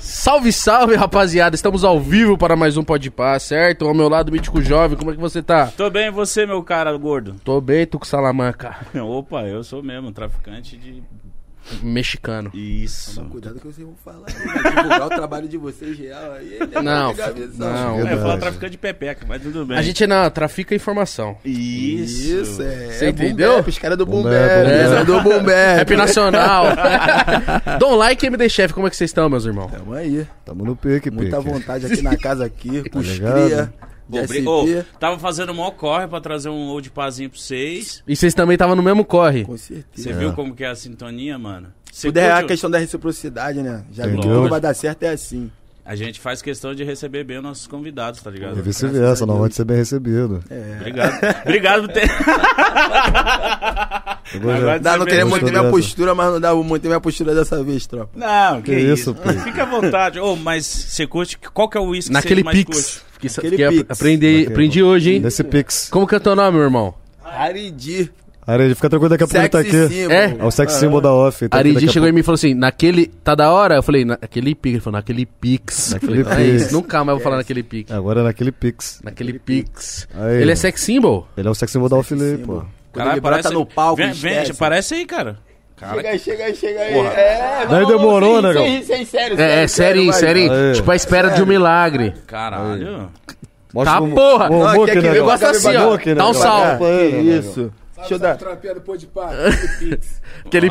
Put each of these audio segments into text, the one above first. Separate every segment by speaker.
Speaker 1: Salve, salve, rapaziada. Estamos ao vivo para mais um Pode Pá, certo? Ao meu lado, Mítico Jovem, como é que você tá?
Speaker 2: Tô bem, e você, meu cara gordo?
Speaker 1: Tô bem, Tuco Salamanca.
Speaker 2: Opa, eu sou mesmo, traficante de.
Speaker 1: Mexicano.
Speaker 2: Isso.
Speaker 3: Toma cuidado que vocês vão falar. né? Divulgar o trabalho de vocês real aí. né?
Speaker 1: Não,
Speaker 3: Pegar a
Speaker 1: f-
Speaker 3: visão.
Speaker 1: não.
Speaker 2: É, Eu ia falar
Speaker 4: Verdade.
Speaker 2: traficante de pepeca, mas tudo bem.
Speaker 1: A gente não, trafica informação.
Speaker 2: Isso.
Speaker 3: Isso, é.
Speaker 1: Você
Speaker 3: é
Speaker 1: entendeu?
Speaker 3: Boom bap, os caras do Boom
Speaker 4: Boom
Speaker 3: Bap.
Speaker 4: bap, boom
Speaker 3: Os caras do Boom
Speaker 4: É.
Speaker 3: Bap.
Speaker 1: Rap nacional. Dom like e MD Chef, como é que vocês estão, meus irmãos?
Speaker 3: Tamo aí.
Speaker 4: Tamo no pique, pique.
Speaker 3: Muita vontade aqui na casa aqui. Com os
Speaker 4: ligado?
Speaker 3: cria.
Speaker 2: Pô,
Speaker 3: de
Speaker 2: bri-
Speaker 3: SP.
Speaker 2: ô, tava fazendo o maior corre pra trazer um old pazinho pra vocês.
Speaker 1: E vocês também estavam no mesmo corre.
Speaker 3: Com
Speaker 2: Você
Speaker 3: certeza.
Speaker 2: viu como que é a sintonia, mano? Você
Speaker 3: Tudo é
Speaker 2: curte
Speaker 3: a
Speaker 2: o-
Speaker 3: questão da reciprocidade, né? Já viu que
Speaker 4: Entendeu?
Speaker 3: tudo vai dar certo, é assim.
Speaker 2: A gente faz questão de receber bem os nossos convidados, tá ligado?
Speaker 4: E vice-versa, não pode ser bem recebido.
Speaker 2: Obrigado. Obrigado por ter.
Speaker 4: Eu vou-
Speaker 2: Agora-
Speaker 3: Dá, não
Speaker 2: Você
Speaker 3: queria
Speaker 2: mesmo.
Speaker 3: manter
Speaker 4: Gostou
Speaker 3: minha
Speaker 4: dessa?
Speaker 3: postura, mas não dá. Vou manter minha postura dessa vez, tropa.
Speaker 2: Não, que,
Speaker 4: Que
Speaker 2: isso.
Speaker 4: isso, Pedro.
Speaker 2: Fica à vontade. Ô, mas você curte. Qual que é o uísque que
Speaker 1: Naquele
Speaker 2: você mais
Speaker 1: Pix.
Speaker 2: curte?
Speaker 1: Que, sa-
Speaker 3: Naquele
Speaker 1: que
Speaker 3: Pix.
Speaker 1: ap- aprendi,
Speaker 4: Naquele-
Speaker 1: aprendi hoje, hein?
Speaker 4: Nesse Pix.
Speaker 1: Como que é o teu nome, meu irmão?
Speaker 3: Aridi.
Speaker 4: Aredi, fica tranquilo, daqui a pouco ele tá aqui.
Speaker 3: símbolo. Ah,
Speaker 1: É?
Speaker 4: É o sex symbol da off. Tá aqui
Speaker 1: Aridi
Speaker 4: daqui a
Speaker 1: chegou em
Speaker 4: pouco.
Speaker 1: mim e falou assim, naquele... Tá da hora? Eu falei, naquele pix. Ele falou, naquele pix. Eu falei,
Speaker 4: Naquele
Speaker 1: "Não é
Speaker 4: pix."
Speaker 1: isso, Nunca mais vou falar naquele pix.
Speaker 4: Agora é naquele Pix.
Speaker 1: Naquele pix.
Speaker 4: Aí,
Speaker 1: Ele é
Speaker 4: mano.
Speaker 1: sex symbol?
Speaker 4: Ele é o sex symbol da off ali, pô.
Speaker 3: Símbolo. Quando ele brota no palco,
Speaker 2: Vem,
Speaker 3: esquece.
Speaker 2: vem, tipo, parece aí, cara.
Speaker 3: Chega aí, chega aí, chega aí.
Speaker 2: Porra.
Speaker 3: É,
Speaker 4: Daí demorou, né,
Speaker 3: sem-
Speaker 4: cara?
Speaker 3: sem- sério,
Speaker 1: É, é sério,
Speaker 3: vai.
Speaker 1: sério.
Speaker 4: Aí.
Speaker 1: Tipo, a espera de um milagre.
Speaker 2: Caralho.
Speaker 4: Mostra
Speaker 1: Tá,
Speaker 4: o-
Speaker 1: porra!
Speaker 4: o
Speaker 3: Não,
Speaker 4: muque,
Speaker 3: aqui, aqui,
Speaker 4: né,
Speaker 3: eu gosto
Speaker 4: cara?
Speaker 1: assim, ó.
Speaker 4: Muque, né,
Speaker 1: Dá um
Speaker 4: cara?
Speaker 3: Ah,
Speaker 1: salve.
Speaker 4: Pra ele, né,
Speaker 3: Isso. Deixa eu dar.
Speaker 5: Trapeado, pode pá.
Speaker 1: Aquele pix.
Speaker 2: Aquele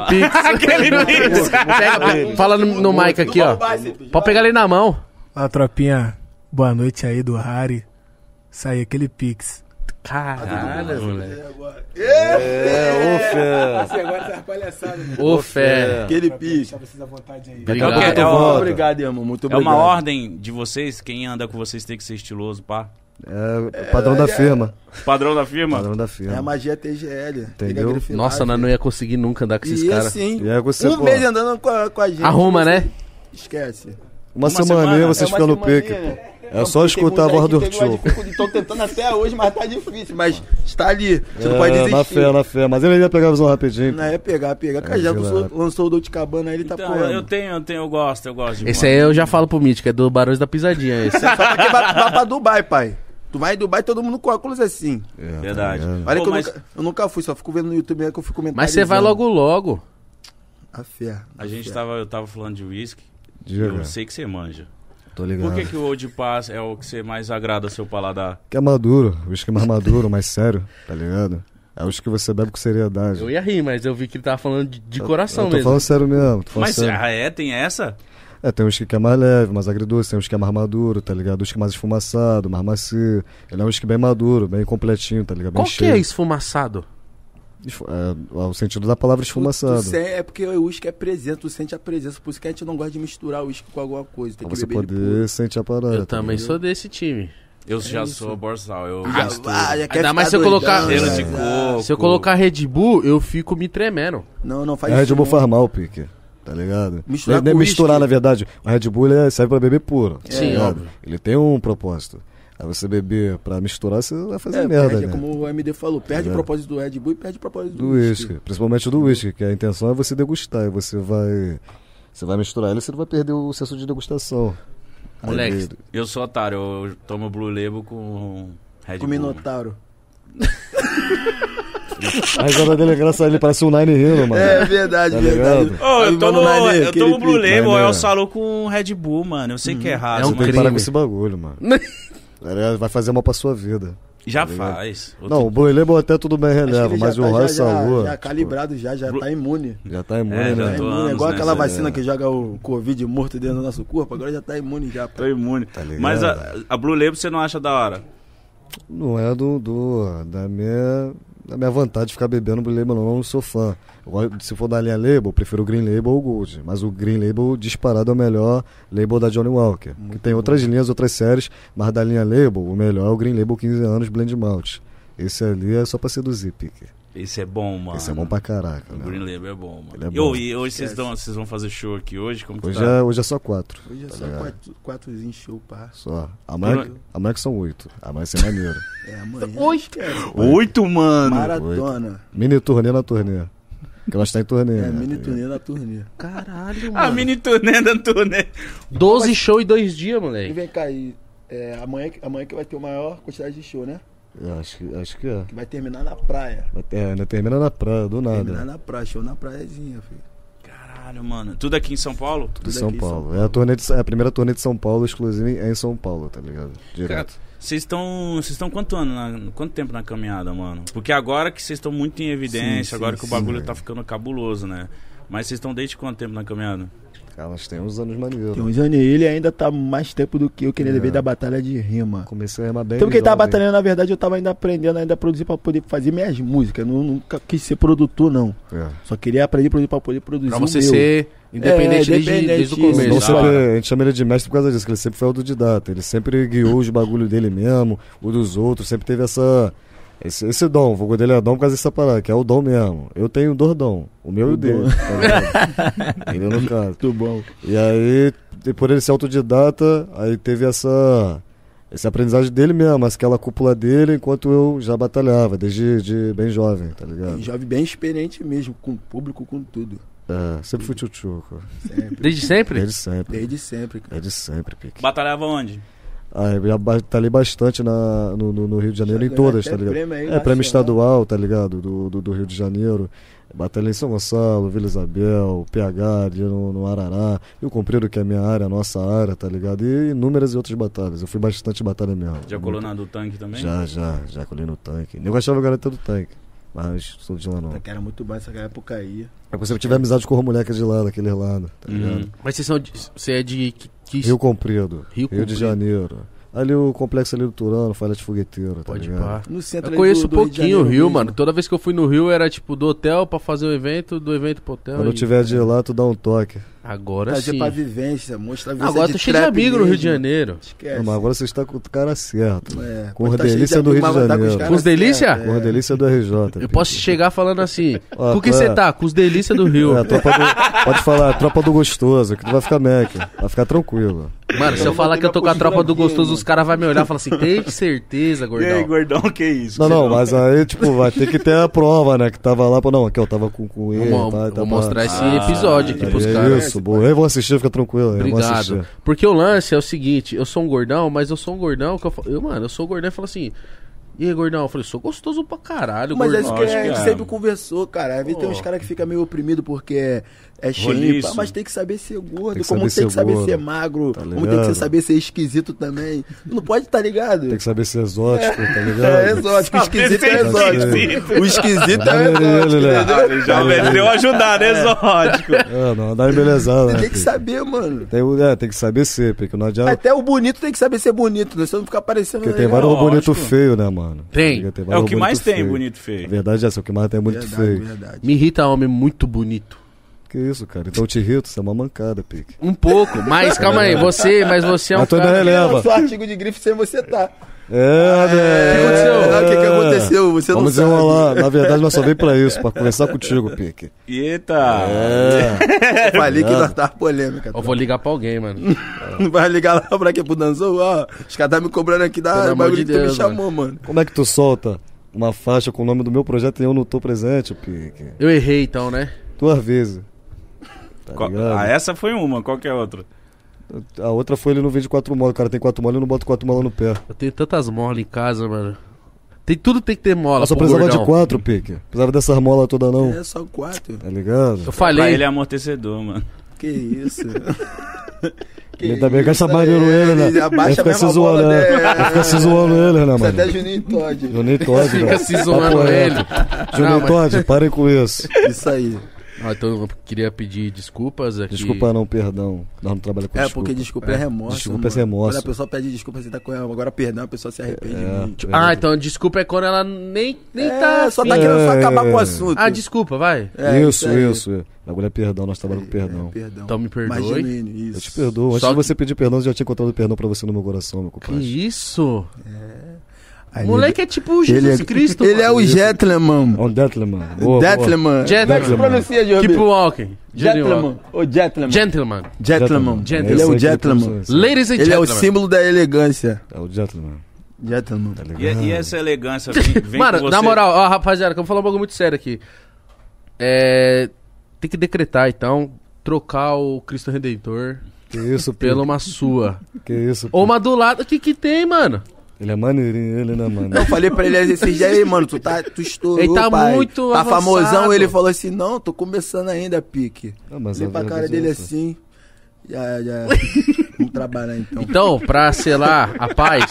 Speaker 2: Pix.
Speaker 1: Pega- Fala no, no mic aqui, ó. Pode pegar ele na mão.
Speaker 5: Fala, tropinha. Boa noite aí do Harry. Saiu aquele pix.
Speaker 1: Caralho, moleque.
Speaker 4: É, ufa. é.
Speaker 5: Agora tá palhaçada, né?
Speaker 1: Ô, fé.
Speaker 3: Aquele pique.
Speaker 5: Deixar vocês à vontade aí.
Speaker 2: a pouco eu
Speaker 1: Obrigado.
Speaker 2: tô É
Speaker 3: Muito
Speaker 2: uma-
Speaker 3: obrigado, irmão. Muito
Speaker 2: É
Speaker 3: obrigado.
Speaker 2: uma ordem de vocês, quem anda com vocês tem que ser estiloso, pá.
Speaker 4: É, padrão da firma.
Speaker 2: Padrão da firma?
Speaker 4: Padrão
Speaker 3: É
Speaker 4: da
Speaker 3: a
Speaker 4: firma.
Speaker 3: magia TGL.
Speaker 4: Entendeu?
Speaker 1: Nossa, nós não ia conseguir nunca andar com esses
Speaker 3: E
Speaker 1: caras.
Speaker 3: assim,
Speaker 4: E aí você,
Speaker 3: um
Speaker 4: pô,
Speaker 3: mês andando com a, com a gente.
Speaker 1: Arruma, né?
Speaker 3: Esquece.
Speaker 4: Uma,
Speaker 2: Uma
Speaker 4: semaninha
Speaker 2: semana.
Speaker 4: vocês
Speaker 3: É uma
Speaker 4: ficam no
Speaker 3: semaninha,
Speaker 4: pique, pô.
Speaker 3: né?
Speaker 4: É só escutar a voz do Urtio.
Speaker 3: Estão tentando até hoje, mas tá difícil. Mas está ali. Você não pode
Speaker 4: É,
Speaker 3: desistir.
Speaker 4: na fé, na fé. Mas ele ia pegar a visão rapidinho.
Speaker 3: Não é pegar, pegar. Cara, já
Speaker 4: sei
Speaker 3: lançou,
Speaker 4: lá.
Speaker 3: lançou o Dolce Cabana aí, ele tá
Speaker 2: Então,
Speaker 3: porra.
Speaker 2: eu tenho, eu tenho, eu gosto, eu gosto de
Speaker 1: Esse aí eu já falo pro Mítico, é do Barões da Pisadinha esse.
Speaker 3: Só pra que vai, vai pra Dubai, pai. Tu vai em Dubai, todo mundo com óculos assim.
Speaker 4: É, tá
Speaker 2: Verdade.
Speaker 4: ligado?
Speaker 3: Olha
Speaker 2: Pô,
Speaker 3: que eu,
Speaker 2: mas-
Speaker 3: nunca, eu nunca fui, só fico vendo no YouTube aí que eu fico comentando.
Speaker 1: Mas você vai logo logo.
Speaker 3: A fé.
Speaker 2: A gente tá tava, eu tava falando de uísque.
Speaker 4: Diga,
Speaker 2: Eu sei que você manja.
Speaker 4: tô ligado.
Speaker 2: Por que, que o Old Pass é o que você mais agrada ao seu paladar?
Speaker 4: Que é maduro, o uísque mais maduro, mais sério, tá ligado? É os que você bebe com seriedade.
Speaker 1: Eu ia rir, mas eu vi que ele tava falando de, de coração
Speaker 4: Eu tô
Speaker 1: mesmo.
Speaker 4: falando assim, sério mesmo, tô falando
Speaker 2: Mas
Speaker 4: sério.
Speaker 2: ah, é, tem essa?
Speaker 4: É, tem uns que é mais leve, mais agridoce, tem uns que é mais maduro, tá ligado? Uns que é mais esfumaçado, mais macio. Ele é um uísque bem maduro, bem completinho, tá ligado? Bem
Speaker 1: Qual que
Speaker 4: cheio.
Speaker 1: é esfumaçado?
Speaker 4: Esfu- É, é o sentido da palavra esfumaçado.
Speaker 3: Tu sen- é porque o uísque é presença, tu sente a presença. Por isso que a gente não gosta de misturar o uísque com alguma coisa. Tem
Speaker 4: Pra
Speaker 3: que
Speaker 4: Ah, você
Speaker 3: beber ele
Speaker 4: poder sentir a parada.
Speaker 1: Eu
Speaker 4: tá
Speaker 1: também
Speaker 4: ligado?
Speaker 1: sou desse time.
Speaker 2: Eu já sou borsal, eu
Speaker 3: puro. Ah, Já
Speaker 2: misturo.
Speaker 3: vai, já quer
Speaker 1: Ainda
Speaker 3: ficar
Speaker 1: mais se eu colocar-
Speaker 3: doidão, né?
Speaker 2: Cheiro de
Speaker 3: já.
Speaker 2: coco.
Speaker 1: Se eu colocar Red Bull, eu fico me tremendo.
Speaker 3: Não, não faz
Speaker 4: É Red
Speaker 3: isso,
Speaker 4: Bull
Speaker 3: não.
Speaker 4: faz mal, pique. Tá ligado?
Speaker 3: Misturar
Speaker 4: nem, nem
Speaker 3: com
Speaker 4: misturar,
Speaker 3: uísque.
Speaker 4: na verdade. O Red Bull ele é- serve pra beber puro. tá
Speaker 1: Sim,
Speaker 4: ligado?
Speaker 1: óbvio.
Speaker 4: Ele tem um propósito. Aí você beber pra misturar, você vai fazer
Speaker 3: É,
Speaker 4: merda,
Speaker 3: perde, é
Speaker 4: né? É.
Speaker 3: como o MD falou, perde o propósito do Red Bull e perde o propósito do
Speaker 4: Do uísque. Principalmente do uísque, que a intenção é você degustar. E você vai. Você vai misturar ele, você não vai perder o senso de degustação. Aí
Speaker 1: Moleque,
Speaker 4: ele-
Speaker 2: Eu sou otário, eu tomo Blue Label com Red Bull.
Speaker 3: Com o Minotauro.
Speaker 4: A risada dele é engraçada, ele parece um Nine Hill, mano.
Speaker 3: É verdade,
Speaker 4: Tá
Speaker 3: verdade.
Speaker 4: ligado?
Speaker 2: Ô, eu tomo, eu tomo Blue
Speaker 4: Nine
Speaker 2: Label,
Speaker 4: Hill.
Speaker 2: é o Salou com Red Bull, mano. Eu sei que é errado,
Speaker 1: É um
Speaker 4: Tem
Speaker 2: mas
Speaker 4: que parar
Speaker 1: crime.
Speaker 4: com esse bagulho, mano. Tá ligado? Vai fazer mal pra sua vida.
Speaker 2: já faz. Outro-
Speaker 4: Não, o Blue Label até tudo bem
Speaker 3: Acho que
Speaker 4: releva,
Speaker 3: ele
Speaker 4: mas
Speaker 3: já
Speaker 4: o
Speaker 3: tá-
Speaker 4: Roy
Speaker 3: já- já-
Speaker 4: Salua.
Speaker 3: Já
Speaker 4: tipo,
Speaker 3: calibrado, já, já tá imune.
Speaker 4: Já tá imune,
Speaker 2: É, já
Speaker 4: né?
Speaker 3: Tá
Speaker 2: tô
Speaker 3: imune,
Speaker 2: anos
Speaker 3: igual aquela
Speaker 2: nessa,
Speaker 3: vacina que joga o Covid morto dentro do nosso corpo, agora já tá imune já. pô.
Speaker 2: Tô imune.
Speaker 4: Tá ligado?
Speaker 2: Mas a, a Blue Label você não acha da hora?
Speaker 4: Não é do, do- da, minha, da minha vontade de ficar bebendo Blue Label, não, eu não sou fã. Eu gosto- se for da linha Label, eu prefiro o Green Label ou Gold. Mas o Green Label disparado é o melhor Label da Johnny Walker. que tem outras linhas, outras séries, mas da linha Label, o melhor é o Green Label 15 anos Blend Malt. Esse ali é só pra seduzir, Pique.
Speaker 2: Esse é bom, mano.
Speaker 4: Esse é bom pra caraca,
Speaker 2: O
Speaker 4: né?
Speaker 2: Green Label é bom, mano.
Speaker 4: Ele é
Speaker 2: E, ô,
Speaker 4: bom.
Speaker 2: e hoje vocês, dão, vocês vão fazer show aqui hoje? Como que
Speaker 4: Hoje
Speaker 2: tá?
Speaker 4: é, hoje é só quatro.
Speaker 3: Hoje é
Speaker 4: tá
Speaker 3: só
Speaker 4: ligado?
Speaker 3: quatro, quatrozinho show, pá.
Speaker 4: Só. é Amanhã,
Speaker 2: Eu-
Speaker 4: amanhã que são oito. Amanhã vai ser maneiro.
Speaker 3: É amanhã.
Speaker 1: Oito.
Speaker 3: esquece.
Speaker 2: Oito, mano!
Speaker 3: Maratona.
Speaker 4: Mini turnê na turnê. Que ela está em turnê.
Speaker 3: É,
Speaker 4: né?
Speaker 3: mini turnê na turnê.
Speaker 1: Caralho,
Speaker 2: A
Speaker 1: mano.
Speaker 2: mini turnê da turnê.
Speaker 1: 12 show e dois dias,
Speaker 3: E
Speaker 1: moleque.
Speaker 3: vem cá aí. É, amanhã, que- amanhã que vai ter a maior quantidade de show, né?
Speaker 4: Eu acho, que- acho que é.
Speaker 3: Que vai terminar na praia.
Speaker 4: É, ainda termina na praia, do
Speaker 3: Terminar
Speaker 4: nada.
Speaker 3: na praia, show na praiazinha, filho.
Speaker 2: Caralho, mano. Tudo aqui em São Paulo?
Speaker 4: De
Speaker 3: tudo
Speaker 4: São
Speaker 3: aqui em São
Speaker 4: Paulo. É a,
Speaker 3: Paulo.
Speaker 4: turnê de- é a primeira turnê de São Paulo, exclusiva em em São Paulo, tá ligado?
Speaker 2: Cara,
Speaker 4: Direto.
Speaker 2: Vocês estão. Vocês estão quanto ano na- quanto tempo na caminhada, mano? Porque agora que vocês estão muito em evidência,
Speaker 4: Sim,
Speaker 2: agora
Speaker 4: sim,
Speaker 2: que o bagulho
Speaker 4: sim,
Speaker 2: tá ficando cabuloso, né? Mas vocês estão desde quanto tempo na caminhada?
Speaker 4: Cara, nós temos anos maneiros.
Speaker 3: Tem um- uns anos e ele ainda tá mais tempo do que eu querendo
Speaker 4: É.
Speaker 3: ver da batalha de rima.
Speaker 4: Comecei a remar bem.
Speaker 3: Então quem tava
Speaker 4: jovem.
Speaker 3: batalhando, na verdade, eu tava ainda aprendendo, ainda a produzir pra poder fazer minhas músicas. Eu nu- nunca quis ser produtor, não.
Speaker 4: É.
Speaker 3: Só queria aprender a produzir pra poder produzir
Speaker 1: Pra
Speaker 3: o
Speaker 1: você
Speaker 3: meu.
Speaker 1: ser independente,
Speaker 3: É,
Speaker 1: desde,
Speaker 3: independente,
Speaker 1: desde o
Speaker 3: isso.
Speaker 1: começo.
Speaker 4: Não
Speaker 1: da
Speaker 4: sempre-
Speaker 1: parada.
Speaker 4: a gente chama ele de mestre por causa disso, que ele sempre foi autodidata. Ele sempre guiou os bagulhos dele mesmo, o dos outros, sempre teve essa. Esse, esse dom, o fogo dele é dom por causa dessa parada, que é o dom mesmo. Eu tenho dois dom, o meu e
Speaker 3: O
Speaker 4: o dele.
Speaker 3: dom.
Speaker 4: tá ligado? Entendeu no caso.
Speaker 3: Muito bom.
Speaker 4: E aí, e por ele ser autodidata, aí teve essa essa aprendizagem dele mesmo, aquela cúpula dele, enquanto eu já batalhava, desde de bem jovem, tá
Speaker 3: Um
Speaker 4: ligado?
Speaker 3: jovem bem experiente mesmo, com o público, com tudo.
Speaker 4: É, sempre fui tchutchu, cara.
Speaker 3: Sempre.
Speaker 1: Desde sempre?
Speaker 4: Desde sempre.
Speaker 3: Desde sempre, cara.
Speaker 4: Desde sempre, pique.
Speaker 2: Batalhava onde?
Speaker 4: Aí eu já batalhei bastante na, no, no- no Rio de Janeiro, em
Speaker 3: Ganhou
Speaker 4: todas,
Speaker 3: até
Speaker 4: tá ligado?
Speaker 3: prêmio aí,
Speaker 4: É, prêmio
Speaker 3: nacional.
Speaker 4: estadual, tá ligado? Do, do, do Rio de Janeiro. Batalhei em São Gonçalo, Vila Isabel, PH ali no, no Arará, Rio Comprido, que é a minha área, a nossa área, tá ligado? E inúmeras e outras batalhas. Eu fui bastante em batalha mesmo.
Speaker 2: Já colou na do tanque também?
Speaker 4: Já, já, já colei no tanque. Eu achava que era do tanque, mas sou de lá não.
Speaker 3: Tá, que era muito bom essa época aí.
Speaker 4: É porque eu tive amizade com a moleca de lá, daquele lado, tá ligado?
Speaker 2: Uhum.
Speaker 1: Hum. Mas vocês são de- você é de que, que
Speaker 4: Rio Comprido,
Speaker 1: Rio
Speaker 4: Rio,
Speaker 1: Comprido.
Speaker 4: de Janeiro. Ali o complexo ali do Turano, Falha de Fogueteiro, tá
Speaker 1: pode
Speaker 4: ligado?
Speaker 1: pá.
Speaker 3: No centro
Speaker 1: Eu
Speaker 3: ali
Speaker 1: conheço um
Speaker 3: do- do Rio de
Speaker 1: pouquinho o
Speaker 3: Janeiro
Speaker 1: Rio,
Speaker 3: mesmo.
Speaker 1: mano. Toda vez que eu fui no Rio era tipo do hotel pra fazer o evento, do evento pro hotel.
Speaker 4: Quando eu
Speaker 1: e-
Speaker 4: tiver de lá, tu dá um toque.
Speaker 1: Agora
Speaker 3: Trazer
Speaker 1: sim.
Speaker 3: pra vivência, mostrar a vivência
Speaker 1: Agora eu
Speaker 3: de
Speaker 1: tô cheio de
Speaker 3: trap
Speaker 1: amigo no Rio de
Speaker 3: mesmo.
Speaker 1: Janeiro.
Speaker 3: Esquece.
Speaker 4: Não, mas agora você está com o cara certo.
Speaker 3: É,
Speaker 4: Com
Speaker 3: pode
Speaker 4: o
Speaker 3: tá cheio
Speaker 4: delícia
Speaker 3: amigo,
Speaker 4: do Rio
Speaker 3: mas
Speaker 4: de
Speaker 3: vai estar com os
Speaker 4: Janeiro.
Speaker 3: caras
Speaker 1: Com os delícia?
Speaker 3: certos,
Speaker 4: Com a delícia do RJ.
Speaker 1: Eu posso chegar falando assim,
Speaker 4: Ó,
Speaker 1: com que
Speaker 4: qual
Speaker 1: você
Speaker 4: é?
Speaker 1: tá? Com os delícia do Rio.
Speaker 4: É, a tropa do- pode falar, a tropa do gostoso, que tu vai ficar mec. Vai ficar tranquilo.
Speaker 1: Mano, se eu
Speaker 3: Eu
Speaker 1: falar que eu tô com a
Speaker 3: mantenho
Speaker 1: tropa
Speaker 3: uma
Speaker 1: do
Speaker 3: postura
Speaker 1: gostoso,
Speaker 3: aqui,
Speaker 1: os caras vão me olhar e falar assim, tem certeza,
Speaker 2: E aí,
Speaker 1: gordão.
Speaker 2: gordão, que isso?
Speaker 4: Não,
Speaker 2: Você
Speaker 4: não, mas aí, tipo, vai ter que ter a prova, né? Que tava lá, pô, não, aqui eu tava com, com ele.
Speaker 1: Vou,
Speaker 4: tá,
Speaker 1: vou
Speaker 4: tá, tá,
Speaker 1: mostrar esse
Speaker 2: Ah,
Speaker 1: episódio aqui
Speaker 4: tá,
Speaker 1: pros
Speaker 4: é
Speaker 1: caras.
Speaker 4: Isso, boa. Eu vou assistir, fica tranquilo. Eu vou
Speaker 1: Obrigado.
Speaker 4: assistir.
Speaker 1: Porque o lance é o seguinte, eu sou um gordão, mas eu sou um gordão que eu falo, eu, mano, eu sou um gordão e falo assim, e aí, gordão? Eu falei, sou gostoso pra caralho,
Speaker 3: Mas
Speaker 1: gordão.
Speaker 3: é isso que
Speaker 2: Lógico
Speaker 3: a
Speaker 2: que
Speaker 3: gente
Speaker 2: é.
Speaker 3: sempre conversou, cara. Às vezes tem uns
Speaker 1: Pô.
Speaker 3: caras que ficam meio oprimido porque é- é cheio,
Speaker 2: Roliço.
Speaker 3: pá, mas tem que saber ser gordo,
Speaker 4: Tem que
Speaker 3: como
Speaker 4: saber
Speaker 3: tem
Speaker 4: ser
Speaker 3: que saber
Speaker 4: gordo,
Speaker 3: ser magro,
Speaker 4: tá
Speaker 3: como tem que
Speaker 4: ligado?
Speaker 3: saber ser esquisito também. Não pode estar ligado.
Speaker 4: Tem que saber ser exótico, tá ligado?
Speaker 3: É exótico, o esquisito é
Speaker 2: Saber
Speaker 4: ser
Speaker 3: exótico. O esquisito é
Speaker 4: Olha ele,
Speaker 3: exótico,
Speaker 4: olha ele.
Speaker 3: entendeu?
Speaker 2: Ele já meteu ajudar, né, exótico?
Speaker 4: É, não, dá embelezada.
Speaker 3: Você
Speaker 4: né,
Speaker 3: tem que
Speaker 4: filho?
Speaker 3: saber, mano.
Speaker 4: Tem, o- é, tem que saber ser, porque não adianta.
Speaker 3: Até o bonito tem que saber ser bonito, né? Você não ficar parecendo.
Speaker 4: Porque tem vários
Speaker 2: Lógico.
Speaker 4: bonito feio, né, mano?
Speaker 1: Tem.
Speaker 4: Liga,
Speaker 2: É
Speaker 4: vários
Speaker 2: o que
Speaker 4: bonito
Speaker 2: mais tem,
Speaker 4: feio.
Speaker 2: bonito
Speaker 4: A
Speaker 2: feio.
Speaker 4: verdade é essa, o que mais tem é muito
Speaker 3: Verdade,
Speaker 4: feio.
Speaker 3: verdade.
Speaker 1: Me irrita homem muito bonito.
Speaker 4: Que isso, cara? Então eu te irrito, você é uma mancada, pique.
Speaker 1: Um pouco, mas calma aí, você, mas você é um
Speaker 4: Mas tu ainda
Speaker 1: cara...
Speaker 4: releva.
Speaker 3: Eu sou artigo de grife sem você tá.
Speaker 4: É, né?
Speaker 1: aconteceu?
Speaker 3: Ah, o que que aconteceu? Você não
Speaker 4: Vamos
Speaker 3: sabe.
Speaker 4: desenrolar. Na verdade, nós só veio pra isso, pra conversar contigo, pique.
Speaker 2: Eita!
Speaker 4: É.
Speaker 3: Eu falei que nós tava polêmica. tá?
Speaker 1: Eu vou ligar pra alguém, mano.
Speaker 3: Não vai ligar lá pra quê? Pro Danzão? Ó, os caras tá me cobrando aqui
Speaker 1: Pelo
Speaker 3: da
Speaker 1: amor de
Speaker 3: bagulho que tu me
Speaker 1: Deus,
Speaker 3: chamou, mano.
Speaker 4: Como é que tu solta uma faixa com o nome do meu projeto e eu não tô presente, pique?
Speaker 1: Eu errei então, né?
Speaker 4: Duas vezes. Tá
Speaker 2: Qual-
Speaker 4: ligado?
Speaker 2: ah, essa foi uma, qual que é a outra?
Speaker 4: A outra foi ele não vende quatro molas. O cara tem quatro molas e não bota quatro molas no pé.
Speaker 1: Eu tenho tantas molas em casa, mano. Tem tudo tem que ter mola,
Speaker 4: Eu só
Speaker 1: pô,
Speaker 4: precisava
Speaker 1: gordão.
Speaker 4: de quatro, pique. Precisava dessas molas toda não.
Speaker 3: É só quatro.
Speaker 4: Tá ligado?
Speaker 1: Eu
Speaker 2: Pra
Speaker 1: falei,
Speaker 2: ele é amortecedor, mano.
Speaker 3: Que isso.
Speaker 4: Ele também gasta mais dinheiro
Speaker 3: é,
Speaker 4: ele, né?
Speaker 3: ele abaixa
Speaker 4: Ele fica
Speaker 3: a
Speaker 4: se
Speaker 3: mesma bola,
Speaker 4: zoando, né?
Speaker 3: né?
Speaker 4: Ele fica se zoando ele,
Speaker 3: Isso
Speaker 4: né,
Speaker 3: é
Speaker 4: mano?
Speaker 3: até Juninho Todd.
Speaker 4: Juninho Todd,
Speaker 1: fica
Speaker 4: velho.
Speaker 1: se zoando
Speaker 4: Papo
Speaker 1: ele.
Speaker 4: reto.
Speaker 1: Não,
Speaker 4: Juninho
Speaker 1: mas-
Speaker 4: Todd, parem com isso.
Speaker 3: Isso aí.
Speaker 1: Ah, então eu queria pedir desculpas aqui.
Speaker 4: Desculpa não, perdão. Nós não trabalhamos com
Speaker 3: É,
Speaker 4: desculpa.
Speaker 3: porque desculpa é, remorso.
Speaker 4: Desculpa é
Speaker 3: mano.
Speaker 4: sem remorso. É.
Speaker 3: Quando a pessoa pede desculpa, você tá com ela. Agora perdão, a pessoa se arrepende muito.
Speaker 1: Ah, então desculpa é quando ela nem, nem
Speaker 3: É,
Speaker 1: tá.
Speaker 3: só
Speaker 1: afim.
Speaker 3: tá querendo só
Speaker 4: É.
Speaker 3: acabar com o assunto.
Speaker 1: Ah, desculpa, vai.
Speaker 3: É,
Speaker 4: isso,
Speaker 3: aí.
Speaker 4: isso. Agora é perdão, nós trabalhamos com
Speaker 3: É,
Speaker 4: perdão.
Speaker 3: perdão.
Speaker 1: Então me perdoe.
Speaker 3: Mais genuíno, isso.
Speaker 4: Eu te perdoo. Antes
Speaker 1: Só
Speaker 4: de
Speaker 1: que-
Speaker 4: você pedir perdão, eu já tinha encontrado perdão pra você no meu coração, meu
Speaker 1: Que
Speaker 4: compadre.
Speaker 1: isso?
Speaker 3: Aí,
Speaker 1: Moleque é tipo Jesus Cristo.
Speaker 3: Ele é
Speaker 1: mano.
Speaker 3: o Gentleman.
Speaker 4: É um Detleman.
Speaker 3: Gentleman. Como é que se
Speaker 1: Gentleman.
Speaker 3: pronuncia, Jorge?
Speaker 1: Keep Tipo walking.
Speaker 3: Gentleman. Ô, Gentleman.
Speaker 1: Gentleman.
Speaker 3: Gentleman.
Speaker 1: Gentleman.
Speaker 3: Ele é o
Speaker 4: Esse aí que eu
Speaker 3: gentleman.
Speaker 4: preciso.
Speaker 1: Ladies and
Speaker 3: Ele é o
Speaker 1: gentlemen.
Speaker 3: símbolo da elegância.
Speaker 4: É o Detleman.
Speaker 3: Gentleman.
Speaker 4: Tá ligado?
Speaker 2: E, e essa elegância vem, vem
Speaker 1: Mano,
Speaker 2: com você?
Speaker 1: na moral, ó, rapaziada, que eu vou falar um bagulho muito sério aqui. É, tem que decretar, então, trocar o Cristo Redentor
Speaker 4: Que isso, Pedro.
Speaker 1: pela uma sua.
Speaker 4: Que isso,
Speaker 1: Ou
Speaker 4: Pedro.
Speaker 1: uma do lado, o que que tem, mano?
Speaker 4: Ele é maneirinho, ele, né, mano?
Speaker 3: Eu falei pra ele esses dias, aí, mano, tu, tá, tu estourou,
Speaker 1: Ele tá
Speaker 3: pai.
Speaker 1: muito
Speaker 3: Tá
Speaker 1: avançado.
Speaker 3: famosão, ele falou assim, não, tô começando ainda, pique.
Speaker 4: Não, mas
Speaker 3: Olhei
Speaker 4: a
Speaker 3: pra cara
Speaker 4: verdade
Speaker 3: dele
Speaker 4: é essa.
Speaker 3: assim, já, já, vamos trabalhar então.
Speaker 1: Então, pra selar a paz,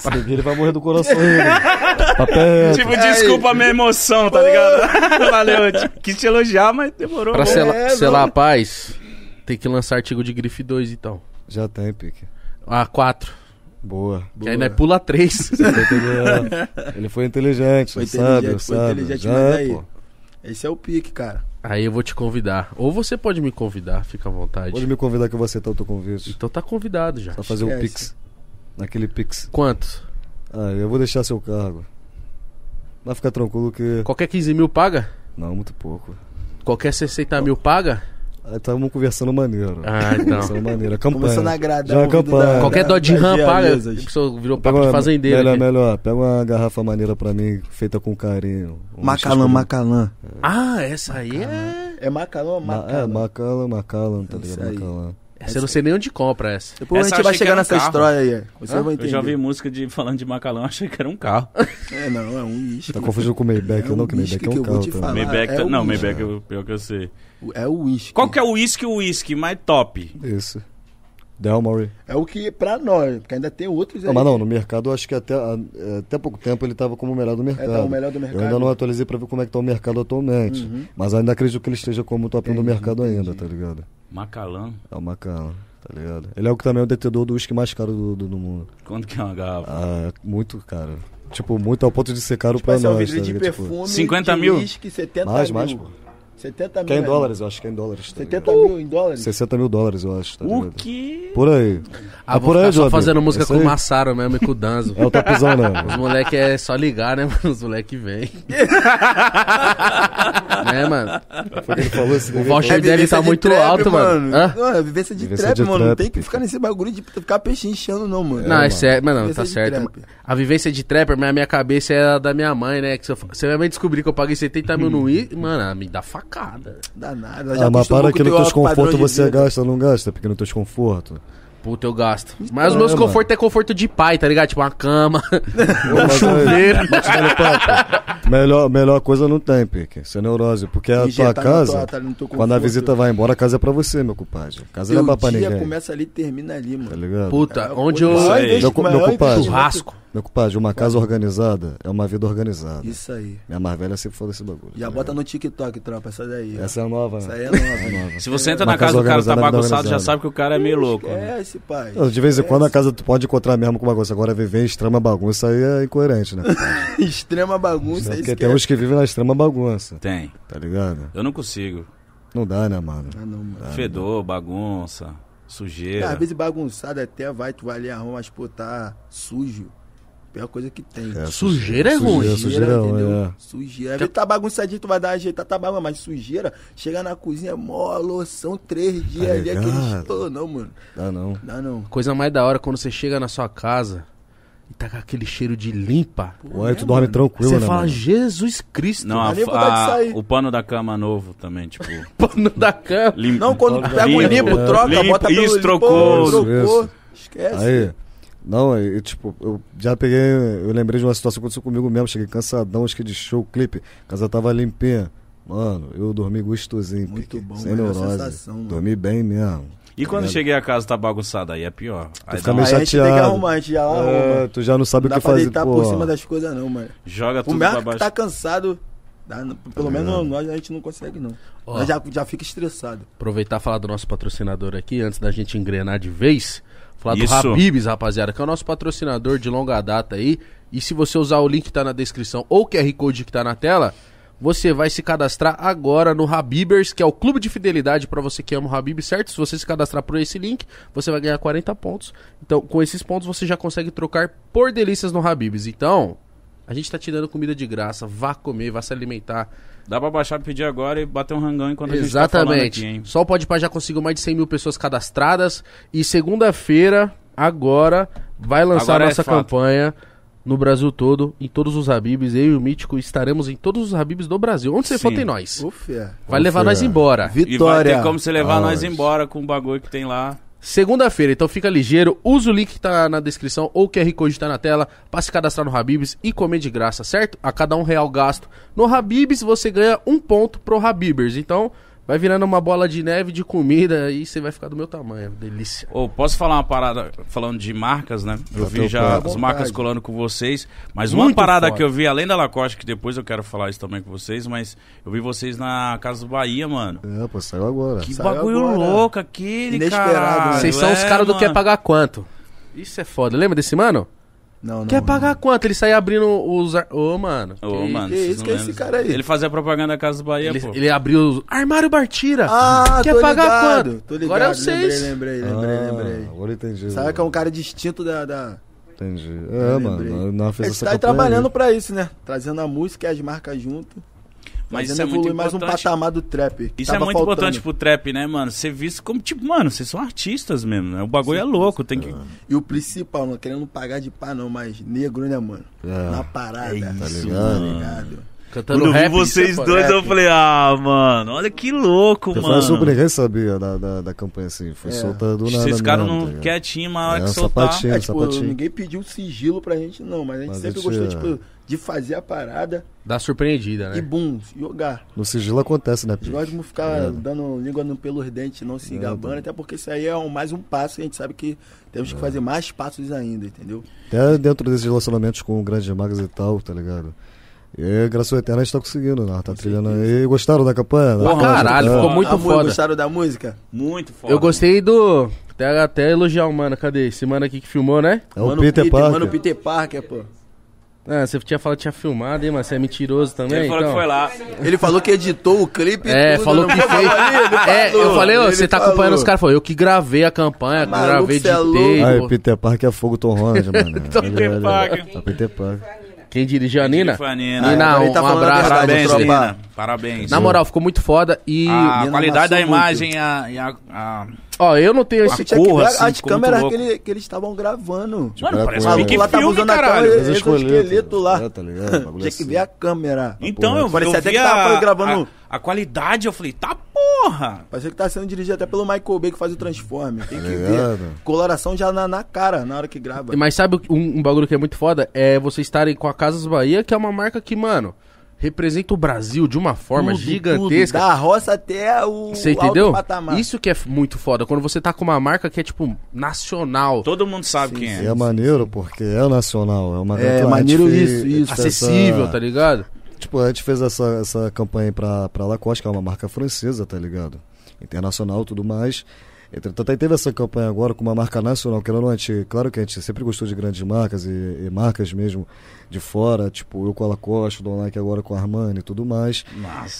Speaker 4: Se beber, ele vai morrer do coração. Tá Ele. Papel reto.
Speaker 2: Tipo, desculpa a minha emoção, tá ligado? Valeu, eu te- quis te elogiar, mas demorou.
Speaker 1: pra
Speaker 2: Vamos-
Speaker 1: selar,
Speaker 4: É,
Speaker 1: selar a paz, tem que lançar artigo de grife 2, então.
Speaker 4: Já tem, pique.
Speaker 1: A 4.
Speaker 4: Boa.
Speaker 1: Que aí nós pula 3.
Speaker 4: Foi inteligente. ele foi inteligente,
Speaker 3: Foi
Speaker 4: sabe?
Speaker 3: inteligente, foi
Speaker 4: sabe.
Speaker 3: inteligente,
Speaker 4: Já,
Speaker 3: mas aí-
Speaker 4: pô.
Speaker 3: Esse é o pique, cara.
Speaker 1: aí eu vou te convidar. Ou você pode me convidar, fica à vontade.
Speaker 4: Pode me convidar que eu vou aceitar o teu convite.
Speaker 1: Então tá convidado já.
Speaker 4: Pra fazer o
Speaker 3: Esquece.
Speaker 4: Pix. Naquele Pix.
Speaker 1: Quantos?
Speaker 4: Ah, eu vou deixar seu cargo. Vai ficar tranquilo que.
Speaker 1: Qualquer 15 mil paga?
Speaker 4: Não, muito pouco.
Speaker 1: Qualquer 60 mil paga?
Speaker 4: Aí tamo conversando maneiro.
Speaker 1: Ah, então.
Speaker 4: Conversando maneiro. A campanha.
Speaker 3: Começando a agradar
Speaker 4: Já é
Speaker 3: o ouvido
Speaker 4: campanha.
Speaker 3: da-
Speaker 1: Qualquer dó de
Speaker 3: das
Speaker 1: RAM paga. A
Speaker 3: realezas.
Speaker 1: pessoa virou
Speaker 4: Pega
Speaker 1: papo de
Speaker 4: uma-
Speaker 1: fazendeiro.
Speaker 4: Melhor,
Speaker 1: aqui.
Speaker 4: melhor. Pega uma garrafa maneira pra mim, feita com carinho. Um
Speaker 3: Macalã,
Speaker 4: xixi-
Speaker 3: Macalã.
Speaker 1: Ah, essa aí é.
Speaker 3: É Macalã ou
Speaker 4: Ma-
Speaker 3: Macalã?
Speaker 4: É, Macallan, Macallan, tá
Speaker 3: É Isso
Speaker 4: ligado?
Speaker 3: aí.
Speaker 4: Macallan.
Speaker 1: Essa eu não sei nem onde compra
Speaker 4: É
Speaker 1: essa.
Speaker 3: Depois
Speaker 2: Essa eu
Speaker 3: a gente vai
Speaker 2: achei que
Speaker 3: chegar
Speaker 2: era um
Speaker 3: nessa
Speaker 2: carro.
Speaker 3: história aí. é. Você vai entender.
Speaker 2: Eu já vi música de, falando de macalão, achei que era um carro.
Speaker 4: Ah,
Speaker 3: É, não, é um uísque.
Speaker 4: Tá confundindo com o Maybach,
Speaker 3: É um
Speaker 4: não, que
Speaker 3: whisky
Speaker 4: Maybach é
Speaker 3: que
Speaker 4: um
Speaker 3: eu vou
Speaker 4: carro
Speaker 3: te
Speaker 4: também.
Speaker 3: falar.
Speaker 2: Maybach,
Speaker 3: é o
Speaker 4: um
Speaker 2: não,
Speaker 3: uísque.
Speaker 2: Maybach é o pior que eu sei.
Speaker 3: É o uísque.
Speaker 2: Qual que é o uísque, o uísque mais top?
Speaker 4: Isso. Delmory.
Speaker 3: É o que pra nós, porque ainda tem outros aí.
Speaker 4: Não, mas não, no mercado eu acho que até, a- até pouco tempo ele tava como o melhor do mercado.
Speaker 3: tá o melhor do mercado. Uhum.
Speaker 4: Eu ainda não atualizei pra ver como é que tá o mercado atualmente. Mas ainda acredito que ele esteja como o top 1 do mercado ainda, tá ligado?
Speaker 2: Macalão?
Speaker 4: É o Macallan, tá ligado? Ele é o que também é o detentor do uísque mais caro do, do, do mundo.
Speaker 2: Quanto que é uma garrafa?
Speaker 4: Ah, é muito caro. Tipo, muito ao ponto de ser caro pra
Speaker 3: Vai ser um
Speaker 4: nós,
Speaker 3: vidro de
Speaker 4: ligado? Tipo,
Speaker 3: perfume,
Speaker 2: 50
Speaker 3: de
Speaker 2: mil?
Speaker 3: uísque, 70
Speaker 4: Mais,
Speaker 3: mil.
Speaker 4: mais, pô.
Speaker 3: 70 mil.
Speaker 4: que é em
Speaker 3: reais.
Speaker 4: dólares, eu acho que é em dólares. Tá
Speaker 3: 70
Speaker 4: ligado?
Speaker 3: né? mil em dólares?
Speaker 4: 60 mil dólares, eu acho, tá
Speaker 2: O
Speaker 4: ligado?
Speaker 2: que?
Speaker 4: Por aí.
Speaker 1: Ah,
Speaker 4: É
Speaker 1: vou
Speaker 4: por
Speaker 1: ficar
Speaker 4: aí,
Speaker 1: só
Speaker 4: Jovem.
Speaker 1: fazendo música
Speaker 4: Esse
Speaker 1: com o
Speaker 4: aí
Speaker 1: Massaro mesmo e com o Danzo.
Speaker 4: É o topzão, né?
Speaker 1: Os moleque é só ligar, né, mano? Os moleque vem. né, mano?
Speaker 4: Foi o que ele falou esse
Speaker 1: O
Speaker 4: daí.
Speaker 1: voucher
Speaker 3: vivência
Speaker 1: dele tá
Speaker 3: de
Speaker 1: muito
Speaker 3: trap,
Speaker 1: alto, mano. Hã?
Speaker 3: Não, é vivência de
Speaker 4: Vivência
Speaker 3: trap,
Speaker 4: de
Speaker 3: mano. Não
Speaker 4: trap,
Speaker 3: tem que
Speaker 4: pica.
Speaker 3: ficar nesse bagulho de ficar pechinchando, não, mano.
Speaker 1: Não,
Speaker 4: É,
Speaker 1: é sério, mano, tá
Speaker 3: Vivência de
Speaker 1: certo.
Speaker 3: trap.
Speaker 1: mano. A vivência de trapper, mas a minha cabeça é a da minha mãe, né? Que se, eu, fa- se a minha mãe descobrir que eu paguei 70 mil no I, mano, ela me dá facada.
Speaker 3: Dá nada. ela já
Speaker 4: Ah, mas
Speaker 3: acostumou
Speaker 4: para
Speaker 3: com
Speaker 4: que
Speaker 3: o
Speaker 4: no
Speaker 3: teu
Speaker 4: teu
Speaker 3: alto padrão
Speaker 4: desconforto
Speaker 3: de
Speaker 4: você
Speaker 3: vida.
Speaker 4: gasta, não gasta, porque no teu desconforto.
Speaker 1: Puta, eu gasto. Mas os
Speaker 4: É,
Speaker 1: meus
Speaker 4: mano.
Speaker 1: confortos é conforto de pai, tá ligado? Tipo, uma cama, um
Speaker 3: É
Speaker 4: mas aí-
Speaker 1: chuveiro.
Speaker 4: Bate no papo. Melhor, melhor coisa não tem, Pique. Isso é neurose. Porque a
Speaker 3: Injetar
Speaker 4: tua
Speaker 3: na
Speaker 4: casa,
Speaker 3: tua- tá no teu
Speaker 4: quando a
Speaker 3: conforto.
Speaker 4: visita vai embora, a casa é pra você, meu compadre. A casa não é
Speaker 3: Teu
Speaker 4: pra
Speaker 3: dia
Speaker 4: ninguém.
Speaker 3: começa ali e termina ali, mano.
Speaker 4: Tá ligado?
Speaker 1: Puta,
Speaker 3: É,
Speaker 1: onde
Speaker 3: o
Speaker 1: eu.
Speaker 3: maior
Speaker 2: Isso aí.
Speaker 3: investi-
Speaker 4: Meu-
Speaker 3: maior
Speaker 4: meu compadre.
Speaker 3: investimento-
Speaker 1: Churrasco.
Speaker 4: Meu compadre, uma casa organizada é uma vida organizada.
Speaker 3: Isso aí.
Speaker 4: Minha mais velha sempre falou esse bagulho.
Speaker 3: Já
Speaker 4: tá
Speaker 3: bota
Speaker 4: ligado?
Speaker 3: no TikTok, tropa, essa daí. ó.
Speaker 4: Essa é a nova,
Speaker 3: Essa aí
Speaker 4: né?
Speaker 3: é nova. né?
Speaker 2: Se você entra na
Speaker 4: Uma
Speaker 2: casa
Speaker 4: casa
Speaker 2: do cara que tá
Speaker 4: organizada, bem
Speaker 2: bagunçado, já
Speaker 4: organizada.
Speaker 2: sabe que o cara é meio louco. né?
Speaker 3: É esse pai.
Speaker 4: Não, De vez em quando a casa tu pode encontrar mesmo com uma coisa. Agora viver em extrema bagunça aí é incoerente, né?
Speaker 3: Extrema bagunça, é isso
Speaker 4: Porque
Speaker 3: que
Speaker 4: tem
Speaker 3: é.
Speaker 4: uns que vivem na extrema bagunça,
Speaker 2: Tem.
Speaker 4: tá ligado?
Speaker 2: Eu não consigo.
Speaker 4: Não dá, né, mano?
Speaker 3: Ah, não, Ah, mano.
Speaker 2: Fedor, bagunça,
Speaker 4: É,
Speaker 3: Cara,
Speaker 4: né?
Speaker 2: sujeira.
Speaker 3: Às vezes bagunçado até vai, tu vai ali arruma, mas pô, tá sujo. Pior coisa que tem.
Speaker 4: É,
Speaker 1: Sujeira é ruim.
Speaker 4: Sujeira, sujeira é ruim, é.
Speaker 3: Sujeira. Às vezes tá bagunçadinho, tu vai dar ajeitar, tá bagunça, mas sujeira, chega na cozinha, mó loção, três dias ali,
Speaker 4: Tá ligado?
Speaker 3: aquele estouro, não, mano.
Speaker 4: Dá não.
Speaker 3: Dá não.
Speaker 1: Coisa mais da hora quando você chega na sua casa e tá com aquele cheiro de limpa.
Speaker 4: Pô,
Speaker 3: é,
Speaker 4: aí tu dorme tranquilo,
Speaker 1: Você
Speaker 4: né,
Speaker 1: fala,
Speaker 4: mano?
Speaker 1: Jesus Cristo.
Speaker 2: Não,
Speaker 3: Dá
Speaker 2: a,
Speaker 3: nem vontade de
Speaker 2: a-
Speaker 3: sair.
Speaker 2: o pano da cama novo também, tipo.
Speaker 1: Pano da cama.
Speaker 2: Lim...
Speaker 3: Não, quando tu pega o
Speaker 2: Limpo,
Speaker 3: limpo, troca,
Speaker 2: limpo,
Speaker 3: bota pelo
Speaker 2: isso,
Speaker 3: limpo,
Speaker 2: trocou.
Speaker 4: Isso,
Speaker 3: trocou.
Speaker 4: é. isso.
Speaker 3: Esquece.
Speaker 4: Aí, não, aí, tipo, eu já peguei, eu lembrei de uma situação que aconteceu comigo mesmo, cheguei cansadão, acho que de show, clipe, a casa tava limpinha. Mano, eu dormi gostosinho,
Speaker 3: Muito
Speaker 4: pique,
Speaker 3: bom,
Speaker 4: sem
Speaker 3: melhor
Speaker 4: neurose.
Speaker 3: sensação, mano.
Speaker 4: dormi bem mesmo.
Speaker 2: E quando cheguei a casa tá bagunçada, aí é pior. Aí dá
Speaker 3: Aí
Speaker 4: fica
Speaker 2: uma-
Speaker 4: meio
Speaker 3: a gente tem que
Speaker 4: chateado.
Speaker 3: arrumar, a gente já
Speaker 4: É,
Speaker 3: arruma.
Speaker 4: tu já não
Speaker 3: Não
Speaker 4: sabe o
Speaker 3: dá
Speaker 4: que
Speaker 3: pra
Speaker 4: fazer,
Speaker 3: deitar
Speaker 4: pô.
Speaker 3: por cima das coisas, não, mano.
Speaker 2: joga
Speaker 3: O
Speaker 2: tudo pra
Speaker 3: mesmo que
Speaker 2: baixo.
Speaker 3: tá cansado, dá-
Speaker 4: Tá
Speaker 3: pelo menos nós a gente não consegue, não.
Speaker 1: Ó.
Speaker 3: Nós já, já fica estressado.
Speaker 1: Aproveitar e falar do nosso patrocinador aqui, antes da gente engrenar de vez. Falar
Speaker 2: Isso.
Speaker 1: do Habibs, rapaziada, que é o nosso patrocinador de longa data aí. E se você usar o link que tá na descrição ou o QR Code que tá na tela, você vai se cadastrar agora no Habibers, que é o clube de fidelidade pra você que ama o Habib, certo? Se você se cadastrar por esse link, você vai ganhar 40 pontos. Então, com esses pontos, você já consegue trocar por delícias no Habibs. Então, a gente tá te dando comida de graça. Vá comer, vá se alimentar.
Speaker 2: Dá pra baixar, pedir agora e bater um rangão enquanto a gente tá falando
Speaker 1: Exatamente.
Speaker 2: aqui, hein?
Speaker 1: Só o Podpah já conseguiu mais de 100 mil pessoas cadastradas. E segunda-feira, agora, vai lançar
Speaker 2: Agora é
Speaker 1: nossa
Speaker 2: fato.
Speaker 1: campanha no Brasil todo, em todos os Habibs. Eu e o Mítico estaremos em todos os Habibs do Brasil. Onde você for
Speaker 2: Sim.
Speaker 1: tem nós.
Speaker 3: Ô, fé.
Speaker 1: Vai levar
Speaker 4: Confia.
Speaker 1: nós embora.
Speaker 2: E vai
Speaker 3: Vitória.
Speaker 2: ter como você levar nós
Speaker 4: Nossa.
Speaker 2: embora com o bagulho que tem lá.
Speaker 1: Segunda-feira, então fica ligeiro. Usa o link que tá na descrição ou o QR Code tá na tela pra se cadastrar no Habibs e comer de graça, certo? A cada um real gasto no Habibs, você ganha um ponto pro Habibers. Então, vai virando uma bola de neve de comida e você vai ficar do meu tamanho. Delícia.
Speaker 2: Ô, posso falar uma parada falando de marcas, né? Eu
Speaker 4: Tá
Speaker 2: vi
Speaker 4: teu
Speaker 2: já
Speaker 4: papo.
Speaker 2: as marcas colando com vocês, mas uma
Speaker 1: Muito
Speaker 2: parada
Speaker 1: foda.
Speaker 2: que eu vi além da Lacoste, que depois eu quero falar isso também com vocês, mas eu vi vocês na Casa do Bahia, mano.
Speaker 4: É, pô, saiu agora.
Speaker 2: Que
Speaker 3: Saiu
Speaker 2: bagulho
Speaker 3: agora.
Speaker 2: louco aquele,
Speaker 3: Inesperado,
Speaker 2: cara. É,
Speaker 3: né?
Speaker 1: Vocês são os caras do Quer Pagar Quanto. Isso é foda. Lembra desse mano?
Speaker 3: Não, não.
Speaker 1: Quer
Speaker 3: não.
Speaker 1: pagar quanto? Ele sai abrindo os. ar- Ô, mano.
Speaker 2: Ô, mano,
Speaker 3: que
Speaker 2: vocês
Speaker 3: isso
Speaker 2: não
Speaker 3: que é
Speaker 2: lembram.
Speaker 3: esse cara aí?
Speaker 2: Ele fazia propaganda da Casa do Bahia,
Speaker 1: Ele,
Speaker 2: pô.
Speaker 1: ele abriu os. Armário Bartira.
Speaker 3: Ah,
Speaker 1: Quer
Speaker 3: tô
Speaker 1: pagar
Speaker 3: ligado,
Speaker 1: quanto?
Speaker 3: Tô ligado.
Speaker 1: Agora é vocês.
Speaker 3: Lembrei,
Speaker 4: Ah,
Speaker 3: lembrei, lembrei, lembrei.
Speaker 4: Agora entendi.
Speaker 3: Sabe que é um cara distinto da. da...
Speaker 4: Entendi.
Speaker 3: Eu
Speaker 4: É,
Speaker 3: lembrei.
Speaker 4: mano. Não fez
Speaker 3: Ele
Speaker 4: essa
Speaker 3: tá aí
Speaker 4: campanha
Speaker 3: trabalhando pra isso, né? Trazendo a música e as marcas junto.
Speaker 2: Mas
Speaker 3: tá fazendo
Speaker 2: isso é muito
Speaker 3: evoluir mais um
Speaker 2: importante.
Speaker 3: patamar do trap. que
Speaker 2: Isso é
Speaker 3: tava
Speaker 2: muito
Speaker 3: faltando.
Speaker 2: importante pro trap, né, mano? Ser visto como, tipo, mano, vocês são artistas mesmo, né? O bagulho é louco, tem que...
Speaker 3: E o principal, não querendo pagar de pá, não, mas negro, né, mano?
Speaker 4: É.
Speaker 3: Na parada.
Speaker 2: É isso,
Speaker 3: tá
Speaker 4: mano.
Speaker 3: ligado?
Speaker 1: Cantando
Speaker 2: Quando eu vi
Speaker 1: rap,
Speaker 2: vocês
Speaker 1: isso é foda.
Speaker 2: dois, eu
Speaker 1: Rap.
Speaker 2: falei, ah, mano, olha que louco,
Speaker 4: Eu
Speaker 2: mano.
Speaker 4: falei sobre ninguém sabia da, da, da campanha assim. Foi
Speaker 3: É.
Speaker 4: solta do nada.
Speaker 2: Vocês ficaram
Speaker 4: mesmo, tá
Speaker 2: no
Speaker 4: ligado?
Speaker 2: quietinho, mas a hora
Speaker 4: É,
Speaker 2: que
Speaker 4: um
Speaker 2: soltar...
Speaker 4: sapatinho.
Speaker 3: É, tipo,
Speaker 4: sapatinho.
Speaker 3: ninguém pediu sigilo pra gente, não, mas a gente
Speaker 4: Mas
Speaker 3: sempre
Speaker 4: eu
Speaker 3: gostou,
Speaker 4: tinha-
Speaker 3: tipo, de fazer a parada
Speaker 1: Dá surpreendida,
Speaker 3: e
Speaker 1: né?
Speaker 3: bum, jogar.
Speaker 4: No sigilo acontece, né,
Speaker 3: Nós
Speaker 4: Pique?
Speaker 3: gostamos de ficar
Speaker 4: É.
Speaker 3: dando língua no pelos dentes, não se
Speaker 4: É,
Speaker 3: gabando, até porque isso aí é um- mais um passo e a gente sabe que temos
Speaker 4: É.
Speaker 3: que fazer mais passos ainda, entendeu?
Speaker 4: Até dentro desses relacionamentos com grandes marcas e tal, tá ligado? E graças ao Eterno a gente tá conseguindo, né? Tá trilhando aí. Gostaram da campanha?
Speaker 1: Pra
Speaker 4: Da campanha?
Speaker 1: caralho,
Speaker 4: É.
Speaker 1: ficou muito
Speaker 3: Amor,
Speaker 1: foda.
Speaker 3: gostaram da música?
Speaker 2: Muito foda.
Speaker 1: Eu gostei do. Até, até elogiar o mano, cadê? Esse mano aqui que filmou, né?
Speaker 4: É o Peter Parker.
Speaker 3: Mano, Peter Parker, pô.
Speaker 1: Ah, você tinha falado que tinha filmado, hein, mano? Você é mentiroso também?
Speaker 2: Ele falou
Speaker 1: então.
Speaker 2: que foi lá.
Speaker 3: Ele falou que editou o clipe. e
Speaker 1: É,
Speaker 3: tudo,
Speaker 1: falou
Speaker 3: não
Speaker 1: que fez. É, eu falei, ó,
Speaker 3: Ele
Speaker 1: você tá
Speaker 3: falou.
Speaker 1: acompanhando os caras. Falou, eu que gravei a campanha,
Speaker 3: Maluco,
Speaker 1: gravei
Speaker 3: cê é louco.
Speaker 1: de
Speaker 4: Ai,
Speaker 1: tempo.
Speaker 4: Peter Parker é fogo Tom Holland, mano.
Speaker 2: Peter Parker.
Speaker 4: É Peter Parker.
Speaker 1: Quem dirigiu a Nina?
Speaker 2: Foi a
Speaker 1: E
Speaker 2: Nina.
Speaker 1: na-
Speaker 3: agora
Speaker 1: um-
Speaker 3: ele tá
Speaker 1: um
Speaker 3: falando a
Speaker 1: abraço,
Speaker 3: verdade,
Speaker 2: Parabéns,
Speaker 3: tropa.
Speaker 2: Nina. Parabéns.
Speaker 1: Na moral, ficou muito foda e.
Speaker 2: a
Speaker 3: Nina
Speaker 2: qualidade da
Speaker 3: amassou
Speaker 2: imagem e a... e a- a-
Speaker 1: Ó, eu não tenho
Speaker 3: Você
Speaker 1: esse.
Speaker 3: tinha que
Speaker 2: Porra,
Speaker 3: ver
Speaker 2: assim,
Speaker 3: as
Speaker 2: ficou muito
Speaker 3: câmeras
Speaker 4: é
Speaker 3: que,
Speaker 2: louco.
Speaker 3: ele- que eles estavam gravando.
Speaker 4: Tipo,
Speaker 2: Mano,
Speaker 4: era
Speaker 2: parece
Speaker 4: com
Speaker 2: um
Speaker 4: ela.
Speaker 2: Mickey
Speaker 3: lá
Speaker 1: tá
Speaker 3: tava
Speaker 2: Filme,
Speaker 3: usando até
Speaker 2: caralho.
Speaker 3: um
Speaker 4: Mas esqueleto,
Speaker 3: exoesqueleto lá.
Speaker 4: É, tá ligado? Bagulho
Speaker 3: Tinha que
Speaker 4: assim.
Speaker 3: ver a câmera.
Speaker 2: Então, eu,
Speaker 3: Parecia
Speaker 2: eu
Speaker 3: até
Speaker 2: vi
Speaker 3: que tava
Speaker 2: a-
Speaker 3: gravando-
Speaker 2: A, a qualidade, eu falei, tá porra!
Speaker 3: Parecia que tá sendo dirigido até pelo Michael Bay que faz o Transforme. Tem que ver.
Speaker 4: Tá ligado?
Speaker 3: Coloração já na, na cara, na hora que grava.
Speaker 1: Mas sabe o- um, um bagulho que é muito foda? É vocês estarem com a Casas Bahia, que é uma marca que, mano, representa o Brasil de uma forma
Speaker 3: Tudo,
Speaker 1: gigantesca.
Speaker 3: tudo, da roça até o
Speaker 1: Você entendeu?
Speaker 3: alto patamar.
Speaker 1: Isso que é f- muito foda. Quando você tá com uma marca que é, tipo, nacional,
Speaker 2: Todo mundo sabe quem é.
Speaker 4: E é maneiro porque é nacional. É, uma
Speaker 3: É, maneiro isso, isso.
Speaker 1: acessível, tá ligado?
Speaker 4: Tipo, a gente fez essa, essa campanha aí pra, pra Lacoste, que é uma marca francesa, tá ligado? Internacional e tudo mais. Entretanto, aí teve essa campanha agora com uma marca nacional, que era não, a gente, claro que a gente sempre gostou de grandes marcas e, e marcas mesmo de fora, tipo eu com a Lacoste, o Don Like agora com a Armani e tudo mais.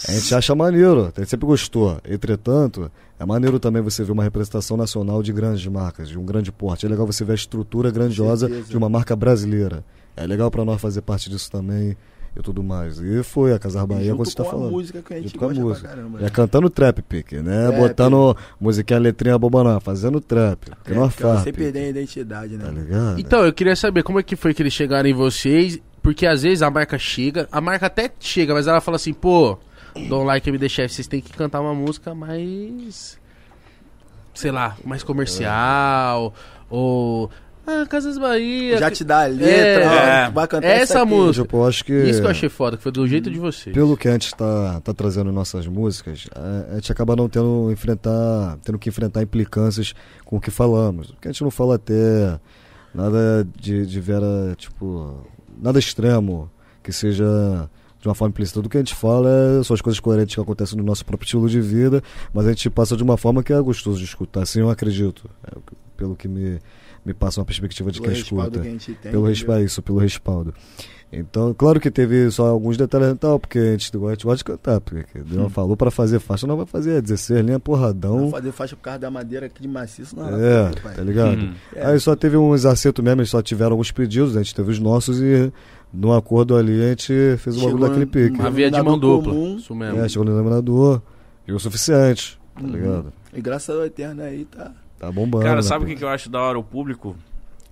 Speaker 4: A gente acha maneiro, a gente sempre gostou. Entretanto, é maneiro também você ver uma representação nacional de grandes marcas, de um grande porte. É legal você ver a estrutura grandiosa
Speaker 3: certeza.
Speaker 4: de uma marca brasileira. É legal pra nós fazer parte disso também e tudo mais. E foi a Casar Bahia,
Speaker 3: Junto
Speaker 4: como você tá
Speaker 3: com a
Speaker 4: falando.
Speaker 3: música que a gente
Speaker 4: Junto com a
Speaker 3: gosta pra
Speaker 4: música.
Speaker 3: caramba, né?
Speaker 4: É cantando trap, pique, né?
Speaker 3: Trap.
Speaker 4: Botando musiquinha, letrinha boba não, fazendo trap. Que
Speaker 3: É,
Speaker 4: nós
Speaker 3: porque ela
Speaker 4: faz.
Speaker 3: sem
Speaker 4: pique,
Speaker 3: perder a identidade, né?
Speaker 4: Tá
Speaker 3: mano?
Speaker 4: ligado?
Speaker 1: Então, eu queria saber como é que foi que eles chegaram em vocês, porque às vezes a marca chega, a marca até chega, mas ela fala assim, pô, Don't Like Me The Chef, vocês têm que cantar uma música mais, sei lá, mais comercial, ou... Ah, Casas Bahia...
Speaker 3: Já
Speaker 1: que-
Speaker 3: te dá a letra,
Speaker 2: É.
Speaker 3: ó, vai cantar
Speaker 1: Essa
Speaker 3: aqui.
Speaker 1: música.
Speaker 4: Tipo, eu acho que.
Speaker 1: Isso que eu achei foda, que foi do jeito de vocês.
Speaker 4: Pelo que a gente está tá trazendo em nossas músicas, a, a gente acaba não tendo, enfrentar, tendo que enfrentar implicâncias com o que falamos. Porque a gente não fala até nada de, de vera, tipo, nada extremo que seja de uma forma implícita. Tudo que a gente fala é, são as coisas coerentes que acontecem no nosso próprio estilo de vida, mas a gente passa de uma forma que é gostoso de escutar, assim eu acredito. É, o que- pelo que me, me passa uma perspectiva de
Speaker 3: Pelo
Speaker 4: quem
Speaker 3: respaldo
Speaker 4: escuta
Speaker 3: que a gente tem,
Speaker 4: pelo
Speaker 3: entendeu?
Speaker 4: respaldo, isso, pelo respaldo. Então, claro que teve só alguns detalhes e tal, porque a gente gosta, a gente gosta de cantar, porque Deus
Speaker 3: Hum.
Speaker 4: falou pra fazer faixa, não vai fazer 16 linha porradão.
Speaker 3: Vou fazer faixa por causa da madeira aqui de maciço, não É.
Speaker 4: É,
Speaker 3: pai.
Speaker 4: tá ligado?
Speaker 2: Hum.
Speaker 4: Aí só teve uns acertos mesmo, eles só tiveram alguns pedidos, a gente teve os nossos e num acordo ali a gente fez o bagulho
Speaker 3: Chegou
Speaker 4: daquele
Speaker 3: num-
Speaker 4: pique.
Speaker 1: Uma via de mão
Speaker 3: Denominador
Speaker 1: dupla,
Speaker 3: comum.
Speaker 1: isso mesmo.
Speaker 4: É, chegou no eliminador, e o suficiente, tá
Speaker 3: Uhum.
Speaker 4: ligado?
Speaker 3: E graças ao Eterno aí, tá.
Speaker 4: Tá bombando.
Speaker 2: Cara,
Speaker 4: né,
Speaker 2: sabe o
Speaker 4: pô?
Speaker 2: que, que eu acho da hora? O público,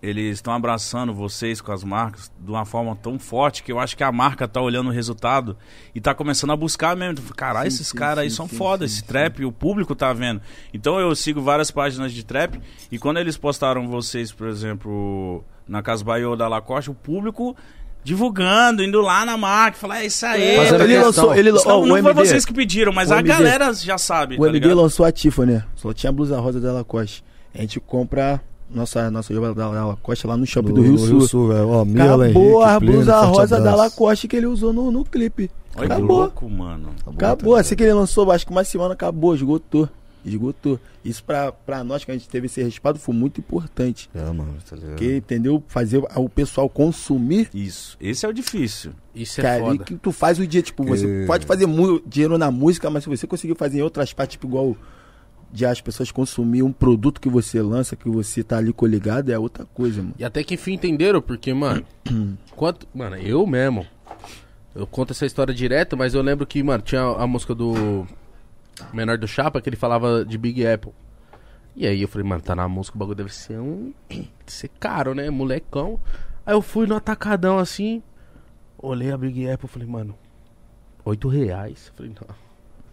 Speaker 2: eles estão abraçando vocês com as marcas de uma forma tão forte que eu acho que a marca tá olhando o resultado e tá começando a buscar mesmo. Tipo, Caralho,
Speaker 6: Sim,
Speaker 2: esses
Speaker 6: sim,
Speaker 2: caras aí
Speaker 6: sim,
Speaker 2: são
Speaker 6: sim,
Speaker 2: foda,
Speaker 6: sim,
Speaker 2: esse trap, o público tá vendo. Então eu sigo várias páginas de trap e quando eles postaram vocês, por exemplo, na Casbaiô da Lacoste, o público divulgando, indo lá na marca, falar, é isso aí.
Speaker 1: Fazendo
Speaker 3: ele
Speaker 1: questão.
Speaker 3: lançou, ele,
Speaker 2: Isso
Speaker 3: ó,
Speaker 2: não,
Speaker 3: o
Speaker 2: não foi
Speaker 3: MD,
Speaker 2: vocês que pediram, mas
Speaker 3: o
Speaker 2: a
Speaker 3: MD.
Speaker 2: galera já sabe,
Speaker 3: o
Speaker 2: tá
Speaker 3: MD
Speaker 2: ligado?
Speaker 3: lançou a Tiffany, né? Só tinha a blusa rosa da Lacoste. A gente compra nossa, nossa joba da, da Lacoste lá no shopping do, Rio Sul.
Speaker 4: é. Ó,
Speaker 3: Acabou
Speaker 4: Mila, Henrique,
Speaker 3: a
Speaker 4: Plínio,
Speaker 3: blusa
Speaker 4: forte
Speaker 3: rosa da
Speaker 4: abraço.
Speaker 3: Lacoste que ele usou no, no clipe.
Speaker 2: Olha que
Speaker 3: Acabou.
Speaker 2: louco, mano.
Speaker 3: Acabou,
Speaker 4: tá
Speaker 3: assim que ele lançou, acho que uma semana acabou, esgotou. Esgotou. Isso pra, pra nós que a gente teve esse respaldo foi muito importante.
Speaker 4: ligado? É, mano, tá ligado?
Speaker 3: Porque, entendeu? Fazer o pessoal consumir.
Speaker 2: Isso. Esse é o difícil.
Speaker 1: Isso é
Speaker 3: Cara, e
Speaker 1: foda.
Speaker 3: que tu faz o dia, tipo, você
Speaker 4: É.
Speaker 3: pode fazer mu- dinheiro na música, mas se você conseguir fazer em outras partes, tipo, igual de as pessoas consumir um produto que você lança, que você tá ali coligado, é outra coisa, mano.
Speaker 1: E até que enfim entenderam, porque, mano, quanto. Mano, eu mesmo. Eu conto essa história direto, mas eu lembro que, mano, tinha a música do Menor do Chapa que ele falava de Big Apple. E aí eu falei, mano, tá na música, o bagulho deve ser um. deve ser caro, né? Molecão. Aí eu fui no atacadão assim, olhei a Big Apple, falei, mano, oito reais. Eu falei, não,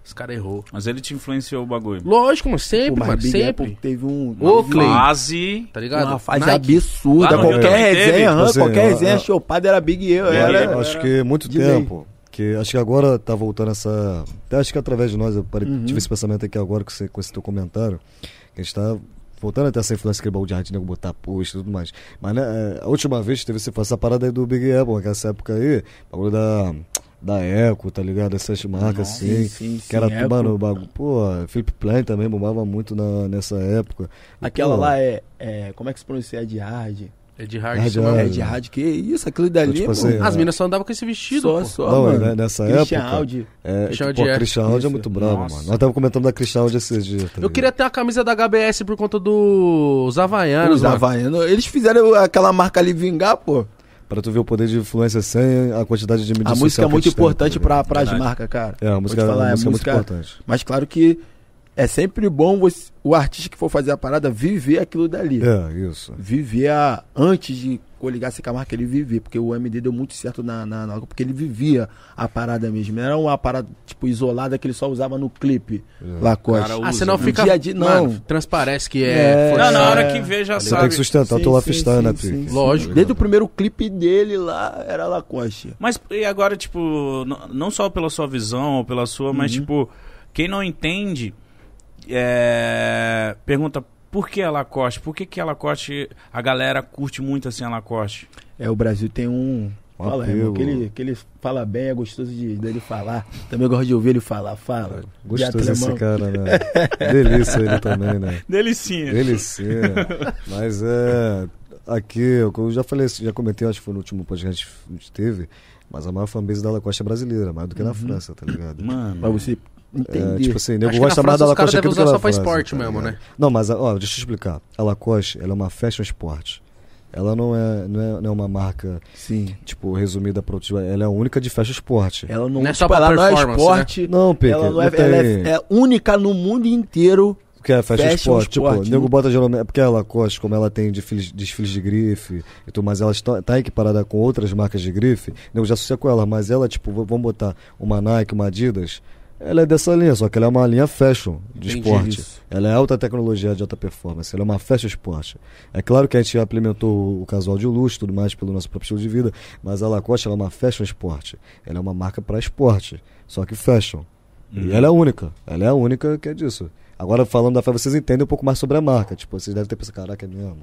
Speaker 1: esse cara errou.
Speaker 2: Mas ele te influenciou o bagulho.
Speaker 1: Lógico, mano, sempre,
Speaker 3: Pô, mas
Speaker 1: mano,
Speaker 3: Big
Speaker 1: sempre.
Speaker 3: Apple teve um,
Speaker 1: Ô, Clay,
Speaker 2: Quase.
Speaker 1: tá ligado?
Speaker 3: uma fase
Speaker 1: Nike.
Speaker 2: Lá no
Speaker 3: absurda.
Speaker 2: Rio
Speaker 3: Qualquer
Speaker 2: também teve.
Speaker 3: resenha, aham,
Speaker 4: Assim,
Speaker 3: qualquer
Speaker 4: ó,
Speaker 3: resenha,
Speaker 4: ó.
Speaker 3: chopada era Big E, eu
Speaker 2: É,
Speaker 3: era.
Speaker 2: é,
Speaker 4: Eu acho que muito
Speaker 3: de
Speaker 4: tempo. Que acho que agora tá voltando essa. Até acho que através de nós, eu parei,
Speaker 3: Uhum.
Speaker 4: tive esse pensamento aqui agora com, você, com esse teu comentário. Que a gente tá voltando até essa influência que é de arte, nego botar post e tudo mais. Mas né, é, a última vez que teve esse- essa parada aí do Big Apple, que essa época aí, bagulho da. Da Eco, tá ligado? Essas marcas assim.
Speaker 3: sim, sim,
Speaker 4: que era,
Speaker 3: sim, Echo.
Speaker 4: mano, bagulho. Pô, Felipe Plain também bombava muito na, nessa época. E,
Speaker 3: Aquela
Speaker 4: pô,
Speaker 3: lá é, é- Como é que se pronuncia? É de hard.
Speaker 1: É de hard.
Speaker 4: É
Speaker 1: isso,
Speaker 4: de
Speaker 1: mano.
Speaker 4: hard.
Speaker 3: É de hard, que isso, aquilo dali,
Speaker 4: Tipo
Speaker 3: pô.
Speaker 4: assim,
Speaker 1: As minas só andavam com esse vestido,
Speaker 3: só,
Speaker 1: pô.
Speaker 3: só,
Speaker 4: Não,
Speaker 3: mano.
Speaker 4: né, nessa
Speaker 3: Christian
Speaker 4: época-
Speaker 3: Audi.
Speaker 4: É,
Speaker 1: Christian
Speaker 4: que, pô,
Speaker 1: Audier.
Speaker 4: a Christian Audi é muito brava,
Speaker 2: Nossa.
Speaker 4: mano. Nós tava comentando da Christian Audi esses dias. tá
Speaker 1: Eu
Speaker 4: ligado?
Speaker 1: queria ter uma camisa da HBS por conta dos Havaianos,
Speaker 3: Os
Speaker 1: mano.
Speaker 3: Havaianos, eles fizeram aquela marca ali vingar, pô.
Speaker 4: Pra tu ver o poder de influência sem a quantidade Tipo, de mídia
Speaker 3: A
Speaker 4: social
Speaker 3: música é
Speaker 4: que
Speaker 3: muito
Speaker 4: eles têm,
Speaker 3: importante
Speaker 4: tá ligado?
Speaker 3: para as
Speaker 2: Verdade.
Speaker 3: marcas, cara.
Speaker 4: É, a
Speaker 3: Vou
Speaker 4: música,
Speaker 3: te falar,
Speaker 4: a
Speaker 3: é
Speaker 4: música é muito
Speaker 3: música-
Speaker 4: importante.
Speaker 3: Mas claro que é sempre bom você- o artista que for fazer a parada viver aquilo dali.
Speaker 4: É, isso.
Speaker 3: Viver a, antes de coligar-se com a marca, ele viver. Porque o MD deu muito certo na, na, na- Porque ele vivia a parada mesmo. Não era uma parada, tipo, isolada que ele só usava no clipe
Speaker 4: É.
Speaker 3: Lacoste.
Speaker 2: Cara, o-
Speaker 1: Ah, você não
Speaker 2: No
Speaker 1: fica.
Speaker 3: dia a dia, não.
Speaker 1: Mano, transparece que
Speaker 3: É.
Speaker 1: é. forçado.
Speaker 2: Não, na hora
Speaker 3: É.
Speaker 2: que vê já
Speaker 4: Você tem que
Speaker 2: sabe.
Speaker 4: sustentar o
Speaker 3: Sim,
Speaker 4: teu lifestyle,
Speaker 3: sim,
Speaker 4: né,
Speaker 3: sim,
Speaker 4: Pique?
Speaker 3: sim.
Speaker 1: Lógico.
Speaker 3: Desde o primeiro clipe dele lá, era Lacoste.
Speaker 2: Mas e agora, tipo, n- não só pela sua visão ou pela sua,
Speaker 4: Uhum.
Speaker 2: mas tipo, quem não entende é, pergunta por que a Lacoste? Por que, que a Lacoste, a galera curte muito assim a Lacoste?
Speaker 3: É, o Brasil tem um.
Speaker 4: Um
Speaker 3: Fala, irmão,
Speaker 4: apelo.
Speaker 3: que ele, que ele fala bem, é gostoso de, dele falar. Também gosto de ouvir ele falar. Fala.
Speaker 4: Gostoso
Speaker 3: De
Speaker 4: esse
Speaker 3: alemão.
Speaker 4: cara, né? Delícia ele também, né?
Speaker 2: Delicinha.
Speaker 4: Delícia. Mas é. Aqui, eu eu já falei, isso, já comentei, acho que foi no último podcast que a gente teve, mas a maior fanbase da Lacoste é brasileira, mais do
Speaker 3: Uhum.
Speaker 4: que na França, tá
Speaker 3: Pra
Speaker 4: ligado?
Speaker 2: Mano.
Speaker 3: você
Speaker 4: É,
Speaker 3: entender.
Speaker 4: tipo assim, nego
Speaker 1: Acho que
Speaker 4: gosta
Speaker 1: na
Speaker 4: mais
Speaker 1: França
Speaker 4: da
Speaker 1: os
Speaker 4: Lacoste
Speaker 1: caras
Speaker 4: aqui do que
Speaker 1: devem
Speaker 4: na
Speaker 1: usar só pra
Speaker 4: França,
Speaker 1: esporte
Speaker 4: tá
Speaker 1: mesmo,
Speaker 4: ligado?
Speaker 1: né?
Speaker 4: Não, mas, ó, deixa eu te explicar. A Lacoste, ela é uma fashion sport. Ela não é, não é, não é uma marca,
Speaker 3: Sim.
Speaker 4: tipo, resumida pra outro. Ela é a única de fashion sport.
Speaker 3: Ela não,
Speaker 1: Não é só
Speaker 3: tipo,
Speaker 1: pra
Speaker 3: ela não é
Speaker 1: performance,
Speaker 3: esporte.
Speaker 4: Não, Pique,
Speaker 3: ela não é,
Speaker 4: não
Speaker 3: ela é-
Speaker 4: tem-
Speaker 3: é única no mundo inteiro.
Speaker 4: O que é fashion,
Speaker 1: um
Speaker 3: Fashion
Speaker 4: sport?
Speaker 3: sport,
Speaker 4: Tipo, nego
Speaker 1: né?
Speaker 3: não-
Speaker 4: bota geralmente. É porque a Lacoste, como ela tem desfiles, desfiles de grife e tudo mais, ela está, tá equiparada com outras marcas de grife, nego já associa com ela, mas ela, tipo, v- vamos botar uma Nike, uma Adidas. Ela é dessa linha, só que ela é uma linha fashion de
Speaker 1: Entendi
Speaker 4: esporte.
Speaker 1: isso.
Speaker 4: Ela é alta tecnologia de alta performance, ela é uma fashion esporte. É claro que a gente implementou o casual de luxo e tudo mais pelo nosso próprio estilo de vida, mas a Lacoste ela é uma fashion esporte. Ela é uma marca para esporte, só que fashion. E ela é a única. Ela é a única que é disso. Agora, falando da fé, vocês entendem um pouco mais sobre a marca. Tipo, vocês devem ter pensado, caraca, é mesmo.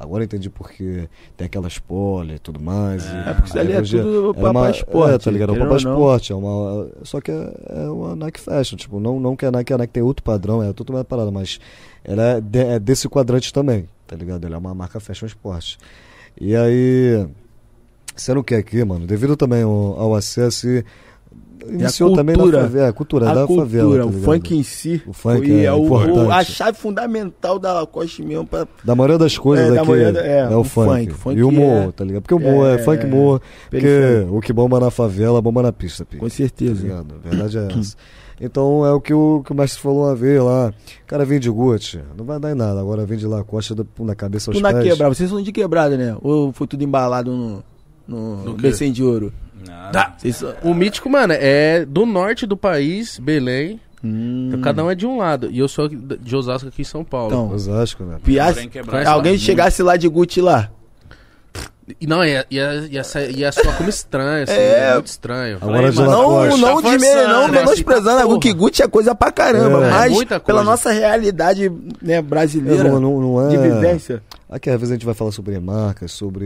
Speaker 4: Agora eu entendi porque tem aquela spoiler e tudo mais. e-
Speaker 3: É, porque isso
Speaker 4: a
Speaker 3: ali é
Speaker 4: ideologia-
Speaker 3: tudo
Speaker 4: era
Speaker 3: papai
Speaker 4: uma-
Speaker 3: esporte,
Speaker 4: É, tá ligado? É um
Speaker 3: querendo
Speaker 4: papai
Speaker 3: ou não.
Speaker 4: esporte. É uma, só que é, é uma Nike Fashion. Tipo, não, não que a Nike, a Nike tem outro padrão, é tudo mais parada, mas ela é, de- é desse quadrante também, tá ligado? Ela é uma marca Fashion Esporte. E aí, sendo que aqui, mano, devido também ao, ao acesso e. Iniciou também na
Speaker 3: cultura.
Speaker 4: favela, a cultura
Speaker 3: a
Speaker 4: da
Speaker 3: cultura,
Speaker 4: favela. tá
Speaker 3: o
Speaker 4: ligado?
Speaker 3: funk em si.
Speaker 4: O funk
Speaker 3: foi-
Speaker 4: é
Speaker 3: o-
Speaker 4: importante.
Speaker 3: o- a chave fundamental da Lacoste mesmo pra,
Speaker 4: Da maioria das coisas
Speaker 3: É, da
Speaker 4: aqui
Speaker 3: maioria da- é,
Speaker 4: é, o,
Speaker 3: o
Speaker 4: funk.
Speaker 3: funk. Funk
Speaker 4: E o humor,
Speaker 3: é-
Speaker 4: tá ligado? Porque o humor é,
Speaker 3: é-
Speaker 4: funk, humor. Porque
Speaker 3: periférico.
Speaker 4: o que bomba na favela, bomba na pista, pique.
Speaker 3: com
Speaker 4: Tá
Speaker 3: certeza. Uhum.
Speaker 4: ligado? A verdade é essa. Então é o que o, que o mestre falou uma vez lá. O cara vende Gucci, não vai dar em nada. Agora vende Lacoste da, da cabeça aos
Speaker 3: Tu na
Speaker 4: pés.
Speaker 3: quebrada, vocês são de quebrada, né? Ou foi tudo embalado no, no,
Speaker 1: No quê?
Speaker 3: Belém de ouro?
Speaker 2: Nada.
Speaker 3: Vocês só-
Speaker 1: O mítico, mano, é do norte do país, Belém.
Speaker 3: Hum.
Speaker 1: Então, Cada um é de um lado. E eu sou de Osasco aqui em São Paulo.
Speaker 3: Então,
Speaker 4: Osasco, né?
Speaker 3: piasse,
Speaker 2: Porém, quebrada.
Speaker 3: alguém
Speaker 2: Muito.
Speaker 3: chegasse lá de Gucci lá.
Speaker 1: E não, ia, ia, ia, sa- ia soar como estranho, assim,
Speaker 3: É.
Speaker 1: é muito estranho.
Speaker 4: Agora de
Speaker 2: mano,
Speaker 3: Não,
Speaker 4: Lacoste.
Speaker 3: não
Speaker 2: tá
Speaker 3: desmere, não,
Speaker 2: forçando, né?
Speaker 3: menosprezando a
Speaker 1: Porra.
Speaker 3: Gucci. Gucci é coisa pra caramba,
Speaker 4: É.
Speaker 3: mas
Speaker 1: Muita
Speaker 3: pela
Speaker 1: coisa.
Speaker 3: nossa realidade né, brasileira,
Speaker 4: não, não, não é.
Speaker 3: de vivência,
Speaker 4: Aqui às vezes a gente vai falar sobre marcas, sobre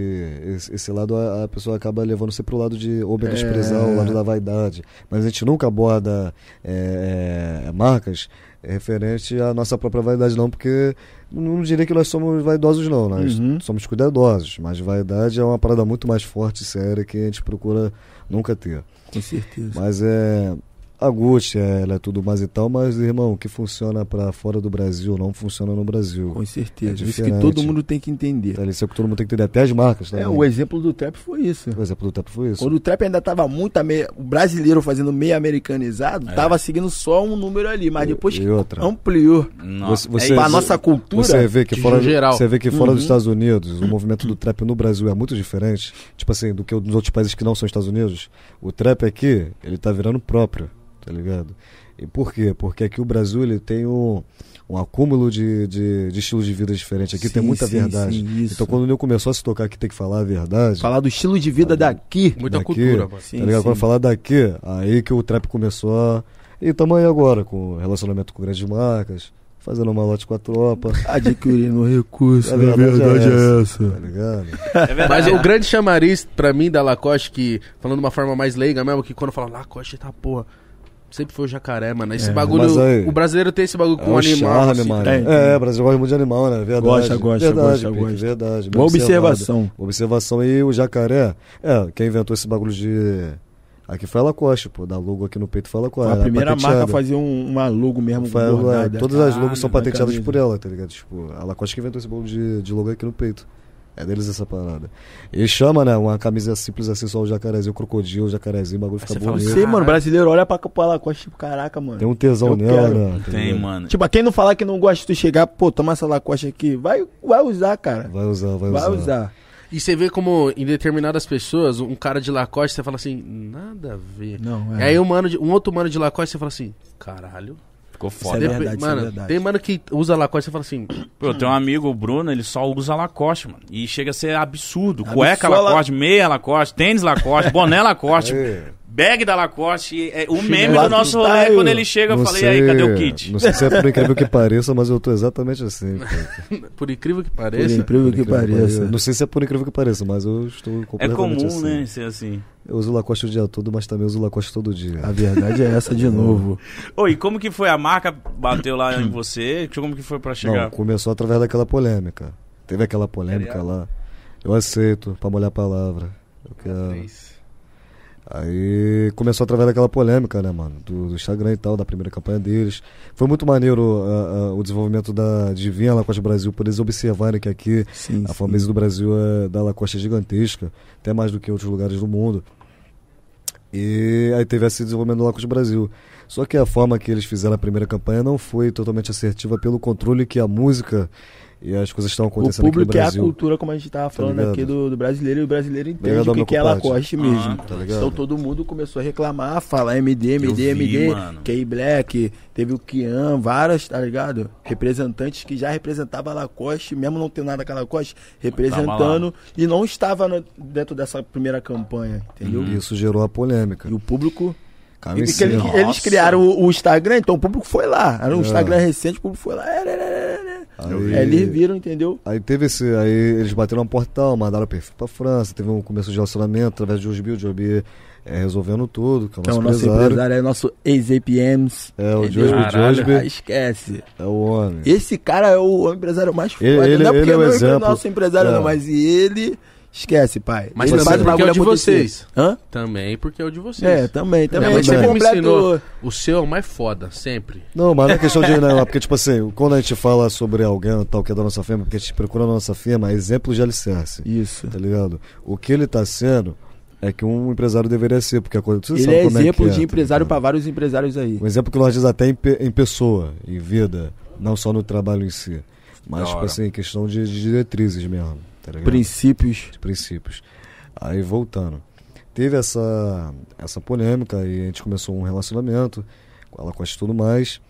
Speaker 4: esse, esse lado, a, a pessoa acaba levando você pro lado de
Speaker 3: É.
Speaker 4: ou menosprezar, o lado da vaidade. Mas a gente nunca aborda é, é, marcas referente à nossa própria vaidade, não, porque não diria que nós somos vaidosos, não. Nós
Speaker 3: Uhum.
Speaker 4: somos cuidadosos, mas vaidade é uma parada muito mais forte e séria que a gente procura nunca ter.
Speaker 3: com certeza.
Speaker 4: Mas é. A Gucci, é, ela é tudo mais e tal, mas, irmão, o que funciona pra fora do Brasil não funciona no Brasil.
Speaker 3: Com certeza.
Speaker 4: É
Speaker 3: isso que
Speaker 4: diferente.
Speaker 3: todo mundo tem que entender.
Speaker 4: Tá, Isso é o que todo mundo tem que entender, até as marcas, né?
Speaker 3: É, o exemplo do trap foi isso.
Speaker 4: O exemplo do Tepo foi isso.
Speaker 3: Quando o trap ainda tava muito ame- o brasileiro fazendo meio americanizado, tava seguindo só um número ali, mas depois
Speaker 4: E
Speaker 3: que
Speaker 4: outra.
Speaker 3: ampliou
Speaker 2: Nossa,
Speaker 4: Você-
Speaker 2: é
Speaker 4: você-
Speaker 3: pra
Speaker 2: isso.
Speaker 3: nossa cultura. um
Speaker 4: Você vê que
Speaker 1: de
Speaker 4: fora,
Speaker 1: geral.
Speaker 4: você vê que fora
Speaker 3: Uhum.
Speaker 4: dos Estados Unidos, o movimento do trap no Brasil é muito diferente, tipo assim, do que nos outros países que não são Estados Unidos. O trap aqui, ele tá virando próprio, tá ligado? E por quê? Porque aqui o Brasil, ele tem um, um acúmulo de, de, de estilos de vida diferente. Aqui tem
Speaker 3: Sim,
Speaker 4: muita
Speaker 3: sim,
Speaker 4: verdade.
Speaker 3: sim, isso.
Speaker 4: então quando o Nil começou a se tocar que tem que falar a verdade,
Speaker 3: Falar do estilo de vida daqui.
Speaker 1: Muita
Speaker 4: Daqui.
Speaker 1: cultura, mano.
Speaker 3: Sim,
Speaker 4: tá ligado?
Speaker 3: sim.
Speaker 4: Quando falar daqui, aí que o trap começou a. E tamo aí agora, com relacionamento com grandes marcas, fazendo uma lote com a tropa.
Speaker 3: Adquirindo um recurso.
Speaker 4: A
Speaker 3: A
Speaker 4: verdade
Speaker 3: verdade,
Speaker 4: é
Speaker 3: é
Speaker 4: Tá
Speaker 3: essa.
Speaker 4: ligado?
Speaker 2: É
Speaker 1: Mas
Speaker 2: verdade.
Speaker 1: o grande chamariz pra mim da Lacoste, que, falando de uma forma mais leiga mesmo, que quando fala Lacoste tá porra, sempre foi o jacaré, mano. Esse
Speaker 4: mas
Speaker 1: bagulho.
Speaker 4: aí-
Speaker 1: o brasileiro tem esse bagulho
Speaker 4: É
Speaker 1: com
Speaker 4: um
Speaker 1: animal.
Speaker 4: charme,
Speaker 1: assim,
Speaker 4: mano.
Speaker 1: tá?
Speaker 3: tem, tem.
Speaker 4: É, o Brasil gosta muito de animal, né? Verdade.
Speaker 3: Gosta, gosta,
Speaker 4: verdade,
Speaker 3: gosta,
Speaker 4: Pique,
Speaker 3: gosta.
Speaker 4: Verdade. bem
Speaker 3: Boa
Speaker 4: observado.
Speaker 3: observação.
Speaker 4: Observação. E o jacaré, é, quem inventou esse bagulho de. Aqui foi a Lacoste, pô. Da logo aqui no peito foi a Lacoste. É,
Speaker 3: A
Speaker 4: era
Speaker 3: primeira marca a
Speaker 4: patenteada.
Speaker 3: fazer um, uma logo mesmo.
Speaker 4: Foi a-
Speaker 3: bordada.
Speaker 4: todas as
Speaker 3: Ah,
Speaker 4: logos são
Speaker 3: na
Speaker 4: patenteadas
Speaker 3: camisa.
Speaker 4: por ela, tá ligado? Tipo, a Lacoste que inventou esse bolo de, de logo aqui no peito. É deles essa parada. E chama, né? Uma camisa simples assim, só o jacarezinho, o crocodilo, o jacarezinho, o bagulho fica
Speaker 2: você fala, assim?
Speaker 3: Não
Speaker 4: bonito.
Speaker 3: sei, mano. Brasileiro olha pra, pra Lacoste, tipo, caraca, mano.
Speaker 4: Tem um tesão
Speaker 3: Eu
Speaker 4: nela,
Speaker 3: quero.
Speaker 4: né? tá
Speaker 2: Tem,
Speaker 4: ligado?
Speaker 2: mano.
Speaker 3: Tipo, quem não falar que não gosta de tu chegar, pô, toma essa Lacoste aqui. Vai, vai usar, cara.
Speaker 4: Vai usar, vai,
Speaker 3: Vai
Speaker 4: usar.
Speaker 3: usar.
Speaker 1: E você vê como em determinadas pessoas, um cara de Lacoste, você fala assim, nada a ver.
Speaker 3: Não, é.
Speaker 1: E aí um, mano de- um outro mano de Lacoste, você fala assim, caralho.
Speaker 2: Ficou
Speaker 3: É
Speaker 2: foda.
Speaker 1: Depe-
Speaker 3: verdade, isso é
Speaker 1: mano,
Speaker 3: verdade.
Speaker 1: tem mano que usa Lacoste, você fala assim,
Speaker 2: Pô, eu tenho um
Speaker 4: Hum.
Speaker 2: amigo, o Bruno, ele só usa Lacoste, mano. E chega a ser absurdo.
Speaker 3: Absurdo.
Speaker 2: Cueca Lacoste, meia Lacoste, tênis Lacoste, boné Lacoste,
Speaker 4: É.
Speaker 2: bag da Lacoste. É, o
Speaker 3: Chinelo
Speaker 2: meme do nosso rolê,
Speaker 3: freestyle.
Speaker 2: quando ele chega, eu
Speaker 4: Não
Speaker 2: falei, e aí,
Speaker 4: sei-
Speaker 2: cadê o kit?
Speaker 4: Não sei se é por incrível que pareça, mas eu tô exatamente assim. cara.
Speaker 1: por incrível que
Speaker 3: Por
Speaker 1: pareça,
Speaker 3: incrível que
Speaker 4: Incrível
Speaker 3: pareça.
Speaker 4: Não sei se é por incrível que pareça, mas eu estou
Speaker 2: É
Speaker 4: completamente
Speaker 2: comum,
Speaker 4: assim.
Speaker 2: né, ser assim.
Speaker 4: Eu uso Lacoste o dia todo, mas também uso Lacoste todo dia.
Speaker 3: A verdade é essa de novo.
Speaker 2: Ô, e como que foi a marca? Bateu lá em você? Como que foi pra chegar?
Speaker 4: Não, começou através daquela polêmica. Teve aquela polêmica lá. Eu aceito, pra molhar a palavra. Eu quero. Aí começou através daquela polêmica, né, mano? Do, do Instagram e tal, da primeira campanha deles. Foi muito maneiro ah, ah, o desenvolvimento da Divinha Lacoste Brasil, por eles observarem que aqui
Speaker 3: Sim,
Speaker 4: a
Speaker 3: sim.
Speaker 4: fanbase do Brasil é da Lacoste é gigantesca, até mais do que em outros lugares do mundo. E aí teve esse desenvolvimento do Lacoste Brasil. Só que a forma que eles fizeram a primeira campanha não foi totalmente assertiva pelo controle que a música e as coisas estão
Speaker 3: O
Speaker 4: acontecendo tá aqui no
Speaker 3: público é a
Speaker 4: Brasil. Tá
Speaker 3: cultura, como a gente tava falando
Speaker 4: ligado?
Speaker 3: aqui do, do brasileiro, e o brasileiro entende
Speaker 4: Obrigado,
Speaker 3: o que, que é
Speaker 4: meu compadre.
Speaker 3: Lacoste mesmo.
Speaker 2: Ah,
Speaker 4: tá ligado?
Speaker 3: então todo mundo começou a reclamar, falar MD,
Speaker 2: Eu
Speaker 3: MD,
Speaker 2: vi,
Speaker 3: MD,
Speaker 2: mano.
Speaker 3: K-Black, teve o Kian, várias, tá ligado? Representantes que já representavam a Lacoste, mesmo não tendo nada com a Lacoste, representando e não estava no- dentro dessa primeira campanha, entendeu?
Speaker 2: Uhum.
Speaker 4: E isso gerou a polêmica.
Speaker 3: E o público
Speaker 4: Caiu
Speaker 3: E
Speaker 4: em
Speaker 3: que eles,
Speaker 4: cima.
Speaker 3: eles
Speaker 2: Nossa.
Speaker 3: criaram o, o Instagram, então o público foi lá. Era um Instagram recente, o público foi lá. É, é, é, é, é.
Speaker 4: É. Aí-
Speaker 3: Aí eles viram, entendeu?
Speaker 4: Aí teve esse. Aí eles bateram um portal, mandaram o perfil pra França, teve um começo de relacionamento através de Josbi, o Josbi é, resolvendo tudo, que é o
Speaker 3: Então,
Speaker 4: nosso,
Speaker 3: o nosso
Speaker 4: empresário.
Speaker 3: empresário é nosso ex-APMs.
Speaker 4: É, o
Speaker 3: entendeu?
Speaker 4: Josbi,
Speaker 2: Caralho.
Speaker 3: Ah,
Speaker 4: Josbi
Speaker 3: esquece.
Speaker 4: é o homem.
Speaker 3: Esse cara é o empresário mais foda.
Speaker 4: Ele- ele-
Speaker 3: não é porque
Speaker 4: ele é o
Speaker 3: não
Speaker 4: exemplo.
Speaker 3: nosso empresário,
Speaker 4: É.
Speaker 3: não, mas ele. Esquece, pai.
Speaker 1: Mas
Speaker 3: ele
Speaker 1: também porque é o de
Speaker 3: acontecer.
Speaker 1: vocês.
Speaker 3: Hã?
Speaker 1: também porque é o de vocês.
Speaker 3: É, também, também.
Speaker 1: Minha mãe
Speaker 3: Ele
Speaker 1: sempre me
Speaker 3: completou.
Speaker 1: ensinou, o seu é o mais foda, sempre.
Speaker 4: Não, mas não é questão de. Não, é porque, tipo assim, quando a gente fala sobre alguém ou tal que é da nossa firma, porque a gente procura na nossa firma exemplos de alicerce,
Speaker 3: Isso.
Speaker 4: tá ligado? O que ele tá sendo é que um empresário deveria ser, porque a coisa você
Speaker 3: Ele
Speaker 4: sabe
Speaker 3: é
Speaker 4: como é que
Speaker 3: exemplo
Speaker 4: é, tá
Speaker 3: de empresário
Speaker 4: ligado?
Speaker 3: para vários empresários aí.
Speaker 4: Um exemplo que nós diz até em, pe- em pessoa, em vida, não só no trabalho em si.
Speaker 2: Da
Speaker 4: Mas, tipo
Speaker 2: hora.
Speaker 4: assim, questão de, de diretrizes mesmo, tá ligado?
Speaker 3: Princípios.
Speaker 4: de princípios. Aí voltando. Teve essa, essa polêmica e a gente começou um relacionamento, com ela quase tudo mais,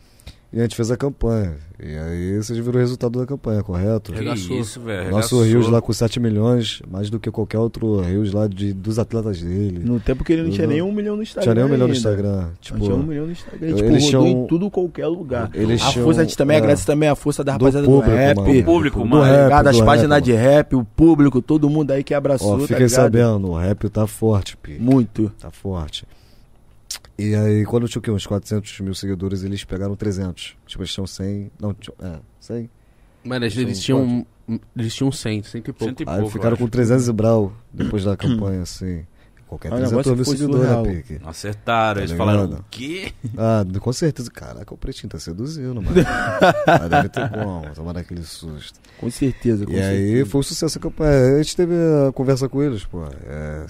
Speaker 4: e a gente fez a campanha. E aí vocês viram o resultado da campanha, correto?
Speaker 2: Que
Speaker 1: Arregaçou.
Speaker 2: isso, velho.
Speaker 4: Nosso
Speaker 2: arregaçou. É,
Speaker 4: Rios lá com 7 milhões, mais do que qualquer outro Rios lá de, dos atletas dele.
Speaker 3: No tempo que ele não tinha
Speaker 4: Não.
Speaker 3: nem um milhão no Instagram.
Speaker 4: tinha nem um milhão no
Speaker 3: ainda.
Speaker 4: Instagram. Tipo,
Speaker 3: Não tinha um milhão no Instagram.
Speaker 4: eu-
Speaker 3: Tipo,
Speaker 4: eles
Speaker 3: rodou
Speaker 4: tinham-
Speaker 3: em tudo, qualquer lugar.
Speaker 4: eles
Speaker 3: a
Speaker 4: tinham-
Speaker 3: força de também,
Speaker 4: é,
Speaker 3: a agradece também a força da
Speaker 4: do
Speaker 3: rapaziada um, do,
Speaker 4: público,
Speaker 3: rap.
Speaker 4: mano.
Speaker 2: O público,
Speaker 4: Do
Speaker 2: mano.
Speaker 4: rap,
Speaker 3: ligado? As
Speaker 4: do
Speaker 3: páginas
Speaker 4: rap,
Speaker 3: de rap, o público, todo mundo aí que abraçou,
Speaker 4: Ó,
Speaker 3: tá
Speaker 4: fiquem
Speaker 3: ligado?
Speaker 4: sabendo, o rap tá forte, Pi.
Speaker 3: Muito.
Speaker 4: Tá forte. E aí, quando eu tinha o quê? Uns 400 mil seguidores, eles pegaram 300. Tipo, eles tinham 100. Não, tinham- é, 100.
Speaker 1: Mano, eles,
Speaker 3: é
Speaker 1: um, eles
Speaker 3: um
Speaker 4: Isso não
Speaker 1: tinham. Eles tinham 100, 100 e pouco.
Speaker 2: Cento e
Speaker 4: aí
Speaker 2: pouco,
Speaker 4: ficaram
Speaker 2: eu
Speaker 4: com 300 e brau depois da campanha, assim. Qualquer
Speaker 3: É um negócio
Speaker 4: 300
Speaker 3: que
Speaker 4: mil
Speaker 3: foi
Speaker 4: seguidores, né,
Speaker 3: surreal.
Speaker 4: Pique?
Speaker 2: acho. Acertaram,
Speaker 4: Tá
Speaker 2: eles
Speaker 4: ligado?
Speaker 2: falaram o quê?
Speaker 4: Ah, com certeza. Caraca, o Pretinho tá seduzindo, mano. ah, deve ter bom, tomar aquele susto.
Speaker 3: Com certeza, com
Speaker 4: E aí,
Speaker 3: certeza.
Speaker 4: foi um sucesso a campanha. A gente teve a conversa com eles, pô. É,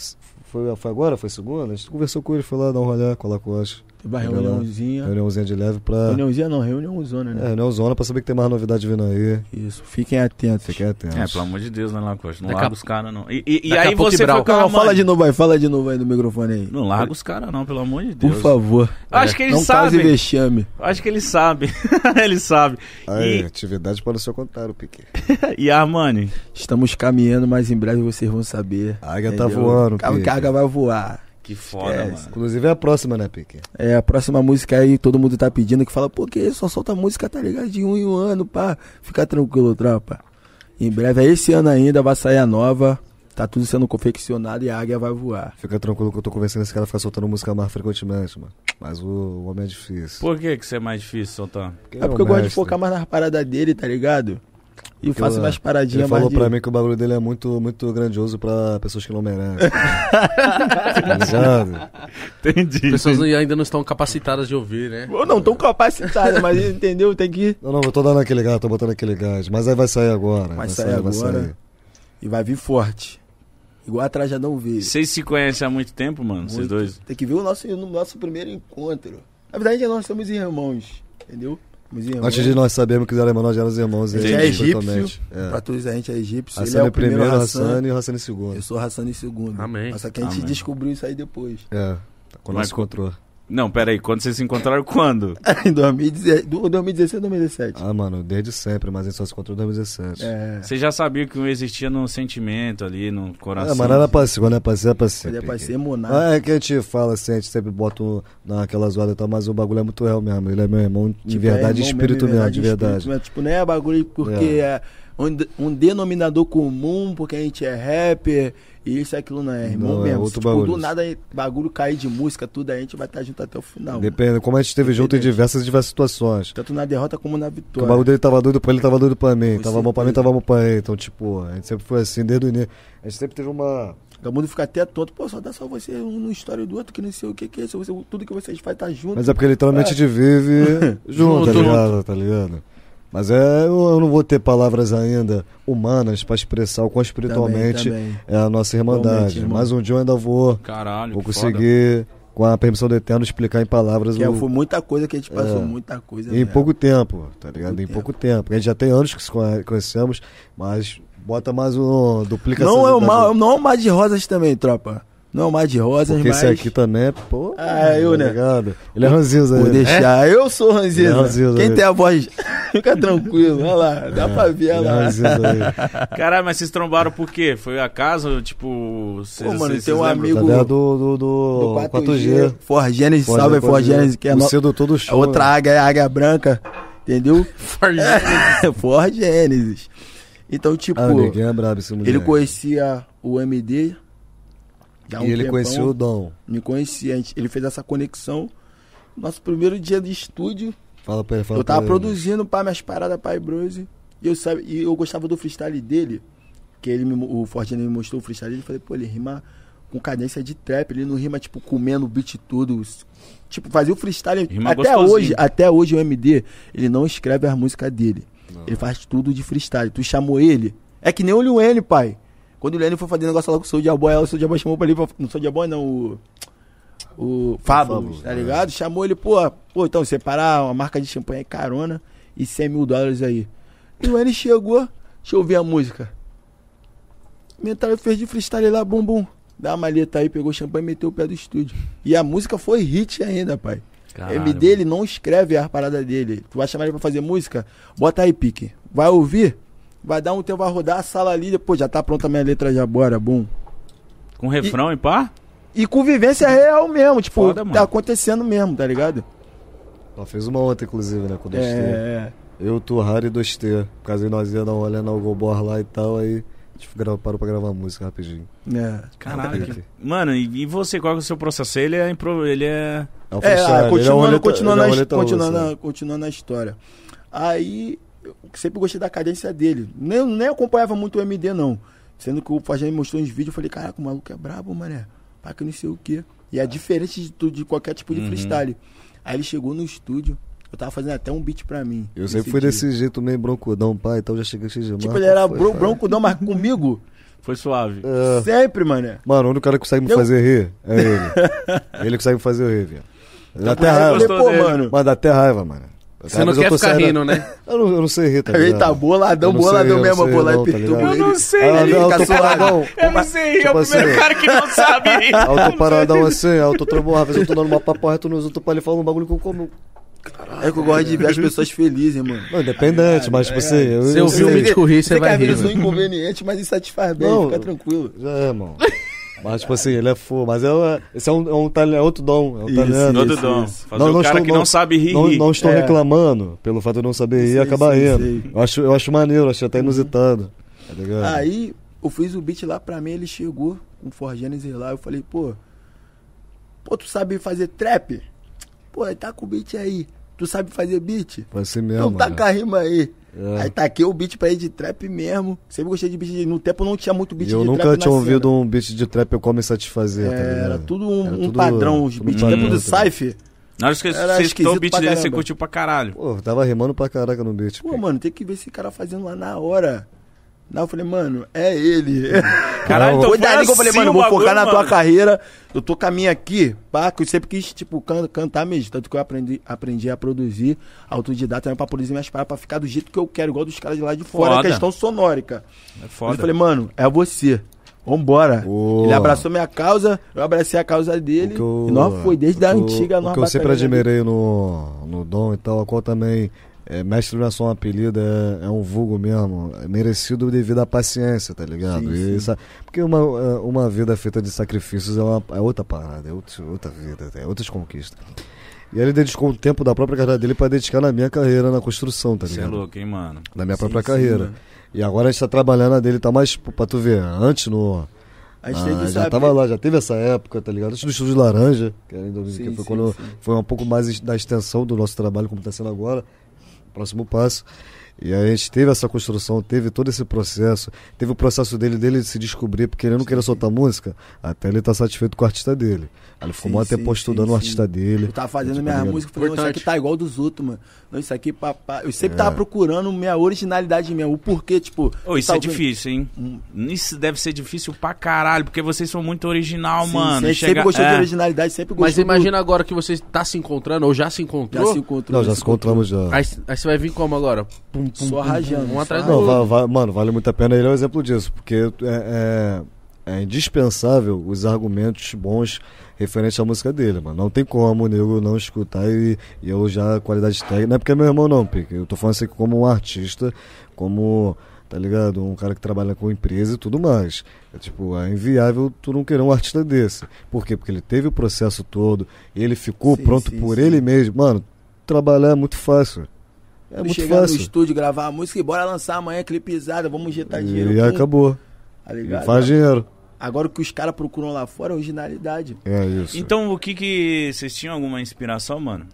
Speaker 4: foi, foi agora? Foi segunda? A gente conversou com eles, foi lá dar um rolê com a Lacoste.
Speaker 3: Teve a
Speaker 4: Entendeu, né?
Speaker 3: reuniãozinha.
Speaker 4: Reuniãozinha de leve pra...
Speaker 3: Reuniãozinha não, reuniãozona,
Speaker 4: É,
Speaker 3: É. né?
Speaker 4: reuniãozona pra saber que tem mais novidade vindo aí.
Speaker 3: Isso, fiquem atentos.
Speaker 4: Fiquem atentos.
Speaker 2: É, pelo amor de Deus, né, Lacoste? Não
Speaker 1: Daqui a-
Speaker 2: larga os caras, não. E, e- e
Speaker 1: Daqui a
Speaker 2: aí
Speaker 1: pouco
Speaker 2: você
Speaker 1: Ibral.
Speaker 2: foi com a
Speaker 3: Não, fala
Speaker 2: Armani.
Speaker 3: de novo aí, fala de novo aí no microfone aí.
Speaker 2: Não larga os caras, não, pelo amor de
Speaker 3: Por
Speaker 2: Deus.
Speaker 3: favor.
Speaker 2: Acho que eles
Speaker 3: não cause
Speaker 2: sabem.
Speaker 3: vexame.
Speaker 2: Acho que eles sabem. eles sabem.
Speaker 4: Aí,
Speaker 2: E-
Speaker 4: atividade para o seu contar, o Pique.
Speaker 2: E a Armani?
Speaker 3: Estamos caminhando, mas em breve vocês vão saber.
Speaker 4: A águia tá
Speaker 3: entendeu?
Speaker 4: voando,
Speaker 3: A
Speaker 4: Pique.
Speaker 3: carga vai voar.
Speaker 2: Que foda,
Speaker 3: Esquece.
Speaker 2: mano.
Speaker 4: Inclusive é a próxima, né, Pique?
Speaker 3: É, a próxima música aí todo mundo tá pedindo que fala, pô, que só solta música, tá ligado? De um em um ano, pá. Fica tranquilo, tropa. Em breve, é esse ano ainda, vai sair a nova. Tá tudo sendo confeccionado e a águia vai voar.
Speaker 4: Fica tranquilo que eu tô convencendo esse cara a ficar soltando música mais frequentemente, mano. Mas o, o homem é difícil.
Speaker 2: Por que, que você é mais difícil, Sultão?
Speaker 4: Porque
Speaker 3: É porque eu gosto de focar mais nas paradas dele, tá ligado? E
Speaker 4: Porque
Speaker 3: faço
Speaker 4: eu-
Speaker 3: mais
Speaker 4: Ele
Speaker 3: paradinhas mais.
Speaker 4: falou
Speaker 3: de-
Speaker 4: pra mim que o bagulho dele é muito, muito grandioso pra pessoas que não merecem. Tá ligado?
Speaker 2: Entendi.
Speaker 1: As pessoas ainda não estão capacitadas de ouvir, né?
Speaker 3: Eu não tô capacitado, mas entendeu? Tem que.
Speaker 4: Não, não, eu tô dando aquele gás, tô botando aquele gás. Mas aí vai sair agora.
Speaker 3: Vai sair agora. E vai vir forte. Igual a Trajadão veio.
Speaker 2: Vocês se conhecem há muito tempo, mano? Vocês
Speaker 3: Muito.
Speaker 2: dois?
Speaker 3: Tem que ver o nosso, o nosso primeiro encontro. Na verdade, nós somos irmãos, entendeu? Somos irmãos.
Speaker 4: Antes de nós sabermos que os alemães nós já éramos irmãos.
Speaker 3: Ele
Speaker 4: e
Speaker 3: é egípcio.
Speaker 4: completamente. É.
Speaker 3: Pra todos a gente é egípcio. ele é
Speaker 4: Hassane
Speaker 3: o primeiro,
Speaker 4: primeiro,
Speaker 3: Hassan.
Speaker 4: Hassane e Hassane segundo.
Speaker 3: Eu sou Hassan em segundo.
Speaker 1: Amém.
Speaker 3: Mas Só que a gente
Speaker 2: Amém.
Speaker 3: descobriu isso aí depois.
Speaker 4: É, quando
Speaker 2: Mas-
Speaker 4: nós se encontrou.
Speaker 2: Não, peraí. Quando vocês se encontraram, quando?
Speaker 3: em 2016, do- 2016 2017.
Speaker 4: Ah, mano, desde sempre, mas a gente só se encontrou em 2017.
Speaker 3: É.
Speaker 2: Você já sabia que um existia num sentimento ali, no coração.
Speaker 4: Ah, mano, era passivo, quando é passivo, é passivo.
Speaker 3: Ele é pra
Speaker 4: Pique.
Speaker 3: ser monarca.
Speaker 4: Ah, é que a gente fala assim, a gente sempre bota um, naquela zoada e tal, mas o bagulho é muito real mesmo. Ele é meu irmão, de
Speaker 3: Tipo,
Speaker 4: verdade,
Speaker 3: é irmão
Speaker 4: e espírito mesmo,
Speaker 3: é
Speaker 4: de
Speaker 3: espírito
Speaker 4: verdade.
Speaker 3: mesmo. Tipo, não é bagulho porque
Speaker 4: É.
Speaker 3: é, um, de- um denominador comum, porque a gente é rapper e isso e aquilo não é irmão
Speaker 4: Não, é
Speaker 3: mesmo.
Speaker 4: outro
Speaker 3: tipo,
Speaker 4: bagulho.
Speaker 3: do nada bagulho cair de música, tudo a gente vai estar junto até o final.
Speaker 4: Depende, como a gente esteve junto em diversas e diversas situações.
Speaker 3: Tanto na derrota como na
Speaker 4: Porque O
Speaker 3: vitória.
Speaker 4: bagulho dele tava doido pra ele, tava doido pra mim.
Speaker 3: Com
Speaker 4: tava bom pra mim,
Speaker 3: certeza.
Speaker 4: tava bom pra ele. Então, tipo, a gente sempre foi assim, desde o início. A gente sempre teve uma.
Speaker 3: O mundo fica até tonto, pô, só dá só você um no história do outro, que não sei o que que é isso. Você, tudo que vocês fazem tá junto.
Speaker 4: Mas é porque literalmente a gente vive junto, tá
Speaker 1: Junto,
Speaker 4: ligado? Tá ligado? Mas é, eu, eu não vou ter palavras ainda humanas pra expressar o quão espiritualmente
Speaker 3: também.
Speaker 4: é a nossa
Speaker 3: Igualmente,
Speaker 4: irmandade.
Speaker 3: irmão.
Speaker 4: Mas um dia eu ainda vou,
Speaker 2: Caralho,
Speaker 4: vou
Speaker 2: que
Speaker 4: conseguir, com a permissão do Eterno, explicar em palavras
Speaker 3: Que é,
Speaker 4: o-
Speaker 3: foi muita coisa que a gente passou,
Speaker 4: É.
Speaker 3: muita coisa. né?
Speaker 4: em
Speaker 3: mesmo.
Speaker 4: pouco tempo, tá ligado? Em
Speaker 3: Pouco
Speaker 4: pouco tempo. A gente já tem anos que se conhe- conhecemos, mas bota mais um duplicação.
Speaker 3: Não é, o
Speaker 4: da-
Speaker 3: mar, não é o mar de rosas também, tropa. Não é o mar de rosas,
Speaker 4: Porque
Speaker 3: mas.
Speaker 4: esse aqui também é, pô.
Speaker 3: Ah, eu,
Speaker 4: tá
Speaker 3: né?
Speaker 4: ligado? Ele é ranzinza.
Speaker 3: Vou
Speaker 4: ele.
Speaker 3: deixar. Eu sou Ranziza.
Speaker 4: Ele é ranzinza,
Speaker 3: Quem
Speaker 4: né?
Speaker 3: tem a voz, fica tranquilo. Olha lá, dá pra ver olha
Speaker 4: Ele é
Speaker 3: lá.
Speaker 4: ranzinza. ele.
Speaker 2: foda. Caralho, mas vocês trombaram por quê? Foi acaso, tipo... Vocês,
Speaker 3: Pô, mano,
Speaker 2: vocês-
Speaker 3: tem um
Speaker 2: vocês
Speaker 3: amigo-
Speaker 4: Tá ligado? do, do, do, 4G.
Speaker 3: Forgênese, salve Forgênese, que é
Speaker 4: o
Speaker 3: no...
Speaker 4: cedo todo
Speaker 3: a
Speaker 4: show. né?
Speaker 3: outra águia, é a águia branca, entendeu?
Speaker 2: É,
Speaker 1: Forjado.
Speaker 3: Forgênesis. Então, tipo,
Speaker 4: Ah, ninguém é brabo esse moleque.
Speaker 3: ele conhecia o MD. já há um
Speaker 4: E ele
Speaker 3: tempão,
Speaker 4: conheceu o Dom.
Speaker 3: Me conhecia, a gente- ele fez essa conexão. Nosso primeiro dia de estúdio,
Speaker 4: Fala pra ele, fala
Speaker 3: Eu tava
Speaker 4: pra ele.
Speaker 3: produzindo pá, minhas paradas pai Brose. E eu, sabe, e eu gostava do freestyle dele. Que ele me, mo- o Fortino me mostrou o freestyle dele. Eu Falei, pô, ele rima com cadência de trap. Ele não rima, tipo, comendo o beat tudo. Tipo, fazia o freestyle.
Speaker 2: Rima
Speaker 3: até
Speaker 2: gostosinho.
Speaker 3: hoje, até hoje o MD, ele não escreve as músicas dele. Ele faz tudo de freestyle. Tu chamou ele. É que nem o Lil Wayne, pai. Quando o Leandro foi fazer negócio lá com o Soulja Boy, ela, o Soulja Boy chamou pra ele, pra, não Soulja Boy não, o... O Fábio, tá ligado? Chamou ele, pô, pô, então, separar uma marca de champanhe aí, carona e 100 mil dólares aí. E o N chegou, deixa eu ver a música. Mentalidade fez de freestyle lá, bum bum. Dá a maleta aí, pegou o champanhe e meteu o pé do estúdio. E a música foi hit ainda, pai.
Speaker 2: Caralho,
Speaker 3: MD, ele não escreve a parada dele. Tu vai chamar ele pra fazer música? Bota aí, pique. Vai ouvir? Vai dar um tempo, vai rodar a sala ali, depois já tá pronta a minha letra já, bora, bum.
Speaker 2: Com refrão e, pá?
Speaker 3: E convivência real mesmo, tipo,
Speaker 2: Foda, mano.
Speaker 3: tá acontecendo mesmo, tá ligado?
Speaker 4: Ela fez uma ontem, inclusive, né? Com o 2T.
Speaker 3: É.
Speaker 4: Eu, Turrari e 2T. Por causa de nós ia dar um uma olhada no Gobor lá e tal, aí a gente gra- parou pra gravar música rapidinho.
Speaker 3: É.
Speaker 2: Caralho.
Speaker 4: Pique.
Speaker 2: que- Mano, e, e você, qual que é o seu processo? Ele é. impro- Ele é...
Speaker 4: É, o
Speaker 3: É,
Speaker 4: freestyle, ele
Speaker 3: ah,
Speaker 4: é
Speaker 3: continuando,
Speaker 4: uma letra-
Speaker 3: continuando,
Speaker 4: ele é
Speaker 3: a,
Speaker 4: uma letra
Speaker 3: continuando,
Speaker 4: russa.
Speaker 3: a, continuando a história. Aí, eu sempre gostei da cadência dele. Nem, nem acompanhava muito o MD, não. Sendo que o Fajani mostrou uns vídeos, eu falei, caraca, o maluco é brabo, mané. Pá, que não sei o quê. E é diferente de, tu- de qualquer tipo
Speaker 4: Uhum.
Speaker 3: de freestyle. Aí ele chegou no estúdio, eu tava fazendo até um beat pra mim.
Speaker 4: Eu
Speaker 3: nesse
Speaker 4: sempre fui
Speaker 3: dia.
Speaker 4: desse jeito meio broncudão, pai, então já cheguei cheio de marca,
Speaker 3: Tipo, ele era
Speaker 4: foi,
Speaker 3: bro,
Speaker 4: pai.
Speaker 3: bronco, não, mas comigo,
Speaker 2: Foi suave.
Speaker 4: É.
Speaker 3: sempre, mané.
Speaker 4: Mano, o único cara que consegue me
Speaker 3: Eu-
Speaker 4: fazer rir é ele. ele consegue me fazer rir, viado. Dá até
Speaker 3: Aí eu
Speaker 4: raiva.
Speaker 3: falei,
Speaker 2: gostou
Speaker 3: pô,
Speaker 2: dele.
Speaker 3: mano,
Speaker 4: Mas dá até raiva, mano.
Speaker 1: Você não quer ficar rindo, né?
Speaker 4: Eu não, eu não sei rir, tá ligado?
Speaker 3: ele tá boladão,
Speaker 4: Eu não sei, eu
Speaker 3: boladão
Speaker 4: não
Speaker 3: mesmo,
Speaker 4: sei,
Speaker 3: boladão
Speaker 4: não, tá
Speaker 3: perturbou
Speaker 4: ligado?
Speaker 3: ele.
Speaker 2: sei,
Speaker 4: Ah,
Speaker 2: ele
Speaker 4: não, eu
Speaker 3: fica
Speaker 4: tô
Speaker 3: suado.
Speaker 4: paradão.
Speaker 2: Eu não sei,
Speaker 4: Tipo
Speaker 2: é o primeiro
Speaker 4: assim.
Speaker 2: cara que não sabe.
Speaker 4: Eu tô paradão assim, eu tô trambolando, às vezes eu tô dando uma paporra, tu nos outros pra ele falar um bagulho que eu como.
Speaker 3: É que eu gosto de ver as pessoas felizes, mano.
Speaker 4: Não, independente, mas tipo assim. eu-
Speaker 1: Você
Speaker 4: eu
Speaker 1: ouviu o
Speaker 4: sei.
Speaker 1: Mítico Rir, você vai
Speaker 3: quer ver,
Speaker 1: rir.
Speaker 3: eu sou
Speaker 1: velho.
Speaker 3: inconveniente, mas isso satisfaz bem,
Speaker 4: Não,
Speaker 3: fica
Speaker 4: eu-
Speaker 3: tranquilo.
Speaker 4: Já é, irmão. Mas tipo assim, ele é fofo. Mas é, um- esse é um, é um tale- é outro dom. É um
Speaker 3: Isso,
Speaker 4: talento.
Speaker 2: Todo
Speaker 3: Isso,
Speaker 2: dom.
Speaker 3: isso.
Speaker 2: Fazer o cara que não sabe rir,
Speaker 4: Não,
Speaker 2: rir.
Speaker 4: não estou
Speaker 3: É.
Speaker 4: reclamando pelo fato de eu não saber rir e
Speaker 3: Sei,
Speaker 4: acabar
Speaker 3: sei,
Speaker 4: rindo.
Speaker 3: sei.
Speaker 4: Eu acho, eu acho maneiro, acho até inusitado. Tá ligado?
Speaker 3: Aí eu fiz o beat lá pra mim, ele chegou com o Ford Genesis lá, eu falei, pô, pô, tu sabe fazer trap? Pô, aí tá com o beat aí. Tu sabe fazer beat?
Speaker 4: Foi assim mesmo.
Speaker 3: Então tá
Speaker 4: né?
Speaker 3: com a rima aí.
Speaker 4: É.
Speaker 3: Aí taquei o beat pra ele de trap mesmo. Sempre gostei de beat. de- No tempo não tinha muito beat
Speaker 4: E eu
Speaker 3: de trap.
Speaker 4: nunca
Speaker 3: na
Speaker 4: tinha
Speaker 3: cena.
Speaker 4: ouvido um beat de trap eu como me satisfazer, tá ligado?
Speaker 3: Era tudo um,
Speaker 4: Era
Speaker 3: um
Speaker 4: tudo-
Speaker 3: padrão, os
Speaker 4: tudo
Speaker 3: beats.
Speaker 4: padrão,
Speaker 3: Lembra do
Speaker 4: tá ligado?
Speaker 3: Cypher?
Speaker 2: Na hora que
Speaker 3: Era
Speaker 2: você escutou o
Speaker 3: esquisito
Speaker 2: beat
Speaker 3: pra
Speaker 2: dele, você
Speaker 3: caramba.
Speaker 2: curtiu pra caralho.
Speaker 4: Pô, eu tava rimando pra caraca no beat.
Speaker 3: Pô,
Speaker 4: cara.
Speaker 3: mano, tem que ver esse cara fazendo lá na hora. Não, eu falei, mano, é ele.
Speaker 2: Caralho, então
Speaker 3: foi
Speaker 2: foi
Speaker 3: dali que eu falei,
Speaker 2: assim
Speaker 3: mano,
Speaker 2: o
Speaker 3: vou focar na
Speaker 2: bagulho,
Speaker 3: tua
Speaker 2: mano.
Speaker 3: carreira. Eu tô com a minha aqui, pá, que eu sempre quis, tipo, can- cantar mesmo. Tanto que eu aprendi, aprendi a produzir, autodidata também pra produzir minhas paradas, pra ficar do jeito que eu quero, igual dos caras de lá de fora.
Speaker 2: Foda.
Speaker 3: É questão sonórica.
Speaker 2: É
Speaker 3: Mas
Speaker 2: foda.
Speaker 3: Eu falei, mano, é você. Vambora.
Speaker 4: Boa.
Speaker 3: Ele abraçou minha causa, eu abracei a causa
Speaker 4: O
Speaker 3: dele.
Speaker 4: que eu-
Speaker 3: E nós foi, desde
Speaker 4: o
Speaker 3: a
Speaker 4: que eu-
Speaker 3: antiga, nós
Speaker 4: O que eu sempre
Speaker 3: batalhando ali.
Speaker 4: admirei no, no Dom e tal, a qual também é, mestre não é só um apelido, é, é um vulgo mesmo. É merecido devido à paciência, tá ligado?
Speaker 3: Sim,
Speaker 4: E
Speaker 3: sim.
Speaker 4: sa- porque uma, é, uma vida feita de sacrifícios é, uma, é outra parada, é outro- outra vida, é outras conquistas. E ele dedicou o tempo da própria carreira dele pra dedicar na minha carreira, na construção, tá
Speaker 2: Você é
Speaker 4: ligado?
Speaker 2: louco, hein, mano.
Speaker 4: Na minha
Speaker 3: Sim,
Speaker 4: própria
Speaker 3: sim,
Speaker 4: carreira.
Speaker 3: mano.
Speaker 4: E agora a gente tá trabalhando a dele, tá mais pô, pra tu ver. Antes no.
Speaker 3: A gente tem
Speaker 4: Ah,
Speaker 3: que
Speaker 4: já
Speaker 3: saber.
Speaker 4: tava lá, já teve essa época, tá ligado? Antes do Estúdio Laranja, que, era em 2000,
Speaker 3: Sim,
Speaker 4: que
Speaker 3: sim,
Speaker 4: foi quando
Speaker 3: sim.
Speaker 4: foi um pouco mais es- da extensão do nosso trabalho, como está sendo agora, próximo passo. E aí a gente teve essa construção, teve todo esse processo, teve o processo dele, dele se descobrir, porque ele não queria soltar música, até ele estar satisfeito com o artista dele. Aí ele ficou
Speaker 3: Sim,
Speaker 4: mó tempo
Speaker 3: sim,
Speaker 4: estudando
Speaker 3: sim,
Speaker 4: o
Speaker 3: sim.
Speaker 4: artista dele.
Speaker 3: Eu tava fazendo
Speaker 4: Tá
Speaker 3: minha
Speaker 4: ligado?
Speaker 3: música, falei, não, isso aqui
Speaker 1: Importante.
Speaker 3: tá igual dos outros, mano. Não, isso aqui, papá. Eu
Speaker 4: É.
Speaker 3: sempre tava procurando minha originalidade mesmo. O porquê, tipo.
Speaker 2: Ô, isso
Speaker 3: tá
Speaker 2: é
Speaker 3: ouvindo-
Speaker 2: difícil, hein?
Speaker 3: um.
Speaker 2: Isso deve ser difícil pra caralho, porque vocês são muito original,
Speaker 3: Sim,
Speaker 2: mano.
Speaker 3: Sempre, sempre
Speaker 2: Chega-
Speaker 3: gostou
Speaker 2: é.
Speaker 3: de originalidade, sempre gostou.
Speaker 1: Mas imagina agora que você tá se encontrando, ou já se
Speaker 3: Do... Já
Speaker 1: encontrou.
Speaker 3: se encontrou.
Speaker 4: Não, já se encontramos já.
Speaker 1: Aí, aí você vai vir como agora? Pum, pum,
Speaker 3: Só
Speaker 1: pum,
Speaker 3: rajando,
Speaker 1: Um
Speaker 3: só
Speaker 1: atrás do
Speaker 4: Não,
Speaker 1: outro.
Speaker 4: va- va- mano, vale muito a pena. Ele é um exemplo disso, porque é, é- é indispensável os argumentos bons referentes à música dele, mano. Não tem como o nego não escutar e, e eu já, qualidade técnica. Não é porque é meu irmão, não, Pique. Eu tô falando assim como um artista, como. Tá ligado? Um cara que trabalha com empresa e tudo mais. É tipo, é inviável tu não querer um artista desse. Por quê? Porque ele teve o processo todo, ele ficou
Speaker 3: Sim,
Speaker 4: pronto
Speaker 3: sim,
Speaker 4: por
Speaker 3: sim.
Speaker 4: ele mesmo. Mano, trabalhar é muito fácil.
Speaker 3: Eu
Speaker 4: É muito
Speaker 3: chegar
Speaker 4: fácil.
Speaker 3: no estúdio, gravar a música e bora lançar amanhã, clipezada, vamos injetar dinheiro.
Speaker 4: E
Speaker 3: pum,
Speaker 4: acabou.
Speaker 3: Tá
Speaker 4: E
Speaker 3: ligado?
Speaker 4: faz dinheiro.
Speaker 3: Agora o que os caras procuram lá fora é originalidade.
Speaker 4: É isso.
Speaker 2: Então, o que que... Vocês tinham alguma inspiração, mano?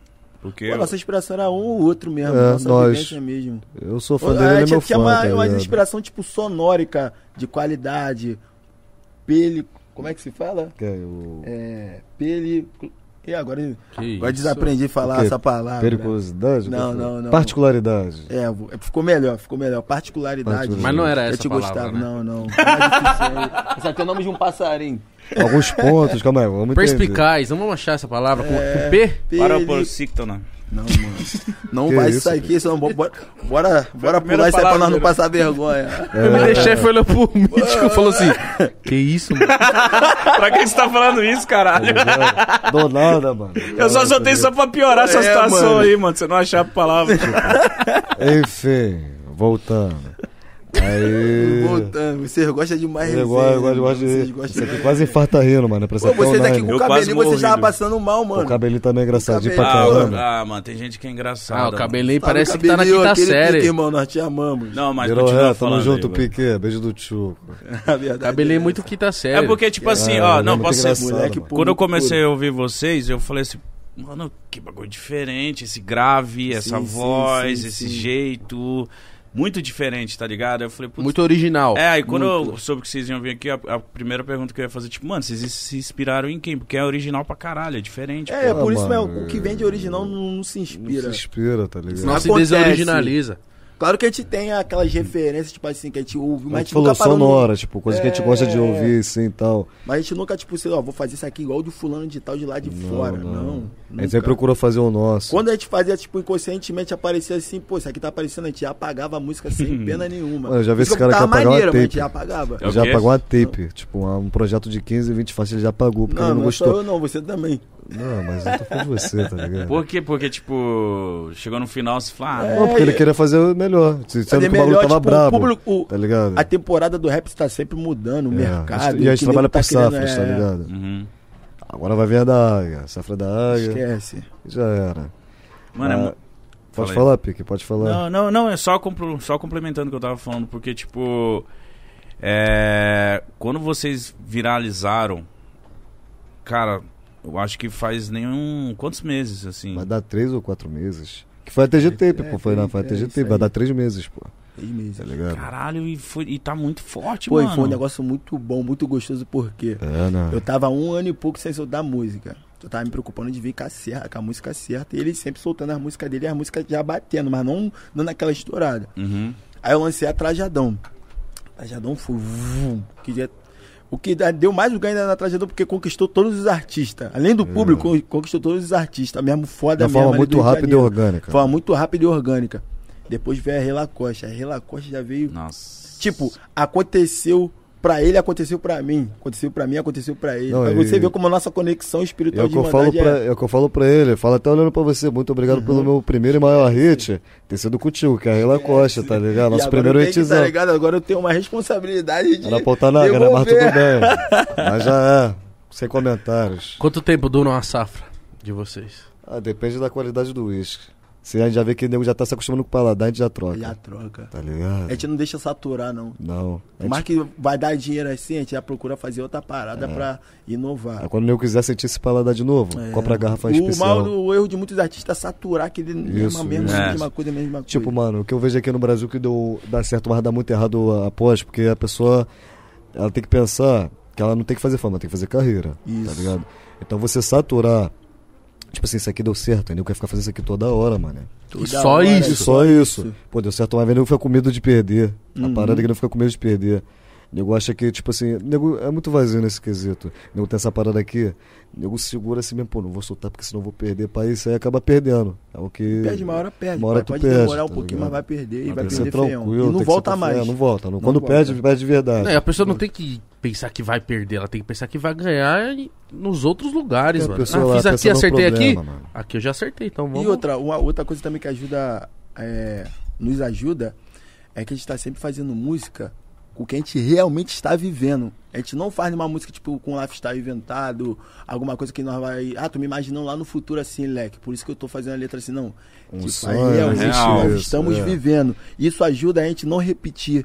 Speaker 2: Porque...
Speaker 3: Pô,
Speaker 2: eu-
Speaker 3: nossa inspiração era um ou outro mesmo,
Speaker 4: É,
Speaker 3: nossa
Speaker 4: nós.
Speaker 3: vivência mesmo.
Speaker 4: eu sou
Speaker 3: Pô,
Speaker 4: fã dele, ele é
Speaker 3: tinha,
Speaker 4: meu
Speaker 3: tinha
Speaker 4: fã.
Speaker 3: uma,
Speaker 4: tá
Speaker 3: uma
Speaker 4: ligado?
Speaker 3: inspiração tipo sonórica, de qualidade, pele. Como é que se fala?
Speaker 4: Que é o-
Speaker 3: É, pele. E agora,
Speaker 1: Que
Speaker 3: agora
Speaker 1: isso.
Speaker 3: desaprendi a
Speaker 4: O
Speaker 3: falar
Speaker 4: quê?
Speaker 3: essa palavra.
Speaker 4: Periculosidade?
Speaker 3: Não,
Speaker 4: Qual foi?
Speaker 3: não, não.
Speaker 4: Particularidade.
Speaker 3: É, vo- é, ficou melhor, ficou melhor. Particularidade.
Speaker 4: Mas
Speaker 1: não era
Speaker 3: Eu
Speaker 1: essa
Speaker 3: te
Speaker 1: palavra,
Speaker 3: gostava.
Speaker 1: né?
Speaker 3: Não, não. Mais difícil ainda. Esse aqui é o nome de um passarinho.
Speaker 4: Alguns pontos, calma aí, vamos entender.
Speaker 1: Perspicaz, não vamos achar essa palavra com, com P?
Speaker 2: Paroporcíctona.
Speaker 3: Não, mano. Não
Speaker 4: Que
Speaker 3: vai
Speaker 4: isso,
Speaker 3: sair aqui, senão bo- bora, bora, bora
Speaker 2: primeira
Speaker 3: pular isso aí pra nós
Speaker 2: palavra.
Speaker 3: não passar vergonha.
Speaker 4: É,
Speaker 1: O meu chefe olhou pro mítico e falou assim: Que isso, mano?
Speaker 2: pra que você tá falando isso, caralho?
Speaker 4: Do nada, mano.
Speaker 2: Eu só soltei só pra piorar essa
Speaker 3: É,
Speaker 2: situação
Speaker 3: mano.
Speaker 2: aí, mano. Você não achar a palavra.
Speaker 4: Enfim, voltando. Aí.
Speaker 3: Voltando, vocês gostam de mais
Speaker 4: É. Eu gosto, eu gosto,
Speaker 3: mano.
Speaker 4: eu gosto de
Speaker 3: Vocês
Speaker 4: rir.
Speaker 3: gostam
Speaker 4: Isso
Speaker 3: de...
Speaker 4: aqui quase infarta rindo, mano. Parece
Speaker 3: Pô,
Speaker 4: até o
Speaker 3: vocês aqui com o
Speaker 4: Nine.
Speaker 2: Eu quase
Speaker 3: cabelinho, vocês
Speaker 2: morri,
Speaker 3: estavam
Speaker 2: né?
Speaker 3: passando mal,
Speaker 4: O
Speaker 3: mano.
Speaker 4: cabelinho também é engraçadinho
Speaker 3: O
Speaker 4: pra
Speaker 2: ah,
Speaker 4: caramba.
Speaker 2: ah, mano, tem gente que é engraçada.
Speaker 1: Ah, o
Speaker 2: mano.
Speaker 1: cabelinho
Speaker 3: Tava
Speaker 1: parece
Speaker 3: o
Speaker 1: que tá na
Speaker 3: cabelinho,
Speaker 1: quinta
Speaker 3: aquele pique,
Speaker 1: série.
Speaker 3: irmão, nós te amamos.
Speaker 2: Não, mas
Speaker 4: Virou
Speaker 2: continua
Speaker 4: reto, tamo
Speaker 2: falando
Speaker 4: junto,
Speaker 2: aí, mano.
Speaker 4: Piquet. Beijo do Tchuco.
Speaker 3: A verdade
Speaker 1: Cabelinho
Speaker 3: é
Speaker 1: muito quinta série.
Speaker 2: É porque, tipo assim,
Speaker 4: É,
Speaker 2: ó,
Speaker 4: é
Speaker 2: não,
Speaker 4: muito
Speaker 2: posso ser.
Speaker 4: engraçado.
Speaker 3: essa. Moleque,
Speaker 4: mano.
Speaker 3: puro,
Speaker 2: Quando eu comecei
Speaker 3: puro.
Speaker 2: a ouvir vocês, eu falei assim, mano, que bagulho diferente, esse grave, essa
Speaker 3: sim,
Speaker 2: voz,
Speaker 3: sim,
Speaker 2: esse
Speaker 3: sim.
Speaker 2: muito, muito diferente, tá ligado? Eu falei, putz.
Speaker 1: Muito original.
Speaker 2: É, aí quando eu soube que vocês iam vir aqui, a, a primeira pergunta que eu ia fazer, tipo, mano, vocês se inspiraram em quem? Porque é original pra caralho, é diferente.
Speaker 3: É,
Speaker 4: Pô,
Speaker 3: por isso
Speaker 4: Ah, mano,
Speaker 3: mesmo, o que vem de original não, não se inspira.
Speaker 4: Não se inspira, tá ligado?
Speaker 1: Não se
Speaker 3: acontece.
Speaker 1: desoriginaliza.
Speaker 3: Claro que a gente tem aquelas referências, tipo assim, que a gente ouve, mas
Speaker 4: a
Speaker 3: a
Speaker 4: gente
Speaker 3: gente
Speaker 4: falou
Speaker 3: nunca parou no-
Speaker 4: sonora, tipo, coisa que a gente gosta de
Speaker 3: É.
Speaker 4: ouvir, assim e tal.
Speaker 3: Mas a gente nunca, tipo, sei lá, ó, vou fazer isso aqui igual o do fulano de tal de lá de fora. Não,
Speaker 4: A gente sempre
Speaker 3: nunca.
Speaker 4: procurou fazer o nosso.
Speaker 3: Quando a gente fazia, tipo, inconscientemente aparecia assim, pô, isso aqui tá aparecendo, a gente já apagava a música sem pena nenhuma.
Speaker 4: Mano, eu já vi
Speaker 3: Isso
Speaker 4: esse cara que
Speaker 3: tava
Speaker 4: apagava
Speaker 3: maneiro, mas a gente
Speaker 4: tape.
Speaker 3: já apagava.
Speaker 2: É o
Speaker 4: já
Speaker 2: quê?
Speaker 4: apagou uma tape, tipo, uma- um projeto de 15, 20 faixas, ele já apagou, porque ele
Speaker 3: Não,
Speaker 4: não
Speaker 3: não é só
Speaker 4: gostou.
Speaker 3: eu não, você também.
Speaker 4: Não, mas eu tô falando de você, tá
Speaker 3: é
Speaker 4: ligado?
Speaker 2: Por quê? Porque, tipo, chegou no final, você fala, ah,
Speaker 4: Não, porque ele queria fazer o melhor, sendo
Speaker 3: é. Fazer
Speaker 4: que o bagulho
Speaker 3: melhor, tipo,
Speaker 4: tava
Speaker 3: o
Speaker 4: brabo,
Speaker 3: público- o-
Speaker 4: tá ligado?
Speaker 3: A temporada do rap está sempre mudando, o
Speaker 4: É,
Speaker 3: mercado.
Speaker 4: E a
Speaker 3: o que
Speaker 4: gente trabalha
Speaker 3: nego tá
Speaker 4: por
Speaker 3: querendo,
Speaker 4: safras,
Speaker 3: é,
Speaker 4: tá ligado?
Speaker 2: uhum.
Speaker 4: Agora vai vir a da Águia, safra da Águia,
Speaker 3: Esquece.
Speaker 4: já era.
Speaker 2: mano, é,
Speaker 4: Ah,
Speaker 2: mu- Fala
Speaker 4: Pode
Speaker 2: aí.
Speaker 4: falar, Pique, pode falar.
Speaker 2: Não, não, não, é só, compro- só complementando o que eu tava falando, porque, tipo, é, quando vocês viralizaram, cara, eu acho que faz nenhum. Quantos meses, assim?
Speaker 4: Vai dar três ou quatro meses. Que foi a TGT,
Speaker 3: É,
Speaker 4: pô, foi na
Speaker 3: é,
Speaker 4: foi a
Speaker 3: é
Speaker 4: TGT,
Speaker 3: isso
Speaker 4: vai
Speaker 3: aí.
Speaker 4: dar três meses, pô,
Speaker 3: Seis meses.
Speaker 4: tá ligado?
Speaker 2: Caralho, e, foi, e tá muito forte,
Speaker 3: Pô, e
Speaker 2: mano.
Speaker 3: foi um negócio muito bom, muito gostoso, porque
Speaker 4: É, né?
Speaker 3: eu tava um ano e pouco sem soltar música. Eu tava me preocupando de vir com a, certa, com a música certa. E ele sempre soltando as músicas dele e as músicas já batendo, mas não dando aquela estourada.
Speaker 2: Uhum.
Speaker 3: Aí eu lancei a Trajadão. Trajadão foi. vum, que já- o que dá- deu mais o ganho na Trajadão, porque conquistou todos os artistas. Além do público, con- conquistou todos os artistas. Mesmo foda
Speaker 4: Hum. Da
Speaker 3: mesmo.
Speaker 4: forma
Speaker 3: ali do
Speaker 4: muito
Speaker 3: Rio de
Speaker 4: rápida e
Speaker 3: Janeiro.
Speaker 4: orgânica.
Speaker 3: Forma muito rápida e orgânica. Depois veio a Relacosta. A Relacosta já veio.
Speaker 2: Nossa.
Speaker 3: Tipo, aconteceu pra ele, aconteceu pra mim. Aconteceu pra mim, aconteceu pra ele.
Speaker 4: Não,
Speaker 3: pra
Speaker 4: e-
Speaker 3: você ver como a nossa conexão
Speaker 4: É
Speaker 3: espiritual
Speaker 4: o, que eu falo pra, é o que eu falo pra ele, fala até olhando pra você, muito obrigado
Speaker 3: Uhum.
Speaker 4: pelo meu primeiro e maior hit, ter sido contigo, que é a Rila Costa, tá ligado?
Speaker 3: E
Speaker 4: Nosso
Speaker 3: agora
Speaker 4: primeiro
Speaker 3: eu tenho que,
Speaker 4: hitzão.
Speaker 3: Tá ligado? Agora eu tenho uma responsabilidade de.
Speaker 4: Era Pontanaga, né? Mas tudo
Speaker 3: devolver.
Speaker 4: bem. Mas já é, sem comentários.
Speaker 1: Quanto tempo dura uma safra de vocês?
Speaker 4: Ah, depende da qualidade do uísque. Se a gente já vê que o nego já tá se acostumando com o paladar, a gente já troca,
Speaker 3: Já É troca.
Speaker 4: tá ligado?
Speaker 3: A gente não deixa saturar, não.
Speaker 4: Não. A
Speaker 3: Por
Speaker 4: gente-
Speaker 3: mais que vai dar dinheiro assim, a gente já procura fazer outra parada pra
Speaker 4: Ah,
Speaker 3: inovar. É.
Speaker 4: Quando o nego quiser sentir esse paladar de novo, É, compra a garrafa
Speaker 3: O mal,
Speaker 4: especial.
Speaker 3: do- o erro de muitos artistas é saturar que ele mesma,
Speaker 4: Isso,
Speaker 3: mesma,
Speaker 2: isso.
Speaker 3: mesma coisa, mesma coisa.
Speaker 4: Tipo, mano, o que eu vejo aqui no Brasil que deu, dá certo, mas dá muito errado após, porque a pessoa ela tem que pensar que ela não tem que fazer fama, ela tem que fazer carreira. Tá
Speaker 3: Isso.
Speaker 4: ligado? Então você saturar, tipo assim, isso aqui deu certo, entendeu? Quer ficar fazendo isso aqui toda hora, mano.
Speaker 3: Toda
Speaker 1: e só
Speaker 3: hora,
Speaker 1: isso.
Speaker 4: E só isso. Pô, deu certo uma vez, nego fica com medo de perder.
Speaker 3: Uhum.
Speaker 4: A parada é que não fica com medo de perder. Nego acha que, tipo assim, nego é muito vazio nesse quesito. Nego tem essa parada aqui, nego segura assim mesmo, pô, não vou soltar porque senão eu vou perder pra isso, aí acaba perdendo. É o que.
Speaker 3: Perde uma hora, perde.
Speaker 4: Uma hora
Speaker 3: pai.
Speaker 4: tu
Speaker 3: pode
Speaker 4: perde,
Speaker 3: demorar um
Speaker 4: tá
Speaker 3: pouquinho, mas
Speaker 4: ligado?
Speaker 3: vai perder e
Speaker 4: Mas
Speaker 3: vai
Speaker 4: tem que ser
Speaker 3: perder feião.
Speaker 4: tranquilo.
Speaker 3: E
Speaker 4: tem
Speaker 3: não
Speaker 4: que
Speaker 3: volta
Speaker 4: ser-
Speaker 3: mais.
Speaker 4: é, não volta. Não.
Speaker 3: Não
Speaker 4: Quando
Speaker 3: volta.
Speaker 4: perde, perde de verdade.
Speaker 2: é
Speaker 1: Não, e a pessoa não tem que pensar que vai perder, ela tem que pensar que vai ganhar em- nos outros lugares,
Speaker 4: Tem a
Speaker 1: mano.
Speaker 4: pessoa
Speaker 1: ah,
Speaker 4: lá
Speaker 1: fiz aqui,
Speaker 4: pensando no
Speaker 1: acertei aqui.
Speaker 4: problema, mano.
Speaker 1: Aqui eu já acertei, então vamos.
Speaker 3: E outra, uma outra coisa também que ajuda, é, nos ajuda, é que a gente tá sempre fazendo música com o que a gente realmente está vivendo. A gente não faz uma música, tipo, com lifestyle inventado, alguma coisa que nós vai... Ah, tô me imaginando lá no futuro assim, leque. Por isso que eu tô fazendo a letra assim, não.
Speaker 4: Um
Speaker 3: Tipo,
Speaker 4: sonho, né?
Speaker 3: realmente
Speaker 2: real,
Speaker 3: nós
Speaker 4: isso,
Speaker 3: estamos
Speaker 4: é.
Speaker 3: vivendo. Isso ajuda a gente não repetir.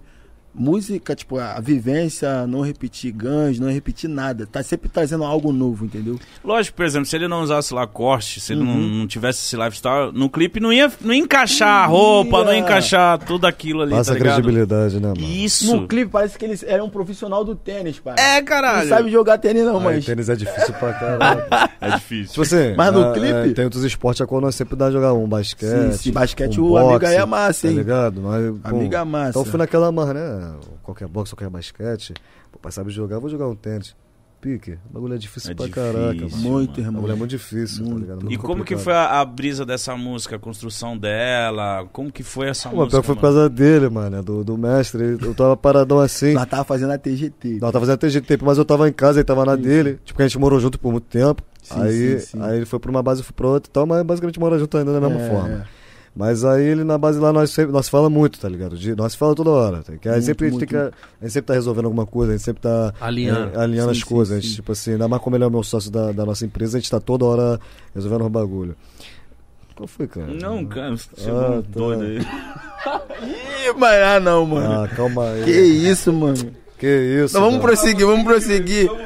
Speaker 3: música, tipo, a vivência, não repetir ganhos, não repetir nada. Tá sempre trazendo algo novo, entendeu?
Speaker 2: Lógico, por exemplo, se ele não usasse lá corte, se ele não,
Speaker 3: Uhum.
Speaker 2: não tivesse esse lifestyle, no clipe não ia, não ia encaixar a roupa, não ia encaixar tudo aquilo ali,
Speaker 4: Passa
Speaker 2: tá
Speaker 4: a
Speaker 2: ligado?
Speaker 4: credibilidade, né, mano?
Speaker 2: Isso.
Speaker 3: No clipe parece que ele era um profissional do tênis, pai.
Speaker 2: É,
Speaker 3: Não
Speaker 2: caralho.
Speaker 3: sabe jogar tênis não,
Speaker 4: Ah,
Speaker 3: mas...
Speaker 4: o tênis é difícil pra caralho.
Speaker 2: É difícil.
Speaker 4: tipo assim,
Speaker 3: Mas no
Speaker 4: ah,
Speaker 3: clipe-
Speaker 4: é, tem outros esportes a qual nós sempre dá jogar um
Speaker 3: Sim,
Speaker 4: basquete.
Speaker 3: sim, basquete,
Speaker 4: um
Speaker 3: o amiga
Speaker 4: boxe,
Speaker 3: é massa, hein?
Speaker 4: Tá ligado? Nós, pô,
Speaker 3: Amiga massa.
Speaker 4: Então eu fui naquela marra, né? Qualquer boxe, qualquer basquete. Pô, pai sabe jogar, vou jogar um tênis. Pique, o bagulho é difícil
Speaker 2: É
Speaker 4: pra
Speaker 2: difícil.
Speaker 4: caraca, mano.
Speaker 3: Muito,
Speaker 4: O
Speaker 3: irmão.
Speaker 4: bagulho é muito difícil, tá ligado?
Speaker 2: E
Speaker 4: Muito
Speaker 2: como que
Speaker 4: complicado.
Speaker 2: foi a, a brisa dessa música, a construção dela? Como que foi essa
Speaker 4: Pô, mas
Speaker 2: música?
Speaker 4: pior que foi por
Speaker 2: mano?
Speaker 4: causa dele, mano, é do, do mestre. Ele- Eu tava paradão assim.
Speaker 3: Ela tava fazendo a TGT.
Speaker 4: Não, eu tava fazendo até GTP, mas eu tava em casa, ele tava na dele. Tipo, que a gente morou junto por muito tempo.
Speaker 3: Sim,
Speaker 4: aí,
Speaker 3: sim, sim.
Speaker 4: aí ele foi pra uma base, eu fui pra outra e tal, mas basicamente mora junto ainda da mesma
Speaker 3: É.
Speaker 4: forma. Mas aí ele na base lá, nós, sempre, nós fala muito, tá ligado? De- nós fala toda hora. Tá? Que aí
Speaker 3: Muito,
Speaker 4: sempre a, gente
Speaker 3: muito,
Speaker 4: tem que- a gente sempre tá resolvendo alguma coisa, a gente sempre tá
Speaker 1: Alinhando.
Speaker 4: é, alinhando
Speaker 3: Sim,
Speaker 4: as
Speaker 3: sim,
Speaker 4: coisas. A gente,
Speaker 3: sim.
Speaker 4: tipo assim, ainda mais como ele é o meu sócio da, da nossa empresa, a gente tá toda hora resolvendo os bagulho. Qual foi, cara?
Speaker 2: Não, cara, você é
Speaker 4: Ah,
Speaker 2: um
Speaker 4: tá.
Speaker 2: doido aí.
Speaker 3: Ih, mas ah, não, mano.
Speaker 4: Ah, calma aí.
Speaker 3: que isso, mano.
Speaker 4: Que isso?
Speaker 3: Não, vamos
Speaker 4: cara.
Speaker 3: prosseguir, vamos prosseguir.
Speaker 4: Por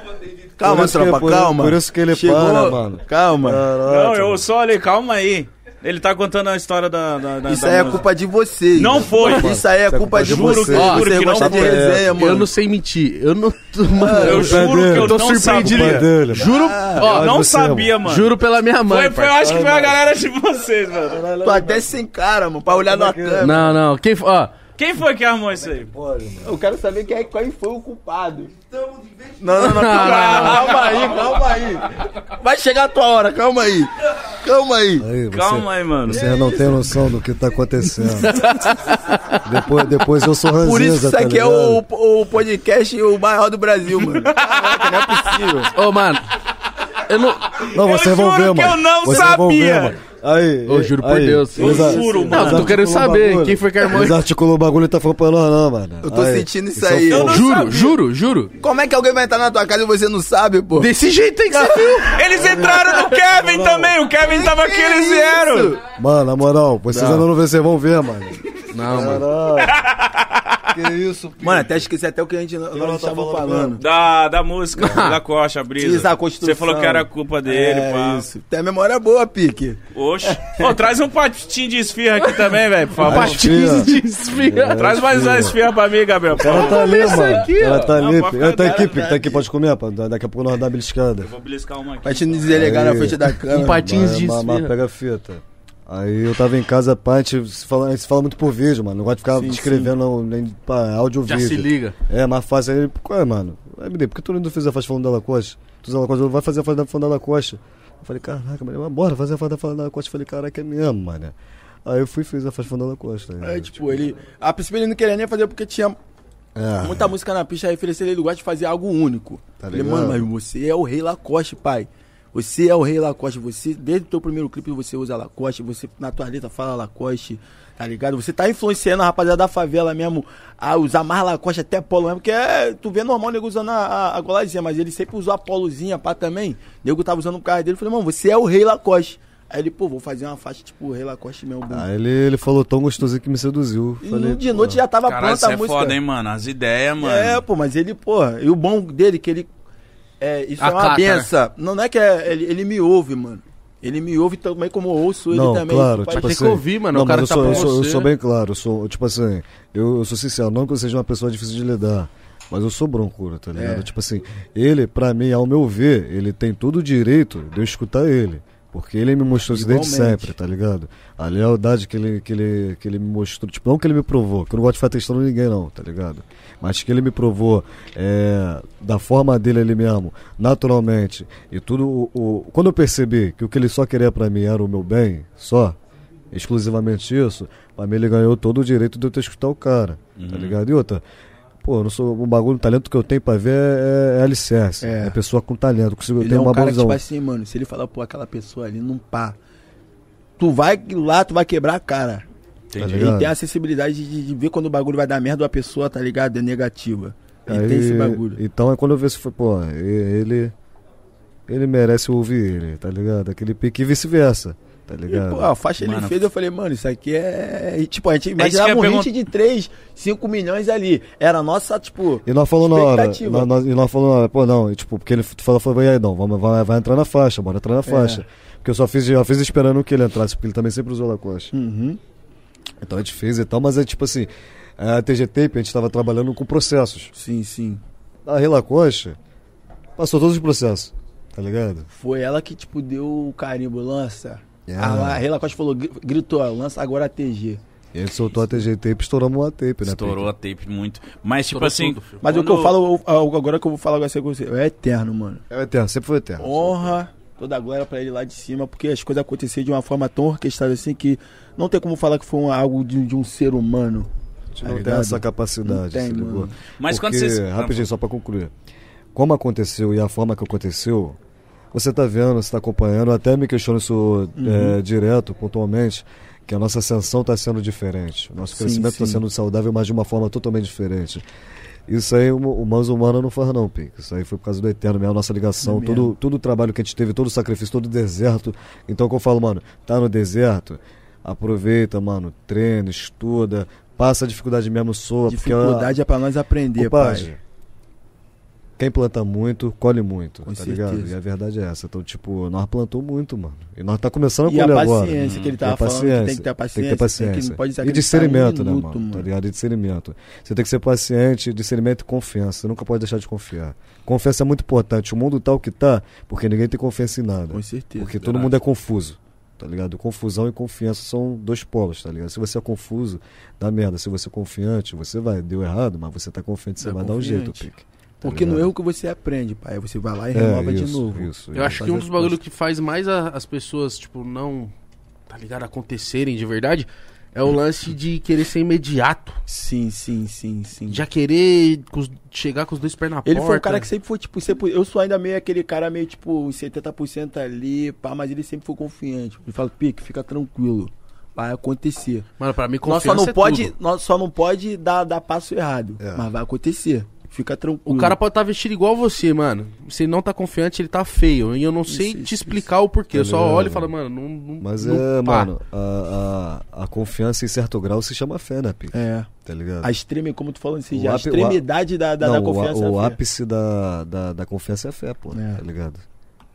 Speaker 3: Calma,
Speaker 4: isso que-
Speaker 3: tropa,
Speaker 4: por-
Speaker 3: calma.
Speaker 4: Por isso que ele
Speaker 3: Chegou,
Speaker 4: para, mano.
Speaker 3: Calma.
Speaker 4: Caraca,
Speaker 2: Não, eu só olhei, calma aí. Ele tá contando a história da. da, da
Speaker 3: Isso
Speaker 2: da
Speaker 3: aí é
Speaker 2: música.
Speaker 3: culpa de vocês.
Speaker 2: Não foi.
Speaker 3: Isso aí é
Speaker 4: Isso
Speaker 3: culpa de
Speaker 4: juro que-
Speaker 3: vocês.
Speaker 1: juro
Speaker 3: Vocês
Speaker 2: que não
Speaker 3: gostam de
Speaker 4: foi.
Speaker 3: resenha,
Speaker 1: Eu
Speaker 3: mano.
Speaker 1: não sei mentir. Eu não. Mano,
Speaker 2: Ah, Eu juro que eu
Speaker 1: tô
Speaker 2: não
Speaker 1: surpreendido.
Speaker 4: Culpa
Speaker 2: sabia.
Speaker 4: dele.
Speaker 1: Juro, ó,
Speaker 2: Eu não
Speaker 4: Mas você,
Speaker 2: sabia, mano.
Speaker 1: juro pela minha mãe.
Speaker 2: Foi, foi, eu
Speaker 1: parça.
Speaker 2: acho que foi a galera de vocês, mano.
Speaker 3: Tô até sem cara, mano, pra olhar na câmera.
Speaker 1: Não, não. Quem foi? Ó,
Speaker 2: Quem foi que armou isso aí?
Speaker 3: Eu quero saber quem é, qual foi o culpado. Não, não, não,
Speaker 1: Não,
Speaker 3: calma aí, calma aí. Vai chegar a tua hora, calma aí. Calma aí.
Speaker 4: Aí, você-
Speaker 2: Calma aí, mano.
Speaker 4: Você não tem noção do que tá acontecendo. depois, depois eu sou ranzinza,
Speaker 3: Por isso que isso
Speaker 4: tá
Speaker 3: aqui é o,
Speaker 4: ligado?
Speaker 3: o podcast o maior do Brasil, mano. Caraca, não é possível.
Speaker 1: ô, mano. Eu não.
Speaker 4: Não, vocês
Speaker 2: Eu
Speaker 4: vão
Speaker 2: juro
Speaker 4: ver,
Speaker 2: que
Speaker 4: mano.
Speaker 2: eu não
Speaker 4: Vocês vão
Speaker 2: sabia.
Speaker 4: ver, mano. Aí,
Speaker 1: Eu juro por
Speaker 4: aí,
Speaker 1: Deus. Eu
Speaker 4: eles a-
Speaker 2: juro,
Speaker 4: eles
Speaker 2: mano.
Speaker 1: Não, tô querendo
Speaker 4: articulam o
Speaker 1: saber
Speaker 4: bagulho.
Speaker 1: quem foi que armou
Speaker 4: Eles
Speaker 1: isso.
Speaker 4: articulou o bagulho e tá falando pra nós, não, mano.
Speaker 3: Eu tô
Speaker 4: Aí, é um
Speaker 3: sentindo isso
Speaker 4: eles são
Speaker 3: aí.
Speaker 4: fofos.
Speaker 3: Eu
Speaker 1: Juro,
Speaker 3: não
Speaker 1: juro, juro.
Speaker 3: Como é que alguém vai entrar na tua casa e você não sabe, pô?
Speaker 1: Desse jeito aí que você viu.
Speaker 2: Eles entraram no Kevin também. O Kevin tava aqui, eles vieram.
Speaker 4: Mano, na moral, vocês ainda não vê, vocês vão ver, mano.
Speaker 1: Não, mano.
Speaker 4: Que isso,
Speaker 3: Mano, até esqueci até o que a gente nós
Speaker 4: ela tá
Speaker 3: estava
Speaker 4: falando
Speaker 3: falando.
Speaker 2: Da, da música, da coxa, a brisa.
Speaker 3: Isso, a construção.
Speaker 2: Você falou que era culpa dele,
Speaker 3: é,
Speaker 2: pá.
Speaker 3: isso. Tem a memória boa, Pique.
Speaker 2: Oxe. Pô, traz um patinho de esfirra aqui também, velho, por favor.
Speaker 1: Patins de
Speaker 4: É,
Speaker 1: esfirra.
Speaker 2: Traz mais
Speaker 1: um
Speaker 2: uma esfirra pra mim, Gabriel. por
Speaker 4: Ela
Speaker 2: favor.
Speaker 4: tá ali,
Speaker 1: Olha isso
Speaker 4: mano.
Speaker 1: aqui,
Speaker 4: ela
Speaker 1: ó.
Speaker 4: tá ali.
Speaker 2: Não, pode
Speaker 4: Ela tá
Speaker 2: ficar-
Speaker 4: aqui, Pico, tá aqui, pode comer, pá. Daqui a pouco nós dá beliscada.
Speaker 2: Vou beliscar uma aqui.
Speaker 3: Pra te deselegar
Speaker 4: É.
Speaker 3: na frente da câmera.
Speaker 1: Um patins
Speaker 4: Mas- é
Speaker 1: de
Speaker 4: mas- mas
Speaker 1: esfirra.
Speaker 4: pega a fita. Aí eu tava em casa, pá, a gente se fala, a gente se fala muito por vídeo, mano. Não gosto de ficar escrevendo não, nem pra áudio ou
Speaker 1: Já
Speaker 4: vídeo.
Speaker 1: se liga.
Speaker 4: É, mais fácil. Aí ele, qual é, mano? Aí, me dei, por que tu não fez a faixa falando da Lacoste? Tu fez a Lacoste, vai fazer a faixa da- falando da Lacoste. Eu falei, caraca, mano, bora fazer a faixa da- falando da Lacoste. Eu falei, caraca, é mesmo, mano. Aí eu fui e fiz a faixa falando da Lacoste. tá ligado?
Speaker 3: É, tipo, ele. A princípio ele não queria nem fazer porque tinha
Speaker 4: É.
Speaker 3: muita música na pista, a referência dele ele gosta de fazer algo único.
Speaker 4: Tá
Speaker 3: Falei,
Speaker 4: ligado?
Speaker 3: mano, mas você é o rei Lacoste, pai. Você é o rei Lacoste. Você, desde o teu primeiro clipe, você usa Lacoste, você na tua letra fala Lacoste, tá ligado? Você tá influenciando a rapaziada da favela mesmo a usar mais Lacoste até polo mesmo, porque é, tu vê normal o nego usando a, a, a golazinha, mas ele sempre usou a polozinha pá também. O nego tava usando o carro dele, eu falei, mano, você é o rei Lacoste. Aí ele, pô, vou fazer uma faixa tipo o rei Lacoste mesmo.
Speaker 4: Aí ele, ele falou tão gostosinho que me seduziu.
Speaker 3: e
Speaker 4: Falei,
Speaker 3: de noite já tava
Speaker 2: Caralho,
Speaker 3: pronta
Speaker 2: isso
Speaker 3: a
Speaker 2: é
Speaker 3: música.
Speaker 2: foda, hein, mano. As ideias, mano.
Speaker 3: É, pô, mas ele, porra, e o bom dele, que ele. É, isso é uma
Speaker 1: Acata, né?
Speaker 3: benção. Não, não é que é, ele, ele me ouve, mano. Ele me ouve também como eu ouço ele
Speaker 4: não,
Speaker 3: também.
Speaker 4: Claro,
Speaker 3: Isso
Speaker 4: tipo
Speaker 3: faz-
Speaker 1: tem
Speaker 4: assim,
Speaker 1: que ouvir, mano,
Speaker 4: Não,
Speaker 1: o cara
Speaker 4: mas
Speaker 1: tá
Speaker 4: eu sou,
Speaker 1: pra
Speaker 4: eu sou, eu
Speaker 1: você.
Speaker 4: sou bem claro. Eu sou, tipo assim, eu, eu sou sincero, não que eu seja uma pessoa difícil de lidar. Mas eu sou broncura, tá ligado?
Speaker 1: É.
Speaker 4: Tipo assim, ele, pra mim, ao meu ver, ele tem todo o direito de eu escutar ele. Porque ele me mostrou isso desde
Speaker 3: Igualmente.
Speaker 4: sempre, tá ligado? A lealdade que ele, que, ele, que ele me mostrou, tipo, não que ele me provou, que eu não gosto de ficar testando ninguém, não, tá ligado? Mas que ele me provou é, da forma dele ali mesmo, naturalmente. E tudo. O, o- quando eu percebi que o que ele só queria pra mim era o meu bem, só, exclusivamente isso, pra mim ele ganhou todo o direito de eu ter que escutar o cara, tá
Speaker 3: Uhum.
Speaker 4: ligado? E outra, pô, eu não sou um bagulho, o talento que eu tenho pra ver é, é alicerce. É.
Speaker 3: É.
Speaker 4: pessoa com talento, consigo, eu
Speaker 3: Ele é
Speaker 4: tenho
Speaker 3: um
Speaker 4: uma
Speaker 3: cara
Speaker 4: boa
Speaker 3: que,
Speaker 4: visão.
Speaker 3: tipo assim, mano, se ele falar, pô, aquela pessoa ali não pá. Tu vai lá, tu vai quebrar a cara.
Speaker 4: Tá
Speaker 3: Ele
Speaker 4: ligado?
Speaker 3: tem a sensibilidade de, de ver quando o bagulho vai dar merda, a pessoa, tá ligado? É negativa. Ele
Speaker 4: Aí,
Speaker 3: tem esse bagulho.
Speaker 4: Então é quando eu vejo, foi, pô, e- ele. Ele merece ouvir ele, tá ligado? Aquele pique e vice-versa. tá
Speaker 3: E,
Speaker 4: ligado?
Speaker 3: pô, a faixa ele
Speaker 2: Mano.
Speaker 3: fez, eu falei, mano, isso aqui é. e, tipo, a gente imaginava
Speaker 2: que eu
Speaker 3: um
Speaker 2: ia
Speaker 3: hit de 3, 5 milhões ali. Era a nossa, tipo.
Speaker 4: E nós falamos na hora.
Speaker 3: Expectativa.
Speaker 4: Nós, nós- e nós falamos na hora, pô, não, e, tipo, porque ele falou, falou, e aí, não, vamos, vai, vai entrar na faixa,
Speaker 3: É.
Speaker 4: bora entrar na faixa. Porque eu só fiz, eu fiz esperando que ele entrasse, porque ele também sempre usou Lacoste.
Speaker 3: Uhum.
Speaker 4: Então a gente fez e tal, mas é tipo assim, a TG Tape, a gente tava trabalhando com processos.
Speaker 3: Sim, sim.
Speaker 4: A Relacoste passou todos os processos, tá ligado?
Speaker 3: Foi ela que, tipo, deu o carimbo, lança.
Speaker 4: Yeah.
Speaker 3: A, a Rela Costa falou, gri- gritou, ó, lança agora a TG.
Speaker 4: E a gente soltou a TG Tape, estouramos a tape, né?
Speaker 2: Estourou a tape muito. Mas, tipo
Speaker 1: Estourou
Speaker 2: assim.
Speaker 1: tudo, filho.
Speaker 3: Mas o que
Speaker 2: quando-
Speaker 3: eu falo, eu- eu- agora que eu vou falar agora com você, é eterno, mano.
Speaker 4: Pedro? É eterno, sempre foi eterno.
Speaker 3: honra, toda a glória pra ele lá de cima, porque as coisas aconteceram de uma forma tão orquestrada assim que não tem como falar que foi um- algo de, de um ser humano.
Speaker 4: A gente
Speaker 3: tá
Speaker 4: não tem
Speaker 3: ligado?
Speaker 4: essa
Speaker 3: Não
Speaker 4: capacidade, tá
Speaker 3: tem,
Speaker 4: se ligou?
Speaker 3: mano.
Speaker 2: Mas
Speaker 4: Porque,
Speaker 2: quando vocês. Ah,
Speaker 4: Rapidinho, só pra concluir. Como aconteceu e a forma que aconteceu, você tá vendo, você tá acompanhando, até me questiono isso é, direto, pontualmente, que a nossa ascensão tá sendo diferente. O nosso
Speaker 3: Sim,
Speaker 4: crescimento tá
Speaker 3: sim.
Speaker 4: sendo saudável, mas de uma forma totalmente diferente. Isso aí o, o Manso Humano não faz não, Pique. Isso aí foi por causa do Eterno mesmo, a nossa ligação, todo, todo o trabalho que a gente teve, todo o sacrifício, todo o deserto. Então, como eu falo, mano, tá no deserto, aproveita, mano, treina, estuda, passa a dificuldade mesmo, soa. porque a-
Speaker 3: Dificuldade é pra nós aprender,
Speaker 4: Compadre,
Speaker 3: pai.
Speaker 4: quem planta muito, colhe muito,
Speaker 3: Com
Speaker 4: tá ligado?
Speaker 3: certeza.
Speaker 4: E a verdade é essa. Então, tipo, nós plantou muito, mano. E nós tá começando a
Speaker 3: E a
Speaker 4: colher agora. Hum.
Speaker 3: paciência que ele
Speaker 4: E
Speaker 3: tava
Speaker 4: a
Speaker 3: falando, que tem que ter a
Speaker 4: Tem que ter
Speaker 3: paciência,
Speaker 4: paciência.
Speaker 3: tem que- não pode
Speaker 4: e
Speaker 3: desacreditar
Speaker 4: discernimento,
Speaker 3: um
Speaker 4: né,
Speaker 3: minuto,
Speaker 4: mano? Tá
Speaker 3: mano.
Speaker 4: ligado? E discernimento. Você tem que ser paciente, discernimento e confiança. Você nunca pode deixar de confiar. Confiança é muito importante. O mundo tá o que tá, porque ninguém tem confiança em nada.
Speaker 3: Com certeza.
Speaker 4: Porque todo mundo é confuso, tá ligado? Confusão e confiança são dois polos, tá ligado? Se você é confuso, dá merda. Se você é confiante, você vai, deu errado, mas você tá confiante, você
Speaker 3: Dá
Speaker 4: vai dar um jeito,
Speaker 3: é confiante.
Speaker 4: Pique. tá
Speaker 3: Porque no
Speaker 4: ligado?
Speaker 3: erro que você aprende, pai, você vai lá e
Speaker 4: É,
Speaker 3: renova de
Speaker 4: isso,
Speaker 3: novo.
Speaker 4: Isso,
Speaker 1: Eu acho que
Speaker 3: fazer
Speaker 1: um dos
Speaker 3: as
Speaker 1: bagulhos que faz mais a- as pessoas, tipo, não, tá ligado, acontecerem de verdade, é o lance de querer ser imediato.
Speaker 3: Sim, sim, sim, sim.
Speaker 1: Já querer com os- chegar com os dois pés na porta.
Speaker 3: Ele foi um cara que sempre foi, tipo, sempre- eu sou ainda meio aquele cara meio, tipo, uns 70% ali, pá, mas ele sempre foi confiante. Ele fala, Pique, fica tranquilo. Vai acontecer.
Speaker 1: Mano, pra mim,
Speaker 3: Nós
Speaker 1: confiança
Speaker 3: só não
Speaker 1: é
Speaker 3: pode,
Speaker 1: tudo.
Speaker 3: nós só não pode dar, dar passo errado,
Speaker 4: É.
Speaker 3: mas vai acontecer. Fica
Speaker 1: O
Speaker 3: tranquilo.
Speaker 1: cara pode estar vestido igual você, mano. Se ele não tá confiante, ele tá feio. E eu não sei
Speaker 3: Isso,
Speaker 1: te
Speaker 3: isso,
Speaker 1: explicar o porquê. Eu só
Speaker 4: Tá ligado?
Speaker 1: olho e falo, mano, não. não
Speaker 4: Mas
Speaker 1: não
Speaker 4: é,
Speaker 1: pá.
Speaker 4: mano, a, a, a confiança em certo grau se chama fé, né, Pique?
Speaker 3: é,
Speaker 4: Tá ligado?
Speaker 3: a extreme, como tu falou, assim,
Speaker 4: O
Speaker 3: já, a
Speaker 4: ápi- o á-
Speaker 3: extremidade da, da,
Speaker 4: Não,
Speaker 3: da
Speaker 4: o a-
Speaker 3: confiança.
Speaker 4: o,
Speaker 3: é a fé.
Speaker 4: ápice da, da, da confiança é a fé, pô,
Speaker 3: É.
Speaker 4: tá ligado?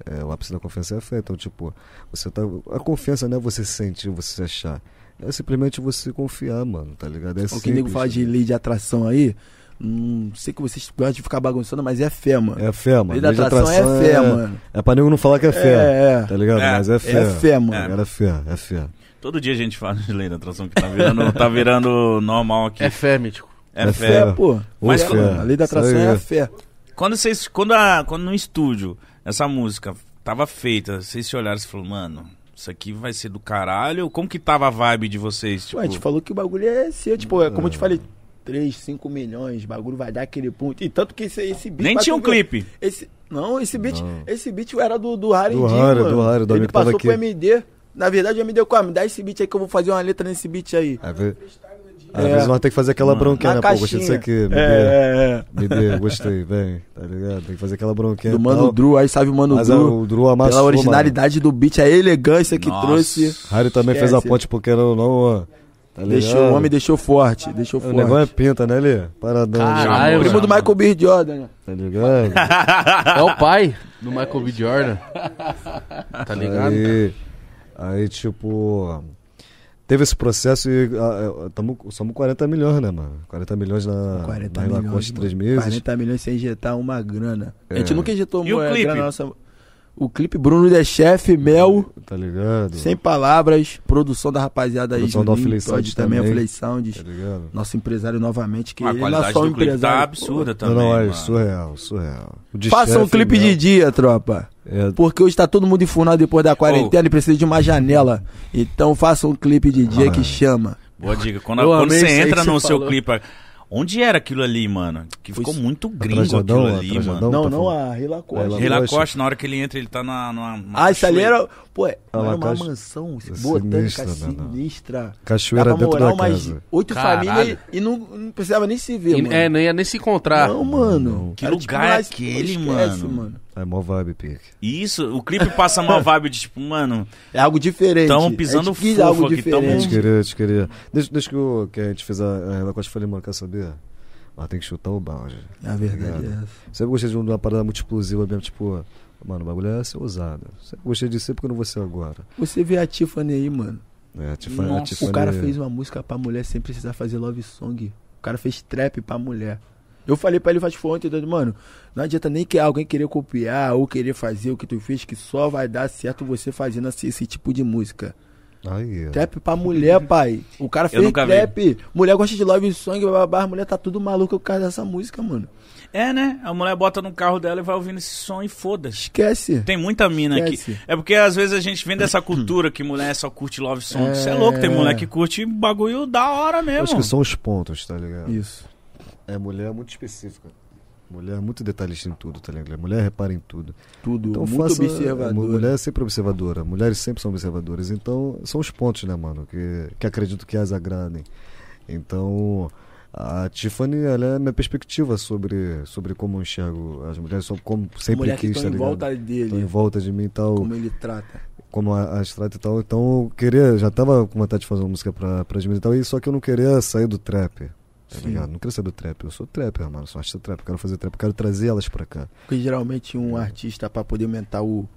Speaker 4: É, o ápice da confiança é a fé. Então, tipo, você tá. A confiança não é você sentir, você achar. É simplesmente você confiar, mano, tá ligado? É
Speaker 3: o que o nego fala de lei de atração aí, não sei que vocês gostam de ficar bagunçando, mas é fé, mano.
Speaker 4: É fé, mano.
Speaker 3: lei da atração, é fé, mano.
Speaker 4: É pra nego não falar que é fé.
Speaker 3: É, é.
Speaker 4: Tá ligado?
Speaker 2: É,
Speaker 4: Mas é fé.
Speaker 3: É fé, mano.
Speaker 4: Era fé, é fé.
Speaker 2: Todo dia a gente fala de lei da atração que tá virando, tá virando normal aqui.
Speaker 1: É
Speaker 2: É,
Speaker 1: fé, mítico.
Speaker 2: fé.
Speaker 4: é fé.
Speaker 3: É, pô.
Speaker 2: Mas
Speaker 3: Fé,
Speaker 2: quando-
Speaker 3: mano. a lei da
Speaker 4: Isso
Speaker 3: atração
Speaker 4: aí.
Speaker 3: é a fé.
Speaker 2: Quando vocês. Quando, a, quando no estúdio essa música tava feita, vocês se olharam e falaram, mano, isso aqui vai ser do caralho. Como que tava a vibe de vocês? Tipo,
Speaker 3: Ué, a gente falou que o bagulho é seu, tipo, é como eu te falei, 3, 5 milhões, o bagulho vai dar aquele ponto. E tanto que esse, esse beat.
Speaker 2: nem
Speaker 3: pra
Speaker 2: tinha
Speaker 3: tu
Speaker 2: um
Speaker 3: ver-
Speaker 2: clipe.
Speaker 3: Esse, não, esse beat,
Speaker 4: Não.
Speaker 3: esse beat era do, do Harry
Speaker 4: Do
Speaker 3: D,
Speaker 4: Harry,
Speaker 3: mano.
Speaker 4: do Harry, do amigo
Speaker 3: Ele
Speaker 4: que tava
Speaker 3: passou
Speaker 4: aqui.
Speaker 3: pro MD. Na verdade, o MD, qual? Me dá esse beat aí que eu vou fazer uma letra nesse beat aí.
Speaker 4: Às ve- às
Speaker 3: É.
Speaker 4: vezes nós temos que fazer aquela
Speaker 2: Mano,
Speaker 4: bronquinha,
Speaker 3: na
Speaker 4: né? Pô, gostei disso
Speaker 3: caixinha.
Speaker 4: aqui. Me dê,
Speaker 3: É, é,
Speaker 4: me dê, gostei, vem, tá ligado? Tem que fazer aquela
Speaker 3: é.
Speaker 4: bronquinha.
Speaker 3: Do
Speaker 4: e
Speaker 3: Mano
Speaker 4: tal.
Speaker 3: Drew, aí salve o Mano
Speaker 4: Mas é,
Speaker 3: Drew.
Speaker 4: o Drew amassou,
Speaker 3: pela originalidade do beat, é a elegância que
Speaker 2: Nossa.
Speaker 3: trouxe.
Speaker 4: Harry também
Speaker 3: Esquece.
Speaker 4: fez a ponte porque era não, ó. Tá ligado?
Speaker 3: Deixou, o homem deixou forte. Deixou
Speaker 4: O
Speaker 3: forte.
Speaker 4: negócio é pinta, né, Lê? Paradão.
Speaker 1: Caralho,
Speaker 4: né?
Speaker 1: mano.
Speaker 3: Primo do Michael B. Jordan, né?
Speaker 4: Tá ligado?
Speaker 1: É o pai do Michael B. Jordan. Tá ligado?
Speaker 4: Aí, aí, tipo. Teve esse processo e ah, ah, tamo, somos 40 milhões, né, mano? 40 milhões na,
Speaker 3: 40
Speaker 4: na Relacoste
Speaker 3: milhões.
Speaker 4: em
Speaker 3: mano.
Speaker 4: três meses.
Speaker 3: 40 milhões sem injetar uma grana. A gente
Speaker 4: É.
Speaker 3: nunca injetou
Speaker 2: E o
Speaker 3: uma
Speaker 2: clipe?
Speaker 3: grana na nossa. O clipe Bruno é chefe, Mel,
Speaker 4: Tá ligado?
Speaker 3: sem palavras, produção da rapaziada aí.
Speaker 4: Produção da
Speaker 3: Juninho
Speaker 4: Affiliate
Speaker 3: Todd
Speaker 4: Sound
Speaker 3: também,
Speaker 4: também.
Speaker 3: Affiliate Sound.
Speaker 4: Tá ligado?
Speaker 3: Nosso empresário novamente, que
Speaker 2: a
Speaker 3: ele não é
Speaker 2: qualidade
Speaker 3: só um
Speaker 2: do clipe tá
Speaker 3: empresário.
Speaker 2: absurda
Speaker 4: Não,
Speaker 2: também.
Speaker 4: não, é
Speaker 2: mano.
Speaker 4: surreal, surreal. O de
Speaker 3: Faça um
Speaker 4: chefe
Speaker 3: clipe de
Speaker 4: mesmo,
Speaker 3: dia, tropa.
Speaker 4: é,
Speaker 3: Porque hoje tá todo mundo enfurnado depois da quarentena e precisa de uma janela. Então faça um clipe de
Speaker 4: Ah.
Speaker 3: dia que chama.
Speaker 2: Boa dica. Quando,
Speaker 1: Eu
Speaker 2: quando
Speaker 1: amei isso
Speaker 2: você
Speaker 1: aí que
Speaker 2: entra
Speaker 1: você
Speaker 2: no seu
Speaker 1: falou.
Speaker 2: clipe. Onde era aquilo ali, mano? Que ficou
Speaker 3: Foi-
Speaker 2: muito gringo
Speaker 4: Atrasadão,
Speaker 2: aquilo ali,
Speaker 4: atrasadão.
Speaker 2: mano.
Speaker 4: Não,
Speaker 3: Não,
Speaker 4: tá
Speaker 3: não
Speaker 4: falando.
Speaker 3: a Rila
Speaker 4: Rila
Speaker 3: Costa.
Speaker 2: Rila
Speaker 4: Costa.
Speaker 2: Costa, na hora que ele entra, ele tá na. numa- numa
Speaker 3: Ah, isso ali
Speaker 2: cachoeira.
Speaker 3: era. Pô, era
Speaker 4: uma
Speaker 3: uma
Speaker 4: caixa-
Speaker 3: mansão
Speaker 4: Sinistra,
Speaker 3: botânica
Speaker 4: né, não?
Speaker 3: sinistra.
Speaker 4: Cachoeira
Speaker 3: Dava
Speaker 4: dentro da
Speaker 3: moral, mas
Speaker 4: casa.
Speaker 3: Oito
Speaker 1: Caralho.
Speaker 3: famílias e não, não precisava nem se ver,
Speaker 2: é,
Speaker 1: E-
Speaker 3: mano.
Speaker 1: é, não ia nem se encontrar.
Speaker 3: Não, mano.
Speaker 2: Que
Speaker 3: Era
Speaker 2: lugar é
Speaker 3: lá,
Speaker 2: aquele,
Speaker 3: esquece,
Speaker 2: mano?
Speaker 4: É mó vibe, pique.
Speaker 2: E isso, o clipe passa uma vibe de tipo, mano,
Speaker 3: É algo diferente.
Speaker 2: tamo pisando
Speaker 3: A gente quis
Speaker 2: fofo
Speaker 3: algo
Speaker 2: aqui, tamo-
Speaker 4: A gente
Speaker 3: diferente.
Speaker 4: queria, a gente queria. Desde, desde que, o- que a gente fez a, a Renan Costa, eu falei, mano, quer saber? Mas tem que chutar o balde.
Speaker 3: Na verdade, é
Speaker 4: Obrigado.
Speaker 3: essa.
Speaker 4: Sempre gostei de uma parada muito explosiva mesmo, tipo, mano, o bagulho é ser ousado. Sempre gostei disso, sempre que eu não vou ser agora.
Speaker 3: Você vê a Tiffany aí, mano.
Speaker 4: É, a Tifa- a
Speaker 2: Nossa. O
Speaker 4: Tiffany- é-
Speaker 3: O cara fez uma música pra mulher sem precisar fazer love song. O cara fez trap pra mulher. Eu falei pra ele, faz foi ontem, doido, mano, não adianta nem que alguém querer copiar ou querer fazer o que tu fez, que só vai dar certo você fazendo esse, esse tipo de música. um
Speaker 4: Aí, é.
Speaker 3: Trap pra mulher, pai. O cara fez
Speaker 2: nunca vi.
Speaker 3: trap. Mulher gosta de love song, bababá, a mulher tá tudo maluca por causa dessa música, mano.
Speaker 2: é, né? A mulher bota no carro dela e vai ouvindo esse som e foda-se.
Speaker 3: Esquece.
Speaker 2: Tem muita mina aqui.
Speaker 3: Esquece.
Speaker 2: É porque às vezes a gente vem dessa cultura que mulher só curte love song. Você é... louco, tem mulher que curte bagulho da hora
Speaker 4: Eu
Speaker 2: mesmo.
Speaker 4: acho que são os pontos, tá ligado?
Speaker 3: Isso.
Speaker 4: É mulher é muito específica. Mulher é muito detalhista em tudo, tá ligado? Mulher repara em tudo.
Speaker 3: Tudo.
Speaker 4: Então,
Speaker 3: Muito
Speaker 4: faça-
Speaker 3: observador.
Speaker 4: mu- Mulher é sempre observadora. Mulheres sempre são observadoras. Então, são os pontos, né, mano? Que, que acredito que as agradem. Então, a Tiffany, ela é minha perspectiva sobre, sobre como eu enxergo as mulheres, sobre como sempre
Speaker 3: mulher que
Speaker 4: quis,
Speaker 3: estão
Speaker 4: tá
Speaker 3: em
Speaker 4: ligado?
Speaker 3: volta dele.
Speaker 4: Estão em volta de mim e tal,
Speaker 3: Como ele trata.
Speaker 4: como a, as trata e tal. Então, eu queria, já tava com vontade de fazer uma música pra, pra admirar e tal, e só que eu não queria sair do trap. Tá
Speaker 3: Sim.
Speaker 4: ligado? Não queria sair do trap. Eu sou trapper, mano. Sou artista trap. Eu quero fazer trap. Eu quero trazer elas pra cá.
Speaker 3: Porque geralmente um artista, pra poder aumentar o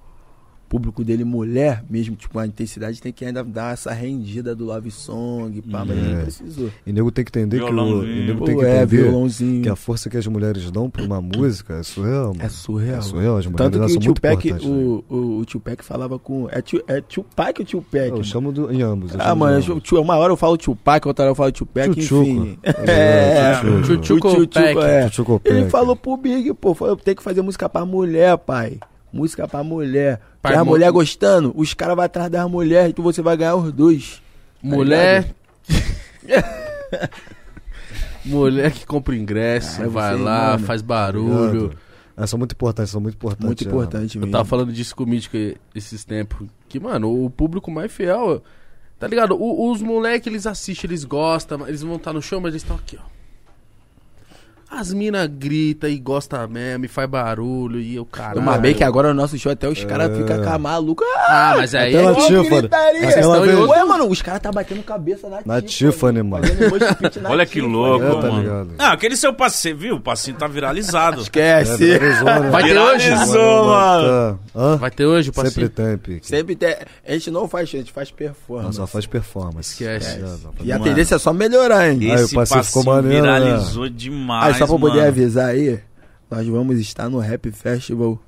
Speaker 3: público dele, mulher mesmo, tipo, a intensidade tem que ainda dar essa rendida do love song, pá, mas ele
Speaker 4: É.
Speaker 3: não precisou.
Speaker 4: E nego tem que entender que o,
Speaker 2: Violãozinho.
Speaker 4: e nego
Speaker 3: Pô,
Speaker 4: tem que
Speaker 3: é,
Speaker 4: entender
Speaker 3: violãozinho.
Speaker 4: que a força que as mulheres dão pra uma música é surreal, mano.
Speaker 3: É surreal.
Speaker 4: É surreal, as mulheres
Speaker 3: Tanto
Speaker 4: elas
Speaker 3: que o
Speaker 4: são muito
Speaker 3: Tupac,
Speaker 4: importantes. né?
Speaker 3: o, o, o Tupac falava com. É, tio, é Tupac ou Tupac?
Speaker 4: Eu
Speaker 3: mano?
Speaker 4: chamo do, em ambos. eu
Speaker 3: Ah,
Speaker 4: chamo
Speaker 3: mano,
Speaker 4: de
Speaker 3: eu,
Speaker 4: ambos.
Speaker 3: tio, uma hora eu falo Tupac, outra hora eu falo Tupac, enfim.
Speaker 4: Tchutchuco.
Speaker 3: É,
Speaker 4: Tchutchuco.
Speaker 1: Tchutchuco.
Speaker 3: Tio, tio, tio,
Speaker 1: Tupac.
Speaker 3: é.
Speaker 4: Tchutchuco
Speaker 3: Ele
Speaker 4: Pack.
Speaker 3: falou pro Big, pô, falou, tem que fazer música pra mulher, pai. Música pra mulher.
Speaker 1: Pai,
Speaker 3: Se a
Speaker 1: mo-
Speaker 3: mulher gostando, os caras vão atrás das mulheres, tu você vai ganhar os dois.
Speaker 1: Mulher. Mulher que compra ingresso,
Speaker 3: Cara,
Speaker 1: vai
Speaker 3: você,
Speaker 1: lá,
Speaker 3: mano.
Speaker 1: faz
Speaker 4: Obrigado.
Speaker 1: barulho.
Speaker 4: É, são muito importantes, são muito importantes.
Speaker 3: Muito
Speaker 4: é.
Speaker 3: importante
Speaker 1: Eu
Speaker 3: mesmo.
Speaker 1: tava falando disso com o Mítico esses tempos. Que, mano, o público mais fiel. Tá ligado? O- os moleques, eles assistem, eles gostam, eles vão estar no show, mas eles estão aqui, ó. As mina grita e gosta mesmo, e faz barulho, e o caralho.
Speaker 3: Uma bem que agora o nosso show é até os caras ficam com a maluca.
Speaker 1: Ah, mas aí
Speaker 4: Até
Speaker 1: é
Speaker 4: na
Speaker 1: igual-
Speaker 4: Tiffany.
Speaker 3: gritaria.
Speaker 4: Aquela
Speaker 1: Vocês
Speaker 4: vez-
Speaker 3: Ué, mano, os caras tá batendo cabeça na,
Speaker 4: Na Tiffany, mano.
Speaker 3: Fazendo mosh pit na né?
Speaker 2: Olha que
Speaker 3: Tiffany.
Speaker 2: louco,
Speaker 4: É, tá
Speaker 2: mano.
Speaker 4: ligado. É,
Speaker 2: Ah, aquele seu passinho, viu? O passinho tá viralizado.
Speaker 3: Esquece.
Speaker 1: Vai ter hoje?
Speaker 4: tá.
Speaker 2: Viralizou, mano.
Speaker 1: Vai ter hoje, assim. parceiro.
Speaker 4: Sempre tem, Pique.
Speaker 3: Sempre tem. A gente não faz, show, a gente faz
Speaker 4: Não,
Speaker 3: performance.
Speaker 4: só faz performance.
Speaker 1: Esquece.
Speaker 4: É, não,
Speaker 3: E a
Speaker 2: Mano.
Speaker 3: tendência é só melhorar, hein?
Speaker 4: Aí, o
Speaker 2: Esse
Speaker 4: passinho ficou
Speaker 2: passinho
Speaker 4: maneiro, né?
Speaker 2: viralizou demais,
Speaker 3: Ah, só pra
Speaker 2: mano.
Speaker 3: poder avisar aí, nós vamos estar no Rap Festival.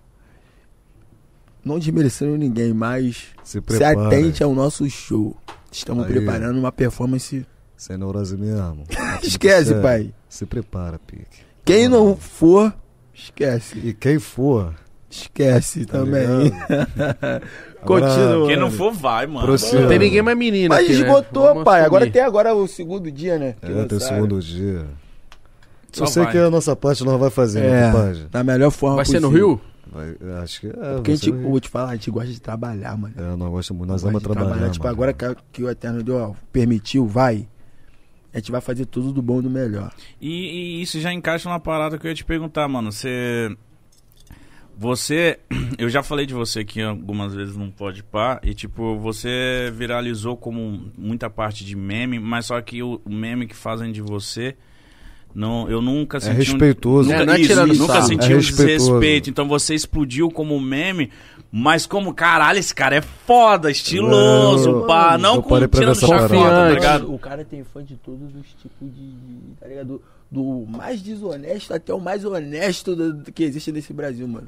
Speaker 3: Não desmerecendo ninguém, mas
Speaker 4: Se
Speaker 3: se
Speaker 4: prepara.
Speaker 3: atente ao nosso show. Estamos
Speaker 4: Aí.
Speaker 3: preparando uma performance.
Speaker 4: Sem neurose mesmo.
Speaker 3: Esquece,
Speaker 4: Sério.
Speaker 3: pai.
Speaker 4: Se prepara, Pique.
Speaker 3: Quem não for, esquece.
Speaker 4: E quem for,
Speaker 3: Esquece
Speaker 4: tá
Speaker 3: também.
Speaker 4: ligado?
Speaker 3: Continua.
Speaker 2: Quem não for, vai, mano.
Speaker 4: Prossiga.
Speaker 1: Não tem ninguém mais menina
Speaker 3: Mas
Speaker 1: aqui, né?
Speaker 3: esgotou,
Speaker 1: Vamos
Speaker 3: pai.
Speaker 1: assumir.
Speaker 3: Agora tem agora o segundo dia, né? Que
Speaker 4: É, tem o
Speaker 3: lançaram.
Speaker 4: segundo dia.
Speaker 2: Só
Speaker 4: eu sei
Speaker 2: vai.
Speaker 4: que a nossa parte nós vai fazer, né,
Speaker 3: É,
Speaker 4: compadre?
Speaker 3: da melhor forma
Speaker 1: Vai ser no
Speaker 3: possível.
Speaker 1: Rio?
Speaker 4: Vai- acho que é. vai
Speaker 3: Porque a
Speaker 4: ser
Speaker 3: gente, eu
Speaker 4: no
Speaker 3: vou te falar, a gente gosta de trabalhar, mano.
Speaker 4: É, nós gostamos muito, nós
Speaker 3: Gosta
Speaker 4: amamos
Speaker 3: de
Speaker 4: trabalhar.
Speaker 3: Tipo,
Speaker 4: mano.
Speaker 3: agora que, a- que o Eterno deu, ó, permitiu, vai. A gente vai fazer tudo do bom e do melhor.
Speaker 2: E, e isso já encaixa numa parada que eu ia te perguntar, mano. Você. Você. Eu já falei de você aqui algumas vezes num pode pá. E, tipo, você viralizou como muita parte de meme, mas só que o, o meme que fazem de você. Não, eu nunca senti. um-
Speaker 4: É respeitoso.
Speaker 2: nunca,
Speaker 1: É, não é
Speaker 2: isso,
Speaker 1: tirando
Speaker 2: nunca
Speaker 1: sarro.
Speaker 2: senti
Speaker 4: É
Speaker 2: um
Speaker 4: respeitoso.
Speaker 2: desrespeito. Então você explodiu como meme, mas como, caralho, esse cara é foda, estiloso,
Speaker 4: Eu-
Speaker 2: pá. Não
Speaker 4: eu
Speaker 2: com
Speaker 4: parei pra ver
Speaker 2: tirando
Speaker 4: essa
Speaker 2: chacota, tá
Speaker 1: parada.
Speaker 2: ligado?
Speaker 3: O cara tem fã de todos os tipos de. de- tá ligado? Do, do mais desonesto até o mais honesto do- do que existe nesse Brasil, mano.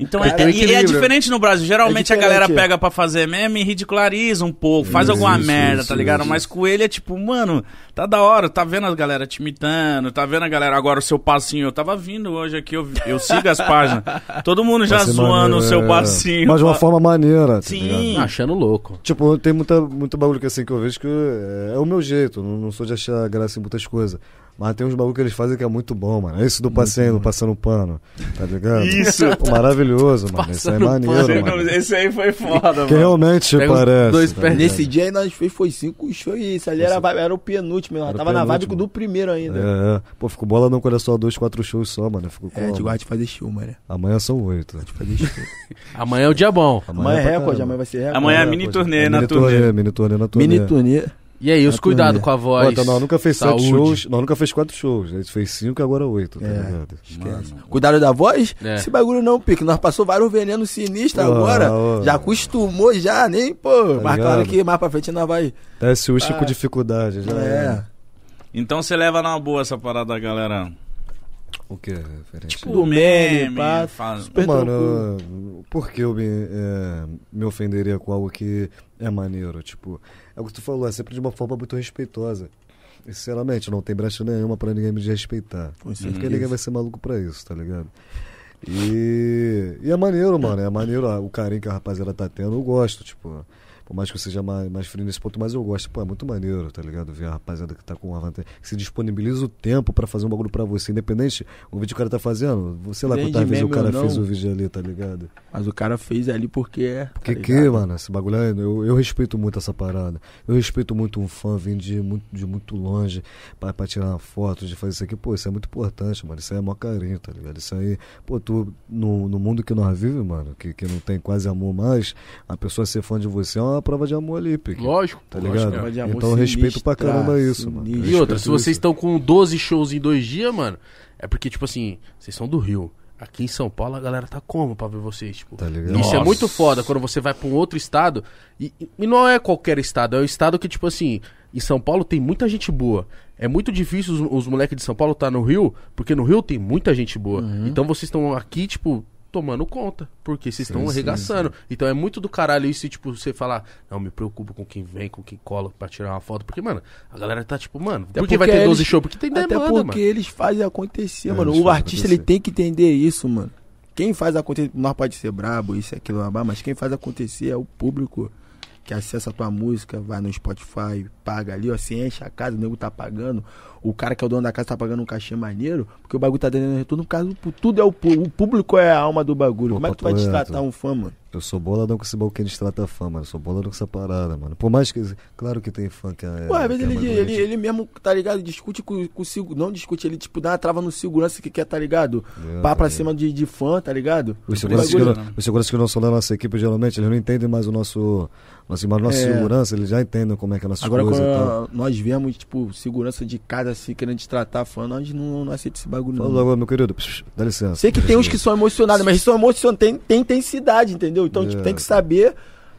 Speaker 2: Então
Speaker 3: Cara,
Speaker 2: é,
Speaker 3: tem
Speaker 2: e- e é
Speaker 1: equilíbrio.
Speaker 2: diferente no Brasil. Geralmente
Speaker 3: É
Speaker 2: a galera
Speaker 3: diferente.
Speaker 2: pega pra fazer meme e ridiculariza um pouco, faz alguma
Speaker 4: isso,
Speaker 2: merda,
Speaker 4: isso,
Speaker 2: tá ligado?
Speaker 4: isso.
Speaker 2: Mas com ele é tipo, mano, tá da hora, tá vendo a galera te imitando, tá vendo a galera agora o seu passinho. Eu tava vindo hoje aqui, eu, eu sigo as páginas. Todo mundo já
Speaker 4: Vai ser
Speaker 2: Tá zoando
Speaker 4: maneiro,
Speaker 2: o seu
Speaker 4: é.
Speaker 2: passinho.
Speaker 4: Mas de uma
Speaker 2: Fa-
Speaker 4: forma maneira. tá
Speaker 2: Sim.
Speaker 4: ligado?
Speaker 1: Achando louco.
Speaker 4: Tipo, tem muita, muito bagulho que assim que eu vejo que é, é o meu jeito. Não, não sou de achar graça em muitas coisas. Mas tem uns bagulho que eles fazem que é muito bom, mano. Esse do passeio, do passando pano, tá ligado?
Speaker 2: Isso.
Speaker 4: Pô, maravilhoso, mano. Isso é
Speaker 1: Passando
Speaker 4: maneiro,
Speaker 1: pano.
Speaker 4: mano.
Speaker 2: Esse aí foi foda,
Speaker 4: Que
Speaker 2: mano.
Speaker 4: realmente
Speaker 1: Pega os
Speaker 4: parece.
Speaker 1: dois
Speaker 4: tá
Speaker 1: pés
Speaker 4: ligado?
Speaker 3: Nesse dia aí nós fez foi cinco shows e isso ali era, era o penúltimo, nós
Speaker 4: Era o
Speaker 3: tava na vibe
Speaker 4: penúltimo.
Speaker 3: do primeiro ainda.
Speaker 4: É, é. Pô, fico bola não quando é só dois, quatro shows só, mano. Eu fico com.
Speaker 3: É, de guarda de fazer show, mano.
Speaker 4: Amanhã são oito.
Speaker 1: Amanhã é o dia bom.
Speaker 3: Amanhã é
Speaker 4: pra
Speaker 3: recorde,
Speaker 4: caramba.
Speaker 3: amanhã vai ser recorde.
Speaker 2: Amanhã é a mini turnê
Speaker 4: É
Speaker 2: na
Speaker 4: mini
Speaker 2: turnê.
Speaker 4: Mini turnê na turnê.
Speaker 3: Mini
Speaker 1: né?
Speaker 3: turnê.
Speaker 4: né?
Speaker 1: E aí, os
Speaker 4: Na
Speaker 1: cuidados
Speaker 4: turnê.
Speaker 1: com a voz.
Speaker 4: Ó, então, nós nunca fez
Speaker 1: saúde.
Speaker 4: sete shows, nós nunca fez quatro shows. A gente fez cinco e agora oito, tá
Speaker 3: É.
Speaker 4: ligado?
Speaker 3: Cuidado da voz?
Speaker 1: É.
Speaker 3: Esse bagulho não, Pique. Nós passou vários venenos sinistros
Speaker 4: Pô,
Speaker 3: agora.
Speaker 4: ó.
Speaker 3: Já acostumou, já, nem, pô. mas claro
Speaker 4: Tá ligado?
Speaker 3: que mais pra frente nós vai.
Speaker 4: Desce o uísque
Speaker 3: Ah.
Speaker 4: com dificuldade, já.
Speaker 3: É.
Speaker 2: Então você leva na boa essa parada, galera.
Speaker 4: O que, referente?
Speaker 2: Tipo,
Speaker 3: meme, pá,
Speaker 2: faz...
Speaker 3: super tranquilo.
Speaker 4: Mano, por que eu me, é, me ofenderia com algo que é maneiro? Tipo, é o que tu falou, é sempre de uma forma muito respeitosa. E, sinceramente, não tem brecha nenhuma pra ninguém me desrespeitar.
Speaker 3: Com
Speaker 4: Porque ninguém vai ser maluco pra isso, tá ligado? E, e é
Speaker 3: Tá.
Speaker 4: maneiro, mano. É maneiro ah, o carinho que a rapaziada tá tendo. Eu gosto, tipo. Por mais que eu seja mais, mais frio nesse ponto, mas eu gosto. Pô, é muito maneiro, tá ligado? Ver a rapaziada que tá com uma vantagem. Que se disponibiliza o tempo pra fazer um bagulho pra você. Independente o vídeo que o cara tá fazendo. Sei lá
Speaker 3: Independente
Speaker 4: quantas
Speaker 3: de
Speaker 4: vezes o
Speaker 3: meme
Speaker 4: cara
Speaker 3: ou não.
Speaker 4: fez o vídeo ali, tá ligado?
Speaker 3: Mas o cara fez ali porque é. tá
Speaker 4: Porque que,
Speaker 3: ligado?
Speaker 4: mano, esse bagulho é- eu, eu respeito muito essa parada. Eu respeito muito um fã vindo de muito, de muito longe pra, pra tirar uma foto, de fazer isso aqui. Pô, isso é muito importante, mano. Isso aí é mó carinho, tá ligado? Isso aí, pô, tu, no, no mundo que nós vivemos, mano, que, que não tem quase amor mais, a pessoa ser fã de você é uma prova de amor ali, Pique.
Speaker 1: Lógico.
Speaker 4: Tá
Speaker 1: lógico.
Speaker 4: ligado?
Speaker 3: prova de amor
Speaker 4: Então eu respeito pra
Speaker 3: sinistra,
Speaker 4: caramba isso, mano.
Speaker 3: sinistra.
Speaker 1: E outra, se vocês
Speaker 4: estão
Speaker 1: estão com 12 shows em dois dias, mano, é porque, tipo assim, vocês são do Rio. Aqui em São Paulo a galera tá como pra ver vocês, tipo.
Speaker 4: Tá ligado?
Speaker 1: Isso é
Speaker 2: Nossa.
Speaker 1: muito foda quando você vai pra um outro estado. E, e não é qualquer estado, é um estado que, tipo assim, em São Paulo tem muita gente boa. É muito difícil os, os moleques de São Paulo tá no Rio, porque no Rio tem muita gente boa.
Speaker 3: Uhum.
Speaker 1: Então vocês estão aqui, tipo. Tomando conta, porque vocês estão arregaçando. Então é muito do caralho isso, tipo, você falar, não, me preocupo com quem vem, com quem cola pra tirar uma foto. Porque, mano, a galera tá tipo, mano,
Speaker 3: Até
Speaker 1: por que vai
Speaker 3: porque
Speaker 1: ter 12
Speaker 3: eles-
Speaker 1: shows? Porque tem demanda,
Speaker 3: Até
Speaker 1: mano.
Speaker 3: porque eles fazem acontecer,
Speaker 4: É,
Speaker 3: mano.
Speaker 4: eles
Speaker 3: O
Speaker 4: fazem
Speaker 3: artista ele
Speaker 4: acontecer.
Speaker 3: tem que entender isso, mano. Quem faz acontecer, nós pode ser brabo, isso, aquilo, babá, mas quem faz acontecer é o público que acessa a tua música, vai no Spotify, paga ali, ó, se enche a casa, o nego tá pagando, o cara que é o dono da casa tá pagando um cachê maneiro, porque o bagulho tá dando retorno, no caso, tudo é o público, o público é a alma do bagulho.
Speaker 4: Pô, né,
Speaker 3: Como é que tu vai
Speaker 4: papo reto.
Speaker 3: destratar um fã, mano?
Speaker 4: Eu sou boladão com esse bagulho que eles tratam fã, mano. Eu sou boladão com essa parada, mano. Por mais que. Claro que tem fã que é.
Speaker 3: Pô, às vezes
Speaker 4: que é
Speaker 3: ele,
Speaker 4: mais
Speaker 3: ele,
Speaker 4: doente.
Speaker 3: ele mesmo, tá ligado? Discute com, com o segu- Não discute, ele tipo dá uma trava no segurança que quer, tá ligado?
Speaker 4: É,
Speaker 3: Pá
Speaker 4: tá
Speaker 3: pra
Speaker 4: ligado.
Speaker 3: cima de, de fã, tá ligado?
Speaker 4: Os
Speaker 2: Por isso
Speaker 4: seguranças, que,
Speaker 2: que
Speaker 4: não-
Speaker 2: eu não-
Speaker 4: os seguranças que não são da nossa equipe, geralmente, eles não entendem mais o nosso. Nossa, mas a nossa
Speaker 3: É.
Speaker 4: segurança, eles já entendem como é que é a nossa
Speaker 3: Agora,
Speaker 4: coisa
Speaker 3: quando
Speaker 4: e tal.
Speaker 3: nós vemos, tipo, segurança de casa assim, querendo destratar fã, nós não, não aceitamos esse bagulho,
Speaker 4: Fala
Speaker 3: não.
Speaker 4: logo, meu querido. Psh, dá licença.
Speaker 3: Sei que tem uns que são emocionados, mas são emocionados, tem, tem intensidade, entendeu? Então,
Speaker 4: É.
Speaker 3: tipo, tem que saber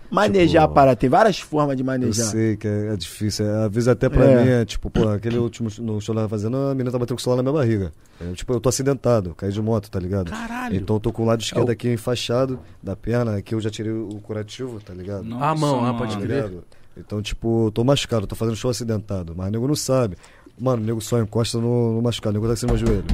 Speaker 3: manejar
Speaker 4: Tipo,
Speaker 3: a parada. Tem várias formas de
Speaker 4: Eu
Speaker 3: manejar.
Speaker 4: sei que é, é difícil. é, Às vezes até pra
Speaker 3: É.
Speaker 4: mim é tipo, pô, aquele último sh- no show lá fazendo, a menina tá batendo com o celular na minha barriga. É, tipo, eu tô acidentado, caí de moto, tá ligado?
Speaker 2: Caralho.
Speaker 4: Então eu tô com o
Speaker 3: É
Speaker 4: lado esquerdo aqui enfaixado da perna, aqui eu já tirei o curativo, tá ligado?
Speaker 1: Ah, mão, ah, pode
Speaker 4: Tá
Speaker 2: mano.
Speaker 1: crer.
Speaker 4: ligado? Então, tipo, eu tô machucado, tô fazendo show acidentado, mas o nego não sabe. Mano, o nego só encosta no, no machucado, o nego tá assim no meu joelho.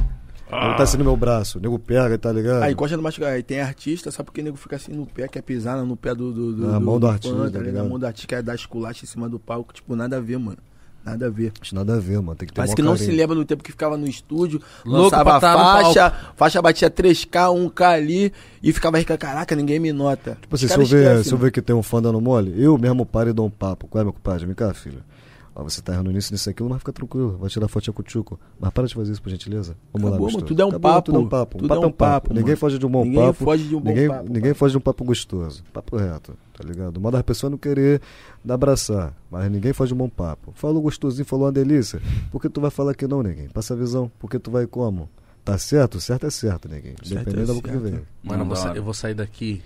Speaker 4: O nego tá assim no meu braço, o nego pega, tá ligado?
Speaker 3: Ah. Aí encosta no machucado. Aí tem artista, sabe porque o nego fica assim no pé, quer pisar no pé do. do, do
Speaker 4: Na mão do
Speaker 3: fã,
Speaker 4: artista,
Speaker 3: tá
Speaker 4: tá
Speaker 3: ligado?
Speaker 4: ligado?
Speaker 3: Na mão do artista, quer dar esculacha em cima do palco. Tipo, nada a ver, mano. Nada a ver.
Speaker 4: Acho nada a ver, mano. Tem que ter
Speaker 3: Parece
Speaker 4: mó
Speaker 3: que não
Speaker 4: carinho.
Speaker 3: se lembra do tempo que ficava no estúdio,
Speaker 1: Louco pra
Speaker 3: lançava
Speaker 1: tá no
Speaker 3: faixa, faixa batia 3K, 1K ali e ficava rica, caraca, ninguém me nota.
Speaker 4: Tipo assim,
Speaker 3: Os
Speaker 4: se eu,
Speaker 3: caras
Speaker 4: ver,
Speaker 3: esquecem, né?
Speaker 4: se eu
Speaker 3: mano.
Speaker 4: ver que tem um fã dando mole, eu mesmo paro e dou um papo. Qual é, meu compadre? Vem cá, filho. Ó, você tá errando nisso, nisso, aquilo, mas fica tranquilo. Vai tirar fotinha com o Tchuco. Mas para de fazer isso, por gentileza. Vamos lá,
Speaker 3: Acabou,
Speaker 4: gostoso.
Speaker 3: mano, tudo é um
Speaker 4: Acabou,
Speaker 3: papo,
Speaker 4: Tudo é um papo.
Speaker 3: tudo é um papo,
Speaker 4: Ninguém
Speaker 3: mano.
Speaker 4: foge de um bom
Speaker 3: Ninguém
Speaker 4: papo.
Speaker 3: foge de um bom
Speaker 4: ninguém,
Speaker 3: papo,
Speaker 4: Ninguém foge de um papo gostoso. Papo reto, tá ligado? O modo da pessoa não querer dar abraçar, mas ninguém foge de um bom papo. Falou gostosinho, falou uma delícia. Por que tu vai falar que não, ninguém? Passa a visão. Por que tu vai como? Tá certo? Certo é certo, ninguém.
Speaker 3: Certo é
Speaker 4: Independente da boca que
Speaker 3: certo.
Speaker 4: vem.
Speaker 1: Mano, eu vou,
Speaker 2: Da
Speaker 1: sa-
Speaker 2: hora.
Speaker 1: eu vou sair daqui,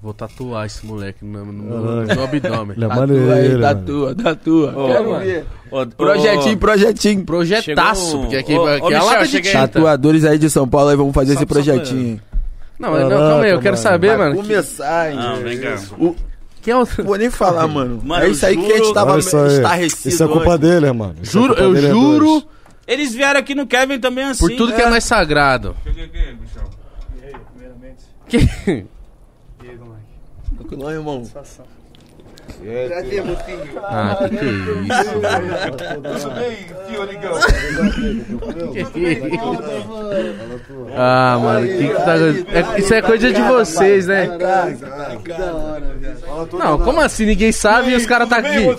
Speaker 1: vou tatuar esse moleque no, no- no-
Speaker 4: Caralho.
Speaker 1: no abdômen.
Speaker 4: Ele é
Speaker 3: Tatua aí,
Speaker 4: maneiro, mano.
Speaker 3: tatua, tatua.
Speaker 2: Ô,
Speaker 3: Quero
Speaker 2: mano.
Speaker 3: ver.
Speaker 2: Ô, ô,
Speaker 3: Projetinho, projetinho.
Speaker 1: Projetaço,
Speaker 2: Chegou-
Speaker 1: porque aqui,
Speaker 2: Ô, ô,
Speaker 1: aqui é a
Speaker 2: Michel,
Speaker 1: lata de
Speaker 2: cheguei.
Speaker 1: tinta.
Speaker 3: Tatuadores aí de São Paulo aí vamos fazer
Speaker 2: Só-
Speaker 3: esse
Speaker 2: só
Speaker 3: projetinho.
Speaker 1: Não, mas não, calma aí, eu
Speaker 4: Caraca,
Speaker 1: quero
Speaker 4: mano.
Speaker 1: saber, mano. que-
Speaker 3: começar, hein?
Speaker 2: Não, vem cá.
Speaker 1: Quem é o...
Speaker 3: Vou nem falar, mano.
Speaker 2: Mano,
Speaker 3: é isso
Speaker 2: eu
Speaker 3: aí que a
Speaker 2: juro-
Speaker 3: gente tava
Speaker 4: Olha isso aí.
Speaker 3: estarrecido.
Speaker 4: Isso é culpa
Speaker 3: antes.
Speaker 4: dele, mano. Isso é
Speaker 1: Juro,
Speaker 4: culpa
Speaker 1: eu
Speaker 4: dele, é
Speaker 1: juro
Speaker 4: dois.
Speaker 2: Eles vieram aqui no Kevin também assim.
Speaker 1: por tudo que é mais sagrado. Que-
Speaker 3: Não, irmão.
Speaker 1: Ah, que que é isso? velho?
Speaker 7: Tudo bem, Fiorigão?
Speaker 1: Ah, mano, que que tá... é- isso é coisa de vocês, né? Não, como assim? Ninguém sabe e os caras tá aqui.
Speaker 4: né,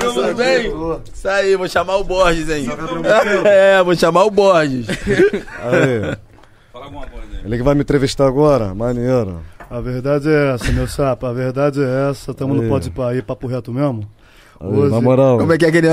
Speaker 7: Tudo bem?
Speaker 3: Isso aí, vou chamar o Borges, hein? É, vou chamar o Borges.
Speaker 4: Aí,
Speaker 2: Fala alguma coisa aí.
Speaker 4: ele que vai me entrevistar agora? Maneiro.
Speaker 8: A verdade é essa, meu sapo. A verdade é essa. Tamo
Speaker 4: Aí.
Speaker 8: no pode aí, papo reto mesmo.
Speaker 4: Aí,
Speaker 8: Hoje-
Speaker 4: na moral.
Speaker 3: Como é que é aquele.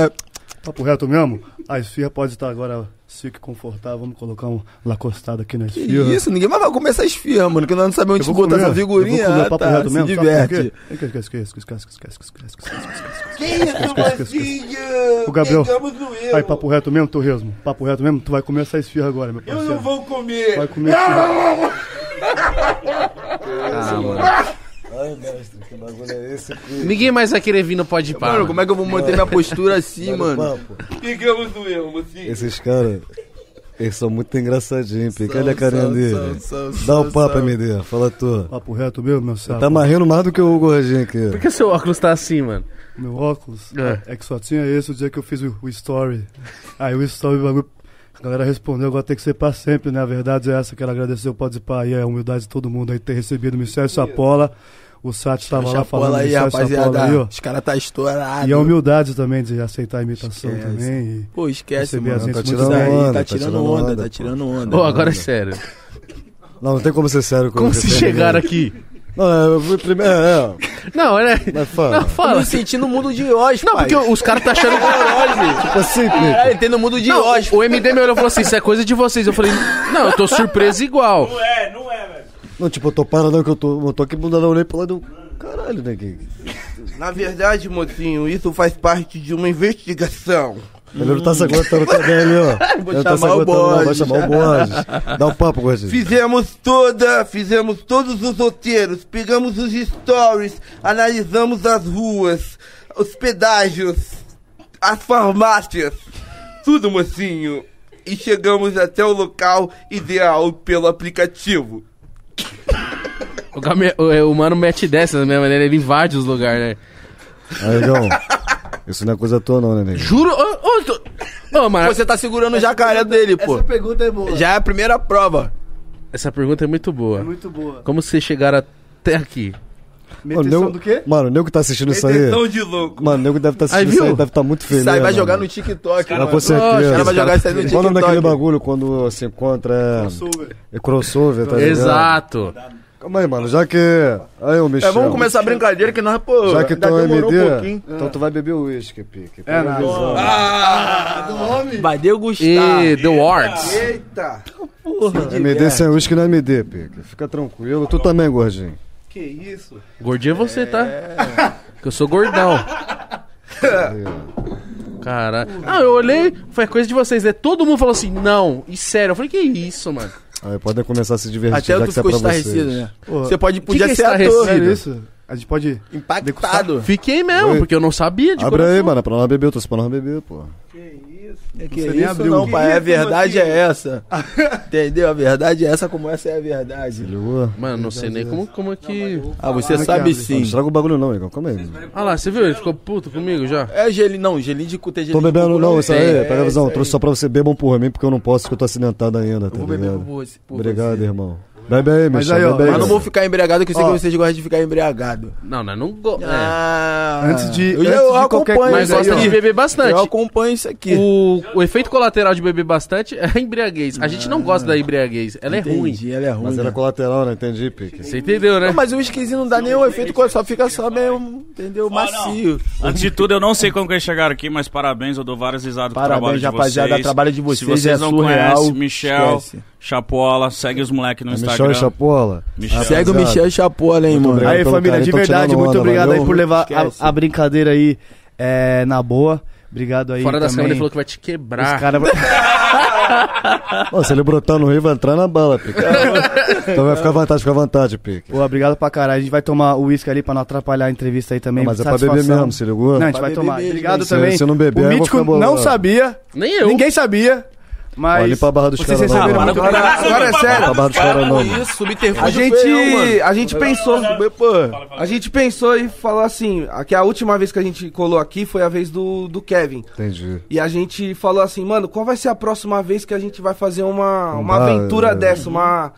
Speaker 8: Papo reto mesmo? A esfirra pode estar agora fique confortável. Vamos colocar um lacostado aqui na
Speaker 3: Que
Speaker 8: esfirra.
Speaker 3: Isso, ninguém mais vai comer essa esfirra, mano, que nós não sabemos onde
Speaker 8: Eu vou
Speaker 3: botar
Speaker 8: comer,
Speaker 3: essa
Speaker 8: eu vou
Speaker 3: figurinha.
Speaker 8: comer,
Speaker 3: Ah,
Speaker 8: papo
Speaker 3: tá,
Speaker 8: reto
Speaker 3: se
Speaker 8: mesmo, sabe por
Speaker 3: diverte.
Speaker 8: quê? Esquece, esquece, esquece, esquece, esquece, esquece, esquece.
Speaker 7: Que isso, bandinha?
Speaker 8: O Gabriel.
Speaker 7: Pegamos no erro.
Speaker 8: Aí, papo reto mesmo, Torresmo? Papo reto mesmo? Tu vai comer essa esfirra agora, meu
Speaker 7: Eu
Speaker 8: parceiro.
Speaker 7: não vou comer. Ah!
Speaker 8: Vai comer esfirra.
Speaker 4: que bagulho é esse aqui?
Speaker 1: Ninguém mais vai querer vir no Pode Pá.
Speaker 3: Mano, como é que eu vou manter minha postura assim, mano?
Speaker 7: Pegamos no erro, Lucinho.
Speaker 4: Esses caras, eles são muito engraçadinhos, pica. Olha a carinha dele. Dá o papo, MD. Fala tu.
Speaker 8: Papo reto mesmo, meu sapo.
Speaker 4: Tá marrendo mais do que o gordinho aqui.
Speaker 1: Por que seu óculos tá assim, mano?
Speaker 8: Meu óculos
Speaker 1: É.
Speaker 8: é. que só tinha esse o dia que eu fiz o, o story. Aí o story, o bagulho, a galera respondeu, agora tem que ser pra sempre, né? A verdade é essa, quero agradecer o Podpah aí, a humildade de todo mundo aí ter recebido o Michel Chapola. O Sati estava lá falando
Speaker 3: Chapola aí,
Speaker 8: Michel
Speaker 3: rapaziada.
Speaker 8: aí, ó.
Speaker 3: Os caras tá estourados.
Speaker 8: E é a humildade também de aceitar a imitação
Speaker 3: Esquece.
Speaker 8: também. e-
Speaker 3: Pô, esquece,
Speaker 8: Receber
Speaker 3: mano.
Speaker 8: a gente
Speaker 3: Tá
Speaker 8: muito
Speaker 3: tirando
Speaker 8: bem.
Speaker 3: onda, tá
Speaker 4: Tá
Speaker 3: tirando
Speaker 4: tirando
Speaker 3: onda,
Speaker 4: onda,
Speaker 3: tá
Speaker 4: pô.
Speaker 3: tirando
Speaker 1: Ô,
Speaker 3: onda.
Speaker 1: agora é sério.
Speaker 4: Não, não tem como ser sério com
Speaker 1: Como
Speaker 4: você,
Speaker 1: se chegaram
Speaker 4: né?
Speaker 1: aqui?
Speaker 4: Não, eu fui primeiro. É, é.
Speaker 1: Não, né?
Speaker 4: Mas fala.
Speaker 1: Não, fala.
Speaker 3: me senti no mundo de Oz,
Speaker 1: Não, porque os caras tá achando.
Speaker 4: Tipo assim,
Speaker 3: É,
Speaker 4: pica.
Speaker 3: ele tem no mundo de
Speaker 1: Não,
Speaker 3: Oz.
Speaker 1: o MD me olhou e falou assim: Isso é coisa de vocês. Eu falei: Não, eu tô surpreso igual.
Speaker 2: Não é, não é, velho.
Speaker 4: Não, tipo, eu tô paradão que eu tô. Eu tô aqui bundadão, olhei pra lá do. Caralho, né? Que...
Speaker 7: Na verdade, mocinho, isso faz parte de uma investigação.
Speaker 4: Ele não tá se aguentando também ali, ó.
Speaker 3: Hum. Vou
Speaker 4: Ele não tá se
Speaker 3: chamar o
Speaker 4: aguentando, não. Vai
Speaker 3: Borges.
Speaker 4: chamar o Borges. Dá o papo, gordinho.
Speaker 7: Fizemos toda, fizemos todos os roteiros, pegamos os stories, analisamos as ruas, os pedágios, as farmácias, tudo mocinho. E chegamos até o local ideal pelo aplicativo.
Speaker 1: O, Gamel- o- é, o mano mete dessa da minha maneira, ele invade os lugares, né?
Speaker 4: Aí, Igão. Isso não é coisa tua, não, né, nego?
Speaker 1: Juro. Ô, ô, tô- ô, mano,
Speaker 3: Você tá segurando o jacaré dele, pô.
Speaker 5: pergunta é boa.
Speaker 3: Já é a primeira prova.
Speaker 1: essa pergunta é muito boa.
Speaker 5: Muito boa.
Speaker 1: Como vocês chegaram até aqui?
Speaker 4: Mano, o nego-
Speaker 5: do quê?
Speaker 4: Mano, o nego que tá assistindo isso
Speaker 3: É.
Speaker 4: aí.
Speaker 7: Detenção de louco.
Speaker 4: Mano, o nego deve estar assistindo
Speaker 1: Aí,
Speaker 4: isso aí,
Speaker 1: viu?
Speaker 4: deve estar muito feliz. né,
Speaker 3: Isso aí vai
Speaker 4: mano.
Speaker 3: jogar no TikTok,
Speaker 4: Não,
Speaker 3: mano.
Speaker 4: com certeza.
Speaker 3: O cara vai
Speaker 1: Esse
Speaker 3: jogar isso aí no
Speaker 4: Qual o nome daquele
Speaker 3: TikTok.
Speaker 4: bagulho quando se encontra? É crossover, tá ligado?
Speaker 1: Exato.
Speaker 4: Calma aí, mano, já que. Aí, ô, Michel.
Speaker 3: É, vamos começar a brincadeira que nós, pô,
Speaker 4: Já que
Speaker 3: ainda
Speaker 4: tu é um
Speaker 3: demorou
Speaker 4: MD,
Speaker 3: um pouquinho.
Speaker 4: então tu vai beber uísque, pique.
Speaker 8: É, nada.
Speaker 3: Vai degustar.
Speaker 1: E The Wards.
Speaker 7: Eita!
Speaker 4: MD sem uísque não é MD, pique. Fica tranquilo. Tu também, gordinho.
Speaker 7: Que isso?
Speaker 1: Gordinho é você, tá? Que eu sou gordão. Caralho. Ah, eu olhei, foi coisa de vocês, né? Todo mundo falou assim, não, e sério. Eu falei, que isso, mano?
Speaker 4: Aí podem começar a se divertir,
Speaker 3: Até
Speaker 4: já
Speaker 3: tu
Speaker 4: que isso é
Speaker 3: ficou
Speaker 4: pra vocês.
Speaker 3: estarrecido, né? Você pode, podia
Speaker 1: que é
Speaker 3: ser ator.
Speaker 1: estarrecido?
Speaker 8: Sério isso? A gente pode...
Speaker 3: Impactado.
Speaker 1: Fiquei mesmo,
Speaker 4: Oi.
Speaker 1: porque eu não sabia de
Speaker 4: Abre
Speaker 1: coração.
Speaker 4: aí, mano, é pra nós beber, eu trouxe pra nós beber, pô.
Speaker 3: É que
Speaker 8: Você nem
Speaker 3: isso
Speaker 8: abriu.
Speaker 3: não, pai. A
Speaker 7: isso,
Speaker 3: verdade é
Speaker 7: Matheus?
Speaker 3: essa. Entendeu? A verdade é essa, como essa é a verdade.
Speaker 4: Ligou?
Speaker 1: Mano, não sei nem como, como é que.
Speaker 3: Ah, você
Speaker 8: Não,
Speaker 3: sabe
Speaker 8: Thiago,
Speaker 4: Não
Speaker 3: sim.
Speaker 4: estraga o bagulho não, Igor. Calma aí.
Speaker 1: Ah lá, você viu? Ele ficou puto comigo já.
Speaker 3: É gelinho, não, gelinho de cu, tem
Speaker 4: Tô
Speaker 3: gelinho de
Speaker 4: bebendo
Speaker 3: cu,
Speaker 4: não, isso aí,
Speaker 3: É,
Speaker 4: pega a visão.
Speaker 3: isso
Speaker 4: Trouxe
Speaker 3: aí.
Speaker 4: só pra você, bebam por mim, porque eu não posso, que eu tô acidentado ainda, tá
Speaker 3: Vou beber por
Speaker 4: ligado?
Speaker 3: você. por
Speaker 4: Obrigado,
Speaker 3: você.
Speaker 4: irmão. Bebe aí,
Speaker 8: Mas
Speaker 4: Michel,
Speaker 8: aí, ó,
Speaker 4: bebe aí.
Speaker 3: é. Mas não
Speaker 4: cara.
Speaker 3: vou ficar embriagado, que eu sei
Speaker 8: Ó.
Speaker 3: que vocês gostam de ficar embriagado.
Speaker 1: Não, não, não. Go... é.
Speaker 3: Ah,
Speaker 8: Antes de-
Speaker 3: eu,
Speaker 8: antes
Speaker 3: eu
Speaker 8: de qualquer
Speaker 3: acompanho
Speaker 1: Mas
Speaker 8: coisa
Speaker 3: isso
Speaker 1: gosta
Speaker 3: aqui.
Speaker 1: de beber bastante.
Speaker 3: Eu acompanho isso aqui.
Speaker 4: é
Speaker 1: O, o efeito colateral de beber bastante é a embriaguez. A gente não gosta da embriaguez. Ela é ruim.
Speaker 3: Entendi, ela é ruim.
Speaker 4: Mas era colateral, né? Entendi, Pique.
Speaker 1: Você entendeu, né?
Speaker 3: Não, mas o esquisinho não dá nenhum
Speaker 4: é
Speaker 3: efeito, só fica só mesmo, entendeu? Macio.
Speaker 2: Antes de tudo, eu não sei como que eles chegaram aqui, mas parabéns, eu dou várias risadas pro
Speaker 3: Parabéns,
Speaker 2: trabalho de
Speaker 3: rapaziada,
Speaker 2: vocês.
Speaker 3: o trabalho de vocês
Speaker 2: Se vocês
Speaker 3: é
Speaker 2: não
Speaker 3: surreal,
Speaker 2: conhecem, Michel,
Speaker 3: esquece.
Speaker 2: Chapola, segue os moleques no
Speaker 4: É Michel
Speaker 2: Instagram.
Speaker 4: e Chapola.
Speaker 2: Michel.
Speaker 3: Segue o
Speaker 4: Rapaziada.
Speaker 3: Michel Chapola, hein,
Speaker 4: Muito
Speaker 3: mano.
Speaker 4: obrigado.
Speaker 8: Aí,
Speaker 4: pelo
Speaker 8: família,
Speaker 4: carinho,
Speaker 8: de
Speaker 4: tão
Speaker 8: verdade,
Speaker 4: tirando
Speaker 8: muito
Speaker 4: onda,
Speaker 8: obrigado
Speaker 4: valeu.
Speaker 8: aí por levar a,
Speaker 3: Esquece.
Speaker 8: a brincadeira aí é, na boa. Obrigado aí
Speaker 1: Fora da câmera
Speaker 8: também.
Speaker 1: ele falou que tá. vai te
Speaker 8: Os
Speaker 1: quebrar.
Speaker 8: cara...
Speaker 4: Ó, se ele brotar no Rio, vai entrar na bala, Pique. então vai ficar à vontade, fica à vontade, Pique.
Speaker 8: Pô, obrigado pra caralho. A gente vai tomar o uísque ali pra não atrapalhar a entrevista aí também.
Speaker 4: Não, mas é pra
Speaker 8: Satisfação.
Speaker 4: beber mesmo, se ligou?
Speaker 8: Não, a gente
Speaker 3: Pra
Speaker 8: vai
Speaker 3: beber
Speaker 8: tomar.
Speaker 3: mesmo,
Speaker 8: obrigado
Speaker 4: Se-
Speaker 8: também.
Speaker 4: se não beber,
Speaker 8: o
Speaker 4: eu vou
Speaker 8: Mítico
Speaker 4: ficar bolado.
Speaker 8: não sabia.
Speaker 1: Nem eu.
Speaker 8: Ninguém sabia.
Speaker 4: Mas...
Speaker 8: Mas.
Speaker 4: Limpa a barra dos
Speaker 8: vocês
Speaker 4: caras não.
Speaker 8: receberam
Speaker 4: mano.
Speaker 8: muito-
Speaker 2: Agora-
Speaker 7: Agora é sério.
Speaker 4: Limpa a barra dos caras não. mano.
Speaker 9: A gente, a gente pensou.
Speaker 3: Pô,
Speaker 9: A gente pensou e falou assim: a, que a última vez que a gente colou aqui foi a vez do, do Kevin.
Speaker 4: Entendi.
Speaker 9: E a gente falou assim, mano, qual vai ser a próxima vez que a gente vai fazer uma,
Speaker 4: Um
Speaker 9: uma
Speaker 4: bar,
Speaker 9: aventura
Speaker 4: é.
Speaker 9: dessa, uma,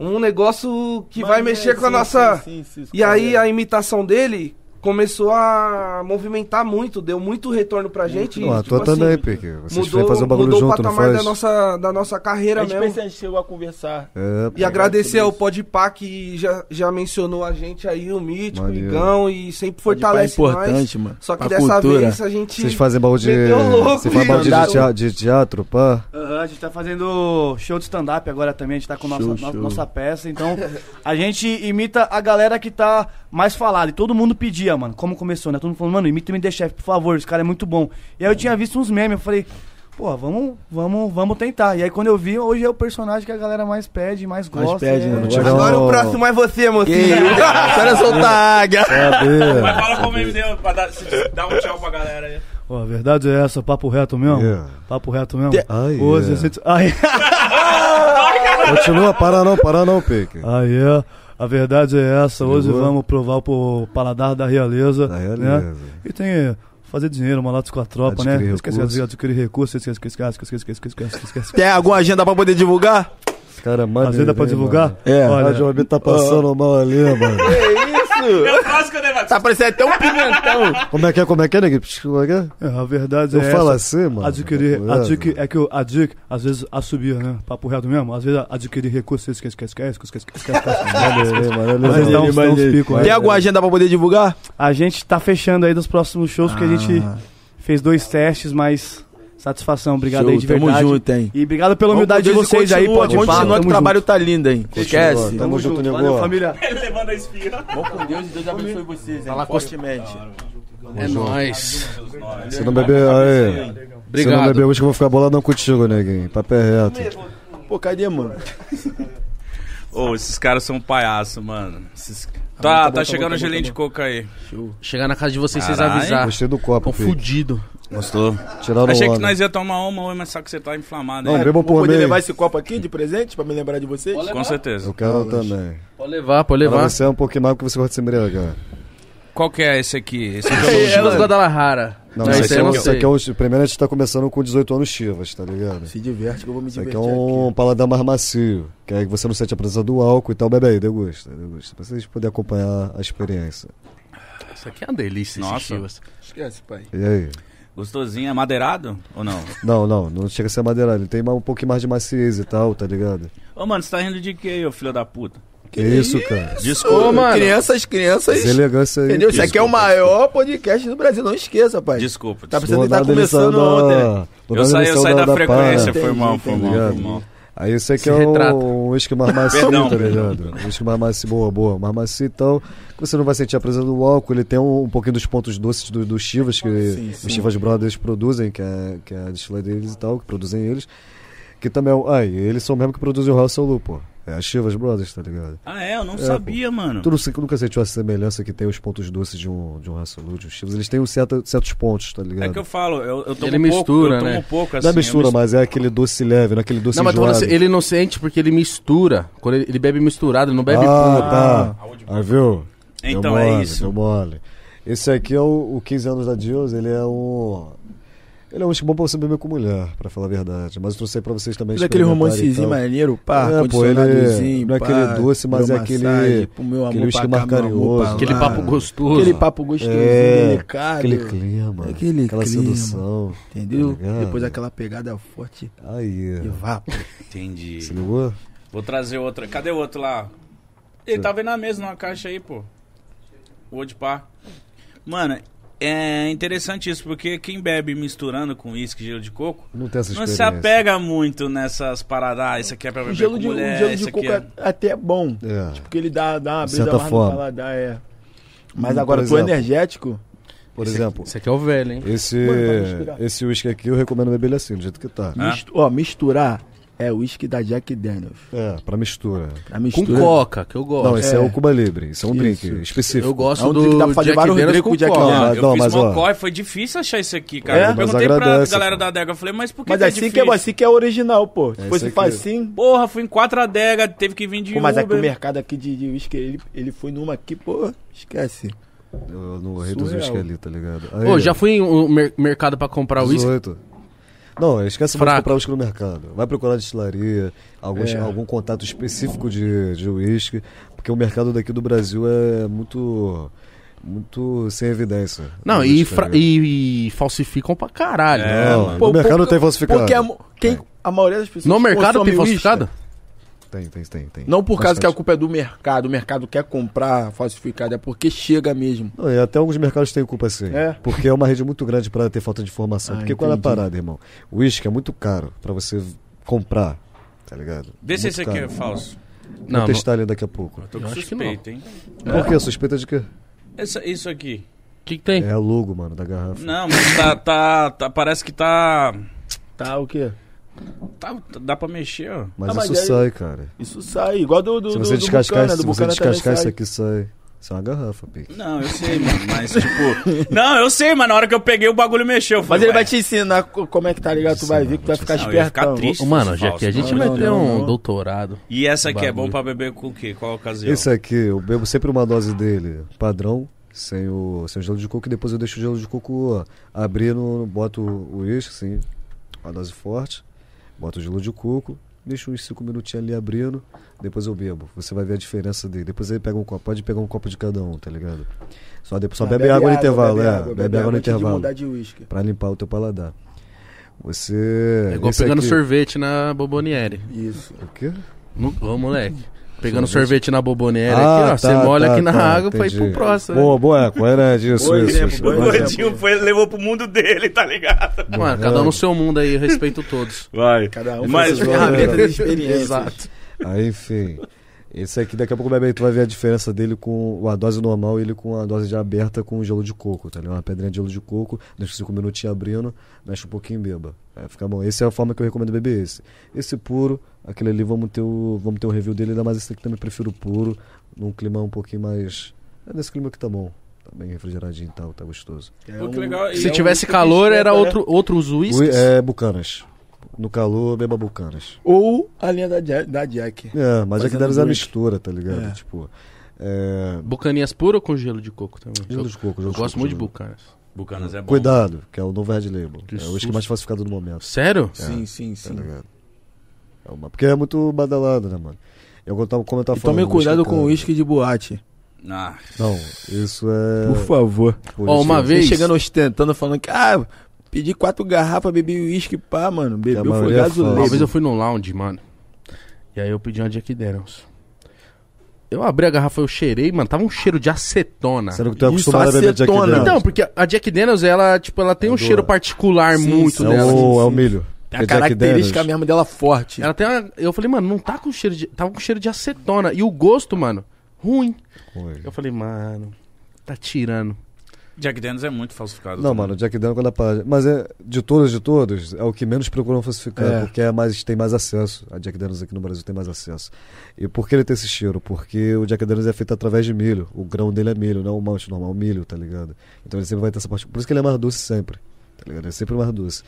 Speaker 9: um negócio que vai
Speaker 3: Mano,
Speaker 9: mexer
Speaker 3: é,
Speaker 9: com a
Speaker 3: sim,
Speaker 9: nossa.
Speaker 3: sim, sim, sim,
Speaker 9: e aí
Speaker 3: é.
Speaker 9: a imitação dele começou a movimentar muito, deu muito retorno pra gente.
Speaker 4: Não, a
Speaker 9: tipo
Speaker 4: tua
Speaker 9: assim,
Speaker 4: também, Pique. Vocês
Speaker 9: mudou,
Speaker 4: vêm fazer um bagulho
Speaker 9: mudou
Speaker 4: junto,
Speaker 9: o
Speaker 4: não
Speaker 9: patamar
Speaker 4: faz?
Speaker 9: da nossa, da nossa carreira
Speaker 3: a gente
Speaker 9: mesmo.
Speaker 3: pensa, a gente chegou a conversar.
Speaker 4: É,
Speaker 9: E agradecer ao Podpah que já, já mencionou a gente aí, o Mítico, o
Speaker 4: Maneiro. é
Speaker 9: Igão, e sempre
Speaker 3: Pode falar,
Speaker 9: fortalece nós.
Speaker 3: importante, mano.
Speaker 9: Só que
Speaker 3: Pra
Speaker 9: dessa
Speaker 3: cultura.
Speaker 9: vez a gente...
Speaker 4: Vocês fazem balde de.
Speaker 9: Meteu louco,
Speaker 4: Vocês fazem
Speaker 9: hein?
Speaker 4: balde de, tea- de teatro, pá?
Speaker 10: Aham, a gente tá fazendo show de stand-up agora também, a gente tá com nossa,
Speaker 3: Show,
Speaker 10: no-
Speaker 3: show.
Speaker 10: nossa peça, então a gente imita a galera que tá mais falada. E todo mundo pedia, mano, como começou, né? Todo mundo falando, mano, imita o MD Chef, por favor, esse cara é muito bom. E aí eu tinha visto uns memes, eu falei, pô, vamos, vamos, vamos tentar. E aí quando eu vi, hoje é o personagem que a galera mais pede, mais gosta.
Speaker 3: pede,
Speaker 10: é-
Speaker 3: né?
Speaker 4: Tiver
Speaker 7: Agora
Speaker 4: um-
Speaker 7: o próximo é você,
Speaker 3: Ei,
Speaker 7: mocinho.
Speaker 3: olha soltar a águia.
Speaker 4: É,
Speaker 2: Mas
Speaker 4: Saber.
Speaker 2: fala como ele deu pra dar, se- dar um tchau pra galera aí.
Speaker 8: Ó, a verdade é essa, papo reto mesmo.
Speaker 4: Yeah.
Speaker 8: Papo reto mesmo.
Speaker 3: Te-
Speaker 4: Ai,
Speaker 8: Hoje
Speaker 4: é.
Speaker 8: a gente. Ai,
Speaker 4: Continua, para não, para não, Pique.
Speaker 8: ai, é. A verdade é essa. Hoje
Speaker 4: Ligou?
Speaker 8: vamos provar pro paladar da realeza.
Speaker 4: Da
Speaker 8: Né?
Speaker 4: realeza.
Speaker 8: E tem. Fazer dinheiro, malatos com a tropa,
Speaker 4: Adquirir
Speaker 8: né? Esquece,
Speaker 4: recurso.
Speaker 8: esquece, adquirir recurso, esquece, esquece, esquece, esquece, esquece, esquece, esquece.
Speaker 3: Tem alguma agenda pra poder divulgar?
Speaker 4: Esse cara é maneiro.
Speaker 8: Fazenda pra
Speaker 4: hein,
Speaker 8: divulgar?
Speaker 4: mano.
Speaker 3: É.
Speaker 4: A
Speaker 8: Olha,
Speaker 4: Rádio Web tá passando mal ali, mano.
Speaker 2: É o clássico, né, Matheus?
Speaker 3: Tá parecendo até um pimentão.
Speaker 4: Como é que é, como é que é, neguinho? Psh, Como é que é?
Speaker 8: é, a verdade
Speaker 4: Eu
Speaker 8: é
Speaker 4: falo
Speaker 8: essa.
Speaker 4: assim, mano.
Speaker 8: Adquirir,
Speaker 4: Tá curioso?
Speaker 8: adquirir, é que eu, adquirir, às vezes assobia, né? Papo reto mesmo, às vezes adquirir recursos, esquece, esquece, esquece, esquece, esquece,
Speaker 4: Maneiro,
Speaker 8: esquece.
Speaker 4: hein, maneiro,
Speaker 8: Às vezes
Speaker 4: maneiro.
Speaker 8: dá uns, dá uns picos, né?
Speaker 3: Tem alguma agenda pra poder divulgar?
Speaker 10: A gente tá fechando aí dos próximos shows, porque a gente
Speaker 8: Ah.
Speaker 10: fez dois testes, mas satisfação, obrigado aí de
Speaker 3: tamo
Speaker 10: verdade.
Speaker 3: junto, hein?
Speaker 10: E obrigado pela humildade de
Speaker 3: Vamos
Speaker 10: vocês aí,
Speaker 3: continua,
Speaker 10: pode
Speaker 3: Continua
Speaker 8: é
Speaker 3: que o trabalho tá lindo, hein?
Speaker 4: Continua,
Speaker 3: Esquece.
Speaker 4: Tamo junto, nego.
Speaker 10: Valeu, família.
Speaker 2: Ele levando a espinha.
Speaker 3: Vamos com Deus e Deus abençoe vocês, hein? Fortemente.
Speaker 1: É nóis.
Speaker 4: Se não beber, aí. Se não
Speaker 1: Obrigado.
Speaker 4: beber hoje que eu vou ficar boladão contigo, neguinho. Papo é reto.
Speaker 3: Pô, cadê, mano?
Speaker 2: Ô, esses caras são um palhaço, mano. Esses- Tá, tá,
Speaker 3: bom, tá
Speaker 2: chegando
Speaker 3: bom, tá
Speaker 2: o gelinho
Speaker 3: bom,
Speaker 2: de coca aí.
Speaker 1: Chegar na casa de vocês, vocês
Speaker 2: Caralho.
Speaker 1: avisar.
Speaker 4: Gostei do copo, Pique.
Speaker 1: Confundido.
Speaker 2: Gostou?
Speaker 3: Tá
Speaker 4: Tiraram
Speaker 2: Achei
Speaker 4: o
Speaker 2: que
Speaker 4: ano.
Speaker 3: né?
Speaker 2: nós ia tomar uma hoje, mas só que você tá inflamado,
Speaker 4: Não,
Speaker 2: hein?
Speaker 4: beba um
Speaker 3: Vou
Speaker 4: por
Speaker 3: poder
Speaker 4: meio.
Speaker 3: levar esse copo aqui de presente pra me lembrar de vocês?
Speaker 2: Com certeza.
Speaker 4: Eu quero também.
Speaker 1: Pode levar, pode
Speaker 4: Pra
Speaker 1: levar.
Speaker 4: você é um pouquinho mais porque você gosta de né? se embriagar.
Speaker 2: Qual que é esse aqui? Esse aqui é o
Speaker 1: É os Guadalajara.
Speaker 4: Não,
Speaker 1: Mas
Speaker 4: isso
Speaker 1: aí
Speaker 4: aqui, é
Speaker 1: eu
Speaker 4: um-
Speaker 1: não
Speaker 4: isso
Speaker 1: sei.
Speaker 4: aqui é um. Primeiro a gente tá começando com 18 anos Chivas, tá ligado?
Speaker 3: Se diverte que eu vou me
Speaker 4: Isso
Speaker 3: divertir
Speaker 4: aqui é um paladar mais macio, que aí você não sente a presença do álcool e tal, bebe aí, degusta, degusta. Pra vocês poderem acompanhar a experiência. um-
Speaker 1: Isso aqui é uma delícia, esse
Speaker 2: Nossa.
Speaker 1: Chivas.
Speaker 3: Esquece, pai.
Speaker 4: E aí?
Speaker 2: Gostosinho, é madeirado ou não?
Speaker 4: Não, não, não chega a ser madeirado, ele tem mais- um pouquinho mais de maciez e tal, tá ligado?
Speaker 2: Ô, mano, você tá rindo de quê, ô filho da puta?
Speaker 4: Que isso, cara?
Speaker 2: Desculpa,
Speaker 1: mano.
Speaker 3: Crianças, crianças.
Speaker 4: Deselegância aí.
Speaker 3: Entendeu? Isso aqui é o maior podcast do Brasil, não esqueça, pai.
Speaker 2: desculpa.
Speaker 3: Tá
Speaker 2: desculpa.
Speaker 3: precisando estar começando ontem.
Speaker 2: Eu saí, eu saí da, frequência, foi
Speaker 3: Entendi,
Speaker 2: mal, foi mal, foi
Speaker 4: entendi.
Speaker 2: mal.
Speaker 4: tá Aí isso aqui
Speaker 1: Se
Speaker 4: é
Speaker 1: retrata.
Speaker 4: um uísque mais macio,
Speaker 2: Perdão.
Speaker 4: tá ligado? Um uísque mais macio, boa, boa. Mais macio e tal. que Você não vai sentir a presença do álcool. Ele tem um, um pouquinho dos pontos doces do, do Chivas, que os Chivas Brothers produzem, que é, que é a destila deles e tal, que produzem eles. Que também é um... Ah, e eles são mesmo que produzem o House Lupo. É a Chivas Brothers, tá ligado?
Speaker 2: Ah, é? Eu não sabia, mano.
Speaker 4: Tu não se- nunca sentiu a semelhança que tem os pontos doces de um, de um House Lupo, de um Chivas? Eles têm um certo, certos pontos, tá
Speaker 2: É
Speaker 4: ligado?
Speaker 2: que eu falo, eu, eu tomo
Speaker 1: Ele
Speaker 2: pouco,
Speaker 1: mistura,
Speaker 2: eu tomo
Speaker 1: né?
Speaker 2: pouco, assim.
Speaker 4: Não é
Speaker 2: eu
Speaker 4: mistura,
Speaker 2: mis-
Speaker 4: mas é aquele doce leve, não é aquele doce
Speaker 1: Não, mas tô falando
Speaker 4: enjoado.
Speaker 1: assim, ele não sente porque ele mistura. Quando ele, ele bebe misturado, ele não bebe puro.
Speaker 4: Ah, tá. Aí, viu?
Speaker 2: Então,
Speaker 4: Deu
Speaker 2: é
Speaker 4: mole,
Speaker 2: isso.
Speaker 4: Deu mole. Esse aqui é o, o 15 anos da Deus, ele é um. Ele é um uísque bom pra você beber com mulher, pra falar a verdade. Mas eu trouxe aí pra vocês também.
Speaker 3: Mas é aquele
Speaker 4: experimentarem então. e
Speaker 3: romancezinho
Speaker 4: tal.
Speaker 3: maneiro, pá,
Speaker 4: É, pô, ele-
Speaker 3: condicionadozinho,
Speaker 4: não é
Speaker 3: pá,
Speaker 4: aquele doce, mas é aquele-
Speaker 3: hidromassagem, pô, meu
Speaker 4: aquele
Speaker 3: amor
Speaker 4: uísque
Speaker 3: pra
Speaker 4: mais
Speaker 3: cá, meu amor pra
Speaker 4: carinhoso.
Speaker 1: Aquele
Speaker 3: lá.
Speaker 1: papo gostoso.
Speaker 3: Ah. Aquele papo gostosinho,
Speaker 4: É,
Speaker 3: delicado. É
Speaker 4: Aquele clima.
Speaker 3: Aquele
Speaker 4: aquela
Speaker 3: clima.
Speaker 4: sedução.
Speaker 3: Entendeu?
Speaker 4: Tá ligado? É.
Speaker 3: Depois aquela pegada forte
Speaker 4: Aí.
Speaker 3: e vapo.
Speaker 2: Entendi.
Speaker 4: Se ligou?
Speaker 2: Vou trazer outra. Cadê o outro lá? Ele tava aí na mesa, numa caixa aí, pô. O outro pá. Mano, é interessante isso, porque quem bebe misturando com uísque e gelo de coco,
Speaker 4: Não tem essa
Speaker 2: não
Speaker 4: experiência.
Speaker 2: se apega muito nessas paradas. Ah, isso aqui é pra
Speaker 3: O
Speaker 2: beber
Speaker 3: gelo
Speaker 2: com
Speaker 3: de, o
Speaker 2: mulher,
Speaker 3: gelo
Speaker 2: isso
Speaker 3: de
Speaker 2: aqui
Speaker 3: coco
Speaker 2: é...
Speaker 3: é até bom.
Speaker 4: É.
Speaker 3: Porque ele dá, dá uma
Speaker 4: De
Speaker 3: brisa
Speaker 4: certa
Speaker 3: mais
Speaker 4: forma.
Speaker 3: no paladar, é. Mas
Speaker 4: Hum,
Speaker 3: agora
Speaker 4: por
Speaker 3: tu é
Speaker 4: exemplo.
Speaker 3: energético.
Speaker 4: Por exemplo,
Speaker 1: Esse aqui é o velho, hein?
Speaker 4: esse
Speaker 3: Mano, pra misturar.
Speaker 4: esse uísque aqui eu recomendo beber ele assim, do jeito que tá.
Speaker 2: Ah.
Speaker 3: mistu- ó, misturar É uísque da Jack Daniels.
Speaker 4: É, pra mistura.
Speaker 3: Pra mistura.
Speaker 1: Com coca, que eu gosto.
Speaker 4: Não, esse é,
Speaker 3: É.
Speaker 4: o Cuba Libre. Isso é um drink específico.
Speaker 1: Eu gosto
Speaker 3: É um drink que dá
Speaker 1: do
Speaker 3: pra fazer
Speaker 1: Jack
Speaker 3: vários
Speaker 1: Daniels
Speaker 3: drinks
Speaker 1: com
Speaker 3: com Jack
Speaker 1: cola.
Speaker 4: Daniels.
Speaker 2: Cara,
Speaker 4: Ah,
Speaker 2: eu
Speaker 4: não,
Speaker 2: fiz
Speaker 4: mas, ó.
Speaker 2: Mocói, foi difícil achar isso aqui, cara.
Speaker 4: É?
Speaker 2: eu
Speaker 4: Mas
Speaker 2: perguntei pra
Speaker 4: agradece,
Speaker 2: galera
Speaker 4: pô.
Speaker 2: da adega, eu falei, mas por que
Speaker 3: Mas
Speaker 2: que é
Speaker 3: assim que,
Speaker 2: difícil?
Speaker 3: é, assim que é original, pô. Se
Speaker 4: É
Speaker 3: fosse
Speaker 4: isso aqui.
Speaker 3: facinho.
Speaker 2: Porra, fui em quatro adegas, teve que vir de
Speaker 3: Pô, mas aqui o
Speaker 2: Uber.
Speaker 3: mercado aqui de de uísque, ele, ele foi numa aqui, pô, esquece.
Speaker 4: Eu não reduzi o
Speaker 3: Surreal.
Speaker 4: esqueleto, tá ligado? Aí,
Speaker 1: Pô, já fui em um mer- mercado pra comprar uísque.
Speaker 4: 18. Não, esquece
Speaker 1: Fraco. É.
Speaker 4: de comprar uísque no mercado. Vai procurar destilaria, alguns, algum contato específico de de uísque, porque o mercado daqui do Brasil é muito muito sem evidência.
Speaker 1: Não,
Speaker 4: Do
Speaker 1: e,
Speaker 4: uísque,
Speaker 1: fra-
Speaker 4: tá ligado?
Speaker 1: e- e falsificam pra caralho.
Speaker 4: É,
Speaker 1: Não,
Speaker 4: mano,
Speaker 3: Pô,
Speaker 4: no mercado não tem falsificado.
Speaker 1: é
Speaker 4: É.
Speaker 3: Porque a, mo- quem, a maioria das pessoas.
Speaker 1: No
Speaker 3: que
Speaker 1: mercado
Speaker 3: consomem
Speaker 1: tem
Speaker 3: uísque,
Speaker 1: falsificado?
Speaker 4: Tem, tem, tem, tem.
Speaker 3: Não por causa que a
Speaker 4: Bastante.
Speaker 3: culpa é do mercado, o mercado quer comprar falsificado, é porque chega mesmo.
Speaker 4: Não, e até alguns mercados têm culpa sim.
Speaker 3: É.
Speaker 4: Porque é uma rede muito grande para ter falta de informação.
Speaker 3: Ah,
Speaker 4: porque qual é a
Speaker 3: entendi.
Speaker 4: parada, irmão? O uísque é muito caro para você v- comprar, tá ligado?
Speaker 2: Vê se
Speaker 4: Muito
Speaker 2: esse aqui é
Speaker 4: caro.
Speaker 2: falso.
Speaker 1: Não,
Speaker 4: Vou
Speaker 1: não-
Speaker 4: testar ele daqui a pouco.
Speaker 2: Tô com
Speaker 1: Eu acho que
Speaker 2: suspeito, hein?
Speaker 3: É.
Speaker 4: Por quê? Suspeita de quê?
Speaker 2: Essa- isso aqui.
Speaker 1: O que, que tem?
Speaker 4: É a logo, mano, da garrafa.
Speaker 2: Não, mas tá, tá, tá- Parece que tá,
Speaker 3: Tá, o quê?
Speaker 2: tá- tá- Dá pra mexer, ó.
Speaker 4: Mas
Speaker 3: Ah, mas
Speaker 4: isso
Speaker 3: aí-
Speaker 4: sai, cara.
Speaker 3: Isso sai, igual do. do
Speaker 4: se
Speaker 3: do-
Speaker 4: você
Speaker 3: do
Speaker 4: descascar,
Speaker 3: Bucana, do
Speaker 4: se você
Speaker 3: Bucana também sai.
Speaker 4: descascar isso aqui, sai. Isso é uma garrafa, pique.
Speaker 2: Não, eu sei, mano. Mas, tipo. não, eu sei, mano. Na hora que eu peguei o bagulho mexeu. eu
Speaker 3: Mas
Speaker 2: falei,
Speaker 3: ele
Speaker 2: ué.
Speaker 3: vai te ensinar co- como é que tá ligado, tu vai ver que tu vai ficar
Speaker 2: Não, eu ia
Speaker 3: esperto.
Speaker 2: ficar triste se
Speaker 1: Mano,
Speaker 2: fosse
Speaker 1: já
Speaker 2: falso,
Speaker 1: que a gente
Speaker 2: não.
Speaker 1: vai
Speaker 3: não,
Speaker 1: ter
Speaker 3: não,
Speaker 1: um
Speaker 3: não.
Speaker 1: doutorado.
Speaker 2: E essa aqui é
Speaker 1: Bagulho.
Speaker 2: bom pra beber com o quê? Qual a ocasião?
Speaker 3: é
Speaker 4: Esse aqui, eu bebo sempre uma dose dele, padrão, sem o, sem o gelo de coco, e depois eu deixo o gelo de coco ó, abrir, no, boto o uísque, assim, uma dose forte, boto o gelo de coco, deixo uns 5 minutinhos ali abrindo, depois eu bebo. Você vai ver a diferença dele. Depois ele pega um copo, pode pegar um copo de cada um, tá ligado? Só, depois, só
Speaker 3: Ah,
Speaker 4: bebe, água no intervalo,
Speaker 3: bebe
Speaker 4: é.
Speaker 3: água,
Speaker 4: bebe água no
Speaker 3: antes de
Speaker 4: intervalo.
Speaker 3: mudar de uísque.
Speaker 4: Pra limpar o teu paladar. Você.
Speaker 1: É igual
Speaker 4: esse
Speaker 1: pegando
Speaker 4: aqui-
Speaker 1: sorvete na Bomboniere.
Speaker 3: Isso.
Speaker 4: O quê?
Speaker 1: Não- Ô, moleque. Pegando sorvete na Bomboniere
Speaker 4: Ah,
Speaker 1: aqui, ó.
Speaker 4: tá,
Speaker 1: Você molha
Speaker 4: tá,
Speaker 1: aqui na
Speaker 4: tá,
Speaker 1: água pra ir
Speaker 4: entendi.
Speaker 1: pro próximo. né?
Speaker 4: Boa, boa, qual era disso?
Speaker 3: Bom
Speaker 4: isso,
Speaker 3: exemplo,
Speaker 4: isso,
Speaker 3: bom
Speaker 4: agora-
Speaker 2: O Gordinho foi, levou pro mundo dele, tá ligado?
Speaker 1: Mano, cada um no seu mundo aí, eu respeito todos.
Speaker 2: Vai.
Speaker 3: Cada um
Speaker 2: Mas-
Speaker 3: faz as ferramentas
Speaker 4: Exato.
Speaker 3: de experiência.
Speaker 4: Aí, enfim. Esse aqui, daqui a pouco, bebê, tu vai ver a diferença dele com a dose normal e ele com a dose já aberta com gelo de coco, tá ligado? Uma pedrinha de gelo de coco, deixa cinco minutinhos abrindo, mexe um pouquinho e beba. Aí fica bom. Essa é a forma que eu recomendo beber esse. Esse puro, aquele ali, vamos ter o, vamos ter o review dele, ainda mais esse aqui também prefiro puro, num clima um pouquinho mais... É nesse clima que tá bom. Tá bem refrigeradinho e tal, tá gostoso.
Speaker 2: Pô, que legal. E
Speaker 1: Se
Speaker 2: é um-
Speaker 1: tivesse calor, era
Speaker 3: né?
Speaker 1: outro, outros
Speaker 4: Ui,
Speaker 1: uísques.
Speaker 4: é, Bucanas. No calor, beba Bucanas.
Speaker 3: Ou a linha da Jack. Da Jack.
Speaker 4: É, mas é que
Speaker 3: Fazendo
Speaker 4: deles é a
Speaker 3: drink.
Speaker 4: mistura, tá ligado?
Speaker 3: É.
Speaker 4: Tipo, é...
Speaker 1: Bucaninhas puro ou com gelo de coco também?
Speaker 4: Gelo
Speaker 1: Eu-
Speaker 4: de coco, gelo
Speaker 1: Eu
Speaker 4: de
Speaker 1: gosto
Speaker 4: coco,
Speaker 1: muito de
Speaker 4: gelo de
Speaker 1: bucanas.
Speaker 2: Bucanas é bom.
Speaker 4: Cuidado, que é o novo Red Label.
Speaker 1: Que
Speaker 4: é o
Speaker 1: susto.
Speaker 4: uísque mais falsificado do momento.
Speaker 1: Sério?
Speaker 3: Sim, sim,
Speaker 4: Tá
Speaker 3: sim.
Speaker 4: ligado? É uma... Porque é muito badalado, né, mano? Eu contava como eu tava
Speaker 3: E
Speaker 4: falando.
Speaker 3: tome cuidado com o
Speaker 4: uísque.
Speaker 3: uísque de boate.
Speaker 2: Ah,
Speaker 4: tá- Não, isso é.
Speaker 3: Por favor.
Speaker 4: Por
Speaker 1: Ó,
Speaker 4: isso
Speaker 1: uma
Speaker 4: é-
Speaker 1: vez-
Speaker 3: Vem chegando ostentando, falando que, ah, pedi quatro garrafas, bebi uísque, pá, mano. Bebeu, foi
Speaker 4: maioria é
Speaker 1: Uma
Speaker 4: Lembro.
Speaker 1: vez
Speaker 3: gasolina.
Speaker 1: eu fui no lounge, mano. E aí eu pedi uma Jack Daniels. Eu abri a garrafa, eu cheirei, mano. Tava um cheiro de acetona.
Speaker 4: Será que tu é
Speaker 3: Isso,
Speaker 4: acostumado a beber Jack
Speaker 3: acetona.
Speaker 4: Daniels?
Speaker 1: Então, porque a Jack Daniels, ela, tipo, ela tem um
Speaker 4: do-
Speaker 1: cheiro particular
Speaker 3: Sim,
Speaker 1: muito
Speaker 3: sim,
Speaker 4: é
Speaker 1: dela.
Speaker 4: o,
Speaker 3: sim,
Speaker 4: é o
Speaker 3: sim.
Speaker 4: milho.
Speaker 3: É
Speaker 4: Porque
Speaker 3: a
Speaker 4: Jack
Speaker 3: característica
Speaker 4: Daniels-
Speaker 3: mesmo dela forte.
Speaker 1: Ela tem uma... Eu falei, mano, não tá com cheiro de... Tava com cheiro de acetona. E o gosto, mano, ruim.
Speaker 4: Oi.
Speaker 1: Eu falei, mano, tá tirando.
Speaker 2: Jack Daniels é muito falsificado.
Speaker 4: Não,
Speaker 2: também.
Speaker 4: mano, Jack Daniels quando é parada. Mas é, de todos, de todos, é o que menos procuram falsificar,
Speaker 3: É.
Speaker 4: porque é mais, tem mais acesso. A Jack Daniels aqui no Brasil tem mais acesso. E por que ele tem esse cheiro? Porque o Jack Daniels é feito através de milho. O grão dele é milho, não o malte normal, o milho, tá ligado? Então ele sempre vai ter essa parte. Por isso que ele é mais doce sempre, tá ligado? Ele é sempre mais doce.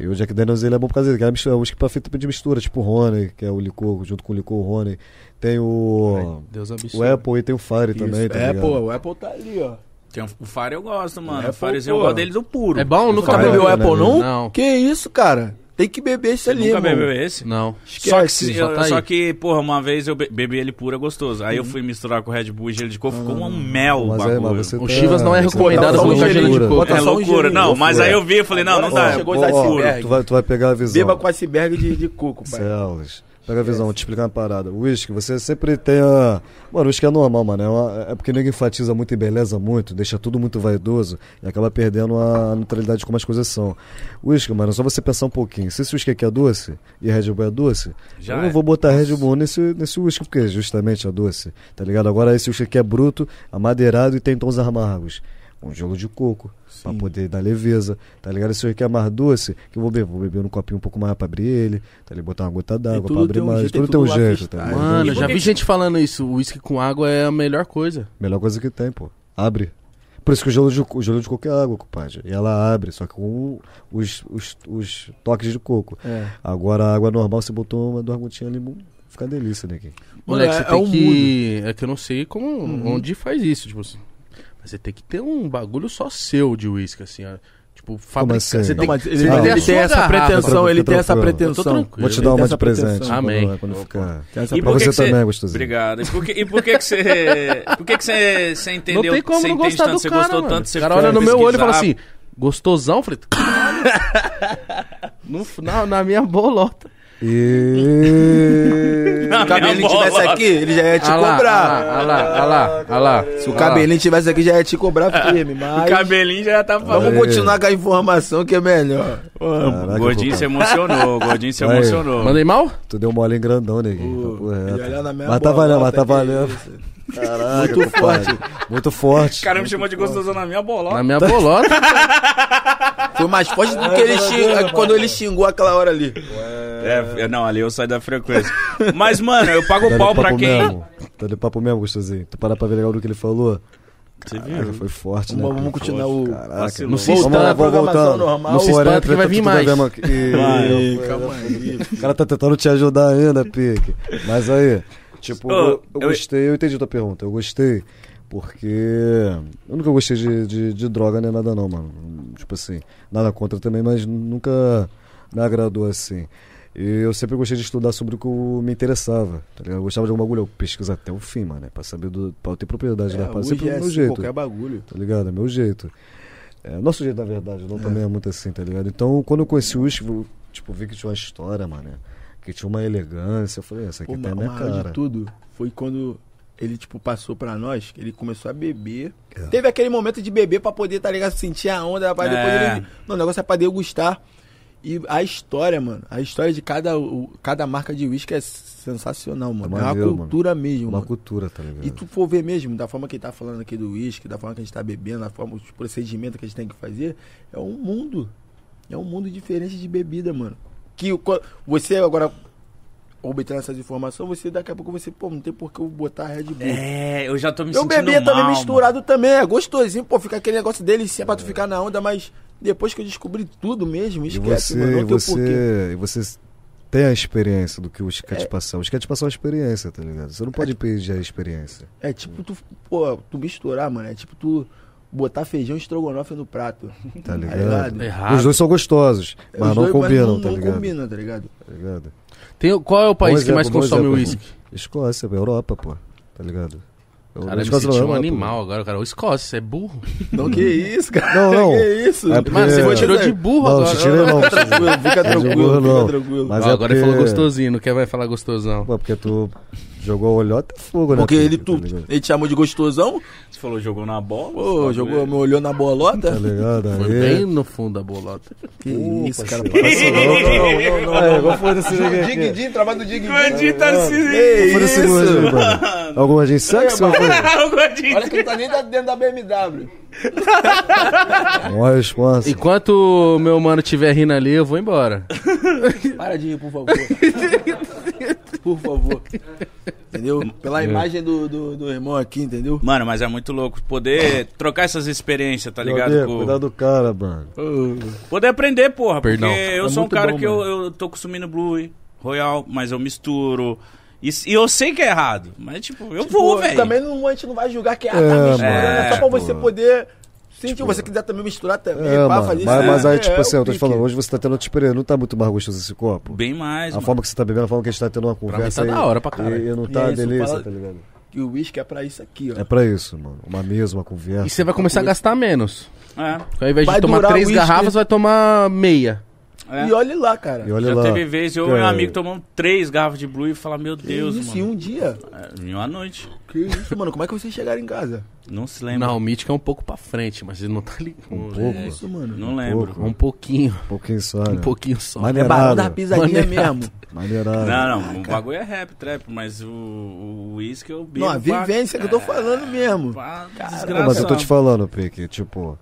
Speaker 4: E o Jack Daniels ele é bom por causa dele, que é uma mistura- é um whisky pra feito de mistura, tipo o Rony, que é o licor, junto com o licor o Rony. Tem o.
Speaker 1: Deus
Speaker 4: O
Speaker 1: abençoe.
Speaker 4: Apple e tem o Fire também, tá
Speaker 3: é,
Speaker 4: ligado?
Speaker 3: pô, o Apple tá ali, ó.
Speaker 2: Tem um- o Fire eu gosto, mano.
Speaker 3: É,
Speaker 2: o Firezinho eu
Speaker 3: pô.
Speaker 2: gosto dele do puro.
Speaker 1: É bom? Nunca
Speaker 3: Nunca
Speaker 4: Cara,
Speaker 1: bebeu
Speaker 3: bebeu
Speaker 4: né,
Speaker 3: Apple, não?
Speaker 1: Não.
Speaker 3: Que isso, cara? Tem que beber isso ali,
Speaker 2: Nunca
Speaker 3: mano.
Speaker 2: bebeu esse?
Speaker 1: Não.
Speaker 2: Só que, se-
Speaker 1: só
Speaker 2: eu-
Speaker 1: tá aí.
Speaker 2: só que, porra, uma vez eu be- bebi ele puro, é gostoso. Aí eu
Speaker 1: Uhum.
Speaker 2: fui misturar com Red Bull e gelo de coco, ficou um mel o
Speaker 4: Mas é, mas
Speaker 2: bagulho.
Speaker 4: você
Speaker 1: O
Speaker 4: tá-
Speaker 1: Chivas não é
Speaker 4: você tá
Speaker 1: recomendado
Speaker 3: só um
Speaker 1: colocar gelo de
Speaker 3: gelinho.
Speaker 1: coco.
Speaker 2: É
Speaker 3: Bota só um
Speaker 2: loucura.
Speaker 3: gelinho,
Speaker 2: Não,
Speaker 3: loucura.
Speaker 2: mas aí eu vi e falei, não, não
Speaker 3: Agora
Speaker 2: dá.
Speaker 3: só Tá, chegou
Speaker 4: Ó,
Speaker 3: os
Speaker 4: ó,
Speaker 3: iceberg.
Speaker 4: tu, vai, tu vai pegar a visão.
Speaker 3: Beba com iceberg de, de coco, pai.
Speaker 4: Celos. Pega a visão, vou te explicar uma parada. O uísque, você sempre tem a. Mano, o uísque é normal, mano. É, uma- é porque ninguém enfatiza muito e beleza muito, deixa tudo muito vaidoso e acaba perdendo a neutralidade como as coisas são. O uísque, mano, é só você pensar um pouquinho. Se esse uísque aqui é doce e Red Bull é doce,
Speaker 2: Já
Speaker 4: eu não
Speaker 2: é.
Speaker 4: vou botar Red Bull nesse, nesse uísque, porque justamente é doce, tá ligado? Agora esse uísque aqui é bruto, amadeirado e tem tons amargos. um gelo de coco, pra poder dar leveza, tá ligado? Se eu quer mais doce, que eu vou beber, vou beber no copinho um pouco mais pra abrir ele, tá ligado? Botar uma gota d'água pra
Speaker 3: tudo
Speaker 4: abrir
Speaker 3: tem um
Speaker 4: mais,
Speaker 3: jeito,
Speaker 4: tudo
Speaker 3: tem
Speaker 4: tem um
Speaker 3: tudo lá
Speaker 4: jeito,
Speaker 3: freestyle.
Speaker 4: tá ligado?
Speaker 1: Mano,
Speaker 2: E por
Speaker 1: já
Speaker 2: que
Speaker 1: vi
Speaker 2: que-
Speaker 1: gente falando isso. O uísque com água é a melhor coisa.
Speaker 4: Melhor coisa que tem, pô. Abre. Por isso que o gelo de, co- o gelo de coco é água, compadre. E ela abre, só que com os, os, os toques de coco. Agora a água normal, você botou uma, duas gotinhas ali, bum, fica delícia, neguinho.
Speaker 1: Moleque,
Speaker 3: é-
Speaker 1: você
Speaker 3: é
Speaker 1: tem
Speaker 3: um
Speaker 1: que. É que eu não sei como, onde faz isso, tipo assim. Mas você tem que ter um bagulho só seu de uísque, assim, ó. Tipo, fabricar.
Speaker 4: assim?
Speaker 1: Você
Speaker 4: Não,
Speaker 1: tem,
Speaker 3: mas
Speaker 1: que-
Speaker 3: ele,
Speaker 1: você
Speaker 4: não,
Speaker 1: tem a
Speaker 3: ele
Speaker 1: sua
Speaker 3: tem essa
Speaker 1: garrafa.
Speaker 3: pretensão, ele tem essa
Speaker 4: tranquilo.
Speaker 1: Eu tô
Speaker 3: pretensão.
Speaker 1: tranquilo.
Speaker 4: Vou te dar
Speaker 3: tem
Speaker 4: uma
Speaker 3: essa
Speaker 4: de presente.
Speaker 3: pretensão.
Speaker 4: quando-
Speaker 1: Amém.
Speaker 4: Quando, ficar.
Speaker 3: Tem essa
Speaker 2: E
Speaker 4: pra
Speaker 2: por que
Speaker 4: você
Speaker 2: que cê-
Speaker 4: também, gostosinho.
Speaker 2: Obrigado. E por que, e por que que você... Por que que você você entendeu...
Speaker 1: não tem como
Speaker 2: você
Speaker 1: não
Speaker 2: entende
Speaker 1: gostar
Speaker 2: tanto,
Speaker 1: do
Speaker 2: você
Speaker 1: cara,
Speaker 2: gostou
Speaker 1: mano.
Speaker 2: tanto, você
Speaker 1: o cara
Speaker 2: foi
Speaker 1: olha no meu olho e fala
Speaker 2: pesquisar.
Speaker 1: assim, gostosão? Eu Falei, caralho. No- na, na minha bolota.
Speaker 4: E...
Speaker 3: Se o cabelinho tivesse aqui, ele já ia te
Speaker 1: Ah lá,
Speaker 3: cobrar.
Speaker 1: ah lá, ah lá, ah lá.
Speaker 3: Se o cabelinho tivesse aqui, já ia te cobrar firme,
Speaker 2: O
Speaker 3: mas.
Speaker 2: cabelinho já tá falando.
Speaker 3: Vamos continuar com a informação que é melhor.
Speaker 4: Caraca,
Speaker 2: Gordinho
Speaker 4: pô,
Speaker 2: se emocionou, Gordinho se
Speaker 4: Aí.
Speaker 2: emocionou.
Speaker 1: Mandei mal?
Speaker 4: Tu deu um mole em grandão, neguinho. Papo reto.
Speaker 3: e olhar na minha
Speaker 4: Mas tá
Speaker 3: bola,
Speaker 4: valendo, mas
Speaker 3: tá
Speaker 4: tá
Speaker 3: que
Speaker 4: valendo. Caraca, Muito forte. Muito forte.
Speaker 2: O cara me chamou de gostosão na minha
Speaker 1: Na
Speaker 2: bolota.
Speaker 1: minha bolota.
Speaker 3: Foi mais forte do que ele xing- quando ele xingou aquela hora ali.
Speaker 2: É, eu- não, ali eu saio da frequência. Mas, mano, eu pago o pau pra quem.
Speaker 4: Tá Mesmo. Tá de papo mesmo, gostosinho. Tu parar pra ver legal do que ele falou?
Speaker 2: Você
Speaker 4: Caraca, foi forte, né?
Speaker 3: Vamos-
Speaker 4: cara?
Speaker 3: vamos continuar
Speaker 4: Foi forte,
Speaker 3: o-
Speaker 4: Caraca.
Speaker 2: vacilou.
Speaker 1: Não se
Speaker 4: Vamos lá,
Speaker 1: espanta,
Speaker 4: vamos
Speaker 3: programação
Speaker 4: voltar.
Speaker 3: normal.
Speaker 4: Não se
Speaker 1: Porém,
Speaker 4: espanta que vai
Speaker 1: tu
Speaker 4: vir
Speaker 1: tá
Speaker 4: mais.
Speaker 1: vendo
Speaker 3: Ih, calma aí.
Speaker 4: O cara tá tentando te ajudar ainda, Pique. Mas aí, tipo,
Speaker 2: Ô,
Speaker 4: eu, eu
Speaker 2: eu-
Speaker 4: gostei, eu entendi tua pergunta, eu gostei. Porque eu nunca gostei de, de, de droga nem nada não, mano. Tipo assim, nada contra também, mas nunca me agradou assim. E eu sempre gostei de estudar sobre o que eu me interessava. Tá ligado? Eu gostava de algum bagulho, eu pesquiso até o fim, mano. né? Pra saber do. Pra eu ter propriedade
Speaker 3: É,
Speaker 4: da parada.
Speaker 8: é
Speaker 9: é
Speaker 4: Sempre do meu jeito
Speaker 3: qualquer bagulho.
Speaker 4: tá ligado? É meu jeito. É nosso jeito, na verdade, não também é muito assim, tá ligado? Então, quando eu conheci o Ush, eu, tipo, vi que tinha uma história, mano, que tinha uma elegância, eu falei, essa aqui
Speaker 3: O
Speaker 4: tá
Speaker 3: ma-
Speaker 4: na
Speaker 3: o
Speaker 4: minha
Speaker 3: maior
Speaker 4: cara.
Speaker 3: de tudo foi quando ele, tipo, passou pra nós, que ele começou a beber.
Speaker 4: É.
Speaker 3: Teve aquele momento de beber pra poder, tá ligado? Sentir a onda, rapaz.
Speaker 2: É.
Speaker 3: Depois ele. Não, o negócio é pra degustar. E a história, mano, a história de cada, o- cada marca de uísque é sensacional, mano. É,
Speaker 4: maneiro,
Speaker 3: uma
Speaker 4: mano.
Speaker 3: cultura mesmo,
Speaker 4: Uma
Speaker 3: mano.
Speaker 4: cultura, tá ligado?
Speaker 3: E tu for ver mesmo, da forma que ele tá falando aqui do uísque, da forma que a gente tá bebendo, da forma, os procedimentos que a gente tem que fazer, é um mundo. É um mundo diferente de bebida, mano. Que o co- você agora obtendo essas informações, você daqui a pouco você, pô, não tem por que eu botar Red Bull.
Speaker 2: É, eu já tô me
Speaker 3: eu
Speaker 2: sentindo
Speaker 3: bebia também
Speaker 2: mal,
Speaker 3: misturado também, é gostosinho, pô, fica aquele negócio dele sim, é pra tu ficar na onda, mas depois que eu descobri tudo mesmo,
Speaker 4: E
Speaker 3: esquece,
Speaker 4: você,
Speaker 3: mano, não
Speaker 4: e
Speaker 3: tem o porquê. É.
Speaker 4: você, e você tem a experiência do que o Ush quer te passar. O Ush quer te passar uma experiência, tá ligado? Você não pode pedir a experiência.
Speaker 3: É tipo tu, pô, tu misturar, mano, é tipo tu botar feijão estrogonofe no prato.
Speaker 4: Tá ligado?
Speaker 3: ligado?
Speaker 4: Os
Speaker 1: Errado.
Speaker 4: dois são gostosos, mas
Speaker 3: Os
Speaker 4: não
Speaker 3: dois,
Speaker 4: combinam,
Speaker 3: não,
Speaker 4: tá
Speaker 3: não
Speaker 4: ligado?
Speaker 3: combinam, tá ligado?
Speaker 4: Tá ligado?
Speaker 1: Tem, qual é o país
Speaker 4: Bom
Speaker 1: que mais
Speaker 4: exemplo, bom
Speaker 1: consome
Speaker 4: exemplo.
Speaker 1: uísque?
Speaker 4: Escócia, Europa, pô. Tá ligado?
Speaker 1: Cara, eu me
Speaker 4: Escócia não é
Speaker 1: senti um
Speaker 4: Europa,
Speaker 1: animal agora, cara. Ô, Escócia, você é burro.
Speaker 3: Não, Então, que isso, cara.
Speaker 4: Hum. Não, não.
Speaker 3: Que isso.
Speaker 4: É porque-
Speaker 1: Mano, você
Speaker 4: É.
Speaker 1: me tirou de burro
Speaker 4: Não,
Speaker 1: agora.
Speaker 4: te tirei não. te tirei.
Speaker 3: Fica tranquilo,
Speaker 4: burro, É não.
Speaker 3: fica tranquilo.
Speaker 4: Mas
Speaker 1: Ó,
Speaker 4: é
Speaker 1: agora ele
Speaker 4: porque-
Speaker 1: falou gostosinho, não quer vai falar gostosão.
Speaker 4: Pô, porque tu jogou o olhota fogo, né?
Speaker 3: Porque ele,
Speaker 4: Pique,
Speaker 3: tu,
Speaker 4: Tá ligado?
Speaker 3: ele te chamou de gostosão,
Speaker 2: Você falou, jogou na bola?
Speaker 3: pô, jogou, me olhou na
Speaker 4: Tá
Speaker 3: bolota.
Speaker 4: ligado?
Speaker 1: Foi
Speaker 4: Aí...
Speaker 1: bem no fundo da bolota.
Speaker 3: Que isso, cara.
Speaker 4: Não, não, não. Qual foi desse jogo aqui?
Speaker 7: Dig Din, trabalho do Dig Din.
Speaker 2: Gordinho tá se...
Speaker 4: Qual foi desse jogo, mano? Algum agente sexo? ou foi?
Speaker 2: O Gordinho...
Speaker 7: Olha que não tá nem dentro da BMW.
Speaker 4: Uma resposta.
Speaker 1: Enquanto o meu mano tiver rindo ali, eu vou embora.
Speaker 3: Para de rir, por favor. Por favor. Entendeu?
Speaker 4: É.
Speaker 3: Pela imagem do, do, do irmão aqui, entendeu?
Speaker 2: Mano, mas é muito louco poder trocar essas experiências, tá ligado?
Speaker 4: Meu Deus,
Speaker 2: com-
Speaker 4: Cuidado do cara, mano.
Speaker 2: Poder aprender, porra.
Speaker 1: Perdão.
Speaker 2: Porque eu
Speaker 3: É
Speaker 2: sou um
Speaker 3: muito
Speaker 2: cara
Speaker 3: bom,
Speaker 2: que eu,
Speaker 3: mano.
Speaker 2: eu tô consumindo Blue, Royal, mas eu misturo. E, e eu sei que é errado. Mas, tipo, eu vou,
Speaker 3: Pô,
Speaker 2: velho.
Speaker 3: Também não, a gente não vai julgar que ah, tá
Speaker 4: É,
Speaker 3: misturando. É, só pra
Speaker 4: mano.
Speaker 3: você poder. Sim,
Speaker 2: Tipo,
Speaker 3: se você quiser também misturar também,
Speaker 4: É,
Speaker 3: pá,
Speaker 4: mano.
Speaker 3: fazer
Speaker 4: Mas,
Speaker 3: isso,
Speaker 4: mas
Speaker 3: é,
Speaker 4: aí, tipo
Speaker 3: é
Speaker 4: assim,
Speaker 3: o
Speaker 4: eu tô te
Speaker 3: pique.
Speaker 4: falando, hoje você tá tendo te experiência, não tá muito mais gostoso esse copo.
Speaker 2: Bem mais,
Speaker 4: A
Speaker 2: mano.
Speaker 4: forma que você tá bebendo, a forma que a gente tá tendo uma
Speaker 1: tá
Speaker 4: conversa. aí,
Speaker 1: da hora pra caralho.
Speaker 4: E, e não
Speaker 3: E
Speaker 4: tá
Speaker 3: é
Speaker 4: uma
Speaker 3: isso,
Speaker 4: delícia,
Speaker 3: fala-
Speaker 4: tá ligado?
Speaker 3: Que o uísque é pra isso aqui, ó.
Speaker 4: É pra isso, mano. Uma mesa, uma
Speaker 1: E
Speaker 4: conversa.
Speaker 1: você vai começar a gastar menos.
Speaker 2: É,
Speaker 1: Ao invés de
Speaker 3: Vai
Speaker 1: tomar
Speaker 3: durar
Speaker 1: três
Speaker 3: o né? uísque.
Speaker 1: garrafas, vai tomar meia.
Speaker 2: é.
Speaker 3: E olhe lá, cara.
Speaker 4: E olha
Speaker 2: Já
Speaker 4: lá.
Speaker 2: teve vez eu e um meu
Speaker 4: cara.
Speaker 2: amigo tomamos três garrafas de Blue e falar, meu
Speaker 3: Que
Speaker 2: Deus,
Speaker 3: isso, em
Speaker 2: mano.
Speaker 3: um dia.
Speaker 2: É, Em uma noite.
Speaker 3: Que Que isso, mano? Como é que vocês chegaram em casa?
Speaker 2: Não se lembra.
Speaker 1: Não, o Mítico é um pouco pra frente, mas ele não tá ligado. Um
Speaker 3: pouco? É isso, mano.
Speaker 2: Não lembro.
Speaker 1: Um pouquinho.
Speaker 4: Um pouquinho só.
Speaker 1: Um
Speaker 4: né?
Speaker 1: pouquinho só.
Speaker 3: É barão da
Speaker 4: Maneirado.
Speaker 3: pisadinha
Speaker 1: Maneirado.
Speaker 2: tá
Speaker 3: mesmo.
Speaker 4: Maneirado.
Speaker 2: Não, não, o bagulho é rap, trap, mas o- o uísque eu bebo.
Speaker 3: Não,
Speaker 4: é
Speaker 3: a
Speaker 2: pra-
Speaker 3: vivência que eu tô falando mesmo.
Speaker 2: pra
Speaker 4: Não,
Speaker 2: desgraça.
Speaker 4: mas eu tô te falando, Pique, tipo,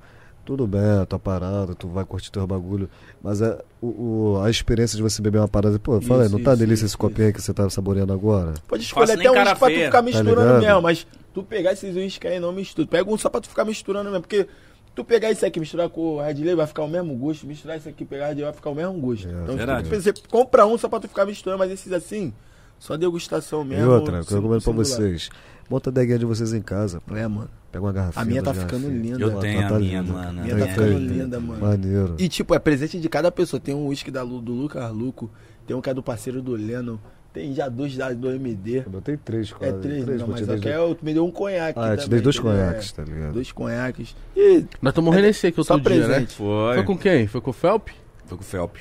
Speaker 4: tudo bem, tua parada, tu vai curtir teu bagulho, mas é, o, o- a experiência de você beber uma parada, pô, eu falei, não tá delícia esse copinho aí que você tá saboreando agora?
Speaker 3: Pode
Speaker 2: Faço
Speaker 3: escolher
Speaker 2: nem
Speaker 3: até um
Speaker 2: cara
Speaker 3: uísque pra tu
Speaker 2: feia.
Speaker 3: ficar misturando
Speaker 4: Tá ligado?
Speaker 3: mesmo, mas tu pegar esses uísques aí não mistura. Pega um só pra tu ficar misturando mesmo, porque tu pegar isso aqui misturar com o Red Label vai ficar o mesmo gosto, misturar isso aqui pegar Red Label vai ficar o mesmo
Speaker 4: É,
Speaker 3: gosto. então
Speaker 2: verdade.
Speaker 3: tu- você compra um só pra tu ficar misturando, mas esses assim, só degustação
Speaker 4: E
Speaker 3: mesmo.
Speaker 4: outra, que eu
Speaker 3: sim-
Speaker 4: recomendo
Speaker 3: singular.
Speaker 4: pra vocês, bota a deguinha de vocês em casa, pô,
Speaker 3: É, mano.
Speaker 4: pega uma garrafinha.
Speaker 3: A minha tá
Speaker 4: duas
Speaker 3: ficando
Speaker 4: garrafinhas.
Speaker 3: linda.
Speaker 2: Eu tenho
Speaker 4: Ela
Speaker 2: a minha,
Speaker 4: linda,
Speaker 2: mano.
Speaker 4: cara.
Speaker 3: A minha
Speaker 2: eu
Speaker 3: tá
Speaker 2: tenho.
Speaker 3: ficando linda, mano.
Speaker 4: Maneiro.
Speaker 3: E tipo, é presente de cada pessoa. Tem um uísque da Lu- do Lucas Luco, tem um que é do parceiro do Lennon, tem já dois da, do MD.
Speaker 4: Eu botei três,
Speaker 3: É
Speaker 4: quase.
Speaker 3: três, não, mas
Speaker 4: botei
Speaker 3: eu
Speaker 4: dois-
Speaker 3: quero, tu me deu um conhaque.
Speaker 4: Ah, eu te
Speaker 3: também,
Speaker 4: dei dois
Speaker 3: entendeu? É,
Speaker 4: conhaques, tá ligado?
Speaker 3: Dois conhaques. E
Speaker 1: Nós tomamos Renessê aqui
Speaker 3: é só
Speaker 1: outro dia, né?
Speaker 3: presente.
Speaker 2: Foi.
Speaker 1: Foi com quem? Foi com o Felp?
Speaker 2: Foi com o Felp.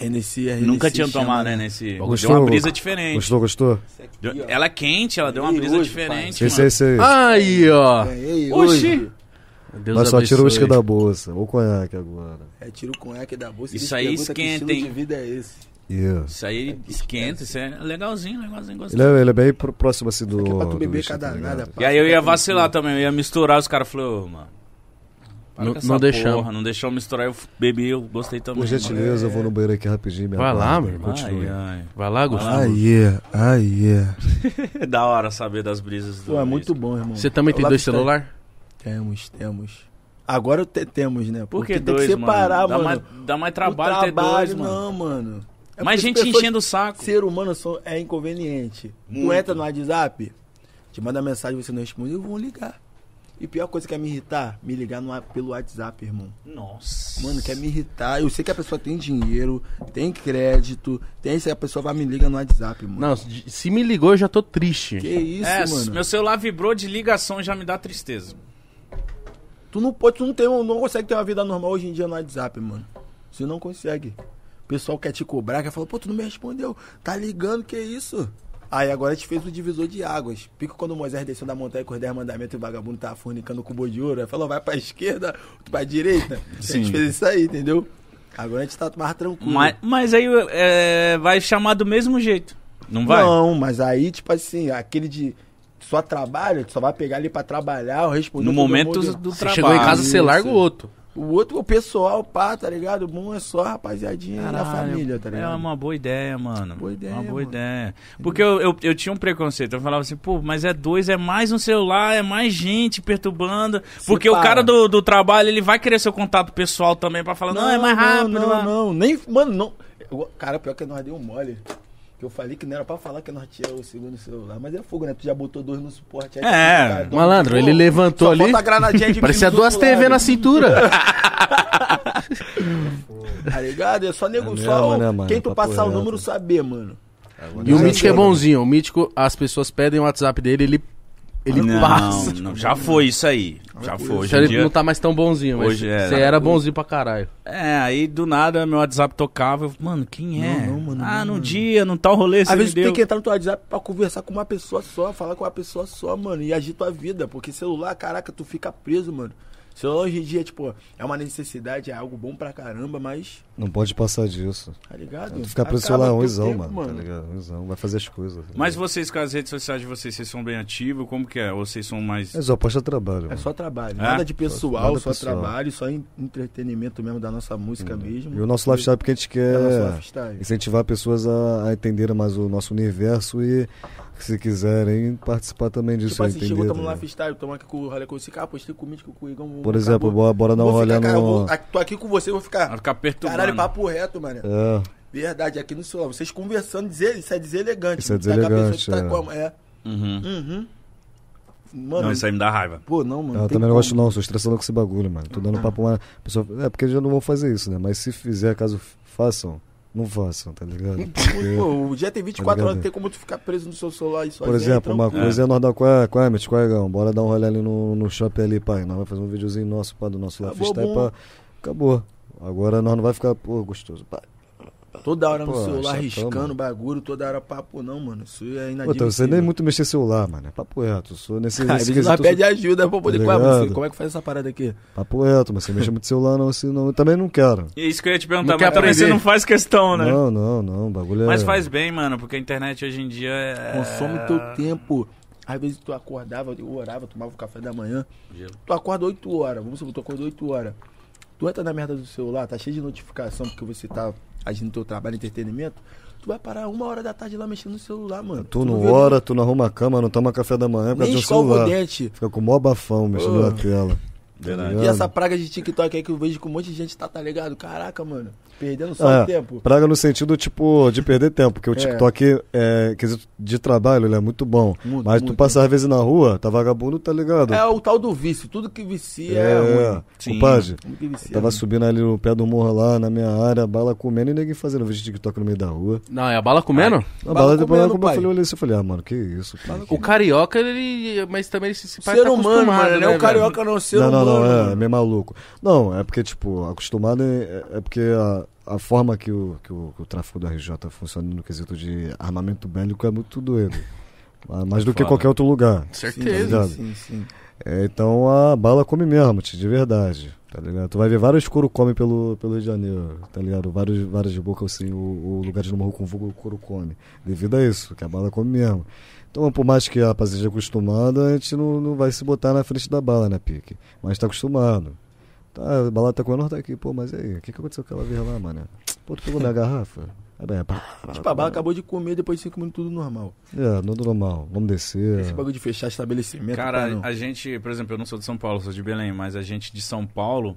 Speaker 3: Hennessy, Hennessy,
Speaker 2: Nunca tinha
Speaker 3: chama-
Speaker 2: tomado, né, nesse...
Speaker 4: Gostou?
Speaker 2: Deu uma brisa diferente.
Speaker 4: Gostou, gostou?
Speaker 2: Deu- Ela é quente, ela deu uma
Speaker 3: E
Speaker 2: brisa
Speaker 3: hoje,
Speaker 2: diferente,
Speaker 4: Esse aí,
Speaker 2: mano.
Speaker 4: esse aí.
Speaker 3: Ah!
Speaker 1: Aí, ó.
Speaker 3: Ganhei hoje.
Speaker 2: né? Oxi!
Speaker 1: Deus
Speaker 4: Mas só tira o
Speaker 1: abençoe.
Speaker 4: uísque da bolsa, ou conhaque agora.
Speaker 3: É, tira o conhaque da bolsa.
Speaker 2: Isso
Speaker 3: eles
Speaker 2: aí
Speaker 3: perguntam que
Speaker 2: esquenta,
Speaker 3: estilo
Speaker 2: hein?
Speaker 3: de vida é esse.
Speaker 4: Isso.
Speaker 2: Isso aí esquenta, isso é legalzinho, legalzinho,
Speaker 4: Ele
Speaker 2: gostoso.
Speaker 4: é, ele é bem pro- próximo assim do.
Speaker 3: Que é pra tu
Speaker 4: do
Speaker 3: beber
Speaker 4: uísque,
Speaker 3: cada
Speaker 4: tá
Speaker 3: nada.
Speaker 4: ligado?
Speaker 2: E aí eu ia vacilar também, eu ia misturar, os caras falaram, ô, mano... para
Speaker 1: Não-
Speaker 2: com essa
Speaker 1: não deixamos.
Speaker 2: Porra, não deixamos misturar, eu bebi, eu gostei também.
Speaker 4: Por gentileza, eu vou no banheiro aqui rapidinho. me
Speaker 1: Vai lá,
Speaker 4: aguarda,
Speaker 1: meu irmão.
Speaker 4: Continue.
Speaker 2: Ai, ai.
Speaker 1: Vai lá, Gustavo.
Speaker 3: yeah, ah, yeah.
Speaker 2: É da hora saber das brisas do
Speaker 3: Pô, é
Speaker 2: Luiz.
Speaker 3: muito bom, irmão.
Speaker 1: Você também tem
Speaker 3: Lá
Speaker 1: dois
Speaker 3: está aí.
Speaker 1: celulares?
Speaker 3: Temos, temos. Agora te- temos, né?
Speaker 2: Por
Speaker 3: Porque
Speaker 2: que
Speaker 3: tem
Speaker 2: dois,
Speaker 3: que separar,
Speaker 2: mano?
Speaker 3: mano.
Speaker 2: Dá mais, dá mais
Speaker 3: O
Speaker 2: trabalho, ter dois, mano.
Speaker 3: não, mano. É
Speaker 2: Mais
Speaker 3: porque
Speaker 2: gente
Speaker 3: pessoas-
Speaker 2: enchendo o saco.
Speaker 3: Ser humano são- é inconveniente.
Speaker 2: Muito.
Speaker 3: Tu entra no WhatsApp, te manda mensagem, você não responde, eu vou ligar. E pior coisa que é me irritar, me ligar no, pelo WhatsApp, irmão.
Speaker 2: Nossa.
Speaker 3: Mano, é quer me irritar. Eu sei que a pessoa tem dinheiro, tem crédito, tem isso aí, a pessoa vai me liga no WhatsApp, mano.
Speaker 1: Não, se se me ligou eu já tô triste.
Speaker 3: Que isso,
Speaker 2: é,
Speaker 3: mano.
Speaker 2: meu celular vibrou de ligação já me dá tristeza.
Speaker 3: Tu não pode, tu não, tem, um, não consegue ter uma vida normal hoje em dia no WhatsApp, mano. Você não consegue. O pessoal quer te cobrar, quer falar, pô, tu não me respondeu. Tá ligando, que isso? Aí agora a gente fez o divisor de águas. Pico quando o Moisés desceu da montanha com os 10 mandamentos e o vagabundo tava fornicando com o boi de ouro. Aí falou, vai pra esquerda, outro pra direita. A gente fez isso aí, entendeu? Agora a gente tá mais tranquilo.
Speaker 2: Mas, mas aí é, vai chamar do mesmo jeito. Não vai?
Speaker 3: Não, mas aí, tipo assim, aquele de só trabalho, tu só vai pegar ali pra trabalhar, eu respondi
Speaker 2: no
Speaker 3: todo
Speaker 2: momento
Speaker 3: mundo.
Speaker 2: do
Speaker 1: Você
Speaker 2: trabalho.
Speaker 1: chegou em casa, você larga o outro.
Speaker 3: O outro, o pessoal, pá, tá ligado? Bom é só a rapaziadinha e a família, tá ligado?
Speaker 2: É uma boa ideia, mano.
Speaker 3: Boa ideia,
Speaker 2: Uma boa
Speaker 3: mano.
Speaker 2: ideia. Porque eu, eu, eu tinha um preconceito. Eu falava assim, pô, mas é dois, é mais um celular, é mais gente perturbando. Porque o
Speaker 3: para.
Speaker 2: cara do, do trabalho, ele vai querer seu contato pessoal também pra falar, não, é mais rápido.
Speaker 3: Não,
Speaker 2: lá.
Speaker 3: não, não. Nem, mano, não. Eu- cara, pior que nós deu um mole. Que eu falei que não era pra falar que nós tinha o segundo celular. Mas é fogo, né? Tu já botou dois no suporte aí.
Speaker 2: É,
Speaker 3: tu fica doido.
Speaker 1: Malandro, ele levantou
Speaker 3: só
Speaker 1: ali,
Speaker 3: falta a granadinha de
Speaker 1: Parecia
Speaker 3: bico do
Speaker 1: duas
Speaker 3: outro
Speaker 1: TV
Speaker 3: lado,
Speaker 1: na cintura.
Speaker 3: Tá ligado? É só nego,
Speaker 4: É
Speaker 3: só
Speaker 4: mesmo, né, mano?
Speaker 3: quem tu
Speaker 4: Papo
Speaker 3: passar o
Speaker 4: reto.
Speaker 3: número saber, mano.
Speaker 1: e o
Speaker 3: Aí,
Speaker 1: Mítico é
Speaker 3: mano.
Speaker 1: bonzinho. O Mítico, as pessoas pedem o WhatsApp dele, ele, ele
Speaker 2: não,
Speaker 1: passa.
Speaker 2: não, já foi isso aí. Já foi. Hoje
Speaker 1: Já
Speaker 2: em
Speaker 1: ele
Speaker 2: dia-
Speaker 1: não tá mais tão bonzinho, mas
Speaker 2: Hoje é, né? era.
Speaker 1: você era bonzinho pra caralho.
Speaker 2: É, aí do nada meu WhatsApp tocava. Eu, mano, quem é?
Speaker 3: não, mano,
Speaker 2: ah,
Speaker 3: não,
Speaker 2: no
Speaker 3: mano.
Speaker 2: dia, no tal rolê, você me
Speaker 3: Às vezes tu
Speaker 2: deu.
Speaker 3: tem que entrar no teu WhatsApp pra conversar com uma pessoa só, falar com uma pessoa só, mano, e agir tua vida. Porque celular, caraca, tu fica preso, mano. Celular hoje em dia, tipo, é uma necessidade, é algo bom pra caramba, mas,
Speaker 4: Não pode passar disso.
Speaker 3: tá ligado?
Speaker 4: Tu ficar
Speaker 3: Acaba
Speaker 4: preso celular é
Speaker 3: teu
Speaker 4: ruimzão,
Speaker 3: tempo,
Speaker 4: mano, Tá ligado? Ruimzão. Vai fazer as coisas. tá
Speaker 2: Mas
Speaker 4: ligado?
Speaker 2: vocês, com as redes sociais de vocês, vocês são bem ativos? Como que é? Ou vocês são mais...
Speaker 4: Mas ó, posta trabalho.
Speaker 3: É
Speaker 4: mano.
Speaker 3: só trabalho,
Speaker 2: É?
Speaker 3: nada de pessoal,
Speaker 4: Nada
Speaker 3: só
Speaker 4: pessoal. Uhum.
Speaker 3: trabalho, só en- entretenimento mesmo da nossa música mesmo.
Speaker 4: E o nosso lifestyle, porque a gente
Speaker 3: É o nosso
Speaker 4: quer
Speaker 3: lifestyle.
Speaker 4: incentivar pessoas a, a entenderem mais o nosso universo e, se quiserem, participar também disso.
Speaker 3: Tipo assim,
Speaker 4: entender,
Speaker 3: chegou,
Speaker 4: tá
Speaker 3: tamo no
Speaker 4: ligado?
Speaker 3: lifestyle, tamo aqui com o Rolê com esse cara, postei com o Mítico, com o Igão.
Speaker 4: Por exemplo, bora, bora dar
Speaker 3: não
Speaker 4: uma
Speaker 3: vou
Speaker 4: olhada
Speaker 3: ficar, cara, eu
Speaker 4: no.
Speaker 3: vou- aqui- tô aqui com você, eu vou
Speaker 2: Vai
Speaker 3: ficar,
Speaker 2: ficar perturbando.
Speaker 3: caralho, papo reto, mano.
Speaker 4: É,
Speaker 3: Verdade, aqui no celular. Vocês conversando, dizer, isso é deselegante.
Speaker 4: Isso é
Speaker 3: Tá com a
Speaker 4: deselegante,
Speaker 3: pessoa que
Speaker 4: é.
Speaker 3: Tá como, é.
Speaker 2: Uhum.
Speaker 3: Uhum. Mano,
Speaker 2: Não, isso aí me dá raiva.
Speaker 3: pô, não, mano.
Speaker 4: eu
Speaker 3: tem
Speaker 4: também não
Speaker 3: como. Ah.
Speaker 4: gosto, não. Sou estressado com esse bagulho, mano. Tô dando papo. Mas... Pessoal, é porque já não vão fazer isso, né? Mas se fizer, caso façam, não façam, tá ligado? Porque-
Speaker 3: Pô, o dia tem 24 horas,
Speaker 4: ligado?
Speaker 3: não tem como tu ficar preso no seu celular e sozinho. então,
Speaker 4: Por exemplo, uma
Speaker 2: tranquilo.
Speaker 4: coisa é nós dar qual é, qual é, Mitch, qual é, Gão? Bora dar um rolê ali no, no shopping ali, pai. Nós vamos fazer um videozinho nosso, pá, do nosso
Speaker 3: Acabou
Speaker 4: lifestyle,
Speaker 3: bom.
Speaker 4: pá. Acabou. Agora nós não vai ficar, pô, gostoso, pá.
Speaker 3: Toda hora
Speaker 4: Pô,
Speaker 3: no celular
Speaker 4: chatão,
Speaker 3: riscando
Speaker 4: mano.
Speaker 3: o bagulho, toda hora papo, não, mano. Isso é
Speaker 4: Pô, então,
Speaker 3: inadmissível.
Speaker 4: você nem muito mexer celular, mano. É papo reto. Eu sou nesse,
Speaker 3: Cara,
Speaker 4: nesse
Speaker 3: ele só
Speaker 4: quesito, eu
Speaker 3: pede
Speaker 4: sou-
Speaker 3: ajuda pra poder.
Speaker 4: Tá
Speaker 3: Qual é, mano,
Speaker 4: ligado?
Speaker 3: como é que faz essa parada aqui?
Speaker 4: Papo reto, mas você não mexe muito celular, não, assim, não. Eu também não quero.
Speaker 2: É isso que eu ia te perguntar,
Speaker 1: Não quer
Speaker 2: mas também
Speaker 1: aprender.
Speaker 2: você não faz questão, né?
Speaker 4: Não, não, não. O bagulho é.
Speaker 2: Mas faz bem, mano, porque a internet hoje em dia é...
Speaker 3: Consome teu tempo. Às vezes tu acordava, eu orava, tomava o café da manhã.
Speaker 2: Gelo.
Speaker 3: Tu acorda 8 horas, vamos supor, tu acorda 8 horas. Tu entra na merda do celular, tá cheio de notificação porque você tá agindo teu trabalho, entretenimento. Tu vai parar uma hora da tarde lá mexendo no celular, mano.
Speaker 4: Tu não
Speaker 3: vê-
Speaker 4: ora, tu não arruma a cama, não toma café da manhã por
Speaker 3: né?
Speaker 4: causa
Speaker 3: nem
Speaker 4: de um
Speaker 3: escova o
Speaker 4: celular.
Speaker 3: dente.
Speaker 4: Fica com o maior bafão mexendo
Speaker 3: Pô.
Speaker 4: na tela.
Speaker 2: Verdade.
Speaker 4: Tá
Speaker 3: E essa
Speaker 4: ligado?
Speaker 3: praga de TikTok aí que eu vejo que um monte de gente tá, tá ligado? Caraca, mano. Perdendo só
Speaker 4: Ah,
Speaker 3: o tempo.
Speaker 4: Praga no sentido, tipo, de perder tempo, porque o TikTok, é, quesito de trabalho, ele é muito bom.
Speaker 3: Muito,
Speaker 4: mas tu
Speaker 3: muito.
Speaker 4: passar às vezes na rua, tá vagabundo, tá ligado?
Speaker 3: É o tal do vício. Tudo que vicia é, ruim.
Speaker 2: Sim.
Speaker 4: Compadre,
Speaker 3: Tudo que vicia.
Speaker 4: eu tava subindo ali no pé do morro lá na minha área, bala comendo e ninguém fazendo vídeo de TikTok no meio da rua.
Speaker 1: Não, é a bala comendo?
Speaker 4: A
Speaker 3: Bala
Speaker 4: bala depois
Speaker 3: comendo,
Speaker 4: eu falei,
Speaker 3: pai.
Speaker 4: olhei assim, eu falei, ah, mano, que isso, cara.
Speaker 1: O carioca, ele. Mas também ele se se
Speaker 3: Ser
Speaker 1: pai tá
Speaker 3: humano,
Speaker 1: acostumado,
Speaker 3: mano. Não é
Speaker 1: né,
Speaker 3: o carioca, não. Ser
Speaker 4: não, não,
Speaker 3: humano.
Speaker 4: não, é,
Speaker 3: mano.
Speaker 4: meio maluco. Não, é porque, tipo, acostumado é, é porque a, a forma que o, que, o, que o tráfico do RJ funciona no quesito de armamento bélico é muito doido. Ah, Mais do que
Speaker 2: Foda.
Speaker 4: qualquer outro lugar. tá
Speaker 1: Certeza.
Speaker 4: ligado?
Speaker 3: Sim, sim.
Speaker 4: É, então a bala come mesmo, tio, de verdade. Tá ligado? Tu vai ver vários couro come pelo, pelo Rio de Janeiro, tá ligado? Vários, vários de boca, assim, o, o lugar de morro com vulgo couro come. Devido a isso, que a bala come mesmo. Então, por mais que a rapaziada esteja acostumada, a gente não, não vai se botar na frente da bala, né, Pique? Mas tá acostumado. Tá, a bala tá comendo, nós tá aqui. Pô, mas e aí? O que, que aconteceu com aquela vez lá, mano? Pô, tu pegou minha garrafa? Aí, bem, é, pá, pá,
Speaker 3: Tipo, a bala acabou de comer, depois de 5 minutos tudo normal.
Speaker 4: É, não normal. Vamos descer.
Speaker 3: Esse bagulho de fechar estabelecimento.
Speaker 2: Cara,
Speaker 3: tá, não.
Speaker 2: a gente, por exemplo, eu não sou de São Paulo, sou de Belém, mas a gente de São Paulo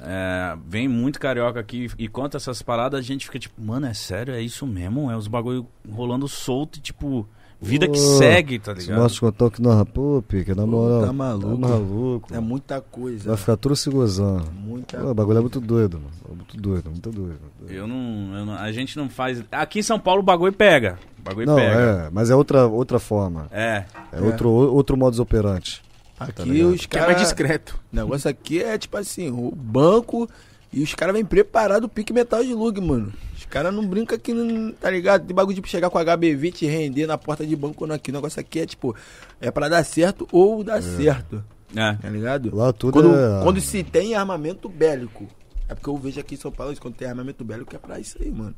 Speaker 2: é, vem muito carioca aqui e conta essas paradas, a gente fica tipo, mano, é sério, é isso mesmo? É os bagulho rolando solto e tipo, vida que
Speaker 4: Pô,
Speaker 2: segue, tá
Speaker 4: Se
Speaker 2: ligado?
Speaker 4: nós contar o que nós é, pô, Pique, na moral.
Speaker 3: tá maluco.
Speaker 4: Tá maluco.
Speaker 3: É muita coisa.
Speaker 4: Vai ficar tudo se gozando.
Speaker 3: Muita
Speaker 4: Pô, o bagulho é muito doido, mano. É muito doido, muito doido. muito doido.
Speaker 2: Eu não, eu não- a gente não faz. Aqui em São Paulo o bagulho pega. O bagulho
Speaker 4: Não,
Speaker 2: pega.
Speaker 4: é, mas é outra, outra forma.
Speaker 2: É.
Speaker 4: É, Outro, o- outro modus operandi.
Speaker 3: Aqui os
Speaker 1: Que é mais
Speaker 3: caras.
Speaker 1: discreto.
Speaker 3: O negócio aqui é tipo assim, o banco e os caras vêm preparados pique metal de lug, mano. Os caras não brincam aqui, não- tá ligado? Tem bagulho de chegar com HB20 e te render na porta de banco não aqui. O negócio aqui é tipo, é pra dar certo ou dar certo,
Speaker 2: é.
Speaker 3: tá ligado?
Speaker 4: Lá tudo
Speaker 3: quando,
Speaker 4: é.
Speaker 3: quando se tem armamento bélico. É porque eu vejo aqui em São Paulo, isso, quando tem armamento bélico é pra isso aí, mano.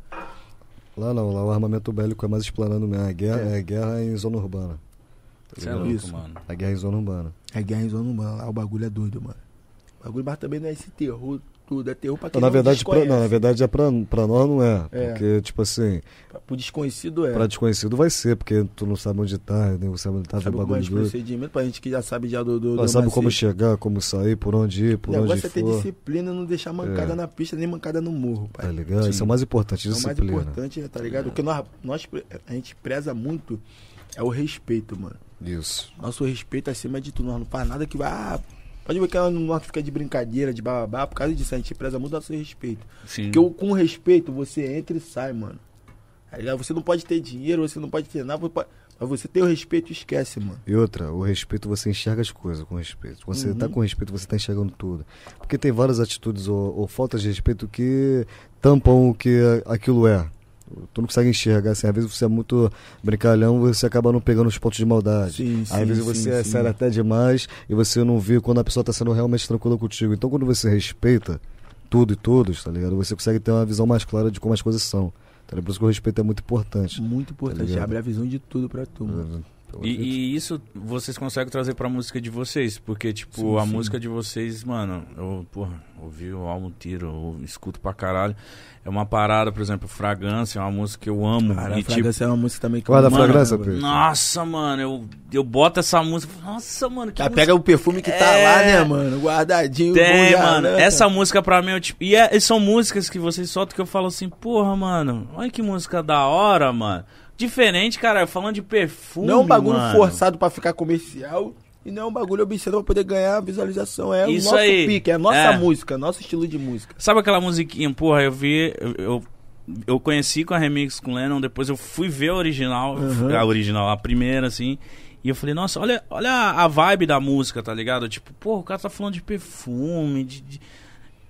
Speaker 4: Lá não, lá o armamento bélico é mais explanando mesmo. A guerra é, guerra em zona urbana.
Speaker 2: Você é louco,
Speaker 3: Isso.
Speaker 2: mano.
Speaker 4: A guerra em zona urbana.
Speaker 3: É guerra em zona humana, lá o bagulho é doido, mano. O bagulho, mas também não é esse terror tudo, é terror pra quem
Speaker 4: Então, na,
Speaker 3: não
Speaker 4: verdade, pra,
Speaker 3: desconhece.
Speaker 4: não, na verdade, é pra, pra nós não é.
Speaker 3: É.
Speaker 4: Porque, tipo assim,
Speaker 3: Pro desconhecido é.
Speaker 4: pra desconhecido vai ser, porque tu não sabe onde tá, nem sabe onde tá, vê o
Speaker 3: Sabe como é
Speaker 4: bagulho
Speaker 3: os
Speaker 4: doido.
Speaker 3: procedimentos pra gente que já sabe já do. do, do
Speaker 4: Nós sabe como
Speaker 3: macete.
Speaker 4: chegar, como sair, por onde ir, por
Speaker 3: O
Speaker 4: onde
Speaker 3: negócio é ter
Speaker 4: for.
Speaker 3: disciplina e não deixar mancada
Speaker 4: É.
Speaker 3: na pista nem mancada no morro, pai.
Speaker 4: Tá ligado? Isso é o mais importante,
Speaker 3: É o mais
Speaker 4: disciplina. É.
Speaker 3: importante, tá ligado? O que nós, nós, pre- a gente preza muito é o respeito, mano.
Speaker 4: Isso.
Speaker 3: Nosso respeito acima de tudo. Nós não faz nada que vai. Ah, pode ver que ela não fica de brincadeira, de bababá. Por causa disso, a gente preza muito nosso respeito.
Speaker 2: Sim.
Speaker 3: Porque o- com respeito, você entra e sai, mano. Tá ligado? Você não pode ter dinheiro, você não pode ter nada, você pode- mas você tem o respeito, esquece, mano.
Speaker 4: E outra, o respeito você enxerga as coisas com respeito. Quando
Speaker 3: Uhum.
Speaker 4: você tá com respeito, você tá enxergando tudo. Porque tem várias atitudes ou, ou faltas de respeito que tampam o que aquilo é. Tu não consegue enxergar, assim, às vezes você é muito brincalhão, você acaba não pegando os pontos de maldade.
Speaker 3: Sim, sim,
Speaker 4: às vezes
Speaker 3: sim,
Speaker 4: você é
Speaker 3: sim.
Speaker 4: sério até demais e você não vê quando a pessoa tá sendo realmente tranquila contigo. Então quando você respeita tudo e todos, tá ligado? Você consegue ter uma visão mais clara de como as coisas são. Tá ligado? Por isso que o respeito é muito importante.
Speaker 3: Muito importante.
Speaker 4: ligado?
Speaker 3: Abre a visão de tudo pra tu, mano.
Speaker 2: E, e isso vocês conseguem trazer pra música de vocês, porque, tipo, a música de vocês, mano, eu, porra, ouvi o álbum Tiro, eu escuto pra caralho. É uma parada, por exemplo, Fragrância, é uma música que eu amo.
Speaker 3: Cara,
Speaker 2: e,
Speaker 3: a
Speaker 2: tipo,
Speaker 3: fragrância é uma música também que
Speaker 4: Guarda a
Speaker 3: Mano,
Speaker 4: fragrância, Pedro.
Speaker 2: nossa, mano, eu, eu boto essa música, nossa, mano, que
Speaker 3: Já
Speaker 2: música
Speaker 3: pega o perfume que tá lá,
Speaker 2: É.
Speaker 3: né, mano? Guardadinho.
Speaker 2: Tem,
Speaker 3: guardado,
Speaker 2: mano. É
Speaker 3: né?
Speaker 2: Essa música pra mim, eu, tipo. E, é- e são músicas que vocês soltam que eu falo assim, porra, mano, olha que música da hora, mano. Diferente, cara, falando de perfume.
Speaker 3: Não é um bagulho
Speaker 2: mano.
Speaker 3: forçado pra ficar comercial. E não é um bagulho obsceno pra poder ganhar visualização. É
Speaker 2: Isso
Speaker 3: o nosso
Speaker 2: aí.
Speaker 3: pique, é a nossa
Speaker 2: É.
Speaker 3: música, nosso estilo de música.
Speaker 2: Sabe aquela musiquinha, porra, eu vi. Eu, eu, eu conheci com a remix com o Lennon, depois eu fui ver a original, a original, a primeira, assim. E eu falei, nossa, olha, olha a vibe da música, tá ligado? Tipo, porra, o cara tá falando de perfume, de. de-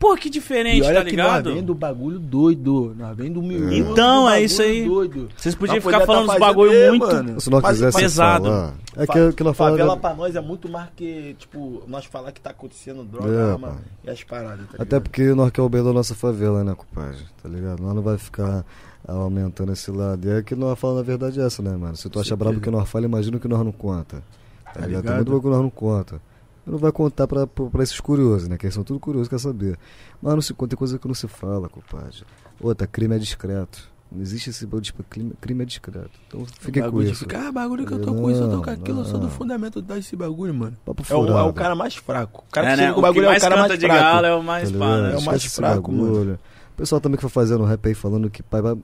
Speaker 2: Pô, que diferente,
Speaker 3: E olha
Speaker 2: tá
Speaker 3: que nós
Speaker 2: ligado?
Speaker 3: vem do bagulho doido. Nós vem do miúdo.
Speaker 2: Então,
Speaker 3: do
Speaker 2: é isso
Speaker 3: bagulho
Speaker 2: aí.
Speaker 3: Doido.
Speaker 2: Vocês podiam
Speaker 3: Nós
Speaker 2: ficar
Speaker 3: podia tá
Speaker 2: falando uns
Speaker 3: fazendo é,
Speaker 2: bagulho
Speaker 3: aí,
Speaker 2: muito-
Speaker 4: Se nós
Speaker 3: Mas-
Speaker 4: quisesse
Speaker 2: pesado.
Speaker 4: falar. É que, que nós
Speaker 3: Favela
Speaker 4: falamos.
Speaker 3: pra nós é muito mais que, tipo, nós falar que tá acontecendo droga,
Speaker 4: É,
Speaker 3: arma
Speaker 4: pai.
Speaker 3: e as paradas, tá
Speaker 4: Até
Speaker 3: ligado?
Speaker 4: porque nós que é o bem da nossa favela, né, compadre? Tá ligado? Nós não vai ficar ah, aumentando esse lado. E é que nós falamos a verdade é essa, né, mano? Se tu acha brabo que nós fala, imagina o que nós não conta. Tá, ligado? Tem muito bagulho que nós não conta. E Não vai contar pra, pra, pra esses curiosos, né? Que eles são tudo curiosos, quer saber. Mas não se conta, tem coisa que não se fala, compadre. Outra, crime é discreto. Não existe esse bagulho de tipo, crime, crime é discreto. Então fiquem com
Speaker 3: bagulho de
Speaker 4: isso.
Speaker 3: ficar, ah, bagulho que eu tô com isso, eu tô com aquilo, eu sou do
Speaker 4: não.
Speaker 3: fundamento desse bagulho, mano.
Speaker 4: Papo
Speaker 3: É o, é
Speaker 4: furado.
Speaker 3: o cara mais fraco. O cara
Speaker 2: É,
Speaker 3: que
Speaker 2: né?
Speaker 3: chega
Speaker 2: O
Speaker 3: com
Speaker 2: que
Speaker 3: o bagulho é o
Speaker 2: mais
Speaker 3: cara
Speaker 2: canta
Speaker 3: mais
Speaker 2: de
Speaker 3: fraco.
Speaker 2: galo é o mais
Speaker 4: Tá
Speaker 2: pá, né?
Speaker 4: ligado?
Speaker 3: É o mais
Speaker 4: Esquece esse
Speaker 3: fraco, mano.
Speaker 4: bagulho. O pessoal também que foi fazendo rap aí falando que pai vai.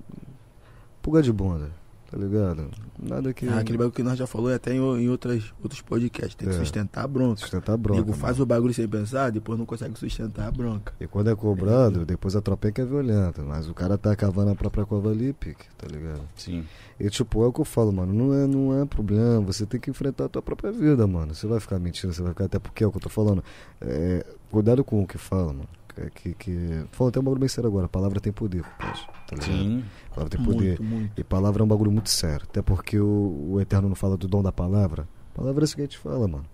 Speaker 4: Pulga de bunda, tá ligado? Nada que.
Speaker 3: Ah, aquele bagulho que nós já falou é até em, em outras, outros podcasts. Tem que
Speaker 4: É.
Speaker 3: sustentar a bronca.
Speaker 4: Sustentar a
Speaker 3: O
Speaker 4: bronca.
Speaker 3: Nego
Speaker 2: um
Speaker 3: faz o bagulho sem pensar, depois não consegue sustentar a bronca.
Speaker 4: E quando é cobrado, depois a tropa é que é violenta. Mas o cara tá cavando a própria cova ali, pique, tá ligado?
Speaker 2: Sim.
Speaker 4: E tipo, é o que eu falo, mano. Não é, não é problema. Você tem que enfrentar a tua própria vida, mano. Você vai ficar mentindo, você vai ficar. Até porque é o que eu tô falando. É, cuidado com o que fala, mano. Que, que, que... Falando até um bagulho bem sério agora. A palavra tem poder, compadre. Tá ligado?
Speaker 2: Sim.
Speaker 4: Palavra tem poder. E palavra é um bagulho muito sério. Até porque o, o Eterno não fala do dom da palavra. Palavra é isso que a gente fala, mano.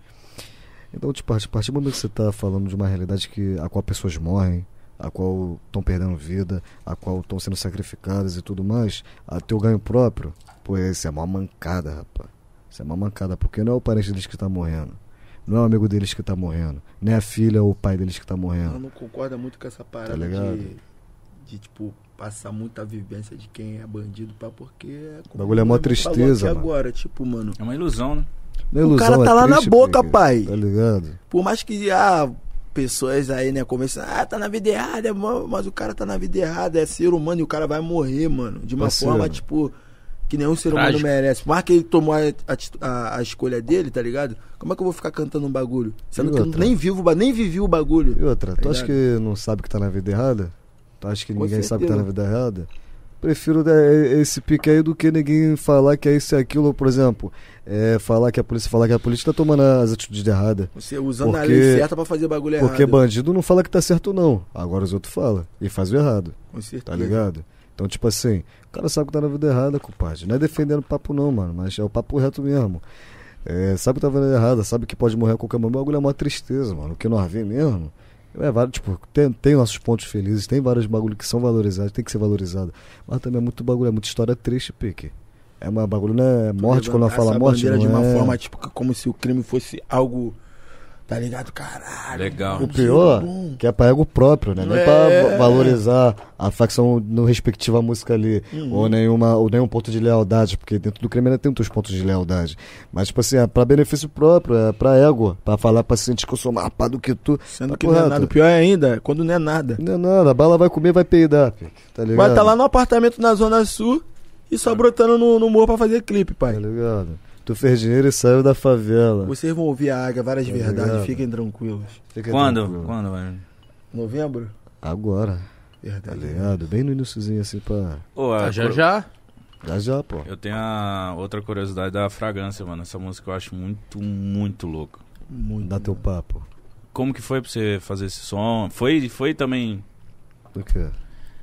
Speaker 4: Então, tipo, a partir do momento que você tá falando de uma realidade que, a qual pessoas morrem, a qual estão perdendo vida, a qual estão sendo sacrificadas e tudo mais, a teu ganho próprio, pô, isso é uma mancada, rapaz. Isso é uma mancada, porque não é o parente deles que tá morrendo. Não é o amigo deles que tá morrendo. Nem a filha ou o pai deles que tá
Speaker 3: Ela
Speaker 4: morrendo.
Speaker 3: não concorda muito com essa parada
Speaker 4: Tá ligado?
Speaker 3: de, de, tipo, passar muita vivência de quem é bandido pra porque.
Speaker 4: O bagulho é mó
Speaker 3: como meu irmão falou
Speaker 4: tristeza,
Speaker 3: aqui
Speaker 4: mano.
Speaker 3: agora, tipo, mano.
Speaker 2: É uma ilusão, né?
Speaker 4: Não é
Speaker 3: O cara
Speaker 4: ilusão, é
Speaker 3: tá lá na
Speaker 4: triste,
Speaker 3: boca,
Speaker 4: porque-
Speaker 3: pai.
Speaker 4: Tá ligado?
Speaker 3: Por mais que ah, pessoas aí, né, começam, ah, tá na vida errada, é mó- mas o cara tá na vida errada, é ser humano e o cara vai morrer, mano. De uma
Speaker 4: Parceiro.
Speaker 3: forma, tipo, que nenhum ser humano
Speaker 2: Trágico.
Speaker 3: merece. Por mais que ele tomou a, ati- a- a escolha dele, tá ligado? Como é que eu vou ficar cantando um bagulho? Sendo
Speaker 4: E
Speaker 3: que eu
Speaker 4: outra?
Speaker 3: nem vivo, o ba- nem vivi o
Speaker 4: E
Speaker 3: bagulho.
Speaker 4: outra, tu
Speaker 3: Tá
Speaker 4: acha que não sabe que tá na vida errada? Tu acha que
Speaker 3: Com
Speaker 4: ninguém sabe que tá na
Speaker 3: certeza.
Speaker 4: vida errada? Prefiro né, esse pique aí do que ninguém falar que é isso e aquilo, por exemplo. É, falar que a polícia falar que a polícia tá tomando as atitudes erradas.
Speaker 3: Você usando a
Speaker 4: Porque-
Speaker 3: lei certa pra fazer bagulho errado.
Speaker 4: Porque bandido não fala que tá certo, não. Agora os outros falam e faz o errado,
Speaker 3: Com certeza.
Speaker 4: tá ligado? Então, tipo assim, o cara sabe que tá na vida errada, compadre. Não é defendendo papo, não, mano, mas é o papo reto mesmo. É, sabe que tá vendo errada, sabe que pode morrer a qualquer momento. O bagulho é uma tristeza, mano. O que nós vemos mesmo. É, vários, tipo, tem, tem nossos pontos felizes, tem vários bagulho que são valorizados, tem que ser valorizado. Mas também é muito bagulho, é muita história triste, pique. É uma bagulho, né? Morte, quando ela
Speaker 3: Levantar
Speaker 4: fala
Speaker 3: essa
Speaker 4: morte,
Speaker 3: bandeira
Speaker 4: não
Speaker 3: de uma
Speaker 4: é...
Speaker 3: forma, tipo, que- como se o crime fosse algo. Tá ligado? Caralho.
Speaker 2: Legal.
Speaker 4: O pior que é pra ego próprio, né? Nem
Speaker 3: Tá É.
Speaker 4: pra va- valorizar a facção no respectiva música ali.
Speaker 3: Uhum.
Speaker 4: Ou, nenhuma, ou nenhum ponto de lealdade, porque dentro do crime ainda tem os teus pontos de lealdade. Mas, tipo assim, é pra benefício próprio, é pra ego. Pra falar pra sentir que eu sou mais pá do que tu.
Speaker 3: Sendo
Speaker 4: Tá
Speaker 3: que não é
Speaker 4: correto.
Speaker 3: nada. O pior é ainda, é quando não é nada.
Speaker 4: Não é nada, a bala vai comer, vai peidar. Tá ligado?
Speaker 3: Vai estar lá no apartamento na Zona Sul e só brotando no, no morro pra fazer clipe,
Speaker 4: Tá
Speaker 3: pai.
Speaker 4: ligado? Tu fez dinheiro e saiu da favela.
Speaker 3: Vocês vão ouvir a águia várias
Speaker 4: Tá
Speaker 3: verdades,
Speaker 4: ligado?
Speaker 3: fiquem tranquilos.
Speaker 4: Fica
Speaker 2: Quando?
Speaker 4: tranquilo.
Speaker 2: Quando, velho?
Speaker 3: Novembro?
Speaker 4: Agora, tá
Speaker 3: Verdade.
Speaker 4: ligado? Bem no iníciozinho assim pra.
Speaker 2: Ô,
Speaker 3: Tá
Speaker 1: Ah,
Speaker 2: a
Speaker 1: já
Speaker 2: cor-
Speaker 1: já.
Speaker 4: Já já, pô.
Speaker 2: Eu tenho a outra curiosidade da fragrância, mano. Essa música eu acho muito, muito louca.
Speaker 3: Muito.
Speaker 4: Dá teu papo.
Speaker 2: Como que foi pra você fazer esse som? Foi, foi também.
Speaker 4: Do quê?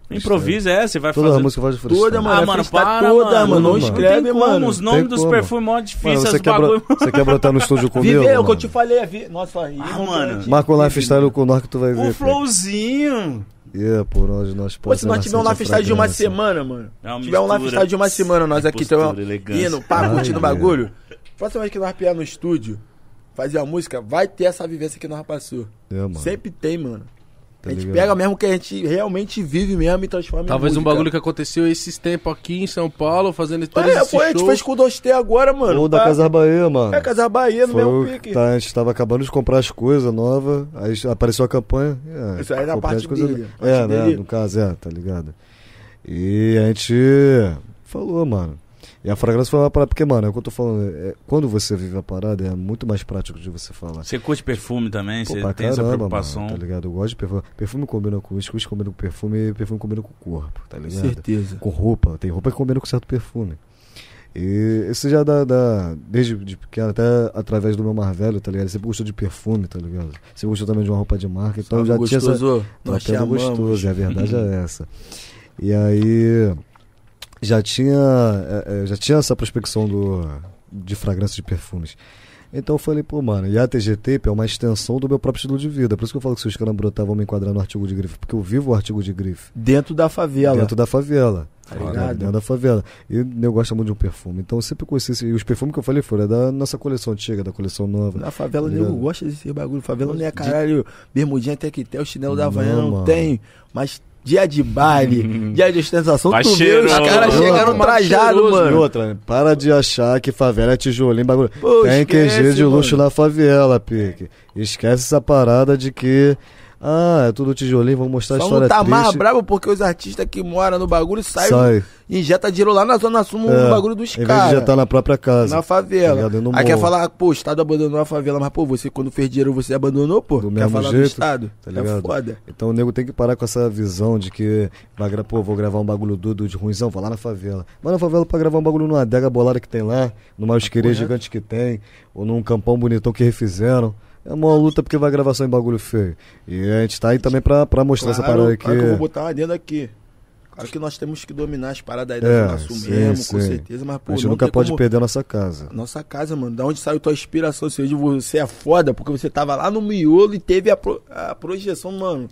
Speaker 2: Improvisa é, você vai
Speaker 4: Toda
Speaker 2: fazer.
Speaker 4: a música vai de freestyle.
Speaker 3: Toda, mano.
Speaker 2: Ah,
Speaker 3: Ah,
Speaker 2: mano,
Speaker 3: mano,
Speaker 2: para,
Speaker 3: toda,
Speaker 2: mano.
Speaker 3: mano. Não
Speaker 4: Mano,
Speaker 2: Não
Speaker 3: escreve,
Speaker 2: tem como,
Speaker 3: mano.
Speaker 2: os nomes
Speaker 4: Tem
Speaker 2: dos
Speaker 4: como.
Speaker 2: perfumes mó
Speaker 4: Mano,
Speaker 2: difíceis,
Speaker 4: você,
Speaker 2: os
Speaker 4: quer
Speaker 2: bagulho.
Speaker 4: bro- você quer brotar no estúdio comigo?
Speaker 3: Viver é o que eu
Speaker 4: mano?
Speaker 3: te falei. Vi... Nossa, aí. é
Speaker 2: Ah,
Speaker 3: não
Speaker 2: mano.
Speaker 3: tem-
Speaker 4: Marca um lifestyle com nós que tu vai ver.
Speaker 2: O
Speaker 4: cara.
Speaker 2: flowzinho.
Speaker 4: E é por onde nós
Speaker 3: Pô, se nós tiver um lifestyle de uma semana, mano.
Speaker 2: É uma
Speaker 3: Se tiver um
Speaker 2: mistura.
Speaker 3: lifestyle de uma semana, nós aqui
Speaker 2: Postura,
Speaker 3: tamo
Speaker 2: elegância.
Speaker 3: indo, pá,
Speaker 4: Ai,
Speaker 3: curtindo o
Speaker 4: meu.
Speaker 3: bagulho. Próxima vez que nós piar no estúdio, fazer a música, vai ter essa vivência que nós passou.
Speaker 4: É, mano.
Speaker 3: Sempre tem, mano.
Speaker 4: Tá
Speaker 3: a gente
Speaker 4: ligado?
Speaker 3: pega mesmo que a gente realmente vive mesmo e transforma em
Speaker 1: Talvez um
Speaker 3: música.
Speaker 1: bagulho que aconteceu esses tempos aqui em São Paulo, fazendo todos
Speaker 3: É,
Speaker 1: esses
Speaker 3: foi, a gente
Speaker 1: shows.
Speaker 3: fez com o Dosté agora, mano.
Speaker 4: Ou da
Speaker 3: Pá.
Speaker 4: Casa Bahia, mano.
Speaker 3: É, Casa Bahia, no
Speaker 4: Foi
Speaker 3: mesmo
Speaker 4: o que
Speaker 3: pique.
Speaker 4: tá, a gente tava acabando de comprar as coisas novas, aí apareceu a campanha. é,
Speaker 3: Isso aí na
Speaker 4: comprei
Speaker 3: parte
Speaker 4: as coisas-
Speaker 3: dele, a
Speaker 4: É,
Speaker 3: parte
Speaker 4: né?
Speaker 3: dele.
Speaker 4: No caso, é, tá ligado? E a gente falou, mano. E a fragrância foi uma parada, porque, mano, é o que eu tô falando. é, quando você vive a parada, é muito mais prático de você falar.
Speaker 2: Você curte perfume também,
Speaker 4: Pô,
Speaker 2: você
Speaker 4: pra
Speaker 2: tem essa
Speaker 4: caramba,
Speaker 2: preocupação.
Speaker 4: mano, tá ligado? Eu gosto de perfume. Perfume combina com isso, isso combina com perfume, e perfume combina com o corpo, tá
Speaker 3: Com
Speaker 4: ligado?
Speaker 3: certeza.
Speaker 4: Com roupa, tem roupa que combina com certo perfume. E isso já dá, dá- desde de pequeno, até através do meu mar velho, tá ligado? Você gostou de perfume, tá ligado? Você gostou também de uma roupa de marca, então
Speaker 3: Salve,
Speaker 4: já tinha essa...
Speaker 3: gostoso. Nós te
Speaker 4: Tratando
Speaker 3: amamos.
Speaker 4: Tá gostoso, é a verdade é essa. E aí já tinha, é, é, já tinha essa prospecção do, de fragrância de perfumes. Então eu falei, pô, mano, e a TGT é uma extensão do meu próprio estilo de vida. Por isso que eu falo que se os caras brotar vão me enquadrar no artigo de grife, porque eu vivo o artigo de grife.
Speaker 3: Dentro da favela.
Speaker 4: Dentro da favela.
Speaker 3: Tá ligado?
Speaker 4: Dentro da favela. E eu gosto muito de um perfume. Então eu sempre conheci. esse- E os perfumes que eu falei foram da nossa coleção antiga, da coleção nova.
Speaker 3: Na favela,
Speaker 4: Tá
Speaker 3: nego
Speaker 4: ligado?
Speaker 3: gosta desse bagulho. Favela não é caralho. Bermudinha até que tem, o chinelo da
Speaker 4: Não,
Speaker 3: Havaiana não
Speaker 4: mano.
Speaker 3: tem. Mas dia de baile, dia de ostentação,
Speaker 2: Vai
Speaker 3: tu vê os
Speaker 2: cheiroso.
Speaker 3: caras chegaram
Speaker 4: Outra.
Speaker 3: trajados,
Speaker 4: E
Speaker 3: mano.
Speaker 4: outra, né? para de achar que favela é tijolinho, bagulho.
Speaker 3: Pô,
Speaker 4: Tem
Speaker 3: esquece,
Speaker 4: QG de luxo
Speaker 3: mano.
Speaker 4: na favela, Pique. Esquece essa parada de que. Ah, é tudo tijolinho, vamos mostrar a
Speaker 3: Só não
Speaker 4: história
Speaker 3: tá
Speaker 4: triste.
Speaker 3: mais brabo porque os artistas que moram no bagulho saem,
Speaker 4: Sai.
Speaker 3: injeta dinheiro lá na zona sul no
Speaker 4: É,
Speaker 3: um bagulho dos
Speaker 4: Em vez de já
Speaker 3: caras.
Speaker 4: estar na própria casa.
Speaker 3: Na favela.
Speaker 4: Ligado? No
Speaker 3: Aí quer
Speaker 4: morro.
Speaker 3: falar, pô, o Estado abandonou a favela, mas pô, você quando fez dinheiro você abandonou, pô.
Speaker 4: Do
Speaker 3: quer
Speaker 4: mesmo
Speaker 3: falar do
Speaker 4: jeito,
Speaker 3: Estado.
Speaker 4: tá
Speaker 3: é
Speaker 4: ligado?
Speaker 3: foda.
Speaker 4: Então o nego tem que parar com essa visão de que, vai gra- pô, vou gravar um bagulho doido de ruimzão, vou lá na favela. Vai na favela pra gravar um bagulho numa adega bolada que tem lá, numa esqueria gigante que tem, ou num campão bonitão que refizeram. É uma luta porque vai gravar só em bagulho feio. E a gente tá aí também pra, pra mostrar essa parada aqui.
Speaker 3: claro que eu vou botar uma dentro aqui. Claro que nós temos que dominar as paradas aí da
Speaker 4: É,
Speaker 3: Zona Sul
Speaker 4: sim,
Speaker 3: mesmo, com
Speaker 4: sim.
Speaker 3: certeza, mas pô,
Speaker 4: a gente
Speaker 3: não
Speaker 4: nunca
Speaker 3: tem
Speaker 4: pode
Speaker 3: como-
Speaker 4: perder a nossa casa.
Speaker 3: Nossa casa, mano. Da onde saiu tua inspiração? Se hoje você é foda, porque você tava lá no miolo e teve a, pro- a projeção, mano.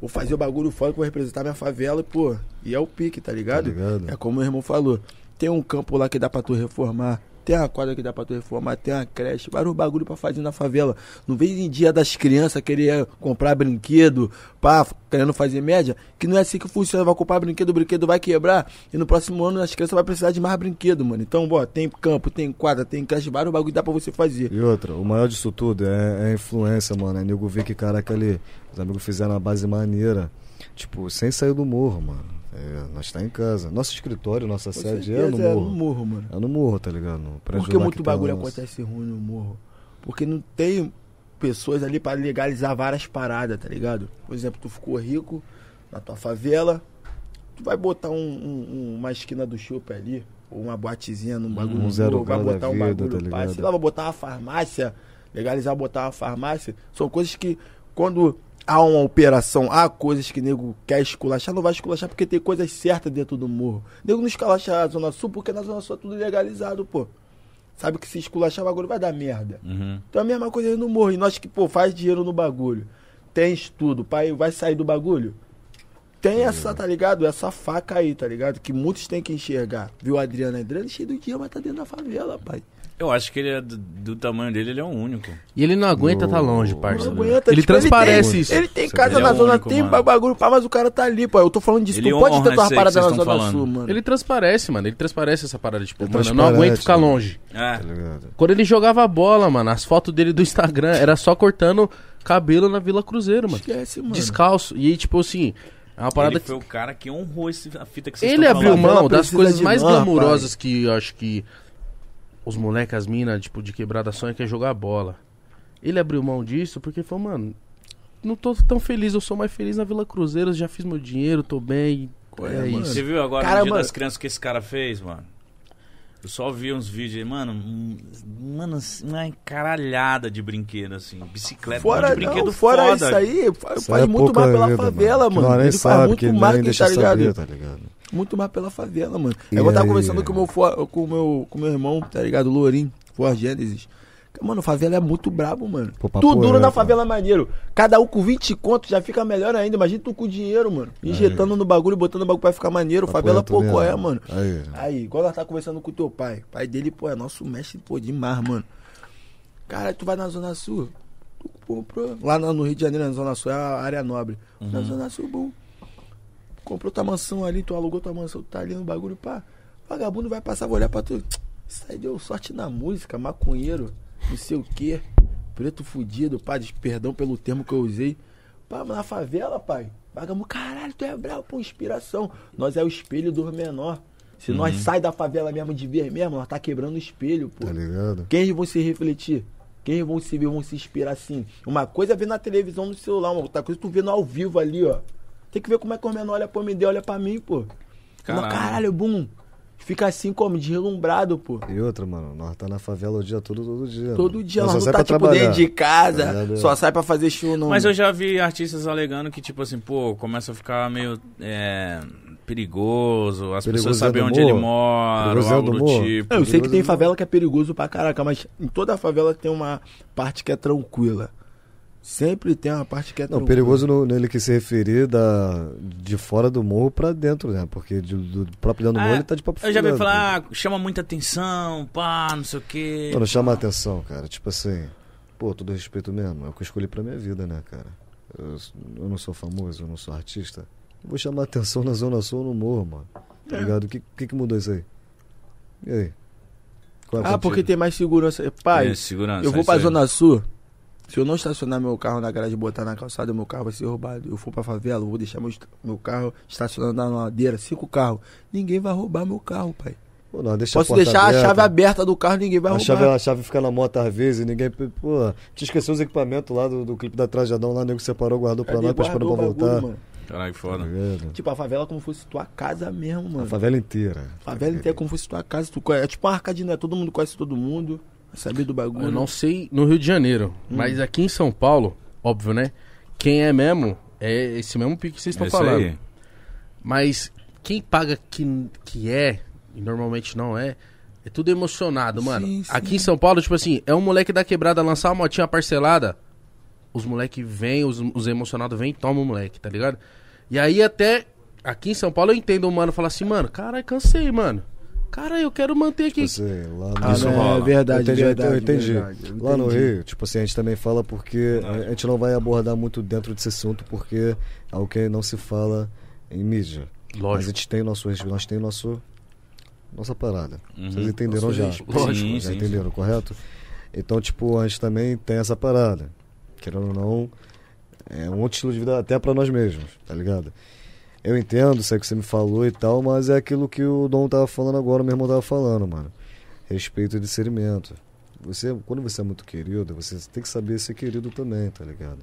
Speaker 3: Vou fazer o bagulho foda que vou representar minha favela e, pô, e é o pique, tá ligado?
Speaker 4: ligado?
Speaker 3: É como meu irmão falou. Tem um campo lá que dá pra tu reformar. Tem uma quadra que dá pra tu reformar, tem uma creche, vários bagulho pra fazer na favela. Não vem em dia das crianças querer comprar brinquedo, pá, querendo fazer média, que não é assim que funciona. Vai comprar brinquedo, o brinquedo vai quebrar, e no próximo ano as crianças vão precisar de mais brinquedo, mano. Então, ó, tem campo, tem quadra, tem creche, vários bagulho dá pra você fazer.
Speaker 4: E outra, o maior disso tudo é, é a influência, mano. É nego ver que, caraca, ali, os amigos fizeram uma base maneira. Tipo, sem sair do morro, mano. É, nós tá em casa. Nosso escritório, nossa
Speaker 3: Com
Speaker 4: sede é
Speaker 3: certeza,
Speaker 4: no
Speaker 3: é
Speaker 4: morro.
Speaker 3: mano.
Speaker 4: É no morro, tá ligado? No prédio
Speaker 3: Porque
Speaker 4: lá
Speaker 3: muito
Speaker 4: que tem
Speaker 3: bagulho
Speaker 4: o nosso.
Speaker 3: acontece ruim no morro. Porque não tem pessoas ali pra legalizar várias paradas, tá ligado? Por exemplo, tu ficou rico na tua favela, tu vai botar um- um- uma esquina do shopping ali, ou uma boatezinha num bagulho,
Speaker 4: Um
Speaker 3: no
Speaker 4: zero
Speaker 3: morro, vai
Speaker 4: grau da
Speaker 3: botar um
Speaker 4: vida,
Speaker 3: bagulho,
Speaker 4: tá
Speaker 3: pá,
Speaker 4: ligado?
Speaker 3: sei lá, vai botar uma farmácia, legalizar botar uma farmácia. São coisas que quando há uma operação, há coisas que nego quer esculachar, não vai esculachar porque tem coisas certas dentro do morro. Nego não esculacha a Zona Sul porque na Zona Sul é tudo legalizado, pô. Sabe que se esculachar o bagulho vai dar merda.
Speaker 2: Uhum.
Speaker 3: Então é a mesma coisa aí no morro. E nós que, pô, faz dinheiro no bagulho. Tem estudo, pai, vai sair do bagulho? Tem essa, tá ligado? Essa faca aí, tá ligado? Que muitos têm que enxergar. Viu, Adriano? Adriano é cheio do dia, mas tá dentro da favela, pai.
Speaker 2: Eu acho que ele é do, do tamanho dele, ele é o único.
Speaker 1: E ele não aguenta tá longe, parça.
Speaker 3: Não aguenta,
Speaker 1: Ele
Speaker 3: tipo,
Speaker 1: transparece
Speaker 3: tem-
Speaker 1: isso.
Speaker 3: Ele tem casa
Speaker 2: Ele é
Speaker 3: na
Speaker 2: o
Speaker 3: zona,
Speaker 2: único,
Speaker 3: tem
Speaker 2: mano.
Speaker 3: bagulho, pá, mas o cara tá ali, pô. Eu tô falando disso.
Speaker 2: Ele
Speaker 3: tu pode
Speaker 2: honra
Speaker 3: tentar
Speaker 2: isso
Speaker 3: uma
Speaker 2: aí que
Speaker 3: parada
Speaker 2: vocês
Speaker 3: na zona
Speaker 2: estão falando.
Speaker 3: sul, mano.
Speaker 1: Ele transparece, mano. Ele transparece essa parada. Tipo,
Speaker 4: Ele
Speaker 1: mano, eu não
Speaker 4: transparece,
Speaker 1: aguento ficar
Speaker 4: mano.
Speaker 1: longe.
Speaker 2: É.
Speaker 4: Tá ligado?
Speaker 1: Quando ele jogava bola, mano, as fotos dele do Instagram era só cortando cabelo na Vila Cruzeiro, mano.
Speaker 3: Esquece, mano.
Speaker 1: Descalço. E, tipo assim, é uma parada
Speaker 2: Ele
Speaker 1: que.
Speaker 2: foi um o cara que honrou esse, a fita que vocês
Speaker 1: Ele
Speaker 2: estão
Speaker 1: abriu
Speaker 2: falando.
Speaker 1: mão
Speaker 3: Ela
Speaker 1: das
Speaker 3: precisa
Speaker 1: coisas
Speaker 3: de
Speaker 1: mais
Speaker 3: mão,
Speaker 1: glamurosas que eu acho que os moleques, as minas, tipo, de quebrada sonha que é jogar bola. Ele abriu mão disso porque falou, mano, não tô tão feliz, eu sou mais feliz na Vila Cruzeiro, já fiz meu dinheiro, tô bem. É,
Speaker 3: mano?
Speaker 1: isso.
Speaker 2: Você viu agora
Speaker 3: Cara,
Speaker 2: no dia
Speaker 3: mano-
Speaker 2: das crianças que esse cara fez, mano? Eu só vi uns vídeos aí, mano. um- Mano, assim, uma encaralhada de brinquedo, assim. Bicicleta,
Speaker 3: Fora,
Speaker 2: um
Speaker 3: não,
Speaker 2: de brinquedo
Speaker 3: fora
Speaker 2: foda.
Speaker 3: isso aí, fa-
Speaker 4: Isso aí
Speaker 3: faz
Speaker 4: é
Speaker 3: muito
Speaker 4: pouca
Speaker 3: mais pela
Speaker 4: vida,
Speaker 3: favela,
Speaker 4: Que nós
Speaker 3: mano.
Speaker 4: nem
Speaker 3: Ele
Speaker 4: sabe,
Speaker 3: faz
Speaker 4: que
Speaker 3: muito
Speaker 4: nem
Speaker 3: marketing,
Speaker 4: deixa
Speaker 3: tá ligado?
Speaker 4: saber, tá ligado?
Speaker 3: Muito mais pela favela, mano.
Speaker 4: E
Speaker 3: Agora eu tava
Speaker 4: aí?
Speaker 3: conversando com o meu, fo- com o meu, com o meu irmão, tá ligado? O Lourinho, For Gênesis. Mano, favela é muito brabo, mano.
Speaker 4: Pô, papo
Speaker 3: tu duro
Speaker 4: reto,
Speaker 3: na
Speaker 4: mano.
Speaker 3: favela é maneiro. Cada um com 20 contos já fica melhor ainda. Imagina tu com dinheiro, mano. Injetando no bagulho, botando no bagulho pra ficar maneiro.
Speaker 4: Papo
Speaker 3: favela,
Speaker 4: reto
Speaker 3: pô, qual é,
Speaker 4: mesmo.
Speaker 3: mano?
Speaker 4: Aí.
Speaker 3: Aí, igual nós tá conversando com teu pai. Pai dele, pô, é nosso mestre, pô, demais, mano. Cara, tu vai na Zona Sul, tu comprou. Lá na- no Rio de Janeiro, na Zona Sul, é a área nobre. Na
Speaker 4: Uhum.
Speaker 3: Zona Sul, bom. Comprou tua mansão ali, tu alugou tua mansão, tu tá ali no bagulho, pá. Vagabundo vai passar, vai olhar pra tu. Isso aí deu sorte na música, maconheiro, não sei o quê. Preto fudido, pá, des- perdão pelo termo que eu usei. Pá, mas na favela, pai. Vagabundo, caralho, tu é bravo, pô, inspiração. Nós é o espelho do menor. Se nós sai da favela mesmo de ver mesmo, nós tá quebrando o espelho, pô.
Speaker 4: Tá ligado?
Speaker 3: Quem vão se refletir? Quem vão se ver, vão se inspirar assim? Uma coisa é ver na televisão no celular, uma outra coisa tu vendo ao vivo é ali, ó. Tem que ver como é que o menor olha pra mim, olha pra mim, pô.
Speaker 2: Caralho.
Speaker 3: Caralho, bum. Fica assim como? Deslumbrado, pô.
Speaker 4: E outra, mano, nós tá na favela o dia todo, todo dia.
Speaker 3: Todo
Speaker 4: mano.
Speaker 3: dia,
Speaker 4: Nós
Speaker 3: nós,
Speaker 4: só
Speaker 3: não
Speaker 4: sai
Speaker 3: tá,
Speaker 4: pra
Speaker 3: tipo,
Speaker 4: trabalhar.
Speaker 3: dentro de
Speaker 4: Tá
Speaker 3: casa,
Speaker 4: ligado?
Speaker 3: só sai pra fazer show, não.
Speaker 2: Mas eu já vi artistas alegando que, tipo assim, pô, começa a ficar meio é, perigoso, as
Speaker 4: Perigoso
Speaker 2: pessoas sabem
Speaker 4: é do
Speaker 2: onde
Speaker 4: morro?
Speaker 2: ele mora, ou
Speaker 4: Perigoso é
Speaker 2: algo
Speaker 4: do
Speaker 2: do
Speaker 4: morro?
Speaker 2: tipo.
Speaker 3: Não, eu sei que
Speaker 4: Perigoso
Speaker 3: tem
Speaker 4: não.
Speaker 3: favela que é perigoso pra caraca, mas em toda favela tem uma parte que é tranquila. Sempre tem uma parte que é
Speaker 4: Não,
Speaker 3: tranquila.
Speaker 4: perigoso no- nele que se referir da, de fora do morro pra dentro, né? Porque de- do do próprio dentro do
Speaker 2: Ah,
Speaker 4: morro ele tá de papo
Speaker 2: Eu já vi
Speaker 4: furado, pô.
Speaker 2: falar, ah, chama muita atenção, pá, não sei o quê.
Speaker 4: Mano, chama
Speaker 2: então.
Speaker 4: a atenção, cara. Tipo assim, pô, todo respeito mesmo. É o que eu escolhi pra minha vida, né, cara? Eu, eu não sou famoso, eu não sou artista. Eu vou chamar atenção na Zona Sul ou no Morro, mano.
Speaker 2: É.
Speaker 4: Tá ligado? O que, que, que mudou isso aí? E aí? Qual é a
Speaker 3: Ah,
Speaker 4: contigo?
Speaker 3: porque tem mais segurança. Pai,
Speaker 2: É, segurança,
Speaker 3: eu vou
Speaker 2: isso
Speaker 3: pra
Speaker 2: aí.
Speaker 3: Zona Sul. Se eu não estacionar meu carro na garagem e botar na calçada, meu carro vai ser roubado. Eu for pra favela, eu vou deixar meu, est- meu carro estacionado na ladeira, cinco carros. Ninguém vai roubar meu carro, pai.
Speaker 4: Pô, não, deixa
Speaker 3: Posso
Speaker 4: a porta
Speaker 3: deixar a
Speaker 4: aberta.
Speaker 3: chave aberta do carro, ninguém vai
Speaker 4: A
Speaker 3: roubar.
Speaker 4: chave, é a chave fica na moto às vezes e ninguém. Pô, te esqueceu os equipamentos lá do, do clipe da Trajadão lá, o nego separou, guardou pra
Speaker 3: Cadê?
Speaker 4: lá, tá esperando
Speaker 3: Guardou
Speaker 4: pra
Speaker 3: o bagulho,
Speaker 4: voltar.
Speaker 3: mano.
Speaker 2: Caralho, que
Speaker 4: Tá
Speaker 2: foda.
Speaker 4: ligado?
Speaker 3: Tipo, a favela é como se fosse tua casa mesmo,
Speaker 4: A
Speaker 3: mano.
Speaker 4: favela inteira. tipo
Speaker 3: Favela inteira é como se fosse tua casa. Tu conhece, é tipo uma arcadinha, todo mundo conhece todo mundo. vai Saber do bagulho.
Speaker 1: Eu não sei no Rio de Janeiro,
Speaker 3: Hum.
Speaker 1: mas aqui em São Paulo, óbvio, né? Quem é mesmo é esse mesmo pique que vocês
Speaker 2: É
Speaker 1: estão
Speaker 2: isso
Speaker 1: falando.
Speaker 2: aí.
Speaker 1: Mas quem paga que, que é, e normalmente não é, é tudo emocionado, mano.
Speaker 3: Sim, sim.
Speaker 1: Aqui em São Paulo, tipo assim, é um moleque da quebrada lançar uma motinha parcelada, os moleque vêm, os, os emocionados vêm e tomam o moleque, tá ligado? E aí até, aqui em São Paulo eu entendo o mano falar assim, mano, caralho, cansei, mano. Cara, eu quero manter aqui.
Speaker 4: Tipo assim, lá no
Speaker 3: Ah,
Speaker 2: Isso
Speaker 3: não,
Speaker 2: rola.
Speaker 3: é verdade,
Speaker 4: eu entendi,
Speaker 3: verdade.
Speaker 4: eu entendi.
Speaker 3: verdade, eu
Speaker 4: Lá no
Speaker 3: entendi.
Speaker 4: Rio, tipo assim, a gente também fala porque a- a gente não vai abordar muito dentro desse assunto porque é o que não se fala em mídia. Mas a
Speaker 1: Lógico.
Speaker 4: gente tem o nosso, res- nós tem o nosso nossa parada. Vocês entenderam
Speaker 3: Nosso
Speaker 4: já?
Speaker 3: respeito.
Speaker 2: Uhum. Lógico.
Speaker 4: Sim,
Speaker 2: Sim,
Speaker 4: já
Speaker 2: sim,
Speaker 4: entenderam, correto? Então, tipo, a gente também tem essa parada. Querendo ou não, é um outro estilo de vida até pra nós mesmos, tá ligado? Eu entendo, sei o que você me falou e tal, mas é aquilo que o Dom tava falando agora, o meu irmão tava falando, mano. Respeito e discernimento. Você, quando você é muito querido, você tem que saber ser querido também, tá ligado?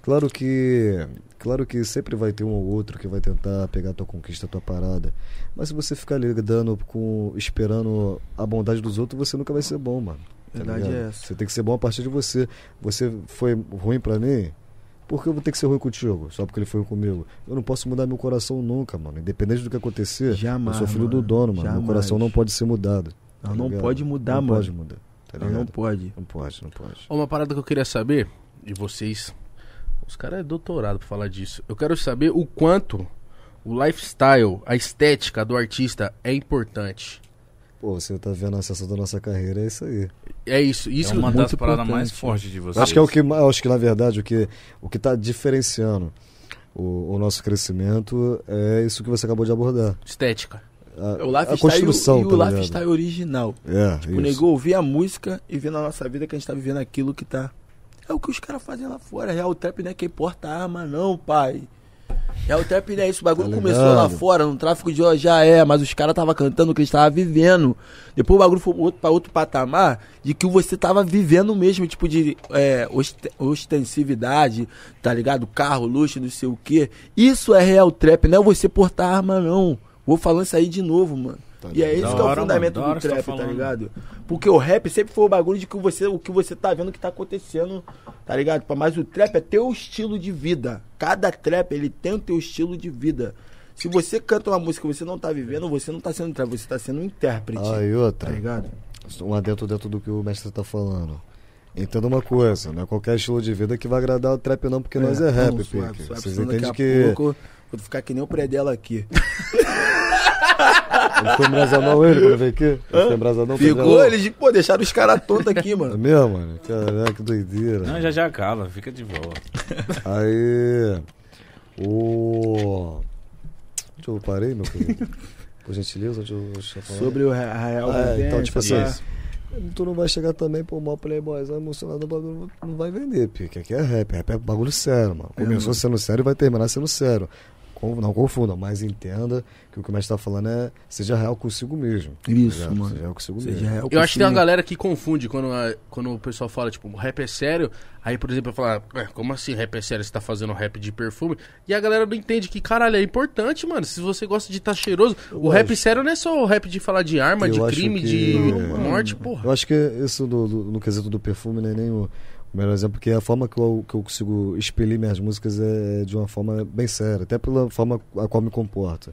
Speaker 4: Claro que, claro que sempre vai ter um ou outro que vai tentar pegar tua conquista, tua parada. Mas se você ficar lidando com esperando a bondade dos outros, você nunca vai ser bom, mano. Tá
Speaker 3: Verdade
Speaker 4: ligado?
Speaker 3: é essa.
Speaker 4: Você tem que ser bom a partir de você. Você foi ruim pra mim, por que eu vou ter que ser ruim contigo? Só porque ele foi ruim comigo. Eu não posso mudar meu coração nunca, mano. Independente do que acontecer,
Speaker 3: Jamais,
Speaker 4: eu sou filho do
Speaker 3: mano.
Speaker 4: dono, mano.
Speaker 3: Jamais.
Speaker 4: Meu coração não pode ser mudado. tá
Speaker 3: Não, não
Speaker 4: ligado?
Speaker 3: pode mudar,
Speaker 4: não
Speaker 3: mano.
Speaker 4: Não pode mudar. Tá
Speaker 3: Não,
Speaker 4: ligado?
Speaker 3: não pode.
Speaker 4: Não pode, não pode.
Speaker 1: Uma parada que eu queria saber, e vocês. Os caras é doutorado pra falar disso. Eu quero saber o quanto o lifestyle, a estética do artista é importante.
Speaker 4: Pô, você tá vendo a sensação da nossa carreira, é isso aí.
Speaker 1: É isso. Isso
Speaker 2: é uma das
Speaker 1: muito
Speaker 2: paradas mais
Speaker 1: importante.
Speaker 2: fortes de vocês.
Speaker 4: Acho que é o que, acho que na verdade o que o que está diferenciando o, o nosso crescimento é isso que você acabou de abordar.
Speaker 1: Estética.
Speaker 4: A,
Speaker 3: O
Speaker 4: a
Speaker 3: lifestyle
Speaker 4: construção,
Speaker 3: e o,
Speaker 4: tá ligado?
Speaker 3: lifestyle original.
Speaker 4: É,
Speaker 3: É Tipo, O
Speaker 4: isso.
Speaker 3: negou ouvir a música e ver na nossa vida que a gente tá vivendo aquilo que tá. É o que os caras fazem lá fora. É o trap não é quem porta arma, não, pai. É o trap não é isso. O bagulho
Speaker 4: Tá
Speaker 3: começou lá
Speaker 4: ligado?
Speaker 3: fora, no tráfico de hoje já é, mas os caras tava cantando o que eles tava vivendo. Depois o bagulho foi outro, pra outro patamar de que você tava vivendo mesmo, tipo de é, ost- ostensividade, tá ligado? Carro, luxo, não sei o quê. Isso é real trap, não é você portar arma, não. Vou falando isso aí de novo, mano.
Speaker 4: Tá
Speaker 3: e é
Speaker 4: ligado.
Speaker 2: Da
Speaker 3: esse que é o
Speaker 2: hora,
Speaker 3: fundamento
Speaker 2: mano, da hora
Speaker 3: do
Speaker 2: que você tá
Speaker 3: trap, tá
Speaker 2: falando.
Speaker 3: ligado? Porque o rap sempre foi o bagulho de que você, o que você tá vendo que tá acontecendo, tá ligado? Pá, Mas o trap é teu estilo de vida. Cada trap, ele tem o teu estilo de vida. Se você canta uma música que você não tá vivendo, você não tá sendo trap, você tá sendo um intérprete.
Speaker 4: Ah, e
Speaker 3: tá
Speaker 4: outra.
Speaker 3: ligado?
Speaker 4: um adentro dentro do que o mestre tá falando. Entenda uma coisa, não é qualquer estilo de vida que vai agradar o trap não, porque nós é rap,
Speaker 3: não, suave,
Speaker 4: Pique.
Speaker 3: suave,
Speaker 4: Vocês
Speaker 3: senão daqui
Speaker 4: entendem
Speaker 3: a
Speaker 4: que
Speaker 3: pouco Vou ficar que nem o predela aqui.
Speaker 4: foi embrasadão ele quando veio aqui? Foi embrasadão?
Speaker 3: Ficou, eles, pô, deixaram os caras tontos aqui,
Speaker 4: É
Speaker 3: mano.
Speaker 4: mesmo, mano? Caraca, que doideira.
Speaker 2: Não, já já acaba, fica de boa.
Speaker 4: Aí. O. Onde eu parei, meu querido? Por gentileza, onde eu deixa eu falar?
Speaker 3: Sobre o Ra- Rael
Speaker 4: Ah, é,
Speaker 3: Vivência,
Speaker 4: então, tipo assim.
Speaker 3: pá.
Speaker 4: Tu não vai chegar também, pô, mó playboyzão emocionado, o bagulho é
Speaker 3: É,
Speaker 4: não vai vender, porque aqui é rap, rap é bagulho sério, mano. Começou sendo sério e vai terminar sendo sério. con- não confunda, mas entenda que o que o mestre tá falando é seja real consigo mesmo. tá
Speaker 3: Isso,
Speaker 4: ligado?
Speaker 3: mano.
Speaker 4: Seja real consigo
Speaker 3: Seja
Speaker 4: mesmo.
Speaker 3: real
Speaker 1: Eu acho que tem uma galera que confunde quando, a- quando o pessoal fala, tipo, rap é sério. Aí, por exemplo, eu falo, "Ué, como assim rap é sério? Você tá fazendo rap de perfume? E a galera não entende que, caralho, é importante, mano. Se você gosta de tá cheiroso, o rap sério não é só o rap de falar de arma, de
Speaker 4: Eu acho
Speaker 1: crime,
Speaker 4: que- é.
Speaker 1: de
Speaker 4: Não,
Speaker 1: morte, porra.
Speaker 4: Eu acho que isso do, do- no quesito do perfume não é nem o, o melhor exemplo, porque a forma que eu, que eu consigo expelir minhas músicas é de uma forma bem séria, até pela forma a qual me comporto.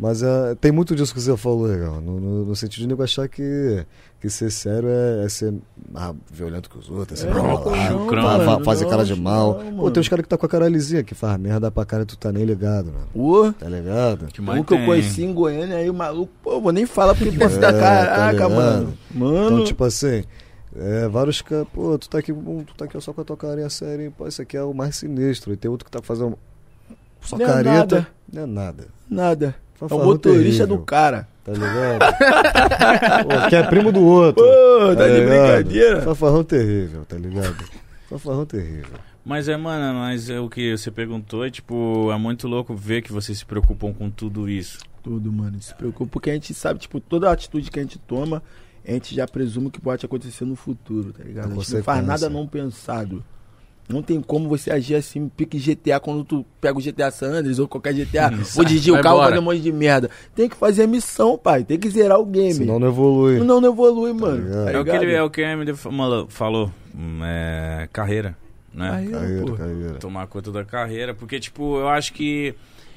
Speaker 4: Mas eh, tem muito disso que você falou, legal, no, no- no sentido de nego achar que, que ser sério é, é ser ah, violento com os outros, é ser
Speaker 3: É,
Speaker 4: maluco,
Speaker 3: não,
Speaker 4: fa-
Speaker 3: mano,
Speaker 4: fa- fazer
Speaker 3: não,
Speaker 4: cara de mal.
Speaker 3: não,
Speaker 4: Pô,
Speaker 3: mano.
Speaker 4: tem uns caras que tá com a cara lisinha, que faz merda pra cara e tu tá nem ligado, mano.
Speaker 3: Ô,
Speaker 4: Tá ligado?
Speaker 2: Que
Speaker 3: um que eu conheci em Goiânia, aí o maluco, pô, vou nem falar porque posso dar caraca,
Speaker 4: É, tá ligado?
Speaker 3: mano. Mano,
Speaker 4: Então, tipo assim, é, vários caras, pô, tu tá aqui, hum, tu tá aqui só com a tua carinha séria, hein? pô, esse aqui é o mais sinistro. E tem outro que tá fazendo só
Speaker 3: Não é
Speaker 4: careta.
Speaker 3: nada.
Speaker 4: Não é nada.
Speaker 3: nada. É
Speaker 4: Fanfarrão
Speaker 3: o motorista
Speaker 4: terrível,
Speaker 3: do cara.
Speaker 4: Tá ligado? pô, que é primo do outro.
Speaker 3: Pô, tá de
Speaker 4: ligado?
Speaker 3: brincadeira.
Speaker 4: Fanfarrão terrível, tá ligado? Fanfarrão terrível.
Speaker 2: Mas é, mano, mas é o que você perguntou é, tipo, é muito louco ver que vocês se preocupam com tudo isso.
Speaker 3: Tudo, mano. Se preocupa, porque a gente sabe, tipo, toda atitude que a gente toma, a gente já presume que pode acontecer no futuro, tá ligado?
Speaker 4: É
Speaker 3: A gente não faz
Speaker 4: consequência.
Speaker 3: nada não pensado. Não tem como você agir assim, pique GTA, quando tu pega o GTA San Andreas ou qualquer GTA, ou dirigir
Speaker 1: vai
Speaker 3: o carro
Speaker 1: embora.
Speaker 3: fazer um monte de merda. Tem que fazer a missão, pai. Tem que zerar o game.
Speaker 4: Senão não evolui.
Speaker 3: Senão não, evolui, mano.
Speaker 4: ligado?
Speaker 3: tá
Speaker 2: É o que, ele, é
Speaker 3: ligado?
Speaker 2: o que a MD falou, falou hum, é, carreira, né?
Speaker 3: Aí,
Speaker 4: Carreira,
Speaker 3: pô.
Speaker 4: carreira.
Speaker 2: tomar conta da carreira, porque, tipo, eu acho que.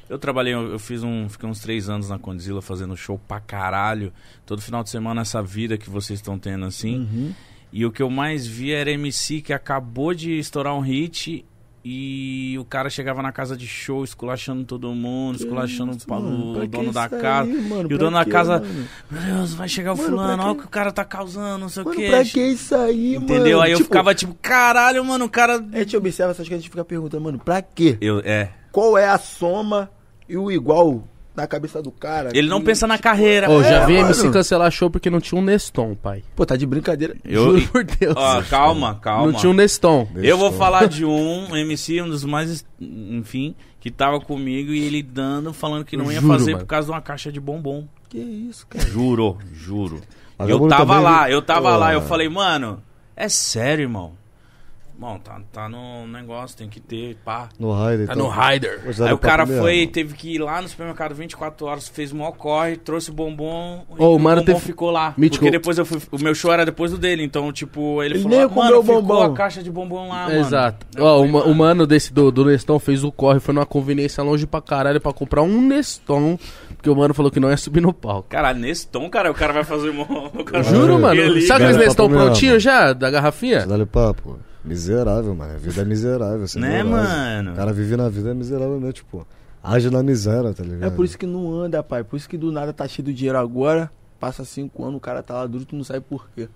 Speaker 2: Eu trabalhei, eu eu fiz um. Fiquei uns três anos na Condzilla fazendo show pra caralho. Todo final de semana, essa vida que vocês estão tendo assim. E o que eu mais vi era MC que acabou de estourar um hit e o cara chegava na casa de show esculachando todo mundo, esculachando o pa-
Speaker 3: Mano, pra
Speaker 2: o
Speaker 3: que
Speaker 2: dono
Speaker 3: isso
Speaker 2: da
Speaker 3: tá
Speaker 2: casa.
Speaker 3: aí, mano?
Speaker 2: e o
Speaker 3: Pra
Speaker 2: dono da
Speaker 3: quê,
Speaker 2: casa,
Speaker 3: Mano,
Speaker 2: meu Deus, vai chegar o
Speaker 3: Mano, pra
Speaker 2: fulano, olha o
Speaker 3: quê?
Speaker 2: que o cara tá causando, não sei o
Speaker 3: Mano,
Speaker 2: que.
Speaker 3: pra que isso aí, mano?
Speaker 2: Entendeu? Aí eu
Speaker 3: Tipo,
Speaker 2: ficava tipo, caralho, mano, o cara.
Speaker 3: A gente observa essas coisas e fica perguntando, mano, pra quê?
Speaker 2: Eu, é.
Speaker 3: qual é a soma e o igual na cabeça do cara.
Speaker 2: Ele não
Speaker 3: Que-
Speaker 2: pensa na carreira.
Speaker 1: Ô, já
Speaker 3: É,
Speaker 1: vi
Speaker 3: mano.
Speaker 1: MC cancelar show porque não tinha um Neston, pai.
Speaker 3: Pô, tá de brincadeira.
Speaker 2: Eu,
Speaker 1: Juro por Deus.
Speaker 3: Ah,
Speaker 2: Ó, calma, calma.
Speaker 1: Não tinha um Neston.
Speaker 2: Eu vou falar de um MC, um dos mais, enfim, que tava comigo e ele dando, falando que não ia
Speaker 1: Juro,
Speaker 2: fazer
Speaker 1: mano.
Speaker 2: por causa de uma caixa de bombom.
Speaker 3: Que isso, cara.
Speaker 2: Juro, juro.
Speaker 4: Mas
Speaker 2: eu
Speaker 4: agora
Speaker 2: tava
Speaker 4: também-
Speaker 2: lá, eu tava lá, eu
Speaker 4: Ah.
Speaker 2: falei, mano, é sério, irmão. Bom, tá, tá no negócio, tem que ter, pá.
Speaker 4: No então, Raider.
Speaker 1: Tá no Rider.
Speaker 2: Aí o cara foi, teve que ir lá no supermercado 24 horas, fez mó corre, trouxe o bombom e
Speaker 1: Ô,
Speaker 2: o
Speaker 1: mano,
Speaker 2: bombom
Speaker 1: teve-
Speaker 2: ficou lá.
Speaker 1: Mítico.
Speaker 2: Porque depois eu fui, o meu show era depois do dele, então, tipo, ele,
Speaker 3: Ele
Speaker 2: falou,
Speaker 3: nem
Speaker 2: ah,
Speaker 3: comeu
Speaker 2: mano,
Speaker 3: o
Speaker 2: ficou
Speaker 3: bombom.
Speaker 2: a caixa de bombom lá, mano.
Speaker 1: Ah, Exato.
Speaker 2: Eu
Speaker 1: Ó,
Speaker 2: falei,
Speaker 1: uma-
Speaker 2: "Mano,
Speaker 1: o mano desse do, do Neston fez o corre, foi numa conveniência longe pra caralho pra comprar um Neston, porque o mano falou que não ia subir no palco.
Speaker 2: Caralho, nesse tom, cara, o cara vai fazer uma. o cara vai
Speaker 1: Juro,
Speaker 2: fazer
Speaker 1: mano.
Speaker 2: ali,
Speaker 1: Sabe
Speaker 2: cara.
Speaker 1: aqueles
Speaker 4: Cara,
Speaker 1: Neston
Speaker 3: tá
Speaker 4: papo mesmo.
Speaker 1: prontinhos já, da garrafinha?
Speaker 4: Dá-lhe papo. Miserável, mano. A vida é miserável. você é
Speaker 2: Né,
Speaker 4: miserável.
Speaker 2: mano?
Speaker 4: O cara vive na vida é miserável mesmo, tipo. Age na miséria, tá
Speaker 3: É
Speaker 4: ligado?
Speaker 3: por isso que não anda, pai. Por isso que do nada tá cheio de dinheiro agora. Passa cinco anos, o cara tá lá duro, tu não sabe por quê.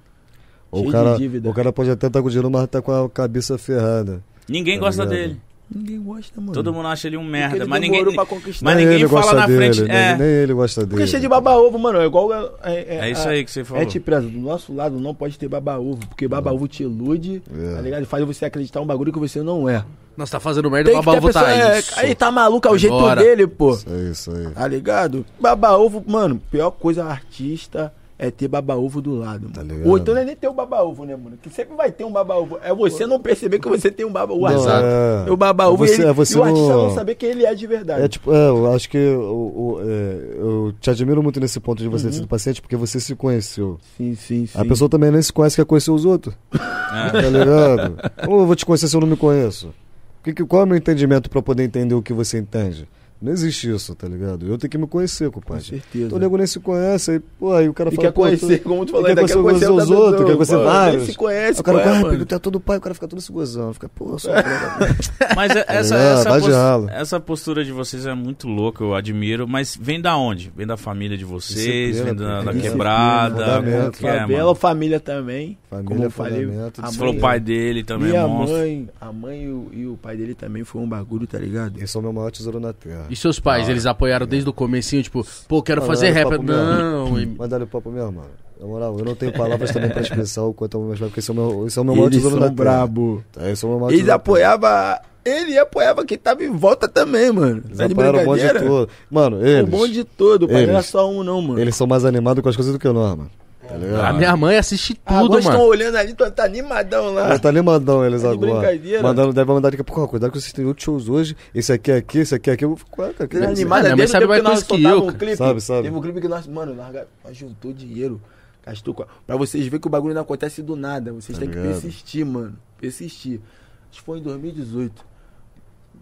Speaker 4: Ou
Speaker 3: Cheio
Speaker 4: o cara,
Speaker 3: de dívida.
Speaker 4: o cara pode até estar com dinheiro, mas tá com a cabeça ferrada.
Speaker 2: Ninguém
Speaker 4: Tá
Speaker 2: gosta
Speaker 4: ligado?
Speaker 2: dele.
Speaker 3: Ninguém gosta, mano.
Speaker 2: Todo mundo acha ele um merda,
Speaker 3: Porque ele
Speaker 2: mas
Speaker 3: demorou
Speaker 2: ninguém.
Speaker 3: pra conquistar.
Speaker 2: Mas
Speaker 4: Nem
Speaker 2: ninguém
Speaker 4: ele
Speaker 2: fala
Speaker 4: gosta
Speaker 2: na
Speaker 4: dele,
Speaker 2: frente.
Speaker 4: nem,
Speaker 2: É,
Speaker 4: nem ele gosta dele.
Speaker 3: Porque é cheio de baba-ovo, mano. É igual. a- É,
Speaker 2: é isso aí que você falou.
Speaker 3: É tipo, do nosso lado não pode ter baba-ovo, porque baba-ovo te ilude,
Speaker 4: É.
Speaker 3: tá ligado? E Faz você acreditar um bagulho que você não é.
Speaker 1: Nossa, tá fazendo merda,
Speaker 3: Tem que ter
Speaker 1: babá
Speaker 3: a pessoa,
Speaker 1: votar
Speaker 3: é,
Speaker 1: isso.
Speaker 3: aí tá maluco, é o jeito
Speaker 1: Agora.
Speaker 3: dele, pô.
Speaker 4: Isso aí, É isso aí.
Speaker 3: Tá ligado? Baba-ovo, mano, pior coisa artista é ter baba-ovo do lado,
Speaker 4: Tá
Speaker 3: mano.
Speaker 4: ligado.
Speaker 3: Ou então não é nem ter o baba-ovo, né, mano? Que sempre vai ter um baba-ovo. É você não perceber que você tem um baba-ovo.
Speaker 4: Não,
Speaker 3: Exato.
Speaker 4: é-
Speaker 3: É o baba-ovo
Speaker 4: é
Speaker 3: e,
Speaker 4: você-
Speaker 3: ele-
Speaker 4: é você
Speaker 3: e o artista
Speaker 4: no-
Speaker 3: não saber quem ele é de verdade.
Speaker 4: É tipo, é, eu acho que o- o- é, eu te admiro muito nesse ponto de você ter sido paciente, porque você se conheceu.
Speaker 3: Sim, sim, Uhum. sim.
Speaker 4: A pessoa também nem se conhece, quer conhecer os outros.
Speaker 2: É.
Speaker 4: Tá ligado? Ou eu vou te conhecer se eu não me conheço? Que, que- qual é o meu entendimento pra poder entender o que você entende? Não existe isso, tá ligado? Eu tenho que me conhecer, compadre.
Speaker 3: Com certeza.
Speaker 4: Então o nego nem se conhece, aí, pô, aí o cara
Speaker 3: é. E
Speaker 4: fala.
Speaker 3: quer
Speaker 4: pô,
Speaker 3: conhecer,
Speaker 4: tu-
Speaker 3: como tu
Speaker 4: e
Speaker 3: falou,
Speaker 4: quer
Speaker 3: ainda
Speaker 4: conhecer
Speaker 3: quer conhecer é
Speaker 4: os
Speaker 3: outra
Speaker 4: outros,
Speaker 3: pessoa,
Speaker 4: quer conhecer
Speaker 3: pô, nem
Speaker 4: vários.
Speaker 3: se conhece,
Speaker 4: Aí o cara,
Speaker 3: qual é,
Speaker 4: ah,
Speaker 3: mano?
Speaker 4: perguntei a todo pai, o cara fica todo esse gozão. Fica, pô, sou um colega.
Speaker 2: Mas é- essa,
Speaker 4: ligado?
Speaker 2: essa,
Speaker 4: Vai de
Speaker 2: pos-
Speaker 4: ralo.
Speaker 2: essa postura de vocês é muito louca, eu admiro. Mas vem da onde? Vem da família de vocês,
Speaker 4: Disciplina,
Speaker 2: vem da,
Speaker 4: pô.
Speaker 2: da
Speaker 4: Disciplina,
Speaker 2: quebrada. Como
Speaker 4: fundamento.
Speaker 2: que é,
Speaker 3: Favela,
Speaker 2: mano?
Speaker 3: família também.
Speaker 4: Família, é
Speaker 3: como Ah, eu falei,
Speaker 4: fundamento,
Speaker 3: a
Speaker 2: Você
Speaker 4: disciplina.
Speaker 2: falou
Speaker 3: mãe-
Speaker 2: o pai dele também, é
Speaker 3: minha
Speaker 2: monstro.
Speaker 3: mãe, a mãe e o, e o pai dele também foi um bagulho, tá ligado?
Speaker 4: Esse é o meu maior tesouro na terra.
Speaker 1: E seus
Speaker 3: Ah.
Speaker 1: pais, eles apoiaram desde o comecinho, tipo, pô, quero
Speaker 3: Tá
Speaker 1: fazer
Speaker 4: Mandaram
Speaker 1: rap.
Speaker 4: papo mesmo.
Speaker 1: Não, e-
Speaker 4: Mandaram papo mesmo, mano. Na moral, eu não tenho palavras também pra expressar o quanto eu amo meus pais, porque esse é o meu, esse é o meu maior
Speaker 3: Eles
Speaker 4: tesouro da
Speaker 3: são
Speaker 4: terra.
Speaker 3: brabo.
Speaker 4: Tá, esse é o meu maior
Speaker 3: Eles
Speaker 4: tesouro da terra.
Speaker 3: apoiava. Ele apoiava quem tava em volta também, mano.
Speaker 4: Eles
Speaker 3: Tá de
Speaker 4: apoiaram um o bonde
Speaker 3: brincadeira? um
Speaker 4: todo. Mano,
Speaker 3: O
Speaker 4: eles,
Speaker 3: bonde todo, pai. Não é
Speaker 4: Eles.
Speaker 3: só um, não, mano.
Speaker 4: eles são mais animados com as coisas do que nós, mano. Tá ligado?
Speaker 3: Ah,
Speaker 1: A minha mãe assiste tudo,
Speaker 3: Agora estão
Speaker 1: mano.
Speaker 3: olhando ali, tu tá animadão lá.
Speaker 4: Mas tá animadão eles
Speaker 3: Tá de
Speaker 4: agora.
Speaker 3: brincadeira.
Speaker 4: Mandando, deve mandar tipo, dica, pô, cuidado que vocês têm outros shows hoje. Esse aqui é aqui, esse aqui é aqui. Eu fico, ué, cara, que
Speaker 3: Ele é
Speaker 4: isso?
Speaker 3: animado,
Speaker 1: Ah, minha
Speaker 3: é
Speaker 1: mãe
Speaker 3: desde
Speaker 1: sabe
Speaker 3: o
Speaker 1: mais
Speaker 3: tempo que nós
Speaker 1: coisa que eu,
Speaker 3: soltava um
Speaker 1: cara.
Speaker 3: clipe.
Speaker 4: Sabe, sabe.
Speaker 3: Teve um clipe que nós, mano, larga- nós juntou dinheiro, gastou com a- Pra vocês verem que o bagulho não acontece do nada. Vocês
Speaker 4: Tá
Speaker 3: têm que
Speaker 4: ligado?
Speaker 3: persistir, mano. Persistir. Acho que foi em 2018.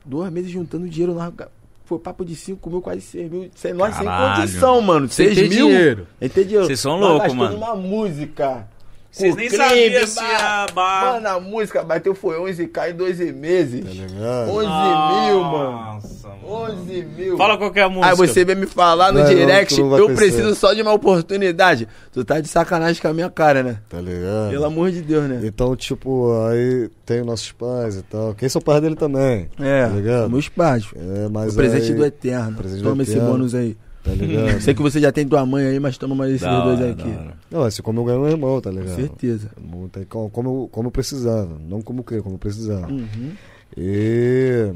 Speaker 3: Dois meses juntando dinheiro, nós... ga- Foi papo de 5 mil, quase 6 mil. Sem nós, sem
Speaker 2: Caralho.
Speaker 3: condição, mano.
Speaker 1: Sem
Speaker 3: 6
Speaker 1: ter
Speaker 3: mil.
Speaker 1: dinheiro.
Speaker 3: Sem ter dinheiro.
Speaker 2: Vocês são
Speaker 3: Nós
Speaker 2: loucos,
Speaker 3: gastamos
Speaker 2: mano.
Speaker 3: uma música.
Speaker 2: Vocês
Speaker 3: com
Speaker 2: nem
Speaker 3: clipe,
Speaker 2: sabiam se
Speaker 3: bah.
Speaker 2: a bar-
Speaker 3: Mano, a música bateu foi 11k em 12 meses.
Speaker 4: Tá ligado?
Speaker 3: 11 mil, mano.
Speaker 2: Nossa, mano.
Speaker 3: 11 mil.
Speaker 2: Fala
Speaker 4: Ah,
Speaker 2: qualquer música.
Speaker 3: Aí você vem me falar no
Speaker 4: Não, não,
Speaker 3: direct,
Speaker 4: tu não vai
Speaker 3: eu
Speaker 4: pensar.
Speaker 3: preciso só de uma oportunidade. Tu tá de sacanagem com a minha cara, né?
Speaker 4: Tá ligado?
Speaker 3: Pelo amor de Deus, né?
Speaker 4: Então, tipo, aí tem os nossos pais e tal. Quem são pais dele também.
Speaker 3: É,
Speaker 4: Tá ligado?
Speaker 3: meus pais.
Speaker 4: É,
Speaker 3: O
Speaker 4: mas
Speaker 3: presente
Speaker 4: aí-
Speaker 3: do Eterno.
Speaker 4: presente do
Speaker 3: toma esse
Speaker 4: Eterno.
Speaker 3: bônus aí.
Speaker 4: Tá ligado?
Speaker 3: Sei que você já tem tua mãe aí, mas toma mais esses
Speaker 2: Da
Speaker 3: dois
Speaker 2: hora,
Speaker 3: aqui.
Speaker 2: da hora.
Speaker 4: Não, assim como eu ganhei um irmão, tá
Speaker 3: Com
Speaker 4: ligado?
Speaker 3: certeza.
Speaker 4: Não tem como, como, eu, como eu precisava. Não como eu queria, como eu precisava.
Speaker 3: Hum. Uhum.
Speaker 4: E.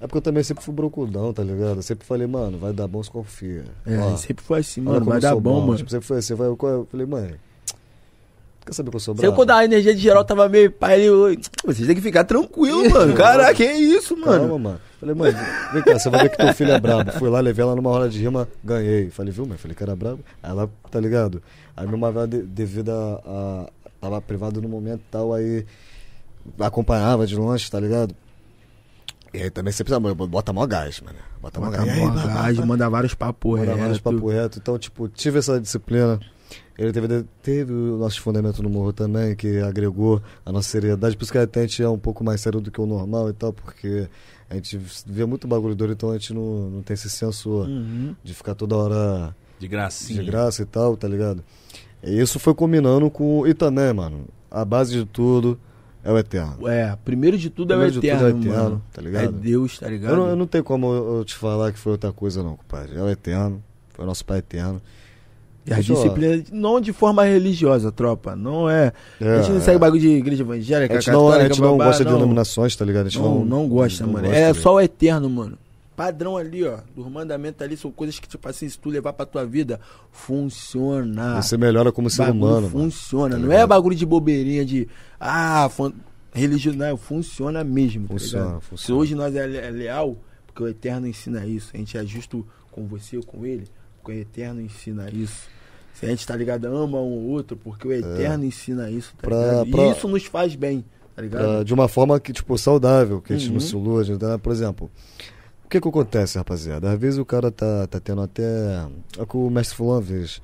Speaker 4: É porque eu também sempre fui brocudão, tá ligado? Eu sempre falei, mano, vai dar bom se confia.
Speaker 3: É,
Speaker 4: Ó,
Speaker 3: sempre foi assim,
Speaker 4: olha
Speaker 3: mano.
Speaker 4: como
Speaker 3: Vai
Speaker 4: eu
Speaker 3: dar
Speaker 4: sou
Speaker 3: bom, mano.
Speaker 4: Tipo, sempre foi assim. Vai, eu, eu falei, mãe, quer saber que eu sou
Speaker 3: Sei
Speaker 4: brabo?
Speaker 3: quando a energia de geral tava meio pai, ele. "Oi, Vocês têm que ficar tranquilo, mano. Caraca, que isso,
Speaker 4: Calma,
Speaker 3: mano.
Speaker 4: mano. Falei, mãe, vem cá, você vai ver que teu filho é brabo. Fui lá, levei ela numa roda de rima, ganhei. Falei, viu, mãe? Falei que era brabo. Aí Ela, tá ligado? Aí meu marido, de- devido a, a- Tava privado no momento e tal, aí. Acompanhava de longe, tá ligado? E aí também sempre, mano, bota mó gás, mano. Bota mó
Speaker 3: Manda
Speaker 4: gás. E aí,
Speaker 3: mó
Speaker 4: blá, blá,
Speaker 3: gás,
Speaker 4: blá.
Speaker 3: manda vários papos,
Speaker 4: Manda vários papo reto. Então, tipo, tive essa disciplina. Ele teve, teve o nosso fundamento no morro também, que agregou a nossa seriedade. Por isso que a gente é um pouco mais sério do que o normal e tal, porque a gente vê muito bagulho doido, então a gente não, não tem esse senso
Speaker 3: Uhum.
Speaker 4: de ficar toda hora
Speaker 2: De gracinha.
Speaker 4: de graça e tal, tá ligado? E isso foi combinando com. E também, mano, a base de tudo é o Eterno.
Speaker 3: É, primeiro de tudo é o
Speaker 4: Primeiro de
Speaker 3: eterno,
Speaker 4: tudo é o eterno,
Speaker 3: mano.
Speaker 4: tá ligado?
Speaker 3: É Deus, tá ligado?
Speaker 4: Eu não, eu não tenho como eu eu te falar que foi outra coisa, não, compadre. É o Eterno, foi o nosso pai Eterno.
Speaker 3: E a
Speaker 4: Deixa eu-
Speaker 3: disciplina, não de forma religiosa, tropa, não é.
Speaker 4: É,
Speaker 3: a gente não
Speaker 4: é.
Speaker 3: segue bagulho de igreja evangélica,
Speaker 4: A gente não, é, a
Speaker 3: católica,
Speaker 4: gente não
Speaker 3: babá,
Speaker 4: gosta de
Speaker 3: não.
Speaker 4: denominações, tá ligado? A gente
Speaker 3: Não,
Speaker 4: não,
Speaker 3: não, gosta,
Speaker 4: não
Speaker 3: mano.
Speaker 4: gosta,
Speaker 3: é
Speaker 4: velho.
Speaker 3: só o eterno, mano. Padrão ali, ó, do mandamento ali, são coisas que, tipo assim, se tu levar pra tua vida, funciona.
Speaker 4: Você melhora como ser
Speaker 3: É, bagulho
Speaker 4: humano. mano.
Speaker 3: funciona,
Speaker 4: Tá
Speaker 3: não é
Speaker 4: ligado?
Speaker 3: bagulho de bobeirinha de ah, fan... religioso, não, funciona mesmo. tá
Speaker 4: Funciona,
Speaker 3: ligado?
Speaker 4: funciona.
Speaker 3: Se hoje nós é, le- é leal, porque o Eterno ensina isso, a gente é justo com você ou com ele, porque o Eterno ensina isso. Se a gente tá ligado, ama um ou outro, porque o Eterno ensina isso, tá
Speaker 4: É. Pra-
Speaker 3: ligado?
Speaker 4: pra-
Speaker 3: E isso nos faz bem, tá ligado?
Speaker 4: Pra- de uma forma que, tipo, saudável, que a
Speaker 3: Uhum.
Speaker 4: gente não se ilude. Né? Por exemplo, o que que acontece, rapaziada? Às vezes o cara tá, tá tendo até... É o que o mestre falou uma vez.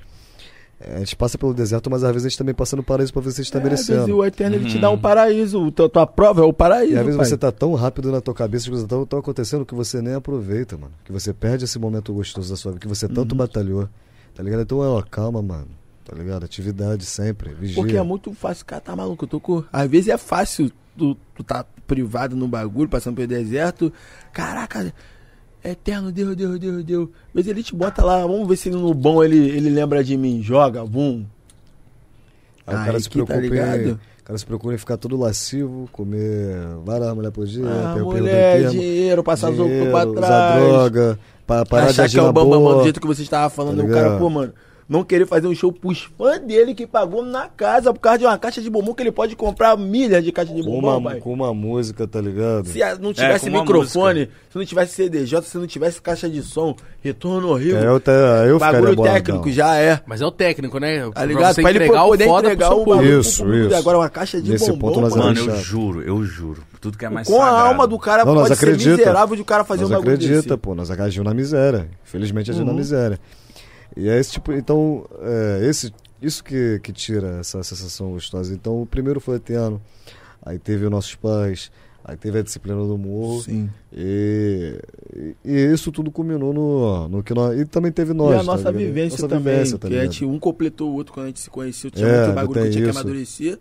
Speaker 4: É, a gente passa pelo deserto, mas às vezes a gente também passa no paraíso pra ver se tá
Speaker 3: É, às vezes
Speaker 4: estabelecendo.
Speaker 3: o Eterno ele te dá um paraíso, o teu- tua prova é o paraíso,
Speaker 4: E às vezes
Speaker 3: pai.
Speaker 4: você tá tão rápido na tua cabeça, as coisas tão, tão acontecendo que você nem aproveita, mano. Que você perde esse momento gostoso da sua vida, que você
Speaker 3: Uhum.
Speaker 4: tanto batalhou. Tá ligado? Então, é, ó, calma, mano. Tá ligado? Atividade sempre, vigia.
Speaker 3: Porque é muito fácil, cara, tá maluco, eu tô com... Às vezes é fácil tu, tu tá privado no bagulho, passando pelo deserto. Caraca, eterno, Deus, Deus, Deus, Deus. Mas ele te bota lá, vamos ver se no bom ele, ele lembra de mim. Joga, bum.
Speaker 4: Aí o
Speaker 3: Aí
Speaker 4: cara se
Speaker 3: que tá
Speaker 4: preocupa em,
Speaker 3: ligado?
Speaker 4: o cara se preocupa em ficar todo lascivo, comer várias mulheres por dia,
Speaker 3: Ah,
Speaker 4: per-
Speaker 3: mulher,
Speaker 4: perda o termo,
Speaker 3: dinheiro, passar
Speaker 4: dinheiro,
Speaker 3: dinheiro, pra
Speaker 4: usar
Speaker 3: trás.
Speaker 4: droga, pa, parar de
Speaker 3: achar
Speaker 4: agir
Speaker 3: que é
Speaker 4: na
Speaker 3: o Bambam
Speaker 4: boa.
Speaker 3: do jeito que você estava falando.
Speaker 4: tá
Speaker 3: o cara,
Speaker 4: ligado?
Speaker 3: pô, mano, não querer fazer um show pros fãs dele que pagou na casa por causa de uma caixa de bombom que ele pode comprar milhas de caixa de
Speaker 4: com,
Speaker 3: bombom,
Speaker 4: uma,
Speaker 3: é pai.
Speaker 4: com uma música, tá ligado?
Speaker 3: Se a-
Speaker 1: É,
Speaker 3: não tivesse
Speaker 2: com uma
Speaker 3: microfone, se não tivesse CDJ, se não tivesse caixa de som, retorno horrível,
Speaker 4: É, eu, tá, eu ficaria
Speaker 3: bagulho
Speaker 4: boladão.
Speaker 3: técnico já é.
Speaker 1: Mas é o técnico, né?
Speaker 3: Tá
Speaker 1: Pra
Speaker 3: ligado?
Speaker 1: você entregar o foda pro seu
Speaker 3: o
Speaker 1: público.
Speaker 3: bagulho pro
Speaker 4: Isso,
Speaker 3: público.
Speaker 4: isso.
Speaker 3: Agora uma caixa de
Speaker 4: Nesse
Speaker 3: bombom,
Speaker 4: ponto nós é
Speaker 3: mano.
Speaker 2: Mano, eu
Speaker 4: Chato.
Speaker 2: juro, eu juro. Tudo que é mais
Speaker 3: com a
Speaker 2: sagrado.
Speaker 3: alma do cara
Speaker 4: Não, nós
Speaker 3: É, pode ser
Speaker 4: acredita.
Speaker 3: miserável de o cara fazer
Speaker 4: nós
Speaker 3: um bagulho
Speaker 4: acredita,
Speaker 3: desse. Uhum.
Speaker 4: pô, nós agiu na miséria. Infelizmente agiu na miséria. E é esse tipo, então, é, esse, isso que, que tira essa sensação gostosa. Então, o primeiro foi o Eterno, aí teve os nossos pais, aí teve a disciplina do morro.
Speaker 3: Sim.
Speaker 4: E, e- e isso tudo culminou no, no que nós. E também teve
Speaker 3: E
Speaker 4: nós.
Speaker 3: a nossa
Speaker 4: tá ligado?
Speaker 3: vivência
Speaker 4: Nossa
Speaker 3: também.
Speaker 4: vivência,
Speaker 3: que é tipo-
Speaker 4: tá
Speaker 3: a
Speaker 4: ligado?
Speaker 3: gente, um completou o outro quando a gente se conheceu. Tinha
Speaker 4: É,
Speaker 3: muito
Speaker 4: não
Speaker 3: bagulho que
Speaker 4: tem
Speaker 3: eu tinha que
Speaker 4: isso.
Speaker 3: amadurecer.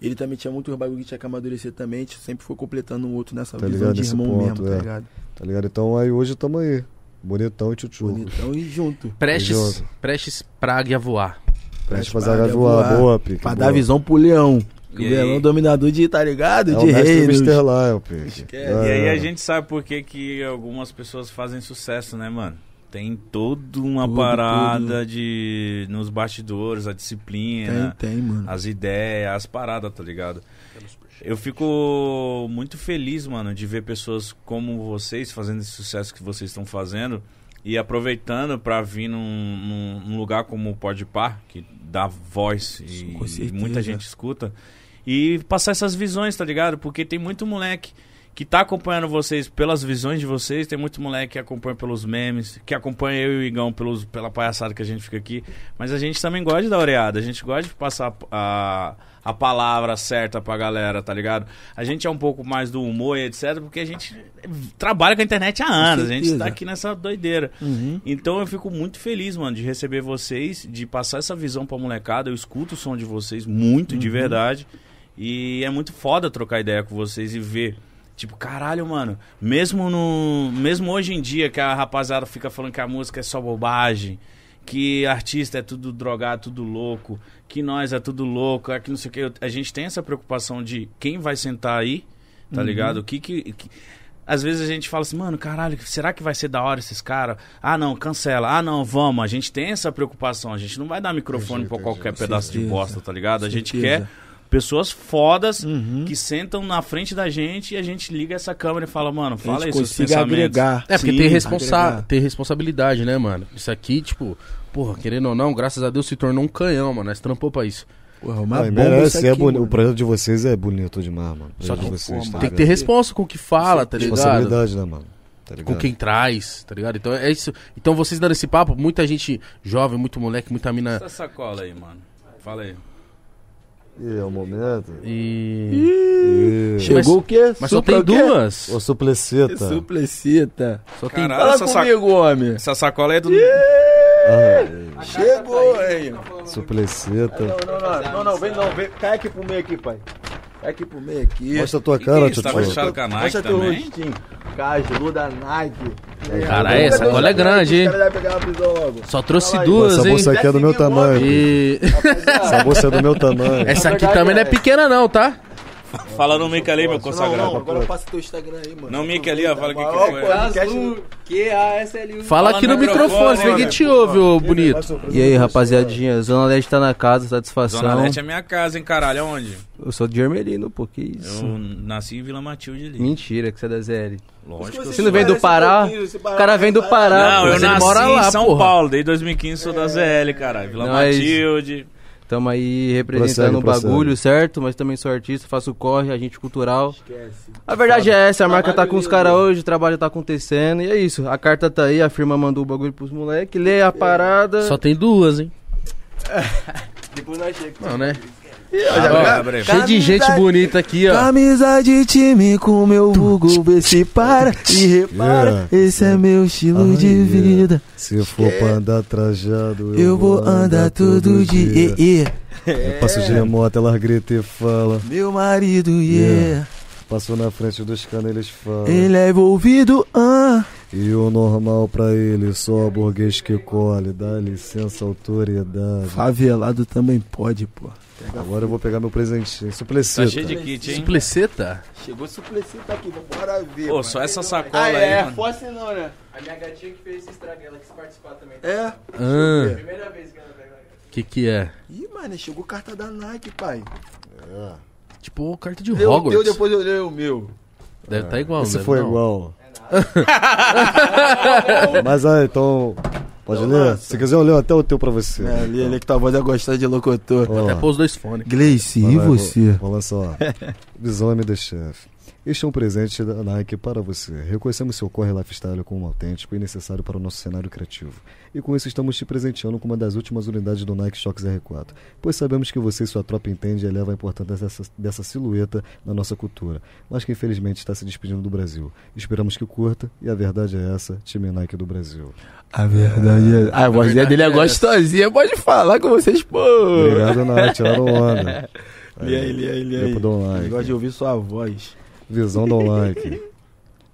Speaker 3: Ele também tinha muitos bagulho que tinha que amadurecer também. A gente sempre foi completando um outro nessa
Speaker 4: Tá
Speaker 3: visão
Speaker 4: ligado?
Speaker 3: de
Speaker 4: Nesse
Speaker 3: irmão
Speaker 4: ponto,
Speaker 3: mesmo, tá
Speaker 4: é.
Speaker 3: ligado?
Speaker 4: Tá ligado? Então aí hoje tamo aí. Bonitão e tchutchu.
Speaker 3: Bonitão e junto.
Speaker 4: Prestes-
Speaker 1: Prestes pra águia voar.
Speaker 4: Prestes fazer a voar. Boa, pique.
Speaker 3: Pra
Speaker 4: boa.
Speaker 3: dar visão pro leão. O
Speaker 2: E
Speaker 3: leão
Speaker 2: aí?
Speaker 3: dominador de, tá ligado?
Speaker 4: É o
Speaker 3: de
Speaker 4: mestre
Speaker 3: reinos.
Speaker 4: Mr. Lion, pique.
Speaker 2: E aí a
Speaker 4: É.
Speaker 2: gente sabe por que, que algumas pessoas fazem sucesso, né, mano? Tem toda uma
Speaker 3: Tudo,
Speaker 2: parada de. nos bastidores, a disciplina.
Speaker 3: Tem, tem, mano.
Speaker 2: As ideias, as paradas, tá ligado? Eu fico muito feliz, mano, de ver pessoas como vocês fazendo esse sucesso que vocês estão fazendo e aproveitando pra vir num, num- num lugar como o Podpar, que dá voz e,
Speaker 3: Com
Speaker 2: e
Speaker 3: certeza.
Speaker 2: muita gente escuta, e passar essas visões, tá ligado? Porque tem muito moleque que tá acompanhando vocês pelas visões de vocês, tem muito moleque que acompanha pelos memes, que acompanha eu e o Igão pelos, pela palhaçada que a gente fica aqui, mas a gente também gosta de dar oreada, a gente gosta de passar a, a palavra certa pra galera, tá ligado? A gente é um pouco mais do humor e etc, porque a gente trabalha com a internet há anos, a gente
Speaker 3: certeza.
Speaker 2: tá aqui nessa doideira.
Speaker 3: Uhum.
Speaker 2: Então eu fico muito feliz, mano, de receber vocês, de passar essa visão pra molecada. Eu escuto o som de vocês muito,
Speaker 3: Uhum.
Speaker 2: de verdade. E é muito foda trocar ideia com vocês e ver. Tipo, caralho, mano, mesmo no. Mesmo hoje em dia que a rapaziada fica falando que a música é só bobagem, que artista é tudo drogado, tudo louco, que nós é tudo louco, é que não sei o que. A gente tem essa preocupação de quem vai sentar aí, tá ligado? O que que- que às vezes a gente fala assim, mano, caralho, será que vai ser da hora esses caras? Ah, não, cancela. Ah, não, vamos. A gente tem essa preocupação. A gente não vai dar microfone pra qualquer pedaço de
Speaker 3: Certeza.
Speaker 2: bosta, tá ligado? A gente
Speaker 3: Certeza.
Speaker 2: quer pessoas fodas
Speaker 3: Uhum.
Speaker 2: que sentam na frente da gente e a gente liga essa câmera e fala, mano, fala
Speaker 3: gente
Speaker 2: aí seus
Speaker 3: consiga
Speaker 2: pensamentos.
Speaker 3: agregar.
Speaker 1: É, porque
Speaker 2: Sim,
Speaker 1: tem, responsa
Speaker 3: agregar.
Speaker 1: tem responsabilidade, né, mano? Isso aqui, tipo, porra, querendo ou não, graças a Deus se tornou um canhão, mano. Nós trampou pra isso.
Speaker 3: Porra,
Speaker 4: Ah,
Speaker 3: uma bomba
Speaker 4: merece,
Speaker 3: isso aqui,
Speaker 4: é boni-
Speaker 3: mano.
Speaker 4: O projeto de vocês é bonito demais, mano. O
Speaker 1: Só
Speaker 4: projeto
Speaker 1: que
Speaker 4: de vocês, tá
Speaker 1: tem que ter
Speaker 4: ligado?
Speaker 1: responsa com o que fala, tá ligado?
Speaker 4: Responsabilidade, né, mano? Tá ligado?
Speaker 1: Com quem traz, tá ligado? Então é isso. Então vocês dando esse papo, muita gente jovem, muito moleque, muita mina.
Speaker 2: Essa sacola aí, mano. Fala aí.
Speaker 4: E é o momento.
Speaker 1: E.
Speaker 4: E...
Speaker 3: Chegou o quê?
Speaker 1: Mas só tem
Speaker 3: Supra o quê?
Speaker 1: duas.
Speaker 4: Ô, supleceta.
Speaker 3: Suplecita.
Speaker 1: Só tem
Speaker 2: Caralho,
Speaker 3: Fala
Speaker 2: essa, sa-
Speaker 3: comigo, homem.
Speaker 2: essa sacola aí é do.
Speaker 4: Ah,
Speaker 3: Chegou, hein?
Speaker 4: é. supleceta.
Speaker 3: Não, não, não, não, vem não. Vem. Cai aqui pro meio aqui, pai. Cai aqui pro meio aqui.
Speaker 4: Mostra a tua
Speaker 2: Que
Speaker 4: cara,
Speaker 2: isso, tá
Speaker 4: Tchutchu.
Speaker 2: fechado com a Nike
Speaker 3: Mostra teu
Speaker 2: também? Tá,
Speaker 3: rostinho. Caju da Nike.
Speaker 1: Caralho, essa cola é grande, hein?
Speaker 3: Os caras já pegaram a prisão logo.
Speaker 1: Só trouxe
Speaker 3: Fala aí.
Speaker 4: Pô,
Speaker 1: duas,
Speaker 4: essa
Speaker 1: hein?
Speaker 4: bolsa aqui é do meu tamanho. pique.
Speaker 1: E.
Speaker 4: Essa bolsa é do meu tamanho.
Speaker 1: Essa aqui
Speaker 3: verdade,
Speaker 1: também não é
Speaker 3: é.
Speaker 1: pequena, não, tá?
Speaker 2: Fala no mic ali, meu
Speaker 3: Não, não,
Speaker 2: consagrado.
Speaker 3: agora passa teu Instagram aí, mano. tá
Speaker 2: Não, mic ali, ó. Fala o que, que
Speaker 3: Maior
Speaker 2: foi.
Speaker 3: podcast do-
Speaker 9: Q-A-S-L-U.
Speaker 1: Fala aqui no
Speaker 2: no
Speaker 1: microfone,
Speaker 2: microfone,
Speaker 1: se ninguém
Speaker 2: né?
Speaker 1: te ouve, ô bonito.
Speaker 9: E aí, rapaziadinha, Zona Leste tá na casa, satisfação.
Speaker 2: Zona Leste é minha casa, hein, caralho. Aonde?
Speaker 9: Eu sou de Ermelino, pô, que isso.
Speaker 2: Eu nasci em Vila Matilde ali.
Speaker 9: Mentira, que você é da ZL.
Speaker 2: Lógico.
Speaker 9: Você não vem do
Speaker 8: um
Speaker 9: Pará? O cara vem do
Speaker 8: é
Speaker 9: Pará,
Speaker 2: Não,
Speaker 9: pô.
Speaker 2: eu
Speaker 1: Mas
Speaker 9: Você
Speaker 1: ele
Speaker 2: nasci
Speaker 1: mora lá,
Speaker 2: em São
Speaker 1: porra.
Speaker 2: Paulo, desde 2015 sou
Speaker 3: É.
Speaker 2: da ZL, caralho. Vila
Speaker 9: Nós-
Speaker 2: Matilde.
Speaker 9: Tamo aí representando
Speaker 4: Prossegue,
Speaker 9: o bagulho, certo? Mas também sou artista, faço corre, agente cultural. A verdade é essa, a marca tá com os caras hoje, o trabalho tá acontecendo, e é isso. A carta tá aí, a firma mandou o bagulho pros moleques, lê a parada.
Speaker 1: Só tem duas, hein? Não, né?
Speaker 3: Tá
Speaker 2: Abre, abre, abre.
Speaker 1: Cheio de gente
Speaker 4: é
Speaker 1: bonita aqui, ó.
Speaker 3: Camisa de tipo, time com meu Hugo, vê se para e repara.
Speaker 4: Yeah.
Speaker 3: Esse é meu estilo
Speaker 4: Ai,
Speaker 3: de
Speaker 4: yeah.
Speaker 3: vida.
Speaker 4: Se for pra andar trajado,
Speaker 3: Eu vou andar todo dia. Yeah.
Speaker 4: Eu passo
Speaker 1: É.
Speaker 4: de remoto, elas gritam e falam.
Speaker 3: Meu marido,
Speaker 4: Yeah.
Speaker 3: yeah.
Speaker 4: Passou na frente dos canos, eles falam.
Speaker 3: Ele é envolvido, ah.
Speaker 4: E o normal pra ele, só burguês que colhe. Dá licença, autoridade.
Speaker 3: Favelado também pode, pô.
Speaker 4: Agora eu vou pegar meu presentinho.
Speaker 2: Tá cheio de
Speaker 4: Suplecita.
Speaker 2: kit, hein?
Speaker 1: Supleceta?
Speaker 3: Chegou suplecita aqui, vambora ver.
Speaker 2: Pô, só essa
Speaker 3: Ah,
Speaker 2: sacola aí, mano.
Speaker 3: fosse não, né?
Speaker 9: A minha gatinha que fez esse estrago, ela quis participar também.
Speaker 3: É.
Speaker 1: Ah,
Speaker 9: Primeira vez que ela pega.
Speaker 1: que que é?
Speaker 3: Ih, mano, chegou carta da Nike, pai.
Speaker 1: Tipo carta de
Speaker 3: Leu o teu,
Speaker 1: Hogwarts.
Speaker 3: depois eu leio o meu.
Speaker 1: Deve tá igual,
Speaker 2: né,
Speaker 4: Esse
Speaker 1: deve
Speaker 4: foi
Speaker 1: não.
Speaker 4: igual. Mas aí, então. Pode ler? Se quiser, eu leio até o teu pra você.
Speaker 3: É, ali, ali que tua voz é gostosa de locutor.
Speaker 4: Ó.
Speaker 1: Até pôs os dois fones.
Speaker 3: Gleice,
Speaker 4: Vai
Speaker 3: e
Speaker 4: lá,
Speaker 3: você?
Speaker 4: Vou, vou só. Visão MD Chef. Este é um presente da Nike para você. Reconhecemos seu corre lifestyle como autêntico e necessário para o nosso cenário criativo. E com isso estamos te presenteando com uma das últimas unidades do Nike Shox R4, pois sabemos que você e sua tropa entende e eleva a importância dessa, dessa silhueta na nossa cultura, mas que infelizmente está se despedindo do Brasil. Esperamos que curta e a verdade é essa, time Nike do Brasil.
Speaker 3: A verdade é. A vozinha dele é gostosinha, pode falar com vocês, pô.
Speaker 4: Obrigado, Nike. Tiraram onda.
Speaker 3: Lê aí, lê aí, lê aí.
Speaker 4: Depois dou um
Speaker 3: Eu gosto
Speaker 4: like.
Speaker 3: de ouvir sua voz.
Speaker 4: Visão do like.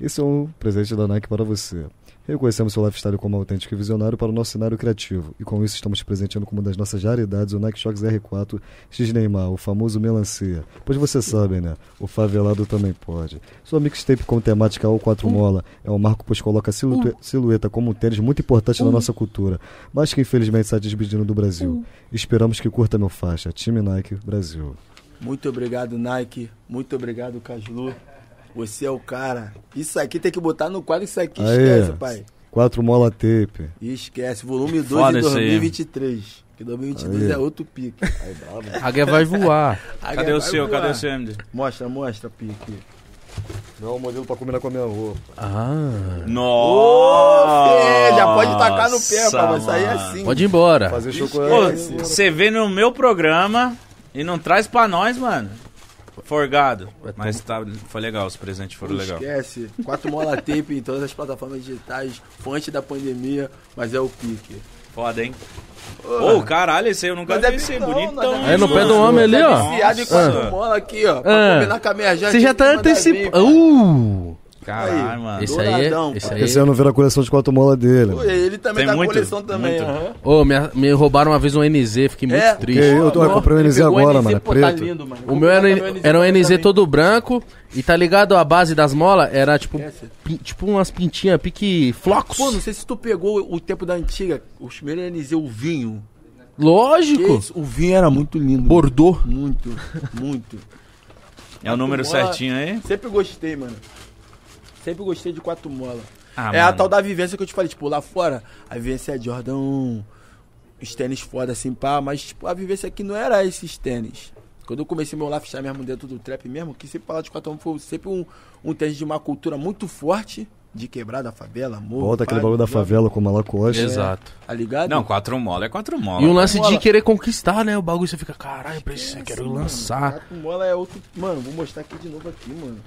Speaker 4: Esse é um presente da Nike para você. Reconhecemos seu lifestyle como autêntico e visionário para o nosso cenário criativo. E com isso estamos te presenteando com uma das nossas raridades, o Nike Shox R4 X Neymar, o famoso melancia. Pois vocês sabem, né? O favelado também pode. Sua mixtape com temática O4 Mola é um marco pois coloca a silhueta, silhueta como um Um. tênis muito importante na nossa cultura, mas que infelizmente está desmedindo do Brasil. Esperamos que curta meu faixa. Time Nike Brasil.
Speaker 3: Muito obrigado, Nike. Muito obrigado, Cajlu. Você é o cara. Isso aqui tem que botar no quadro, isso aqui esquece, pai.
Speaker 4: 4 Mola Tape.
Speaker 3: Esquece. Volume 2
Speaker 2: Foda
Speaker 3: de
Speaker 2: isso aí.
Speaker 3: 2023. Que 2022
Speaker 4: Aí.
Speaker 3: é outro pique. Aí, bravo.
Speaker 1: A guerra vai voar.
Speaker 2: Cadê o
Speaker 3: Vai
Speaker 2: seu?
Speaker 3: voar.
Speaker 2: Cadê o seu, MD?
Speaker 3: Mostra, mostra, pique.
Speaker 4: Não, modelo pra combinar com a minha roupa.
Speaker 1: Ah,
Speaker 2: Nossa!
Speaker 3: Fê, já pode tacar no pé, rapaz. Vai sair
Speaker 2: mano.
Speaker 3: assim.
Speaker 1: pode ir embora.
Speaker 4: Fazer
Speaker 2: Ô, Você vem no meu programa e não traz pra nós, mano. Forgado. Mas tá, foi legal, os presentes foram
Speaker 3: Não
Speaker 2: legal.
Speaker 3: Esquece. Quatro mola tape em todas as plataformas digitais. Foi antes da pandemia, mas é o pique.
Speaker 2: Foda, hein? Ô, caralho, esse aí eu nunca
Speaker 3: Mas é
Speaker 2: vi, esse aí,
Speaker 3: bicão,
Speaker 2: bonitão.
Speaker 3: nós é
Speaker 2: hein,
Speaker 1: Aí no pé do
Speaker 2: mano?
Speaker 1: homem ali, ó.
Speaker 3: Viciado em quatro mola aqui, ó. Pra
Speaker 1: Ah.
Speaker 3: combinar com a minha janta.
Speaker 1: Você já tá
Speaker 3: manda vir,
Speaker 1: antecipando.
Speaker 3: cara.
Speaker 1: Uh!
Speaker 2: Caralho, mano.
Speaker 1: Esse aí, é-
Speaker 3: Douradão,
Speaker 1: esse
Speaker 3: pai.
Speaker 1: aí.
Speaker 4: Esse ano vira a coleção de quatro mola dele.
Speaker 1: Uh.
Speaker 3: Pô, Ele também
Speaker 2: Tem
Speaker 3: tá com
Speaker 2: muito,
Speaker 3: coleção também,
Speaker 2: muito.
Speaker 3: aham.
Speaker 1: Ô, me, me roubaram uma vez um NZ, fiquei muito
Speaker 3: É,
Speaker 4: Que
Speaker 1: triste.
Speaker 4: eu tô eu
Speaker 3: Ó,
Speaker 4: comprei um
Speaker 3: ele
Speaker 4: NZ
Speaker 3: pegou
Speaker 4: agora,
Speaker 3: NZ,
Speaker 4: mano. é
Speaker 3: pô, tá
Speaker 4: preto.
Speaker 3: lindo, mano.
Speaker 1: O meu era,
Speaker 3: Comprei
Speaker 1: era um NZ
Speaker 3: também.
Speaker 1: todo branco e tá ligado? A base das molas era tipo, pin- tipo umas pintinhas, pique flocos.
Speaker 3: Pô, não sei se tu pegou o tempo da antiga, os primeiros NZ, o vinho. Que
Speaker 1: Lógico.
Speaker 3: isso? O vinho era muito lindo.
Speaker 1: Bordô.
Speaker 3: Muito, muito.
Speaker 2: É o número
Speaker 3: Mola-
Speaker 2: certinho aí?
Speaker 3: Sempre gostei, mano. Sempre gostei de quatro mola.
Speaker 2: Ah,
Speaker 3: é a
Speaker 2: mano.
Speaker 3: tal da vivência que eu te falei, tipo, lá fora, a vivência é Jordan 1, os tênis foda assim, pá, mas tipo, a vivência aqui não era esses tênis. Quando eu comecei meu lifestyle mesmo dentro do trap mesmo, que sempre falar de quatro mãos foi sempre um, um tênis de uma cultura muito forte, de quebrada, favela, amor.
Speaker 4: Volta aquele bagulho da favela com o Malacoste.
Speaker 1: É. Exato.
Speaker 3: Tá ligado?
Speaker 2: Não, quatro mola é quatro mola.
Speaker 1: E um lance
Speaker 3: Mola.
Speaker 1: de querer conquistar, né? O bagulho você fica, caralho, eu preciso, eu quero lançar.
Speaker 3: Quatro mola é outro. Mano, vou mostrar aqui de novo aqui, mano.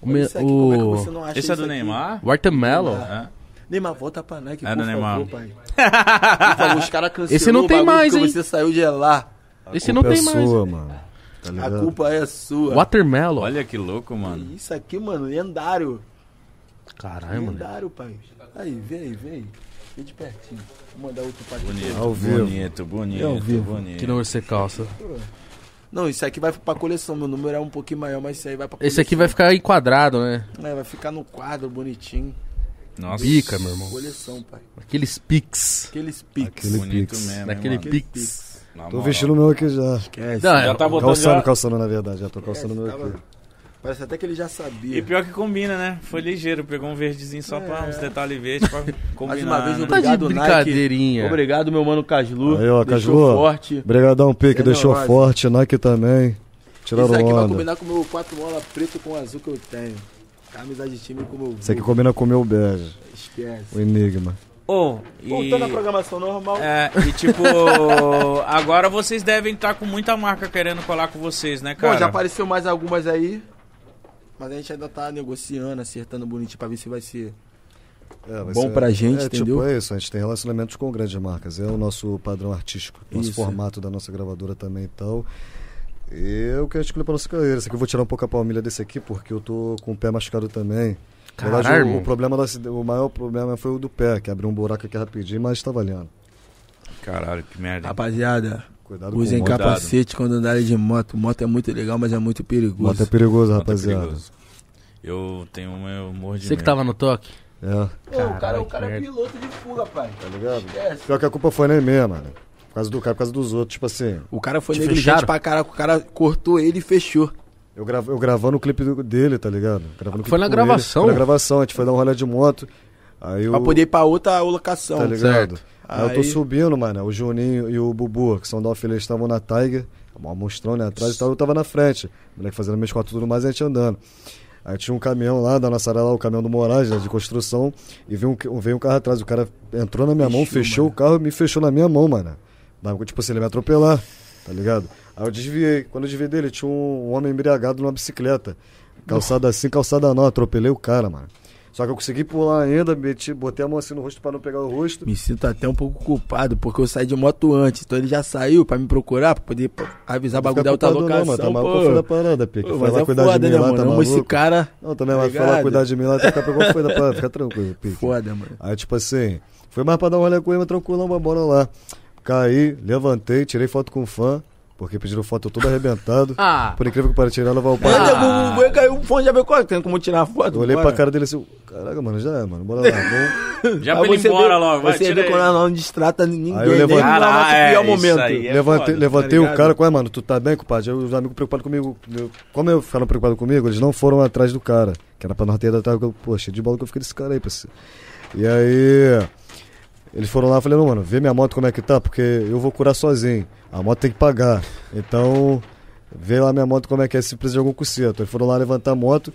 Speaker 1: O me-
Speaker 3: Olha isso aqui, como é que você
Speaker 1: o
Speaker 3: não acha
Speaker 2: Esse é do
Speaker 3: isso aqui?
Speaker 2: Neymar?
Speaker 1: Watermelon.
Speaker 2: É.
Speaker 3: Neymar, volta pra Nike,
Speaker 2: É
Speaker 3: por
Speaker 2: do
Speaker 3: favor,
Speaker 2: Neymar.
Speaker 3: pai. Por favor, os caras cancelaram
Speaker 1: Esse não tem mais, hein?
Speaker 3: Você saiu de lá.
Speaker 1: Esse não tem mais. né?
Speaker 4: sua, mano. Tá ligado?
Speaker 3: A culpa é sua.
Speaker 1: Watermelon.
Speaker 2: Olha que louco, mano.
Speaker 3: Isso aqui, mano, lendário.
Speaker 1: Caralho, mano.
Speaker 3: lendário, pai. Aí, vem aí, vem aí. Vem de pertinho. Vou mandar outro pra aqui.
Speaker 2: Bonito,
Speaker 4: Ao vivo.
Speaker 2: bonito, bonito, bonito.
Speaker 1: É Que não você calça.
Speaker 3: Não, isso aqui vai pra coleção. Meu número é um pouquinho maior, mas isso aí vai pra coleção.
Speaker 1: Esse aqui vai ficar enquadrado, né?
Speaker 3: É, vai ficar no quadro bonitinho.
Speaker 2: Nossa,
Speaker 1: Pica, meu irmão.
Speaker 3: Coleção, pai.
Speaker 1: Aqueles pics.
Speaker 3: Aqueles piques.
Speaker 4: Aquele
Speaker 2: bonito
Speaker 4: pix.
Speaker 3: É,
Speaker 2: mesmo.
Speaker 1: Daquele
Speaker 2: hein,
Speaker 1: pix.
Speaker 2: mano? Na
Speaker 4: Tô
Speaker 2: moral.
Speaker 4: vestindo o meu aqui já.
Speaker 1: Não,
Speaker 2: Já
Speaker 1: é,
Speaker 2: tá botando
Speaker 4: Calçando,
Speaker 2: já...
Speaker 4: calçando, na verdade. Já tô calçando
Speaker 3: É,
Speaker 4: o meu é aqui.
Speaker 3: Parece até que ele já sabia.
Speaker 2: E pior que combina, né? Foi ligeiro, pegou um verdezinho só pra uns detalhes verdes pra combinar.
Speaker 3: Mais uma vez,
Speaker 2: né?
Speaker 1: Tá de
Speaker 3: obrigado,
Speaker 1: brincadeirinha.
Speaker 3: Obrigado, meu mano Caslu.
Speaker 4: é. Aí, ó,
Speaker 3: Deixou
Speaker 4: Caslu.
Speaker 3: forte.
Speaker 4: Obrigadão, Pique.
Speaker 3: Sem
Speaker 4: Deixou
Speaker 3: neurose.
Speaker 4: forte. Nike também. Tiraram
Speaker 3: Isso aqui vai
Speaker 4: onda.
Speaker 3: combinar com o meu 4 mola preto com azul que eu tenho. Camisa de time como eu
Speaker 4: Isso aqui
Speaker 3: vou.
Speaker 4: combina com o meu bege.
Speaker 3: Esquece.
Speaker 4: O Enigma.
Speaker 2: Ô, e...
Speaker 3: Voltando à programação normal.
Speaker 2: É, e tipo, agora vocês devem estar com muita marca querendo colar com vocês, né, cara?
Speaker 3: Bom, já apareceu mais algumas aí. Mas a gente ainda tá negociando, acertando bonitinho pra ver se vai ser.
Speaker 4: É, vai
Speaker 3: Bom pra gente,
Speaker 4: é,
Speaker 3: entendeu?
Speaker 4: Tipo, é isso, a gente tem relacionamentos com grandes marcas. É o nosso padrão artístico, nosso
Speaker 3: Isso.
Speaker 4: formato da nossa gravadora também e tal. E é o que a gente escolheu pra nossa carreira. Esse aqui eu vou tirar um pouco a palmilha desse aqui, porque eu tô com o pé machucado também. Na verdade,
Speaker 1: Caralho,
Speaker 4: o- o,
Speaker 1: irmão.
Speaker 4: problema da acide- o maior problema foi o do pé, que abriu um buraco aqui rapidinho, mas tá valendo.
Speaker 2: Caralho, que merda.
Speaker 3: Tá
Speaker 2: Tá
Speaker 3: Rapaziada,
Speaker 4: Cuidado
Speaker 3: usem
Speaker 4: Tá com o moto.
Speaker 3: capacete quando andarem de moto. Moto é muito legal, mas é muito perigoso.
Speaker 4: Moto é perigoso,
Speaker 2: Quanto é
Speaker 4: rapaziada.
Speaker 2: perigoso. Eu tenho um eu morro de
Speaker 1: Você que
Speaker 2: medo.
Speaker 1: tava no toque?
Speaker 4: É,
Speaker 3: o cara, o cara é
Speaker 1: merda.
Speaker 3: piloto de fuga, pai.
Speaker 4: tá ligado?
Speaker 3: Esquece.
Speaker 4: Pior que a culpa foi nem minha, mano. Por causa do cara, por causa dos outros. Tipo assim,
Speaker 3: O cara foi
Speaker 1: Te
Speaker 3: negligente
Speaker 1: fecharam?
Speaker 3: pra caraca. O cara cortou ele e fechou.
Speaker 4: Eu, grava, eu gravando o clipe do- dele, tá ligado? Gravando o
Speaker 1: Foi
Speaker 4: clipe
Speaker 1: na
Speaker 4: com
Speaker 1: gravação?
Speaker 4: Ele. Foi na gravação, a gente foi dar um rolê de moto. Aí
Speaker 3: Pra
Speaker 4: eu,
Speaker 3: poder ir pra outra locação.
Speaker 4: tá ligado? Aí, eu tô
Speaker 3: Aí-
Speaker 4: subindo, mano. O Juninho e o Bubu, que são da Alfileira, estavam na Tiger. Uma mostrão, né? Atrás e tal, eu tava na frente. O moleque fazendo meus quatro tudo mais e a gente andando. Aí tinha um caminhão lá da nossa área lá, o caminhão do Moraes, né, de construção, e veio um, ca- veio um carro atrás. O cara entrou na minha mão, fechou o carro e me fechou na minha mão, mano. Mas, Tipo assim, ele me atropelar, tá ligado? Aí eu desviei. Quando eu desviei dele, tinha um, um homem embriagado numa bicicleta. Calçada assim, calçada não. Atropelei o cara, mano. Só que eu consegui pular ainda, meti, botei a mão assim no rosto pra não pegar o rosto.
Speaker 3: Me sinto até um pouco culpado, porque eu saí de moto antes. Então ele já saiu pra me procurar, pra poder pô, avisar o bagulho da outra
Speaker 4: culpado
Speaker 3: locação.
Speaker 4: Não, mano, tá maluco,
Speaker 3: pô.
Speaker 4: qual foi da parada, Pique?
Speaker 3: Pô,
Speaker 4: Foi
Speaker 3: mas
Speaker 4: lá
Speaker 3: é
Speaker 4: cuidar
Speaker 3: foda,
Speaker 4: de
Speaker 3: né,
Speaker 4: mim lá,
Speaker 3: mano?
Speaker 4: tá
Speaker 3: Eu amo esse
Speaker 4: maluco?
Speaker 3: cara.
Speaker 4: Não, também, mas foi
Speaker 3: Obrigado.
Speaker 4: lá cuidar de mim lá, até que qual foi da parada, fica tranquilo, Pique.
Speaker 3: Foda, mano.
Speaker 4: Aí, tipo assim, foi mais pra dar um rolê com ele, mas tranquilão, mas bora lá. Caí, levantei, tirei foto com o fã, porque pediram foto eu todo arrebentado.
Speaker 1: Ah.
Speaker 4: Por incrível que pareça, tirar levar o pai.
Speaker 3: Mas nego, o- o- caiu um fone já veio correndo, tendo como tirar a foto.
Speaker 4: Eu olhei pra
Speaker 3: bora.
Speaker 4: cara dele assim, caraca, mano, já é, mano, bora lá. Vamos.
Speaker 2: Já
Speaker 3: Aí
Speaker 2: pra ele
Speaker 3: você
Speaker 2: embora
Speaker 3: vê-
Speaker 2: logo, vai,
Speaker 3: Você
Speaker 2: tira
Speaker 3: vê
Speaker 2: aí.
Speaker 3: quando ela não destrata ninguém,
Speaker 4: Aí eu levanto-
Speaker 3: nem no nosso
Speaker 2: Caralho,
Speaker 3: pior
Speaker 2: isso
Speaker 3: momento.
Speaker 2: aí é
Speaker 4: levantei
Speaker 2: foda,
Speaker 4: levantei
Speaker 3: tá
Speaker 4: o cara, qual é, mano? Tu tá bem, compadre? Aí Os amigos preocupados comigo. eu- como eu ficaram preocupados comigo, eles não foram atrás do cara. Que era pra nós ter ido atrás. eu- Pô, cheio de bola que eu fiquei desse cara aí, parceiro. E aí. Eles foram lá e falei, não, mano, vê minha moto como é que tá, porque eu vou curar sozinho. A moto tem que pagar. Então, vê lá minha moto como é que é, se precisa de algum conserto. Eles foram lá levantar a moto.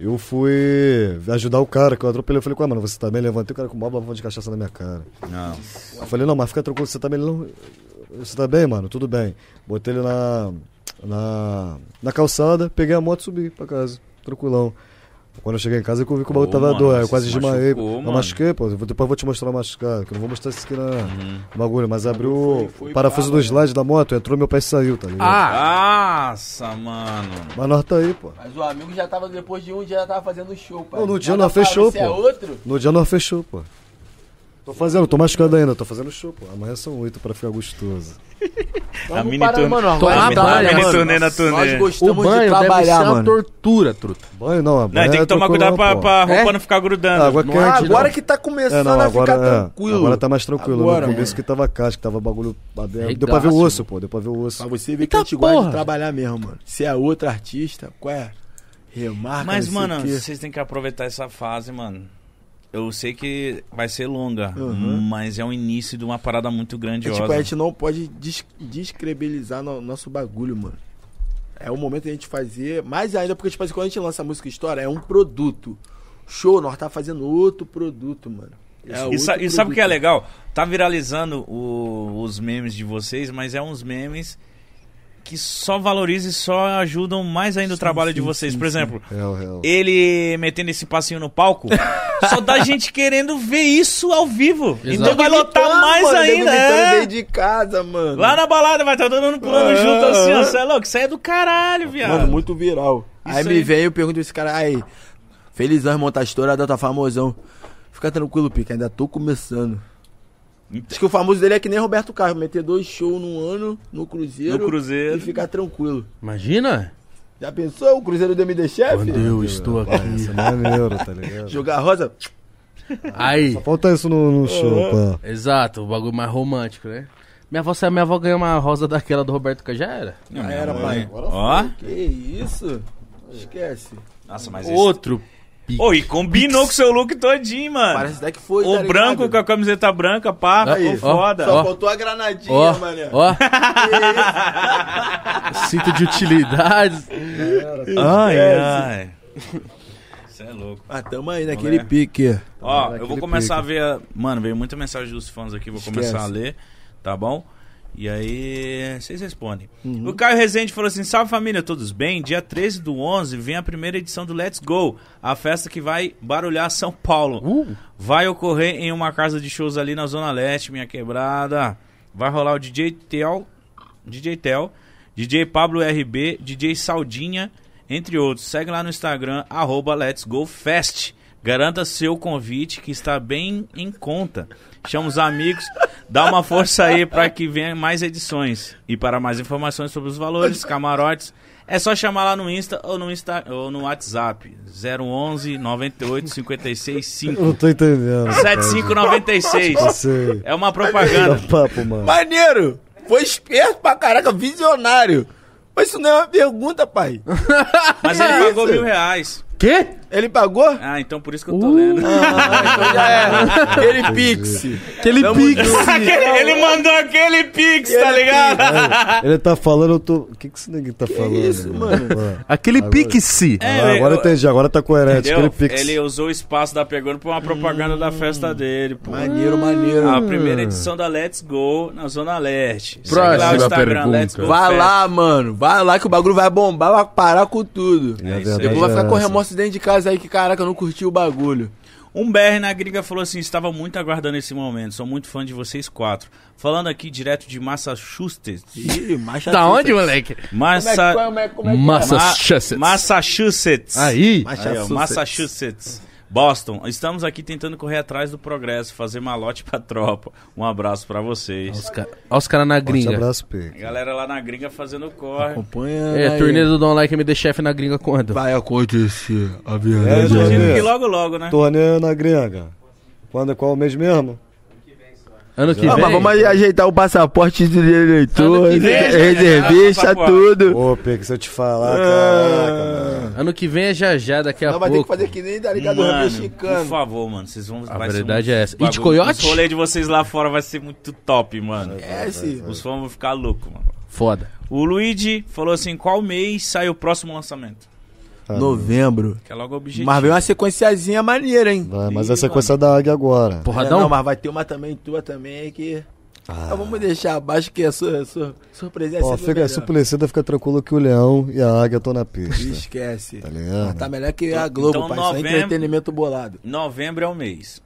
Speaker 4: Eu fui ajudar o cara, que eu atropelei. Eu falei, qual é, mano, você tá bem? Levantei o cara com uma blavão de cachaça na minha cara.
Speaker 2: Não.
Speaker 4: Eu falei, não, mas fica tranquilo, você tá bem, Ele, não, você tá bem, mano? Tudo bem. Botei ele na, na, na calçada, peguei a moto e subi pra casa, tranquilão. Quando eu cheguei em casa, eu vi que o bagulho
Speaker 2: Ô,
Speaker 4: tava
Speaker 2: mano,
Speaker 4: doendo, eu
Speaker 2: você
Speaker 4: quase
Speaker 2: se
Speaker 4: desmaiei.
Speaker 2: machucou,
Speaker 4: Eu
Speaker 2: mano.
Speaker 4: machuquei, pô, eu vou- depois eu vou te mostrar o machucado, que eu não vou mostrar isso aqui na
Speaker 2: Uhum.
Speaker 4: no bagulho, mas abriu o parafuso do slide da moto, entrou meu pé e saiu, tá ligado?
Speaker 1: Ah.
Speaker 2: Nossa, mano.
Speaker 4: Mas nós tá aí, pô.
Speaker 3: Mas o amigo já tava, depois de um dia, já tava fazendo show, pai.
Speaker 4: Não, no dia
Speaker 3: Nada
Speaker 4: não, fechou,
Speaker 3: fala, "Esse é
Speaker 4: pô."
Speaker 3: outro?
Speaker 4: No dia nós fechou, pô. Tô fazendo, tô machucado ainda, tô fazendo show, pô. Amanhã são oito pra ficar gostoso.
Speaker 2: a mini
Speaker 3: parar,
Speaker 2: turnê.
Speaker 3: mano, ó,
Speaker 2: a
Speaker 1: vai
Speaker 2: mini-
Speaker 1: trabalhar,
Speaker 2: a mini
Speaker 1: mano.
Speaker 2: turnê na
Speaker 3: Nós
Speaker 2: turnê.
Speaker 1: O
Speaker 3: gostamos de
Speaker 1: banho deve ser
Speaker 3: trabalhar,
Speaker 1: uma
Speaker 3: mano.
Speaker 1: tortura, truta.
Speaker 4: Banho não,
Speaker 2: Não,
Speaker 4: banho
Speaker 2: tem
Speaker 4: é
Speaker 2: que tomar
Speaker 4: tranquilão,
Speaker 2: cuidado pra,
Speaker 4: pô.
Speaker 2: pra roupa
Speaker 3: É?
Speaker 2: não ficar grudando. né?
Speaker 4: Água
Speaker 1: Não é
Speaker 4: quente,
Speaker 3: Ah,
Speaker 4: não.
Speaker 3: agora que tá
Speaker 4: É,
Speaker 3: começando
Speaker 4: não,
Speaker 3: a
Speaker 4: agora,
Speaker 3: ficar
Speaker 4: é,
Speaker 3: tranquilo.
Speaker 4: agora tá mais tranquilo.
Speaker 3: Agora,
Speaker 4: no começo
Speaker 3: mano.
Speaker 4: que tava casca, que tava bagulho aberto. Deu pra ver o
Speaker 1: Regaço,
Speaker 4: osso, pô. Deu pra ver o
Speaker 3: Pra
Speaker 4: osso.
Speaker 3: você ver
Speaker 1: Eita
Speaker 3: que a gente gosta
Speaker 1: porra.
Speaker 3: de trabalhar mesmo, mano. Se é outro artista, qual é? Remarca,
Speaker 2: Mas,
Speaker 3: não sei
Speaker 2: mano,
Speaker 3: o quê.
Speaker 2: vocês têm que aproveitar essa fase, mano. Eu sei que vai ser longa,
Speaker 3: Uhum.
Speaker 2: mas é o início de uma parada muito
Speaker 3: É,
Speaker 2: grandiosa.
Speaker 3: tipo, a gente não pode des descredibilizar no nosso bagulho, mano. É o momento da gente fazer, mais ainda porque, tipo assim, quando a gente lança a música História, é um produto. Show, nós tá fazendo outro produto, mano. É
Speaker 2: e,
Speaker 3: outro
Speaker 2: sa- e sabe o que é
Speaker 3: produto.
Speaker 2: legal? Tá viralizando o- os memes de vocês, mas é uns memes que só valorizam e só ajudam mais ainda o trabalho de vocês. Por exemplo,
Speaker 4: Real, real.
Speaker 2: ele metendo esse passinho no palco, só dá gente querendo ver isso ao vivo. Então
Speaker 1: Exato.
Speaker 2: vai lotar
Speaker 3: Então,
Speaker 2: mais
Speaker 3: mano, nego
Speaker 2: ainda.
Speaker 3: gritando
Speaker 2: é.
Speaker 3: dentro de casa, mano.
Speaker 2: Lá na balada vai estar todo mundo pulando
Speaker 3: É.
Speaker 2: junto assim, ó. Cê é louco, isso aí é do caralho, viado.
Speaker 3: Mano, muito viral.
Speaker 2: Isso
Speaker 3: aí,
Speaker 2: aí.
Speaker 3: me vem e eu pergunto pra esse cara, aí, felizão, irmão, tá estourado, tá famosão. Fica tranquilo, Pica, ainda tô começando.
Speaker 2: Então.
Speaker 3: Acho que o famoso dele é que nem Roberto Carlos, meter dois shows no ano no Cruzeiro,
Speaker 2: No Cruzeiro.
Speaker 3: e ficar tranquilo.
Speaker 1: Imagina?
Speaker 3: Já pensou o Cruzeiro do MD Chef?
Speaker 1: eu estou aqui.
Speaker 4: Isso é maneiro, tá ligado?
Speaker 3: Jogar rosa?
Speaker 1: Aí.
Speaker 4: Falta isso no, no show, pô.
Speaker 1: Exato, o bagulho mais romântico, né? Minha avó, se a minha avó ganhar uma rosa daquela do Roberto Carlos, já era.
Speaker 2: Não, é.
Speaker 3: Já
Speaker 2: meu
Speaker 3: era,
Speaker 2: amor,
Speaker 3: pai.
Speaker 2: hein? Ó.
Speaker 3: Que isso? Esquece.
Speaker 2: Nossa, mas esse...
Speaker 1: Outro. pique.
Speaker 2: Ô, e combinou com o seu look todinho, mano.
Speaker 3: Parece até que foi,
Speaker 2: o
Speaker 3: tá
Speaker 2: branco
Speaker 3: ligado?
Speaker 2: com a camiseta branca, pá,
Speaker 1: Aí,
Speaker 2: ficou
Speaker 1: ó,
Speaker 2: foda.
Speaker 3: Só
Speaker 1: ó.
Speaker 3: faltou a granadinha,
Speaker 1: Ó,
Speaker 3: mané.
Speaker 1: ó. Cinto de utilidades.
Speaker 2: Ai, ai. Você é louco.
Speaker 3: Mas tamo aí naquele
Speaker 2: Moleque.
Speaker 3: pique.
Speaker 2: Ó, eu vou começar a ver. a- Mano, veio muita mensagem dos fãs aqui, vou começar a ler, tá bom? E aí, vocês respondem. O Caio Rezende falou assim: Salve família, todos bem? Dia 13 do 11 vem a primeira edição do Let's Go, a festa que vai barulhar São Paulo. Vai ocorrer em uma casa de shows ali na Zona Leste, minha quebrada. Vai rolar o DJ Tel, DJ Tel, DJ Pablo RB, DJ Saldinha, entre outros. Segue lá no Instagram, arroba Let's Go Fest. Garanta seu convite que está bem em conta. Chama os amigos, dá uma força aí para que venha mais edições. E para mais informações sobre os valores, camarotes, é só chamar lá no Insta ou no, Insta, ou no WhatsApp. 011 98 56
Speaker 4: Eu não
Speaker 2: 5
Speaker 4: tô entendendo. cara.
Speaker 2: 7596.
Speaker 4: Eu sei.
Speaker 2: É uma
Speaker 4: Dá
Speaker 2: propaganda.
Speaker 4: papo, mano.
Speaker 3: Maneiro! Foi esperto pra caraca, visionário. Mas isso não é uma pergunta, pai.
Speaker 2: Mas ele pagou mil reais.
Speaker 1: Quê?
Speaker 3: Ele pagou?
Speaker 2: Ah, então por isso que eu tô lendo.
Speaker 3: Ele pix.
Speaker 1: Aquele pique.
Speaker 2: Aquele- ele mandou aquele pix,
Speaker 3: é
Speaker 2: tá ligado?
Speaker 4: Ele tá falando, eu tô. O que, que esse neguinho tá falando?
Speaker 3: isso, mano?
Speaker 4: Pô.
Speaker 1: Aquele
Speaker 4: Agora-
Speaker 1: pique-se.
Speaker 4: Ah, agora eu entendi, agora tá coerente.
Speaker 2: É, Entendeu?
Speaker 4: Aquele pix.
Speaker 2: Ele usou o espaço da Pegona pra uma propaganda da festa dele. pô.
Speaker 3: É, Maneiro, maneiro.
Speaker 2: A primeira edição da Let's Go na Zona Leste. Segue
Speaker 1: Próxima
Speaker 2: lá o Instagram,
Speaker 1: pergunta.
Speaker 2: Let's Go
Speaker 3: Vai
Speaker 2: Fest.
Speaker 3: lá, mano. Vai lá que o bagulho vai bombar, vai parar com tudo.
Speaker 4: E a
Speaker 2: É isso aí.
Speaker 4: verdade
Speaker 3: Depois vai
Speaker 4: é
Speaker 3: ficar com
Speaker 4: essa.
Speaker 3: remorso dentro de casa. caras aí que, caraca, não curtiu o bagulho.
Speaker 2: Um BR na gringa falou assim: estava muito aguardando esse momento, sou muito fã de vocês quatro. Falando aqui direto de Massachusetts.
Speaker 3: Ih, macha
Speaker 1: Da Tá onde, moleque?
Speaker 3: Tá
Speaker 2: Massa...
Speaker 3: é- Hum.
Speaker 1: Massachusetts.
Speaker 2: Ma- Massachusetts.
Speaker 1: Aí.
Speaker 2: Aí, ó, Massachusetts. Boston, estamos aqui tentando correr atrás do progresso, fazer malote pra tropa. Um abraço pra vocês.
Speaker 1: Olha os caras na
Speaker 4: Forte
Speaker 1: gringa.
Speaker 4: abraço, Pedro.
Speaker 2: A galera lá na gringa fazendo corre.
Speaker 3: Acompanha.
Speaker 1: É,
Speaker 3: aí.
Speaker 1: turnê do Don Like MD Chef na gringa quando?
Speaker 3: Vai acontecer a
Speaker 4: É,
Speaker 2: Eu
Speaker 3: viagem.
Speaker 4: já
Speaker 2: imagino
Speaker 4: vi.
Speaker 2: que logo logo, né?
Speaker 4: Torneio na gringa. Quando é qual mês mesmo?
Speaker 1: Ano que
Speaker 3: Ah,
Speaker 1: vem.
Speaker 3: mas vamos aí ajeitar o passaporte de eleitor,
Speaker 2: Ano que vem,
Speaker 3: reservista,
Speaker 2: né?
Speaker 3: tudo.
Speaker 4: Ô, Pedro, se eu te falar, caraca, mano.
Speaker 1: Ano que vem é já já, daqui a
Speaker 3: Não, vai ter que
Speaker 1: pouco.
Speaker 3: fazer que nem da Liga do Ramo
Speaker 2: Mano, por
Speaker 3: Mexicano.
Speaker 2: favor, mano, vocês vão.
Speaker 1: A
Speaker 2: vai ser um
Speaker 1: verdade é essa. E de
Speaker 2: bagulho-
Speaker 1: coiote?
Speaker 2: O rolê de vocês lá fora vai ser muito top, mano.
Speaker 3: É, sim.
Speaker 2: Os fãs vão ficar loucos, mano.
Speaker 1: Foda.
Speaker 2: O Luigi falou assim: qual mês sai o próximo lançamento?
Speaker 4: Ah,
Speaker 3: Novembro.
Speaker 2: Que é logo o objetivo.
Speaker 3: Mas vem uma sequenciazinha maneira, hein?
Speaker 4: Vai, mas a sequência da águia agora.
Speaker 3: É, não,
Speaker 1: Porradão?
Speaker 3: mas vai ter uma também tua também que. Ah, vamos deixar abaixo que é sur, sur, surpresa é
Speaker 4: Ó,
Speaker 3: sempre
Speaker 4: fica
Speaker 3: melhor.
Speaker 4: suplicida, fica tranquilo que o leão e a águia estão na pista.
Speaker 3: Esquece.
Speaker 4: Tá ligado?
Speaker 3: Tá melhor que a Globo,
Speaker 2: Então,
Speaker 3: pai. Isso é
Speaker 2: novembro-
Speaker 3: entretenimento bolado.
Speaker 2: Novembro é o mês.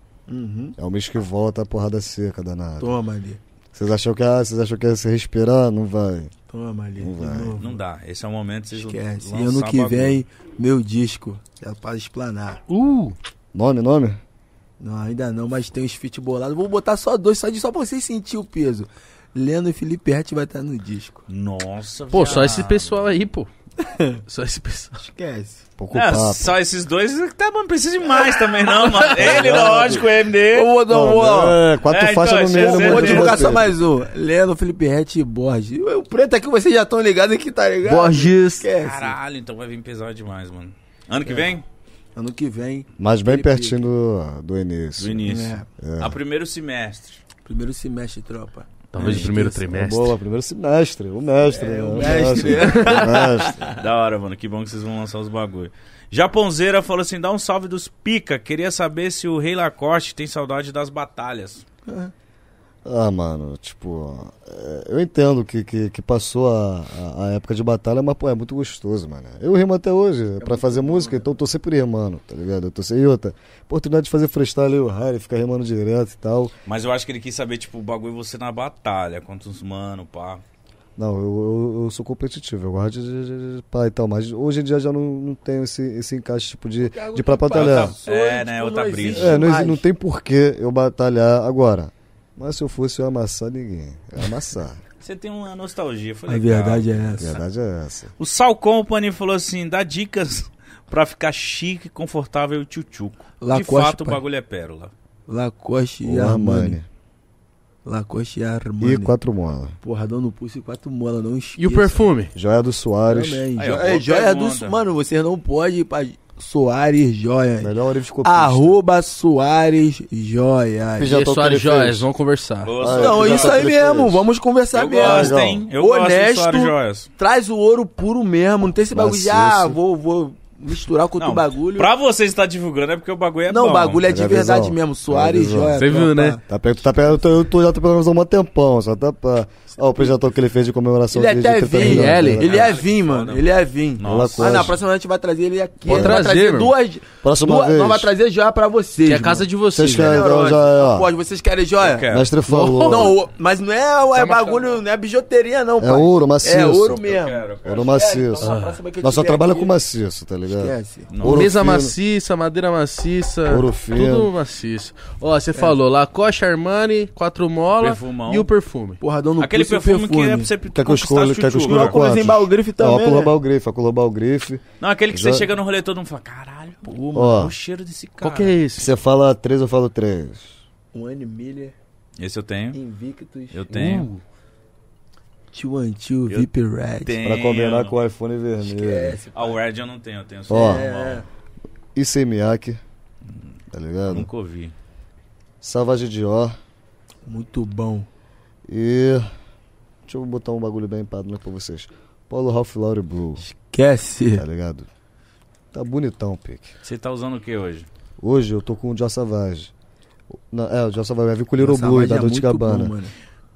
Speaker 4: É o mês que volta a porrada seca, danado.
Speaker 3: Uhum. Toma ali.
Speaker 4: Vocês acham que, ah, vocês acham que ia se respirar? Não vai.
Speaker 3: Toma ali.
Speaker 4: Não
Speaker 3: de
Speaker 4: vai.
Speaker 3: novo.
Speaker 2: Não dá. Esse é o momento que vocês
Speaker 3: Esquece.
Speaker 2: vão
Speaker 3: E ano
Speaker 2: lançar
Speaker 3: que
Speaker 2: bagulho.
Speaker 3: vem, meu disco. Já para explanar.
Speaker 1: Uh,
Speaker 4: Nome, nome?
Speaker 3: Não, ainda não, mas tem uns feat bolados. Vou botar só dois, só, de, só pra vocês sentirem o peso. Leno e Felipe Rett vai estar no disco.
Speaker 2: Nossa,
Speaker 1: pô,
Speaker 2: viado.
Speaker 1: só esse pessoal aí, pô. Só esse pessoal.
Speaker 3: Esquece.
Speaker 4: Pouco
Speaker 2: É,
Speaker 4: papo.
Speaker 2: só esses dois, tá, mano, precisa de mais também, não, mano. Ele, lógico, o MD.
Speaker 3: Ô, ô,
Speaker 4: Não,
Speaker 3: ô, ô,
Speaker 4: é, quatro
Speaker 2: É, então,
Speaker 4: faixas no meio né, do
Speaker 2: esse-
Speaker 3: Vou
Speaker 4: mundo de
Speaker 3: divulgar só
Speaker 4: vocês.
Speaker 3: mais um. Leno, Felipe Rett e Borges. O preto aqui vocês já estão ligados que tá ligado?
Speaker 9: Borges.
Speaker 3: Esquece.
Speaker 2: Caralho, então vai vir pesado demais, mano. É. Ano que vem?
Speaker 3: Ano que vem,
Speaker 4: Mas bem
Speaker 3: Felipe.
Speaker 4: pertinho do, do
Speaker 2: Do
Speaker 4: início.
Speaker 2: início.
Speaker 3: É.
Speaker 2: A primeiro semestre.
Speaker 3: primeiro semestre, tropa.
Speaker 1: Talvez o primeiro
Speaker 4: É
Speaker 1: trimestre.
Speaker 4: boa, primeiro semestre. O
Speaker 2: É,
Speaker 4: mestre. né? o
Speaker 3: mestre,
Speaker 4: O mestre.
Speaker 2: Da hora, mano. Que bom que vocês vão lançar os bagulho. Japonzeira falou assim: dá um salve dos pica. Queria saber se o Rei Lacoste tem saudade das batalhas.
Speaker 4: Ah, mano, tipo, é, eu entendo que, que, que passou a, a, a época de batalha, mas, pô, é muito gostoso, mano. Eu rimo até hoje pra fazer música, então eu tô sempre rimando, tá ligado? Eu tô sem e outra. Oportunidade de fazer freestyle, o Harry ficar rimando direto e tal.
Speaker 2: Mas eu acho que ele quis saber, tipo, o bagulho você na batalha, contra os mano, pá.
Speaker 4: Não, eu, eu, eu sou competitivo, eu gosto de, de, de pá e tal, mas hoje em dia já não, não tenho esse, esse encaixe, tipo, de, de ir pra batalhar.
Speaker 3: tá
Speaker 2: É, né? Outra brisa.
Speaker 4: É, não, exi- não tem porquê eu batalhar agora. Mas se eu fosse eu ia amassar ninguém, eu ia amassar.
Speaker 2: Você tem uma nostalgia. Foi
Speaker 3: A
Speaker 2: legal.
Speaker 3: verdade é
Speaker 4: A
Speaker 3: essa.
Speaker 4: verdade é essa.
Speaker 2: O Sal Company falou assim: dá dicas pra ficar chique, confortável e tchutchuco. De
Speaker 3: Lacoste,
Speaker 2: fato, o
Speaker 3: pai.
Speaker 2: bagulho é pérola.
Speaker 3: Lacoste e
Speaker 4: O
Speaker 3: Armani.
Speaker 4: Armani.
Speaker 3: Lacoste e Armani.
Speaker 4: E quatro molas.
Speaker 3: Porradão no pulso e quatro molas, não esqueça.
Speaker 1: E o perfume?
Speaker 4: Joia do Soares.
Speaker 3: Também.
Speaker 2: Aí, ó,
Speaker 3: jo
Speaker 2: boa
Speaker 3: é, joia do...
Speaker 2: pergunta.
Speaker 3: Mano, você não pode ir pra Soares Joias.
Speaker 4: Melhor horrível
Speaker 3: Arroba Soares Joias.
Speaker 4: Já
Speaker 1: E
Speaker 4: tô
Speaker 1: Soares
Speaker 4: que ele
Speaker 1: Joias, vamos conversar.
Speaker 2: Boa,
Speaker 4: Ah,
Speaker 3: Não, é
Speaker 4: eu já
Speaker 3: isso aí
Speaker 4: falei pra
Speaker 3: mesmo.
Speaker 4: eles.
Speaker 3: Vamos conversar
Speaker 4: é
Speaker 2: Eu
Speaker 3: mesmo.
Speaker 2: gosto, hein? Eu gosto de
Speaker 3: Honesto.
Speaker 2: Suárez Joias.
Speaker 3: Traz o ouro puro mesmo. Não tem esse bagulho de, ah,
Speaker 4: Maciço.
Speaker 3: vou, vou misturar com outro
Speaker 2: Não,
Speaker 3: bagulho.
Speaker 2: Pra você estar divulgando é porque o bagulho é
Speaker 3: Não,
Speaker 2: bom.
Speaker 3: o bagulho é de
Speaker 4: Pega a
Speaker 3: verdade
Speaker 4: visão.
Speaker 3: mesmo. Soares
Speaker 4: Pega a
Speaker 3: Joia.
Speaker 4: visão.
Speaker 1: Você viu,
Speaker 3: tropa.
Speaker 1: né?
Speaker 4: Tá perto, tá perto, eu, tô, eu tô- já tô pegando visão há um tempão, só tá pra... Ó, o projetor que ele fez de comemoração
Speaker 3: Ele é
Speaker 4: de,
Speaker 3: até
Speaker 4: de 30
Speaker 3: vim,
Speaker 1: ele-
Speaker 4: anos, né?
Speaker 3: Ele é
Speaker 2: Caralho, que
Speaker 3: vim, mano.
Speaker 2: foda,
Speaker 3: Ele é vim.
Speaker 2: Nossa.
Speaker 3: Ah,
Speaker 4: Coisa.
Speaker 3: na próxima a gente vai trazer ele aqui.
Speaker 4: Vou
Speaker 3: a gente vai
Speaker 1: trazer,
Speaker 3: trazer
Speaker 1: mano.
Speaker 3: duas.
Speaker 4: Próxima
Speaker 3: duas
Speaker 4: vez.
Speaker 3: nós vai trazer joia pra vocês.
Speaker 1: Que é a casa de vocês,
Speaker 4: Vocês querem,
Speaker 1: né?
Speaker 4: então, já é, ó.
Speaker 3: Pode, vocês querem joia?
Speaker 2: Eu quero.
Speaker 4: Mestre falou.
Speaker 3: é- Não, o- mas não é, é bagulho, não é bijuteria, não,
Speaker 4: É
Speaker 3: pai.
Speaker 4: ouro maciço.
Speaker 3: É ouro
Speaker 2: Eu
Speaker 3: mesmo.
Speaker 2: quero, cara.
Speaker 4: Ouro maciço.
Speaker 3: Então, na próxima que eu
Speaker 4: Nós só
Speaker 3: tiver
Speaker 4: trabalha
Speaker 3: aqui-
Speaker 4: com maciço, tá ligado?
Speaker 3: Esquece.
Speaker 4: Ouro
Speaker 1: Mesa
Speaker 4: fino.
Speaker 1: maciça, madeira maciça.
Speaker 4: Ouro fino.
Speaker 1: Tudo maciço. Ó, você falou Lacoste, Armani, quatro mola
Speaker 2: Perfumão.
Speaker 1: e o perfume.
Speaker 3: Porradão no
Speaker 2: Aquele
Speaker 3: pulso e
Speaker 2: perfume, que é pra você
Speaker 4: Quer que eu escolha? Quer que eu escolha
Speaker 3: Óculos em balgrife
Speaker 4: Ó,
Speaker 3: também,
Speaker 4: óculos
Speaker 3: né?
Speaker 4: balgrife, óculos balgrife.
Speaker 2: Não, aquele que você
Speaker 4: Exato.
Speaker 2: chega no rolê todo mundo fala, caralho, pô, mano,
Speaker 4: Ó.
Speaker 2: olha o cheiro desse cara.
Speaker 1: Qual que é esse?
Speaker 4: Você fala três, eu falo três.
Speaker 3: One Um Miller,
Speaker 2: Esse eu
Speaker 4: Hum,
Speaker 2: tenho.
Speaker 3: Invictus,
Speaker 2: Eu tenho.
Speaker 3: Tio Antio,
Speaker 2: Eu
Speaker 3: VIP Red.
Speaker 2: tenho.
Speaker 4: Pra combinar com o iPhone vermelho.
Speaker 3: É. Esquece.
Speaker 2: Ah, o Red eu não tenho, eu tenho só um,
Speaker 4: Ó.
Speaker 2: o normal.
Speaker 3: É.
Speaker 4: E sem Miyake, tá ligado?
Speaker 2: Nunca ouvi.
Speaker 4: Savage Dior.
Speaker 3: Muito bom.
Speaker 4: E. Deixa eu botar um bagulho bem padrão pra vocês. Paulo Ralph Laurie Blue,
Speaker 3: Esquece.
Speaker 4: tá ligado? Tá bonitão, pique.
Speaker 2: Você tá usando o que hoje?
Speaker 4: Hoje eu tô com o Joe Savage. Na- é, o Joe Savage vai vir com o Little Blue
Speaker 3: é
Speaker 4: da Dolce Gabbana.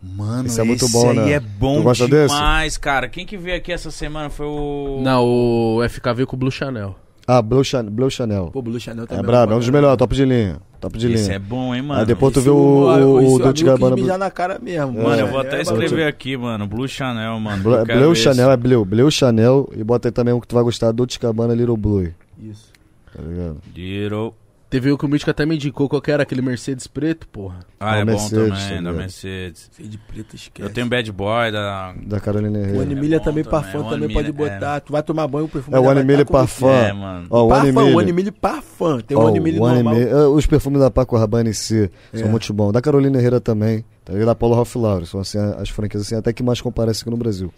Speaker 2: Mano,
Speaker 4: Esse é muito bom,
Speaker 2: aí
Speaker 4: né?
Speaker 2: é bom
Speaker 4: Tu gosta
Speaker 2: demais, cara. Quem que veio aqui essa semana foi o...
Speaker 1: Não, o FKV com o Blue Chanel.
Speaker 4: Ah, Blue, Chan- Blue Chanel.
Speaker 3: Pô, Blue Chanel tá
Speaker 4: É
Speaker 3: também.
Speaker 4: brabo, é um dos melhores, top de linha. Top de
Speaker 2: Isso
Speaker 4: linha.
Speaker 2: é bom, hein, mano?
Speaker 4: Aí depois tu
Speaker 3: Esse
Speaker 4: vê
Speaker 3: eu
Speaker 4: o, o,
Speaker 3: conheci
Speaker 4: o
Speaker 3: um
Speaker 4: Dolce
Speaker 3: amigo que
Speaker 4: Gabbana.
Speaker 3: quis mijar na cara mesmo.
Speaker 2: Mano,
Speaker 4: É.
Speaker 2: eu vou até
Speaker 4: É,
Speaker 2: escrever
Speaker 4: mano.
Speaker 2: aqui, mano. Blue Chanel, mano.
Speaker 4: Blue,
Speaker 2: Eu quero
Speaker 4: Blue
Speaker 2: esse.
Speaker 4: Chanel é Blue. Blue Chanel. E bota aí também um que tu vai gostar, Dolce Gabbana Little Blue.
Speaker 3: Isso.
Speaker 4: Tá ligado?
Speaker 2: Little.
Speaker 1: Teve um que o Mítico até me indicou qual que era aquele Mercedes preto, porra.
Speaker 2: Ah,
Speaker 4: Da
Speaker 2: é bom
Speaker 4: Mercedes,
Speaker 2: também,
Speaker 4: tá
Speaker 2: da
Speaker 4: ligado? é
Speaker 2: Mercedes.
Speaker 3: Sei de preto, esquece.
Speaker 2: Eu tenho Bad Boy, da...
Speaker 4: Da Carolina
Speaker 3: O
Speaker 4: Herrera.
Speaker 3: Animilha
Speaker 2: É bom
Speaker 3: também,
Speaker 2: também,
Speaker 3: parfum
Speaker 2: o One
Speaker 3: também pode
Speaker 2: Million, é.
Speaker 3: botar. Tu vai tomar banho, o perfume
Speaker 4: É o
Speaker 3: já vai
Speaker 4: Animilha
Speaker 3: tá com você.
Speaker 4: Parfum.
Speaker 2: É, mano.
Speaker 4: Ó, o
Speaker 3: Parfum, o
Speaker 4: Animilha.
Speaker 3: Animilha Parfum. Tem
Speaker 4: Ó,
Speaker 3: o Animilha
Speaker 4: o
Speaker 3: normal.
Speaker 4: anime- é, os perfumes da Paco Rabanne em si são muito bons. Da Carolina Herrera também. Tá ligado? Da Paulo Ralph Lauren. São assim, as franquias assim, até que mais comparecem aqui no Brasil.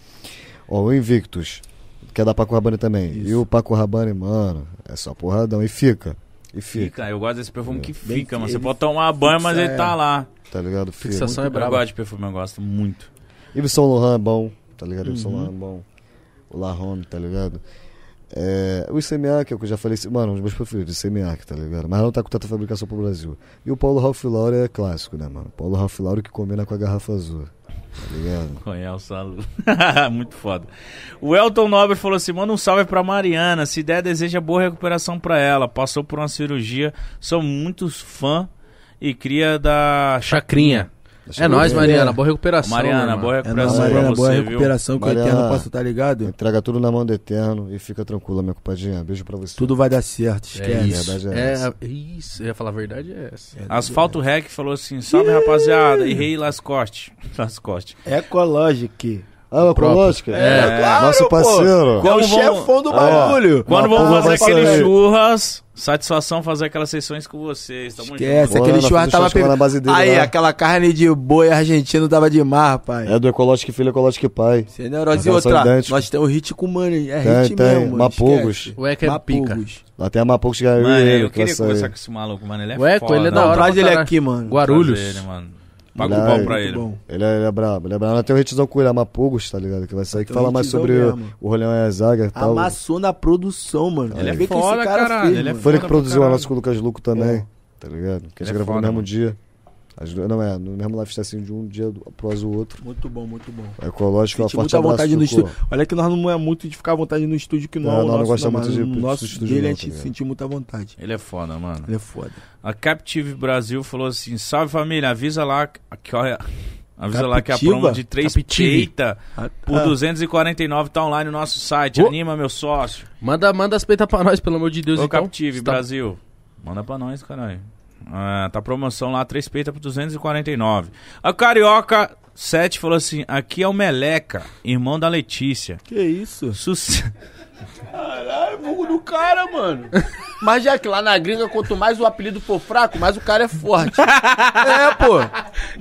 Speaker 4: Ó, o Invictus, que é da Paco Rabanne também. E o Paco Rabanne, mano, é só porradão. E fica. E fica, É.
Speaker 2: Fica, eu gosto desse perfume que
Speaker 3: Bem
Speaker 2: fica,
Speaker 3: que
Speaker 2: mano. Você
Speaker 3: ele
Speaker 2: pode tomar banho, mas
Speaker 3: fixa,
Speaker 2: ele
Speaker 3: é.
Speaker 2: tá lá.
Speaker 4: tá ligado? Fica.
Speaker 1: Fixação é
Speaker 2: Eu
Speaker 1: brava.
Speaker 2: gosto de perfume, eu gosto muito.
Speaker 4: Yves Saint Laurent é bom, tá ligado? Yves Saint Laurent é bom. O La Homme, tá ligado? É, o ICMA, que é o que eu já falei, mano, um dos meus preferidos, ICMA, tá ligado? Mas não tá com tanta fabricação pro Brasil. E o Paulo Ralph Lauren é clássico, né, mano? Paulo Ralph Lauren que combina com a garrafa azul, tá ligado?
Speaker 2: Conhece o Salu. muito foda. O Elton Nobre falou assim: manda um salve pra Mariana. Se der, deseja boa recuperação pra ela. Passou por uma cirurgia. Sou muito fã e cria da
Speaker 1: Chacrinha. É nóis,
Speaker 4: né?
Speaker 1: Mariana. Boa recuperação.
Speaker 2: Mariana,
Speaker 1: né,
Speaker 2: boa
Speaker 1: mano?
Speaker 3: É nóis,
Speaker 2: recuperação pra
Speaker 3: Mariana,
Speaker 2: você,
Speaker 3: boa
Speaker 2: viu?
Speaker 3: recuperação que o
Speaker 4: Mariana.
Speaker 3: Eterno posso tá ligado?
Speaker 4: Entrega tudo na mão do Eterno e fica tranquila, minha compadinha. Beijo pra você.
Speaker 3: Tudo vai dar certo,
Speaker 1: É
Speaker 3: esquece.
Speaker 1: isso.
Speaker 4: verdade é essa.
Speaker 1: É, isso. Eu ia falar a verdade é essa.
Speaker 2: Asfalto Rec falou assim: salve rapaziada. E Rei Lascoste. Lascoste.
Speaker 3: Ecológico.
Speaker 4: Ah, o Ecológica?
Speaker 1: É,
Speaker 4: Nosso parceiro.
Speaker 3: É o
Speaker 2: Quando vão-
Speaker 3: chefão do
Speaker 4: Ó,
Speaker 3: bagulho.
Speaker 2: Quando
Speaker 4: Uma
Speaker 2: vão
Speaker 4: porra
Speaker 2: fazer
Speaker 4: vai
Speaker 2: aquele
Speaker 4: sair.
Speaker 2: churras, satisfação fazer aquelas sessões com vocês. Tamo
Speaker 3: Esquece,
Speaker 4: Boa,
Speaker 3: aquele
Speaker 4: ela
Speaker 3: churrasco
Speaker 4: fez um
Speaker 3: tava
Speaker 4: churrasco na base dele
Speaker 3: Aí,
Speaker 4: lá.
Speaker 3: aquela carne de boi argentino tava de mar, pai.
Speaker 4: É do Ecológico Filho, Ecológico Pai.
Speaker 3: Você é neurose e
Speaker 4: Elas são
Speaker 3: outra.
Speaker 4: idênticas.
Speaker 3: Nós temos hit com mano, é
Speaker 4: Tem,
Speaker 3: hit
Speaker 4: tem,
Speaker 3: mesmo.
Speaker 4: Mapogos.
Speaker 3: esquece.
Speaker 1: O Eco é pica.
Speaker 3: Mapogos.
Speaker 4: Lá tem a
Speaker 1: é
Speaker 4: Mapocos que ganhou
Speaker 2: Mano,
Speaker 4: ele,
Speaker 2: eu
Speaker 4: que vai
Speaker 2: queria conversar
Speaker 4: sair.
Speaker 2: com esse maluco, mano. Ele é
Speaker 1: O Eco,
Speaker 2: foda.
Speaker 1: ele é da hora.
Speaker 3: Então Traz
Speaker 1: pra né,
Speaker 3: ele
Speaker 1: caralho.
Speaker 3: aqui, mano.
Speaker 1: Guarulhos.
Speaker 2: Traz ele, mano. Paga
Speaker 4: Olha
Speaker 2: o pau
Speaker 4: aí.
Speaker 2: pra
Speaker 3: Muito
Speaker 2: ele.
Speaker 3: bom.
Speaker 4: Ele é, ele é brabo, ele é brabo. Ela tem o Ritzão com ele, a Mapugos, tá ligado? Que vai sair, que
Speaker 3: Tem um
Speaker 4: fala mais
Speaker 3: hitzão
Speaker 4: sobre o,
Speaker 3: mesmo.
Speaker 4: o Rolhão e a Zaga e tal.
Speaker 3: Amassou na produção, mano.
Speaker 4: Ele é
Speaker 3: Vê que esse
Speaker 2: foda, caralho, ele é
Speaker 3: mano.
Speaker 4: Foi
Speaker 2: Foda
Speaker 4: ele que
Speaker 2: pra
Speaker 4: produziu a
Speaker 2: caralho.
Speaker 4: nossa com o Lucas Luco também,
Speaker 3: É.
Speaker 4: tá ligado? Que a
Speaker 2: Ele
Speaker 4: gente
Speaker 2: é
Speaker 4: gravou
Speaker 2: foda,
Speaker 4: no mesmo
Speaker 2: mano.
Speaker 4: dia. As duas- não, é, no mesmo live assim, de um dia do- após o outro.
Speaker 3: Muito bom, muito bom.
Speaker 4: É ecológico, é
Speaker 3: Senti
Speaker 4: forte
Speaker 3: muita
Speaker 4: abraço.
Speaker 3: vontade no
Speaker 4: Tuco.
Speaker 3: estúdio. Olha que nós não é muito de ficar à vontade no estúdio, que não é
Speaker 4: Não,
Speaker 3: o
Speaker 4: nós não
Speaker 3: nosso.
Speaker 4: gostamos
Speaker 3: mas
Speaker 4: muito de-
Speaker 3: o
Speaker 4: de
Speaker 3: nosso
Speaker 4: estúdio
Speaker 3: dele
Speaker 4: não,
Speaker 3: a
Speaker 4: tá
Speaker 3: gente
Speaker 4: ligado?
Speaker 3: sentiu muita vontade.
Speaker 2: Ele é foda, mano.
Speaker 3: Ele é foda.
Speaker 2: A Captive Brasil falou assim: salve família, avisa lá que olha. Avisa lá que a
Speaker 3: Captiva?
Speaker 2: promo de 3
Speaker 1: Captive.
Speaker 2: peita
Speaker 3: Ah,
Speaker 2: por
Speaker 3: ah.
Speaker 2: 249 tá online no nosso site.
Speaker 1: Ô.
Speaker 2: Anima, meu sócio.
Speaker 1: Manda, manda as peitas pra nós, pelo amor de Deus.
Speaker 2: Ô,
Speaker 1: então.
Speaker 2: Captive,
Speaker 1: Você tá-
Speaker 2: Brasil. Manda pra nós, caralho. Ah, tá promoção lá, 3 peita por 249. A Carioca 7 falou assim: aqui é o Meleca, irmão da Letícia.
Speaker 3: Que isso?
Speaker 2: Suce...
Speaker 3: Caralho, fogo do cara, mano. Mas já que lá Tá na gringa, quanto mais o apelido for fraco, mais o cara é forte. é, pô.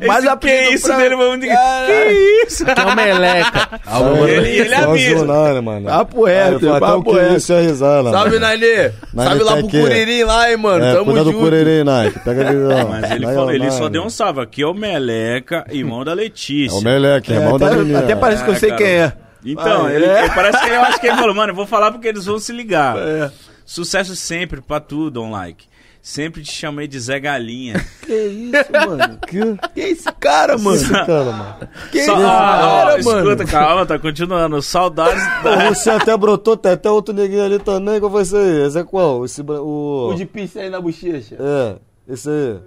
Speaker 3: Mais
Speaker 2: Esse que isso dele, vamos dizer. Que isso?
Speaker 1: Que é o meleca.
Speaker 4: Ah, mano,
Speaker 2: Ele- ele
Speaker 4: só
Speaker 2: avisa.
Speaker 4: zonário, mano.
Speaker 3: Papo
Speaker 4: Ah, eu
Speaker 3: reto,
Speaker 4: falo até o
Speaker 3: papo
Speaker 4: que
Speaker 3: reto.
Speaker 4: isso é risada,
Speaker 3: Salve,
Speaker 4: mano.
Speaker 3: Nailê.
Speaker 4: Nailê
Speaker 3: Salve lá
Speaker 4: tá
Speaker 3: pro
Speaker 4: aqui.
Speaker 3: Curirim lá, hein, mano.
Speaker 4: É,
Speaker 3: Tamo
Speaker 4: cuidado
Speaker 3: junto.
Speaker 4: do Curerê, Nike. Pega a visão.
Speaker 2: Mas ele,
Speaker 4: Pega
Speaker 2: falou,
Speaker 4: o
Speaker 2: ele só
Speaker 4: Nike.
Speaker 2: deu um salve. Aqui é o Meleca, irmão da Letícia.
Speaker 4: É o Meleque, é,
Speaker 3: É,
Speaker 4: mão da
Speaker 3: até,
Speaker 4: menina.
Speaker 3: até parece que eu
Speaker 2: É,
Speaker 3: sei
Speaker 2: cara.
Speaker 3: quem é.
Speaker 2: Então,
Speaker 3: Ah,
Speaker 2: ele,
Speaker 3: é?
Speaker 2: ele- parece que ele, eu acho que ele falou, mano, eu vou falar porque eles vão se ligar.
Speaker 3: É.
Speaker 2: Sucesso sempre pra tu, Don Like. Sempre te chamei de Zé Galinha.
Speaker 3: Que isso, mano?
Speaker 4: Que
Speaker 3: Que esse cara, mano?
Speaker 4: esse cara, mano.
Speaker 3: Que
Speaker 2: Só-
Speaker 3: esse
Speaker 2: Ah,
Speaker 3: cara,
Speaker 2: escuta,
Speaker 3: mano?
Speaker 2: calma, tá continuando. Saudades
Speaker 4: Pô,
Speaker 2: da...
Speaker 4: você até brotou, tem até outro neguinho ali também. Qual foi esse aí? Esse é qual? Esse, bra- o...
Speaker 3: O de pizza aí na bochecha.
Speaker 4: É, esse aí.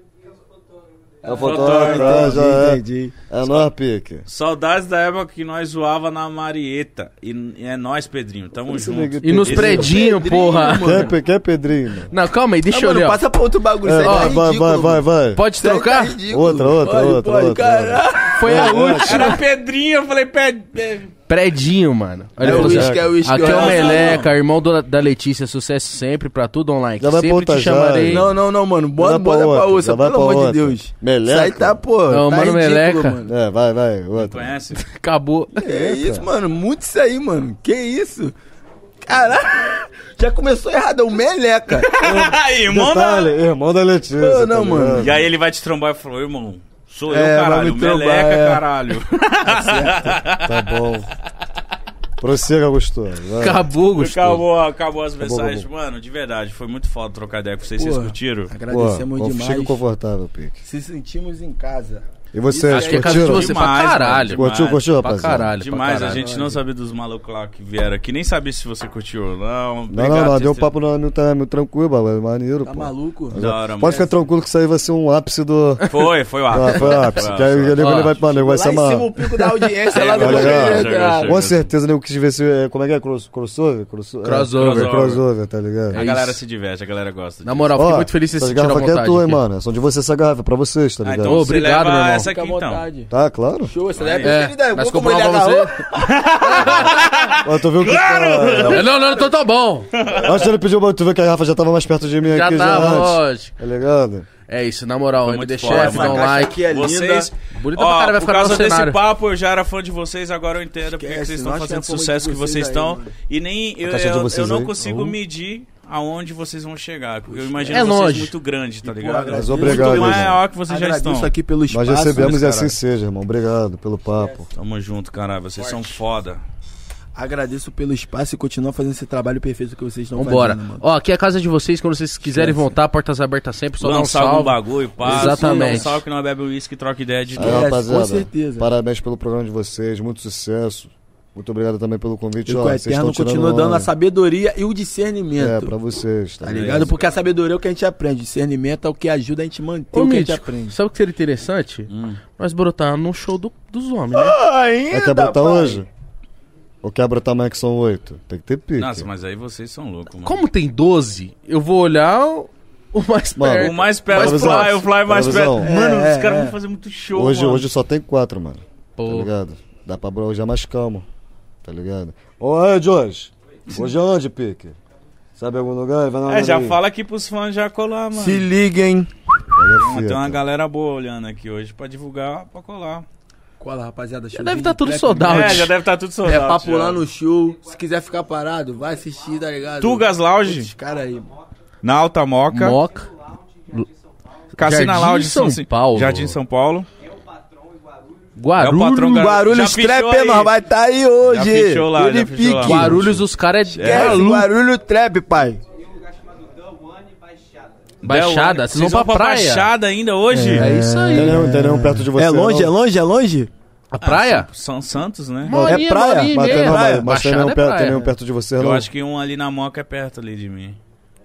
Speaker 4: É o
Speaker 2: fotógrafo,
Speaker 4: fotógrafo, ah, já é.
Speaker 3: entendi.
Speaker 4: É nóis, pique.
Speaker 2: Saudades da época que nós zoava na Marieta. E, e é nós, Pedrinho. Tamo
Speaker 4: Esse
Speaker 2: junto.
Speaker 4: neguinho
Speaker 1: E nos
Speaker 4: Esse-
Speaker 1: predinhos, porra.
Speaker 4: Quem é, Pe- quem é Pedrinho? mano?
Speaker 1: Não, calma aí, deixa
Speaker 3: Tá, Mano,
Speaker 1: eu olhar.
Speaker 3: passa pra outro bagulho. isso
Speaker 4: É,
Speaker 3: aí tá
Speaker 4: vai, vai,
Speaker 3: ridículo,
Speaker 4: vai, vai, vai.
Speaker 1: Pode
Speaker 3: Isso aí tá
Speaker 1: trocar?
Speaker 3: ridículo.
Speaker 4: Outra, outra,
Speaker 3: Pode,
Speaker 4: outra,
Speaker 3: pode,
Speaker 4: outra.
Speaker 3: Caralho.
Speaker 1: Foi a
Speaker 4: É,
Speaker 1: última.
Speaker 2: Era Pedrinho, eu falei, É, Pedrinho.
Speaker 1: Predinho, mano. Olha,
Speaker 3: É
Speaker 1: ele
Speaker 3: o
Speaker 1: falou assim,
Speaker 3: uísque, é o uísque.
Speaker 1: Aqui é
Speaker 3: é
Speaker 1: o
Speaker 4: um
Speaker 3: o-
Speaker 1: Meleca, irmão do- da Letícia, sucesso sempre pra tudo online.
Speaker 4: Já vai
Speaker 1: Sempre
Speaker 4: botar
Speaker 1: te
Speaker 4: já,
Speaker 1: chamarei.
Speaker 3: Não, não, não, mano. Bota,
Speaker 4: pra
Speaker 3: bota pra
Speaker 4: outra, já
Speaker 3: ouça,
Speaker 4: vai
Speaker 3: pelo
Speaker 4: pra
Speaker 3: amor
Speaker 4: outra.
Speaker 3: de Deus.
Speaker 4: Meleca.
Speaker 3: Isso aí tá, pô.
Speaker 1: Não,
Speaker 3: tá
Speaker 1: mano,
Speaker 3: ridículo,
Speaker 1: meleca.
Speaker 3: Mano.
Speaker 4: É, vai, vai. Outra.
Speaker 2: Conhece?
Speaker 1: Acabou.
Speaker 3: Que isso, mano? Muito isso aí, mano. Que isso? Caralho. Já começou errado, é o meleca.
Speaker 2: irmão da...
Speaker 4: Detalhe, irmão da Letícia.
Speaker 3: Ô, não,
Speaker 4: tá
Speaker 3: mano.
Speaker 4: ligado?
Speaker 2: E aí ele vai te trombar e falou, irmão, sou
Speaker 3: É,
Speaker 2: eu,
Speaker 3: vai
Speaker 2: caralho,
Speaker 3: me trombar,
Speaker 2: meleca,
Speaker 3: é.
Speaker 2: caralho.
Speaker 4: Tá bom. Prossiga, gostoso. Vai.
Speaker 1: Acabou, Gustavo.
Speaker 2: acabou, acabou as mensagens.
Speaker 4: acabou.
Speaker 2: Mano, de verdade, foi muito foda trocar ideia com vocês, vocês
Speaker 3: Pô,
Speaker 2: curtiram?
Speaker 4: Pô,
Speaker 3: Agradecemos
Speaker 4: conf-
Speaker 3: é demais.
Speaker 4: Fica confortável, pique.
Speaker 3: Se sentimos em casa.
Speaker 4: E você,
Speaker 1: Acho que é casa de
Speaker 4: curtiram?
Speaker 1: você pra caralho.
Speaker 4: Curtiu,
Speaker 2: Demais,
Speaker 4: curtiu,
Speaker 1: pra
Speaker 4: rapaziada?
Speaker 1: caralho,
Speaker 2: Demais,
Speaker 1: pra
Speaker 2: a gente não sabia dos malucos lá que vieram aqui, nem sabia se você curtiu ou não.
Speaker 4: Não,
Speaker 2: Obrigado,
Speaker 4: não, não,
Speaker 2: vocês
Speaker 4: deu
Speaker 2: terem-
Speaker 4: um papo no, no, tá- no tranquilo, bagulho, maneiro,
Speaker 3: Tá
Speaker 4: pô.
Speaker 3: maluco?
Speaker 2: Da hora, mano.
Speaker 4: Pode ficar tranquilo que isso aí vai ser um ápice do...
Speaker 2: Foi, foi o
Speaker 4: Ah,
Speaker 2: ápice.
Speaker 4: foi o ápice. que aí o nego ele vai, mano, ele vai ser
Speaker 3: Lá em cima
Speaker 4: uma... É,
Speaker 3: o pico da audiência lá no
Speaker 4: Olha,
Speaker 3: Palmeiras,
Speaker 2: chega,
Speaker 3: cara.
Speaker 2: chega.
Speaker 4: Com certeza, nego quis ver se... é, Como é que é? Cross- Crossover? Crosso- é,
Speaker 1: Crossover.
Speaker 4: Crossover, tá ligado?
Speaker 2: A galera se diverte, a galera gosta.
Speaker 1: Na moral, fiquei
Speaker 4: Ó,
Speaker 1: muito feliz se
Speaker 4: essa
Speaker 1: vocês sentiram
Speaker 4: garrafa
Speaker 1: a
Speaker 4: aqui é
Speaker 1: vontade.
Speaker 4: tua, hein,
Speaker 1: aqui.
Speaker 4: mano. São de você essa garrafa, é pra vocês,
Speaker 2: Ah,
Speaker 4: tá ligado?
Speaker 2: então você
Speaker 1: Obrigado,
Speaker 2: leva
Speaker 1: meu irmão.
Speaker 2: essa aqui,
Speaker 3: Fica à
Speaker 2: então.
Speaker 3: vontade.
Speaker 4: Tá, claro.
Speaker 3: Show, essa daí é
Speaker 1: É,
Speaker 3: preferida.
Speaker 1: nós
Speaker 3: Como ele
Speaker 1: compramos pra
Speaker 3: agarrou,
Speaker 1: você.
Speaker 4: Ó, tu viu que... Claro!
Speaker 1: Não, não, não, então tá bom.
Speaker 4: Antes ele pediu, mas tu viu que a garrafa já tava mais perto de mim
Speaker 1: Já
Speaker 4: aqui,
Speaker 1: tá,
Speaker 4: antes.
Speaker 1: lógico.
Speaker 4: Tá ligado?
Speaker 1: É isso, na moral,
Speaker 2: Foi
Speaker 1: MD
Speaker 2: muito foda,
Speaker 1: Chef,
Speaker 2: mano.
Speaker 1: dá um
Speaker 2: Essa
Speaker 1: like.
Speaker 3: que é linda.
Speaker 2: Vocês.
Speaker 1: Bonita
Speaker 2: Ó,
Speaker 1: pra cara, vai
Speaker 2: por
Speaker 1: ficar no
Speaker 2: causa
Speaker 1: nosso
Speaker 2: desse
Speaker 1: cenário.
Speaker 2: papo, eu já era fã de vocês, agora eu entendo porque
Speaker 3: Esquece,
Speaker 2: vocês
Speaker 3: nós
Speaker 2: estão
Speaker 3: que é
Speaker 2: fazendo o
Speaker 3: fã de
Speaker 2: sucesso que
Speaker 3: vocês
Speaker 2: vocês
Speaker 3: aí,
Speaker 2: estão.
Speaker 3: mano.
Speaker 2: E nem eu,
Speaker 4: A caixa de
Speaker 2: eu- eu
Speaker 4: vocês
Speaker 2: não
Speaker 4: aí.
Speaker 2: consigo
Speaker 4: Uhum.
Speaker 2: medir aonde vocês vão chegar. porque Eu imagino
Speaker 1: É
Speaker 2: vocês
Speaker 1: longe.
Speaker 2: muito grandes, tá ligado?
Speaker 3: agradeço.
Speaker 4: Mas
Speaker 3: Muito
Speaker 4: obrigado,
Speaker 2: muito
Speaker 4: irmão.
Speaker 2: maior que é, vocês já
Speaker 3: Agradeço
Speaker 2: estão.
Speaker 3: né? aqui pelo espaço. né,
Speaker 4: Nós recebemos e
Speaker 2: Caralho.
Speaker 4: assim seja, irmão. Obrigado pelo papo.
Speaker 2: Tamo junto, caralho. Vocês são foda.
Speaker 3: Agradeço pelo espaço e continuo fazendo esse trabalho perfeito que vocês estão
Speaker 1: Vambora.
Speaker 3: fazendo, mano.
Speaker 1: Ó, aqui é a casa de vocês, quando vocês quiserem voltar, portas abertas sempre, só dá um
Speaker 2: Lançar algum
Speaker 1: salve.
Speaker 2: bagulho, passa.
Speaker 1: Exatamente.
Speaker 2: Um salve que não bebe uísque, troca ideia de
Speaker 4: Aí,
Speaker 3: Esquece,
Speaker 4: rapaziada,
Speaker 3: com certeza.
Speaker 4: parabéns pelo programa de vocês, muito sucesso. Muito obrigado também pelo convite.
Speaker 3: E
Speaker 4: ó,
Speaker 3: com o
Speaker 4: vocês estão
Speaker 3: Eterno
Speaker 4: tirando
Speaker 3: continua dando
Speaker 4: onda.
Speaker 3: a sabedoria e o
Speaker 4: É,
Speaker 3: discernimento.
Speaker 4: pra vocês, tá
Speaker 3: Tá
Speaker 4: ligado?
Speaker 3: ligado? Porque a sabedoria é o que a gente aprende. O discernimento é o que ajuda a gente a manter
Speaker 1: Ô,
Speaker 3: o que a gente
Speaker 1: Mítico,
Speaker 3: aprende.
Speaker 1: sabe o que seria interessante?
Speaker 2: Hum.
Speaker 1: Nós brotar num show do- dos homens, né?
Speaker 4: É que brotar hoje? Ou quer brotar amanhã que são oito? Tem que ter pique.
Speaker 2: Nossa, mas aí vocês são loucos, mano.
Speaker 1: Como tem 12, eu vou olhar o, o mais
Speaker 4: Mano,
Speaker 1: perto.
Speaker 2: O mais perto, o
Speaker 4: Mas,
Speaker 2: fly,
Speaker 4: visão,
Speaker 2: o fly é mais
Speaker 4: mas,
Speaker 2: perto.
Speaker 4: visão.
Speaker 2: Mano,
Speaker 3: É,
Speaker 2: os caras
Speaker 3: é.
Speaker 2: vão fazer muito show,
Speaker 4: hoje,
Speaker 2: mano.
Speaker 4: hoje só tem quatro, mano.
Speaker 2: um
Speaker 4: Tá
Speaker 1: Pô,
Speaker 4: ligado? Dá pra bro, hoje é mais calmo. Tá ligado? Ô, é, Jorge. Hoje é onde, pique? Sabe algum lugar? Vai na
Speaker 2: É, já
Speaker 4: hora aí.
Speaker 2: fala aqui pros fãs já colar, mano.
Speaker 3: Se liguem.
Speaker 4: Pega a
Speaker 2: Tem uma
Speaker 4: fita.
Speaker 2: galera boa olhando aqui hoje pra divulgar, pra colar.
Speaker 3: Cola, rapaziada.
Speaker 1: já
Speaker 3: showzinho
Speaker 1: deve
Speaker 3: de
Speaker 1: estar tudo
Speaker 3: trap.
Speaker 1: soldado.
Speaker 2: É, já deve estar tudo soldado.
Speaker 3: É papo
Speaker 2: já.
Speaker 3: lá no show. Se quiser ficar parado, vai assistir, tá ligado?
Speaker 2: Tugas Lounge,
Speaker 3: Esses caras aí, mano.
Speaker 2: na Alta Moca,
Speaker 1: Moca.
Speaker 2: Cassina
Speaker 1: Jardim
Speaker 2: Lounge,
Speaker 1: São
Speaker 2: Ci-
Speaker 1: Paulo.
Speaker 2: Jardim São Paulo. um É
Speaker 1: Guarulhos.
Speaker 2: Gar-
Speaker 3: Guarulhos
Speaker 2: já fechou
Speaker 3: Trap,
Speaker 2: aí.
Speaker 3: nós vai tá aí hoje.
Speaker 2: Já fechou lá,
Speaker 3: Tudo
Speaker 2: já
Speaker 3: em
Speaker 2: fechou lá.
Speaker 3: pique.
Speaker 1: Guarulhos, os caras é,
Speaker 3: Esquece,
Speaker 1: maluco.
Speaker 3: Guarulhos Trap, pai.
Speaker 1: Baixada, vocês vão pra praia.
Speaker 2: Baixada ainda hoje?
Speaker 1: É isso aí.
Speaker 4: Tem nenhum, tem nenhum perto de você.
Speaker 3: É longe, é
Speaker 4: não?
Speaker 3: longe, é longe?
Speaker 1: A praia?
Speaker 2: São Ah, Santos, né?
Speaker 1: Uma horinha,
Speaker 3: praia,
Speaker 1: uma horinha e
Speaker 4: Mas tem,
Speaker 1: meia.
Speaker 4: não,
Speaker 1: É Praia.
Speaker 4: mas, mas tem,
Speaker 1: Baixada
Speaker 4: nenhum
Speaker 1: é
Speaker 4: perto, tem
Speaker 1: praia.
Speaker 4: nenhum perto de você,
Speaker 2: Eu
Speaker 4: não?
Speaker 2: acho que um ali na Moca é perto ali de mim.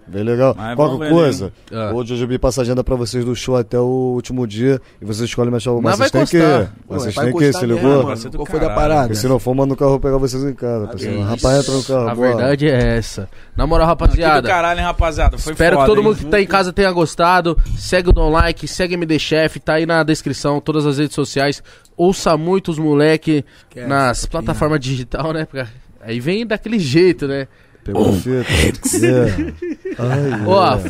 Speaker 4: Bem legal.
Speaker 2: Mas vamos
Speaker 4: Qualquer
Speaker 2: ver, Ah.
Speaker 4: coisa,
Speaker 1: né? É.
Speaker 4: hoje eu vi passa a agenda pra vocês do show até o último dia e vocês escolhem minha chave. Mas
Speaker 1: Mas
Speaker 4: vocês
Speaker 1: vai
Speaker 4: têm que ir.
Speaker 1: custar.
Speaker 4: Mas Vocês
Speaker 3: Vai
Speaker 4: têm que ir,
Speaker 3: custar
Speaker 4: se
Speaker 3: mesmo,
Speaker 4: ligou?
Speaker 3: mano.
Speaker 2: Vai ser é do
Speaker 3: Qual foi da
Speaker 2: caralho.
Speaker 3: parada?
Speaker 4: Porque se não for, manda o carro pegar vocês em casa. pessoal.
Speaker 1: é
Speaker 4: Rapaz, entra no carro.
Speaker 1: A
Speaker 4: bora.
Speaker 1: verdade é essa. Na moral,
Speaker 2: Que do
Speaker 1: rapaziada.
Speaker 2: caralho, hein, rapaziada? Foi
Speaker 1: Espero
Speaker 2: foda,
Speaker 1: que todo
Speaker 2: hein?
Speaker 1: mundo que tá em casa tenha gostado. Segue o Don Like, segue MD Chef, tá aí na descrição, todas as redes sociais. Ouça muito os moleque
Speaker 2: É,
Speaker 3: Esquece,
Speaker 1: nas
Speaker 3: papinho.
Speaker 1: plataformas digital, né? Porque Aí vem daquele jeito, né?
Speaker 4: Pegou a fita. Yeah.
Speaker 2: É.
Speaker 4: Ai,
Speaker 1: Ó,
Speaker 4: yeah.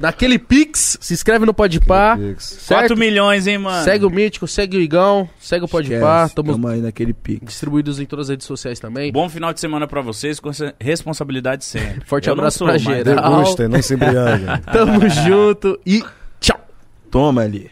Speaker 1: naquele Pix, se inscreve no Podpah,
Speaker 4: Pix.
Speaker 2: 4
Speaker 1: certo?
Speaker 2: milhões, hein, mano?
Speaker 1: Segue o Mítico, segue o Igão, segue o Podpah.
Speaker 3: Esquece,
Speaker 1: Estamos
Speaker 3: Tamo aí naquele pique.
Speaker 1: distribuídos em todas as redes sociais também.
Speaker 2: Bom final de semana pra vocês, com essa responsabilidade sempre.
Speaker 1: Forte
Speaker 2: Eu não
Speaker 1: abraço
Speaker 2: sou,
Speaker 1: pra
Speaker 2: mas-
Speaker 1: geral.
Speaker 4: Degustem, não se embriaguem.
Speaker 1: Tamo junto e tchau!
Speaker 3: Toma ali.